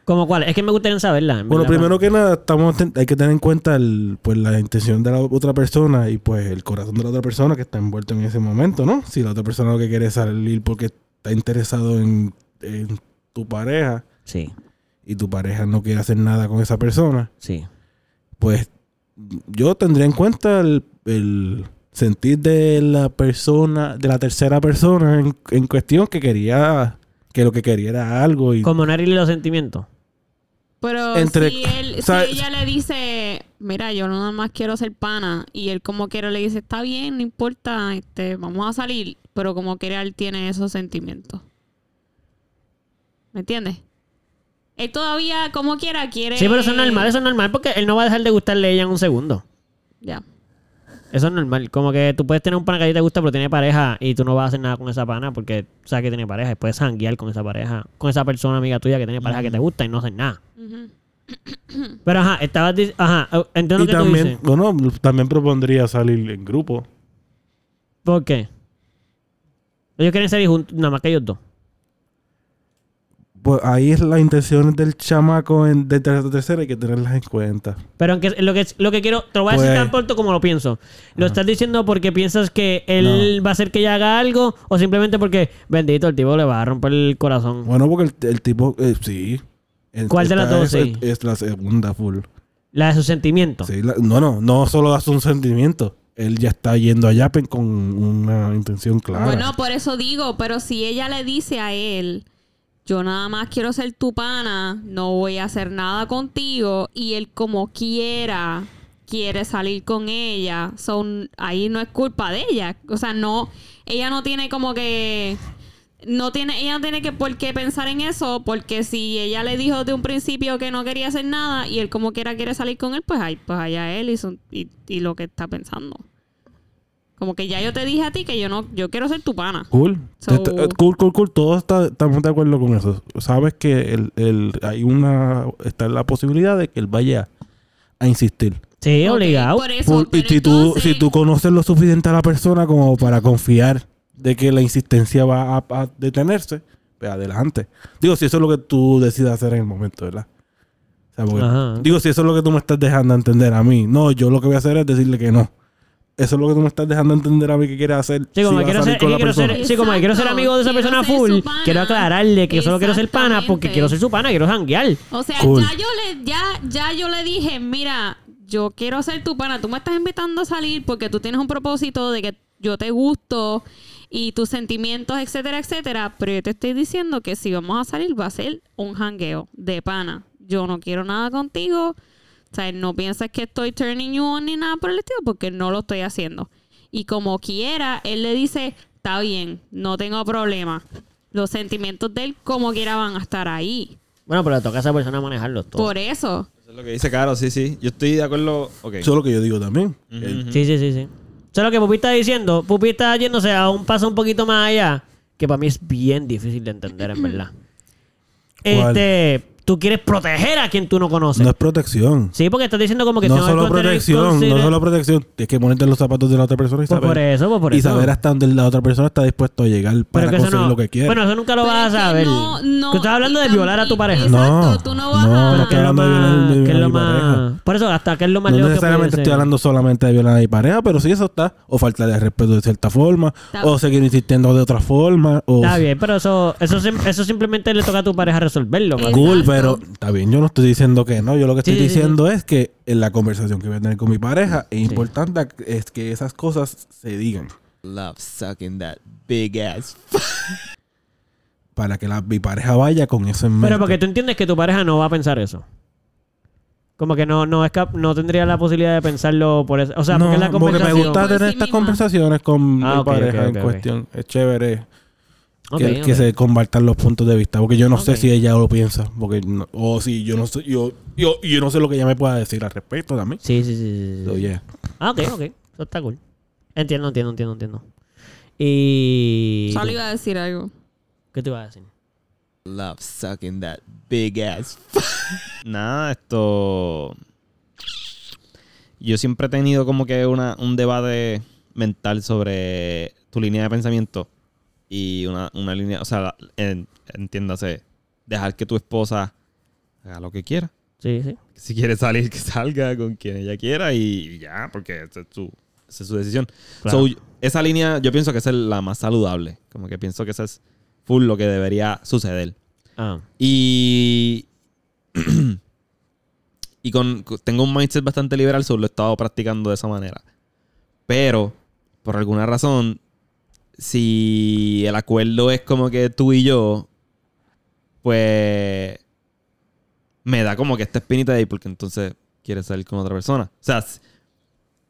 Speaker 3: ¿Cómo cuál? Es que me gustaría saberla. en
Speaker 4: Bueno,
Speaker 3: verdad,
Speaker 4: primero
Speaker 3: no.
Speaker 4: que nada, estamos ten- hay que tener en cuenta el- pues, la intención de la otra persona y pues el corazón de la otra persona que está envuelto en ese momento, ¿no? Si la otra persona lo que quiere es salir porque está interesado en, en tu pareja
Speaker 3: Sí,
Speaker 4: y tu pareja no quiere hacer nada con esa persona,
Speaker 3: sí.
Speaker 4: pues yo tendría en cuenta el, el sentir de la persona, de la tercera persona en, en cuestión que quería, que lo que quería era algo y
Speaker 3: Como no herirle los sentimientos.
Speaker 2: Pero
Speaker 4: Entre-
Speaker 2: si, él, si
Speaker 4: ¿sabes?
Speaker 2: ella le dice, mira, yo nada más quiero ser pana, y él como quiera le dice, está bien, no importa, este, vamos a salir, pero como quiera él tiene esos sentimientos. ¿Me entiendes? Él todavía, como quiera, quiere...
Speaker 3: Sí, pero eso es normal, eso es normal porque él no va a dejar de gustarle a ella en un segundo.
Speaker 2: Ya.
Speaker 3: Eso es normal. Como que tú puedes tener un pana que a ti te gusta, pero tiene pareja y tú no vas a hacer nada con esa pana porque sabes que tiene pareja. Y puedes janguear con esa pareja, con esa persona amiga tuya que tiene pareja que te gusta y no hacer nada.
Speaker 2: Ujú.
Speaker 3: Pero ajá, estabas dic- Ajá, eh, entiendo
Speaker 4: Y
Speaker 3: lo que tú
Speaker 4: también,
Speaker 3: dices.
Speaker 4: bueno, también propondría salir en grupo.
Speaker 3: ¿Por qué? Ellos quieren salir juntos, nada más que ellos dos.
Speaker 4: Pues ahí es las intenciones del chamaco en, de ter- tercera, hay que tenerlas en cuenta.
Speaker 3: Pero aunque lo que, lo que quiero, te lo voy a decir
Speaker 4: Pues-
Speaker 3: tan corto como lo pienso. ¿Lo estás diciendo porque piensas que él va a hacer que ella haga algo o simplemente porque, bendito, el tipo le va a romper el corazón?
Speaker 4: Bueno, porque el, el tipo, eh, sí. El-
Speaker 3: ¿Cuál de las
Speaker 4: esta
Speaker 3: dos,
Speaker 4: Es,
Speaker 3: sí?
Speaker 4: es- es la segunda full.
Speaker 3: La de sus sentimientos.
Speaker 4: Sí, la- no, no, no solo das un sentimiento. Él ya está yendo a Japan con una intención clara.
Speaker 2: Bueno, por eso digo, pero si ella le dice a él, yo nada más quiero ser tu pana, no voy a hacer nada contigo, y él como quiera quiere salir con ella, son ahí no es culpa de ella, o sea, no, ella no tiene como que no tiene, ella no tiene que por qué pensar en eso, porque si ella le dijo de un principio que no quería hacer nada y él como quiera quiere salir con él, pues ahí, pues allá él y, su- y, y lo que está pensando. Como que ya yo te dije a ti que yo no, yo quiero ser tu pana.
Speaker 4: Cool.
Speaker 2: So-
Speaker 4: Te- te- eh, cool, cool, cool. Todos está- estamos de acuerdo con eso. Sabes que el, el- hay una, está la posibilidad de que él vaya a insistir.
Speaker 3: Sí,
Speaker 2: Ok,
Speaker 3: obligado.
Speaker 2: Por eso,
Speaker 4: Por- y
Speaker 2: pero
Speaker 4: si, tú,
Speaker 2: entonces-
Speaker 4: si tú conoces lo suficiente a la persona como para confiar de que la insistencia va a, a detenerse, pues adelante. Digo, si eso es lo que tú decidas hacer en el momento, ¿verdad? O sea, porque-
Speaker 3: Ajá.
Speaker 4: digo, si eso es lo que tú me estás dejando entender a mí. No, yo lo que voy a hacer es decirle que no. Eso es lo que tú me estás dejando entender a mí que quieres hacer.
Speaker 3: Sí, como que
Speaker 4: si vas a
Speaker 3: quiero
Speaker 4: salir
Speaker 3: ser,
Speaker 4: con
Speaker 3: es
Speaker 4: la
Speaker 3: que quiero ser-
Speaker 4: persona.
Speaker 3: sí, como que quiero ser
Speaker 2: Exacto.
Speaker 3: amigo de esa
Speaker 2: Quiero
Speaker 3: persona
Speaker 2: ser
Speaker 3: full.
Speaker 2: su pana.
Speaker 3: Quiero aclararle que yo solo quiero ser pana porque
Speaker 2: Exactamente.
Speaker 3: quiero ser su pana, quiero janguear.
Speaker 2: O sea,
Speaker 4: Cool.
Speaker 2: ya yo le, ya, ya yo le dije, mira, yo quiero ser tu pana. Tú me estás invitando a salir porque tú tienes un propósito de que yo te gusto y tus sentimientos, etcétera, etcétera. Pero yo te estoy diciendo que si vamos a salir va a ser un jangueo de pana. Yo no quiero nada contigo. O sea, no piensas que estoy turning you on ni nada por el estilo porque no lo estoy haciendo. Y como quiera, él le dice, está bien, no tengo problema. Los sentimientos de él como quiera van a estar ahí.
Speaker 3: Bueno, pero le toca a esa persona manejarlo todo.
Speaker 2: Por eso.
Speaker 1: Eso es lo que dice Caro, sí, sí. Yo estoy de acuerdo. Ok.
Speaker 4: Eso es lo que yo digo también.
Speaker 1: Ujú.
Speaker 3: Sí, sí, sí, sí. Eso es lo que Pupi está diciendo. Pupi está yéndose a un paso un poquito más allá, que para mí es bien difícil de entender, en verdad.
Speaker 4: ¿Cuál?
Speaker 3: Este, tú quieres proteger a quien tú no conoces.
Speaker 4: No es protección.
Speaker 3: Sí, porque estás diciendo como que
Speaker 4: no
Speaker 3: tengo que
Speaker 4: solo
Speaker 3: contener-
Speaker 4: protección, no
Speaker 3: consider-
Speaker 4: solo protección. Tienes que ponerte en los zapatos de la otra persona y
Speaker 3: Pues
Speaker 4: saber.
Speaker 3: por eso, pues por
Speaker 4: y
Speaker 3: eso.
Speaker 4: saber hasta dónde la otra persona está dispuesta a llegar
Speaker 3: Pero
Speaker 4: para
Speaker 3: que eso
Speaker 4: conseguir
Speaker 3: no-
Speaker 4: lo que quiere.
Speaker 3: Bueno, eso nunca lo
Speaker 2: Pero
Speaker 3: vas
Speaker 2: es
Speaker 3: a
Speaker 2: que
Speaker 3: saber.
Speaker 2: no- no,
Speaker 3: tú estás hablando
Speaker 2: y
Speaker 3: de violar a tu
Speaker 2: también-
Speaker 3: pareja.
Speaker 2: exacto,
Speaker 4: no,
Speaker 2: tú no vas
Speaker 4: no,
Speaker 2: a-
Speaker 4: no
Speaker 3: Pero
Speaker 4: estoy
Speaker 3: que es lo
Speaker 4: hablando de violar
Speaker 3: más...
Speaker 4: mi-
Speaker 3: que es
Speaker 4: a
Speaker 3: lo
Speaker 4: mi pareja.
Speaker 3: más... Por eso, hasta que es lo más
Speaker 4: No
Speaker 3: lejos que
Speaker 4: necesariamente
Speaker 3: puede
Speaker 4: estoy
Speaker 3: ser.
Speaker 4: hablando solamente de violar a mi pareja, pero si eso está, o faltarle respeto de cierta forma,
Speaker 2: Está-
Speaker 4: o seguir insistiendo de otra forma, o
Speaker 3: Está bien, pero eso, eso, sim- eso simplemente le toca a tu pareja resolverlo. mano.
Speaker 2: Exacto.
Speaker 4: cool, pero está bien, yo no estoy diciendo que no, yo lo que estoy
Speaker 3: Sí, sí, sí.
Speaker 4: diciendo es que en la conversación que voy a tener con mi pareja, es importante es que esas cosas se digan.
Speaker 1: Love sucking that big ass.
Speaker 4: Para que la, mi pareja vaya con eso en mente.
Speaker 3: Pero porque tú entiendes que tu pareja no va a pensar eso. Como que no, no, es cap- no tendría la posibilidad de pensarlo por eso. O sea,
Speaker 4: No,
Speaker 3: porque es la
Speaker 4: porque me
Speaker 3: conversación. Pues
Speaker 4: gusta
Speaker 2: Por sí
Speaker 4: tener estas
Speaker 2: misma.
Speaker 4: conversaciones con
Speaker 3: Ah,
Speaker 4: mi
Speaker 3: ok,
Speaker 4: pareja
Speaker 3: ok,
Speaker 4: en
Speaker 3: ok, ok.
Speaker 4: cuestión. Es chévere
Speaker 3: Ok,
Speaker 4: que, que
Speaker 3: ok.
Speaker 4: se compartan los puntos de vista. Porque yo no
Speaker 3: Ok.
Speaker 4: sé si ella lo piensa. Porque no- o si yo no sé, yo, yo, yo no sé lo que ella me pueda decir al respecto también.
Speaker 3: Sí, sí, sí, sí, sí.
Speaker 4: So, yeah.
Speaker 3: Ah, ok, ok. Eso está cool. Entiendo, entiendo, entiendo, entiendo. Y...
Speaker 2: Solo iba a decir algo.
Speaker 3: ¿Qué te iba a decir?
Speaker 1: Love sucking that big ass. Nada, esto. Yo siempre he tenido como que una, un debate mental sobre tu línea de pensamiento y una, una línea, o sea, la- en- entiéndase, dejar que tu esposa haga lo que quiera.
Speaker 3: Sí, sí.
Speaker 1: Si quiere salir, que salga con quien ella quiera y ya, porque esa es su, esa es su decisión.
Speaker 3: Claro.
Speaker 1: So, esa línea yo pienso que esa es la más saludable. Como que pienso que esa es full lo que debería suceder.
Speaker 3: Ah.
Speaker 1: Y. y con, con- tengo un mindset bastante liberal, solo lo he estado practicando de esa manera. Pero, por alguna razón, si el acuerdo es como que tú y yo, pues. Me da como que esta espinita de ahí, porque entonces quieres salir con otra persona. O sea, s-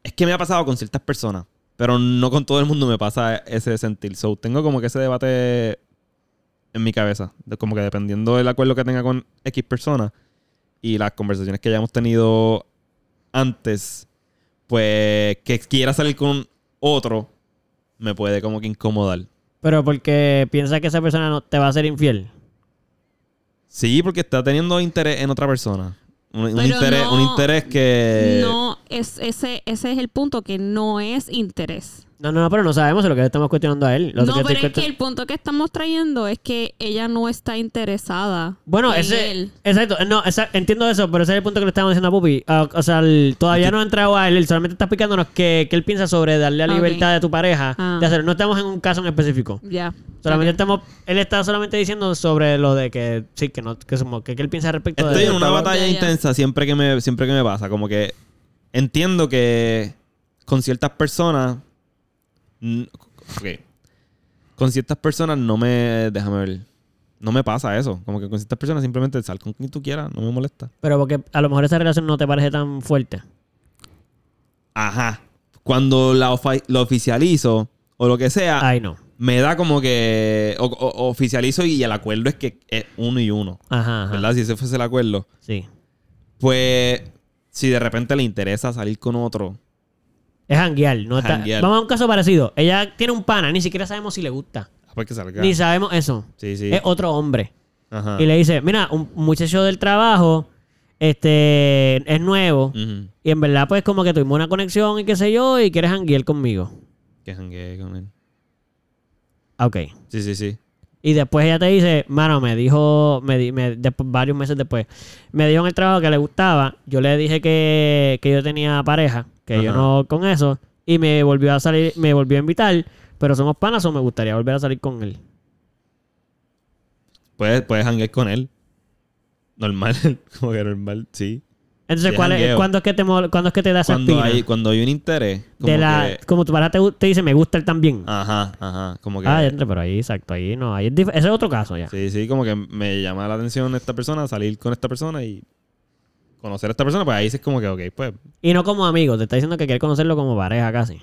Speaker 1: es que me ha pasado con ciertas personas, pero no con todo el mundo me pasa ese sentir. So, tengo como que ese debate en mi cabeza. de- como que dependiendo del acuerdo que tenga con X persona y las conversaciones que hayamos tenido antes, pues que quiera salir con otro me puede como que incomodar.
Speaker 3: Pero porque piensas que esa persona no te va a ser infiel.
Speaker 1: Sí, porque está teniendo interés en otra persona. Un, un
Speaker 2: Pero
Speaker 1: interés,
Speaker 2: no-
Speaker 1: un interés
Speaker 3: Eh,
Speaker 1: que...
Speaker 2: no, es, ese, ese es el punto que no es interés.
Speaker 3: No, no, no, pero no sabemos lo que estamos cuestionando a él. Lo
Speaker 2: no,
Speaker 3: que
Speaker 2: pero
Speaker 3: estoy
Speaker 2: es que el punto que estamos trayendo es que ella no está interesada.
Speaker 3: Bueno,
Speaker 2: en
Speaker 3: ese.
Speaker 2: él.
Speaker 3: Exacto. No, esa- entiendo eso, pero ese es el punto que le estábamos diciendo a Pupi. Ah, o sea, el- todavía no ha entrado a él. él Solamente está explicándonos que, que él piensa sobre darle la
Speaker 2: Ok.
Speaker 3: libertad de tu pareja
Speaker 2: Ah.
Speaker 3: de hacerlo. No estamos en un caso en específico.
Speaker 2: Ya.
Speaker 3: Solamente
Speaker 2: Ok.
Speaker 3: estamos. Él está solamente diciendo sobre lo de que. Sí, que no. Que, somos, que, que él piensa respecto
Speaker 1: Estoy
Speaker 3: de.
Speaker 1: en una batalla
Speaker 2: Ya, ya.
Speaker 1: intensa siempre que, me, siempre que me pasa. Como que entiendo que con ciertas personas. mm, ok. Con ciertas personas no me. Déjame ver. No me pasa eso. Como que con ciertas personas simplemente sal con quien tú quieras, no me molesta.
Speaker 3: Pero porque a lo mejor esa relación no te parece tan fuerte.
Speaker 1: Ajá. Cuando la, ofi- lo oficializo o lo que sea,
Speaker 3: Ay, no.
Speaker 1: me da como que. o- o- oficializo y el acuerdo es que es uno y uno.
Speaker 3: Ajá, ajá.
Speaker 1: ¿Verdad? Si ese fuese el acuerdo.
Speaker 3: Sí.
Speaker 1: Pues. Si de repente le interesa salir con otro.
Speaker 3: Es hanguear, no está-
Speaker 1: Hanguear.
Speaker 3: Vamos a un caso parecido. Ella tiene un pana, ni siquiera sabemos si le gusta.
Speaker 1: Ah, pues que salga.
Speaker 3: Ni sabemos eso.
Speaker 1: Sí, sí. Ah.
Speaker 3: Es otro hombre.
Speaker 1: Ajá.
Speaker 3: Y le dice, mira, un muchacho del trabajo, este, es nuevo.
Speaker 1: Ujú.
Speaker 3: Y en verdad, pues como que tuvimos una conexión y qué sé yo, y quieres hanguear conmigo.
Speaker 1: Que janguee con él.
Speaker 3: Ah, Ok.
Speaker 1: Sí, sí, sí.
Speaker 3: Y después ella te dice, mano, me dijo, me, di- me- después- varios meses después, me dijo en el trabajo que le gustaba, yo le dije que, que yo tenía pareja, que yo
Speaker 1: Ajá.
Speaker 3: no con eso, y me volvió a salir, me volvió a invitar, pero somos panas o me gustaría volver a salir con él.
Speaker 1: Puedes, puedes janguear con él. Normal. como que normal, sí.
Speaker 3: Entonces,
Speaker 1: Sí,
Speaker 3: ¿cuál es,
Speaker 1: jangueo.
Speaker 3: ¿cuándo, es que te, mol- cuándo es que te da esa
Speaker 1: Cuando
Speaker 3: espina?
Speaker 1: hay, cuando hay un interés. Como
Speaker 3: de la,
Speaker 1: que- Ah,
Speaker 3: Como tu pareja te, gu- te dice, me gusta él también.
Speaker 1: Ajá, ajá. Como que.
Speaker 3: Ah, ya entré, pero ahí, exacto, ahí no, ahí es dif- ese es otro caso ya.
Speaker 1: sí, sí, como que me llama la atención esta persona, salir con esta persona y conocer a esta persona, pues ahí sí es como que, ok, pues.
Speaker 3: Y no como amigo, te está diciendo que quiere conocerlo como pareja casi.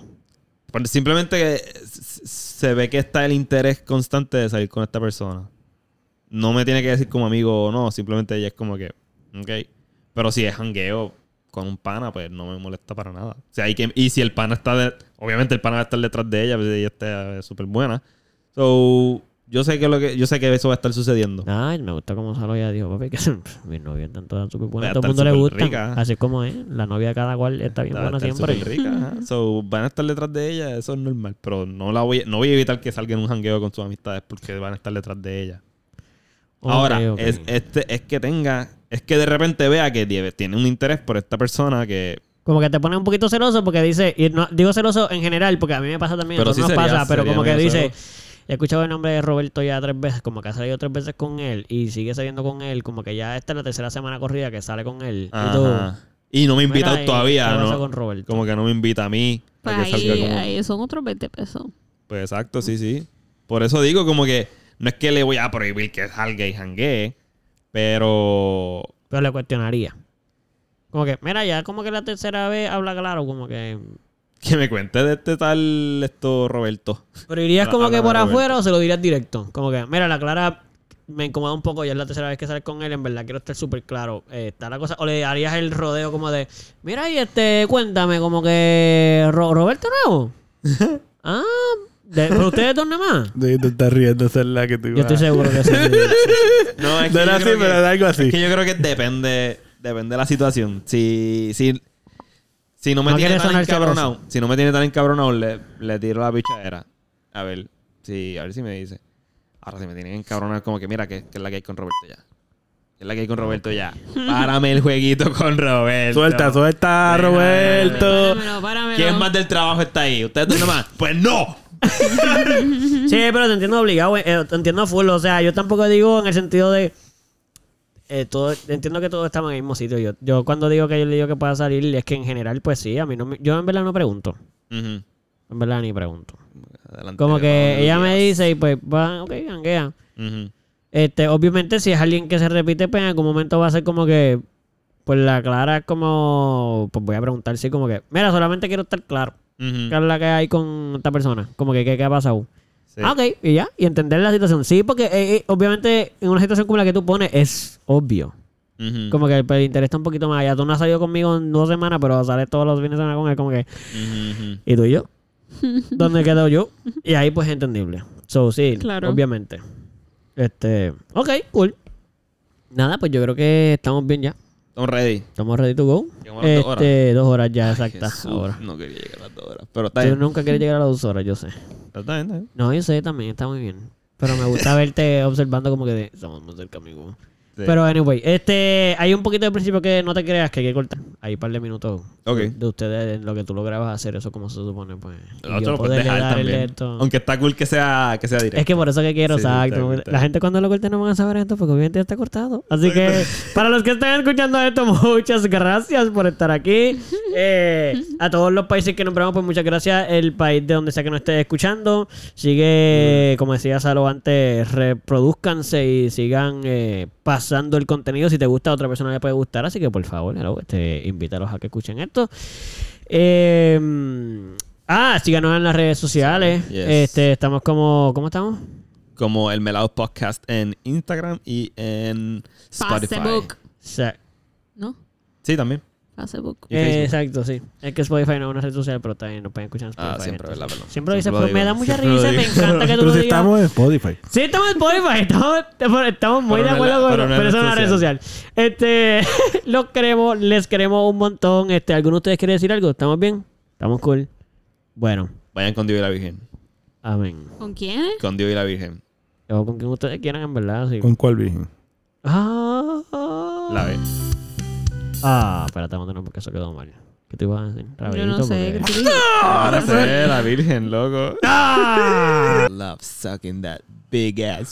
Speaker 1: pues Simplemente que s- se ve que está el interés constante de salir con esta persona. No me tiene que decir como amigo o no, simplemente ella es como que, ok. Pero si es hangueo con un pana, pues no me molesta para nada. O sea, y, que, y si el pana está, de- obviamente el pana va a estar detrás de ella, pues ella está eh, súper buena. So, yo sé que lo que, yo sé que eso va a estar sucediendo.
Speaker 3: Ay, me gusta cómo Salo ya dijo, papi, que mi novia está toda súper buena.
Speaker 1: Va a
Speaker 3: Todo el
Speaker 1: estar
Speaker 3: mundo le
Speaker 1: súper
Speaker 3: gusta.
Speaker 1: rica.
Speaker 3: Así como es, la novia de cada cual está bien
Speaker 1: Va a
Speaker 3: buena
Speaker 1: estar
Speaker 3: siempre.
Speaker 1: súper rica, ajá. So, van a estar detrás de ella, eso es normal. Pero no la voy, no voy a evitar que salga en un hangueo con sus amistades porque van a estar detrás de ella.
Speaker 3: Ok,
Speaker 1: Ahora,
Speaker 3: ok.
Speaker 1: Es, este, es que tenga, es que de repente vea que tie- tiene un interés por esta persona que...
Speaker 3: Como que te pone un poquito celoso porque dice, y no- digo celoso en general porque a mí me pasa también,
Speaker 1: Pero
Speaker 3: a todos
Speaker 1: sí
Speaker 3: nos
Speaker 1: sería-
Speaker 3: pasa, pero
Speaker 1: sería
Speaker 3: como que
Speaker 1: medio
Speaker 3: dice, he escuchado el nombre de Roberto ya tres veces, como que ha salido tres veces con él y sigue saliendo con él, como que ya esta es la tercera semana corrida que sale con él. Y tú,
Speaker 1: Ajá. Y no me ha invitado
Speaker 3: mira, ¿y
Speaker 1: todavía,
Speaker 3: ¿Qué pasa
Speaker 1: ¿no?
Speaker 3: con Roberto?
Speaker 1: Como que no me invita a mí.
Speaker 2: Pues
Speaker 1: a que salga
Speaker 2: ahí,
Speaker 1: como-
Speaker 2: ahí son otros 20 pesos.
Speaker 1: Pues exacto, sí, sí. Por eso digo como que no es que le voy a prohibir que salga y hanguee, pero...
Speaker 3: Pero le cuestionaría. Como que, mira, ya como que la tercera vez habla claro, como que...
Speaker 1: Que me cuente de este tal esto Roberto.
Speaker 3: Pero irías
Speaker 1: Habla-
Speaker 3: como que
Speaker 1: habla
Speaker 3: por
Speaker 1: de Roberto.
Speaker 3: afuera o se lo dirías directo. Como que, mira, la Clara me incomoda un poco, ya es la tercera vez que sales con él, en verdad quiero estar súper claro. eh, está la cosa. O le harías el rodeo como de, mira, y este, cuéntame, como que Ro- Roberto Nuevo. ah, de- pero ustedes dos nada más.
Speaker 4: De te estás riendo, esa es la que tú
Speaker 3: Yo estoy seguro que sí.
Speaker 1: No, es
Speaker 4: No
Speaker 1: yo
Speaker 4: era así,
Speaker 1: creo
Speaker 4: pero era algo así.
Speaker 1: Es que yo creo que depende, depende de la situación. Si, si, si no me
Speaker 3: No
Speaker 1: tiene
Speaker 3: quiere
Speaker 1: tan
Speaker 3: sonar
Speaker 1: encabronado, si no me tiene tan encabronado, le, le tiro la pichadera. A ver, si, a ver si me dice. Ahora si me tienen encabronado, como que mira que, que es la que hay con Roberto ya. Es la que hay con Roberto ya. Párame el jueguito con Roberto.
Speaker 4: Suelta, suelta, Roberto.
Speaker 2: Páramelo, páramelo.
Speaker 1: ¿Quién más del trabajo está ahí? ¿Ustedes dos nomás? ¡Pues no!
Speaker 3: Sí, pero te entiendo obligado, eh, eh, te entiendo full. O sea, yo tampoco digo en el sentido de. eh, todo, entiendo que todos estamos en el mismo sitio. Yo, yo cuando digo que yo le digo que pueda salir, es que en general, pues sí, a mí no me- Yo en verdad no pregunto.
Speaker 1: Ujú.
Speaker 3: En verdad ni pregunto.
Speaker 1: Adelante,
Speaker 3: Como
Speaker 1: vamos,
Speaker 3: que ella me
Speaker 1: Lucas.
Speaker 3: dice y pues va, ok, janguea.
Speaker 1: Ujú.
Speaker 3: Este, obviamente, si es alguien que se repite, pues en algún momento va a ser como que. Pues la clara es como. Pues voy a preguntar, sí, como que. Mira, solamente quiero estar claro.
Speaker 1: Ujú.
Speaker 3: ¿Qué es la que hay con esta persona? Como que, ¿qué, qué ha pasado?
Speaker 1: Sí.
Speaker 3: Ah, ok, y ya. Y entender la situación. Sí, porque eh, eh, obviamente en una situación como la que tú pones es obvio.
Speaker 1: Ujú.
Speaker 3: Como que el, el interés está un poquito más allá. Tú no has salido conmigo en dos semanas, pero sales todos los fines de semana con él. Como que,
Speaker 1: Ujú, ujú.
Speaker 3: ¿y tú y yo? ¿Dónde he quedado yo? Y ahí pues es entendible. So, sí,
Speaker 2: Claro.
Speaker 3: obviamente. Este, ok, cool. Nada, pues yo creo que estamos bien ya.
Speaker 1: Estamos ready.
Speaker 3: Estamos ready to go.
Speaker 1: Llevamos
Speaker 3: este,
Speaker 1: las dos
Speaker 3: dos horas ya exactas
Speaker 1: Jesús,
Speaker 3: ahora.
Speaker 1: No quería llegar a las dos horas. Pero está
Speaker 3: Yo
Speaker 1: bien.
Speaker 3: nunca quería llegar a las dos horas, yo sé.
Speaker 1: Está bien, está bien.
Speaker 3: No, yo sé, también está muy bien. Pero me gusta verte observando como que de, estamos más cerca, amigo.
Speaker 1: Sí.
Speaker 3: Pero anyway, este, hay un poquito de principio que no te creas que hay que cortar. Hay un par de minutos
Speaker 1: Ok.
Speaker 3: de ustedes, en lo que tú lograbas hacer, eso como se supone, pues. Y yo
Speaker 1: Nosotros lo puedes
Speaker 3: poderle
Speaker 1: dejar
Speaker 3: dar el
Speaker 1: también.
Speaker 3: esto.
Speaker 1: Aunque está cool que sea, que sea directo.
Speaker 3: Es que por eso que quiero,
Speaker 1: Sí,
Speaker 3: exacto.
Speaker 1: está bien, está
Speaker 3: La
Speaker 1: bien.
Speaker 3: gente cuando lo corte no van a saber esto porque obviamente ya está cortado. Así que para los que están escuchando esto, muchas gracias por estar aquí. Eh, a todos los países que nombramos, pues muchas gracias. El país de donde sea que nos esté escuchando, sigue, como decía Salo antes, reproduzcanse y sigan eh, pasando el contenido. Si te gusta, a otra persona le puede gustar. Así que por favor, hello, este, invítalos a que escuchen esto. Eh, ah, síganos en las redes sociales.
Speaker 1: Sí, yes.
Speaker 3: Este, estamos como. ¿Cómo estamos?
Speaker 1: Como el Melado Podcast en Instagram y en Spotify.
Speaker 2: Facebook.
Speaker 3: Sa-
Speaker 2: ¿No?
Speaker 1: Sí, también.
Speaker 2: Facebook.
Speaker 1: Y Facebook.
Speaker 3: Eh, exacto, sí. Es que Spotify no es una red social, pero también nos pueden escuchar en Spotify.
Speaker 1: Ah, siempre,
Speaker 3: entonces.
Speaker 1: ¿verdad? Perdón.
Speaker 3: Siempre lo dices,
Speaker 1: Siempre lo
Speaker 3: pero me
Speaker 1: digo.
Speaker 3: da mucha
Speaker 1: Siempre lo
Speaker 3: risa. Me
Speaker 1: digo.
Speaker 3: encanta que tú
Speaker 4: Pero
Speaker 3: lo
Speaker 4: si
Speaker 3: digas.
Speaker 4: estamos en Spotify.
Speaker 3: Sí, estamos en Spotify. Estamos, estamos- estamos muy
Speaker 1: Pero
Speaker 3: de
Speaker 1: no es la-
Speaker 3: acuerdo con
Speaker 1: pero no es
Speaker 3: pero eso es una red social. Este, los queremos, les queremos un montón. Este, ¿Alguno de ustedes quiere decir algo? ¿Estamos bien? ¿Estamos cool? Bueno,
Speaker 1: Vayan con Dios y la Virgen.
Speaker 3: amén.
Speaker 2: ¿Con quién?
Speaker 1: Con Dios y la Virgen.
Speaker 3: O con quien ustedes quieran, en verdad. Sí.
Speaker 4: ¿Con cuál virgen?
Speaker 3: Ah,
Speaker 1: La ve.
Speaker 3: ah, espérate, vamos a tener porque eso quedó mal. ¿Qué te ibas a decir?
Speaker 2: Yo no
Speaker 3: Rapidito,
Speaker 2: sé.
Speaker 3: porque-
Speaker 2: ¿qué te digo?
Speaker 1: Ahora fue la Virgen, loco. Love sucking that big ass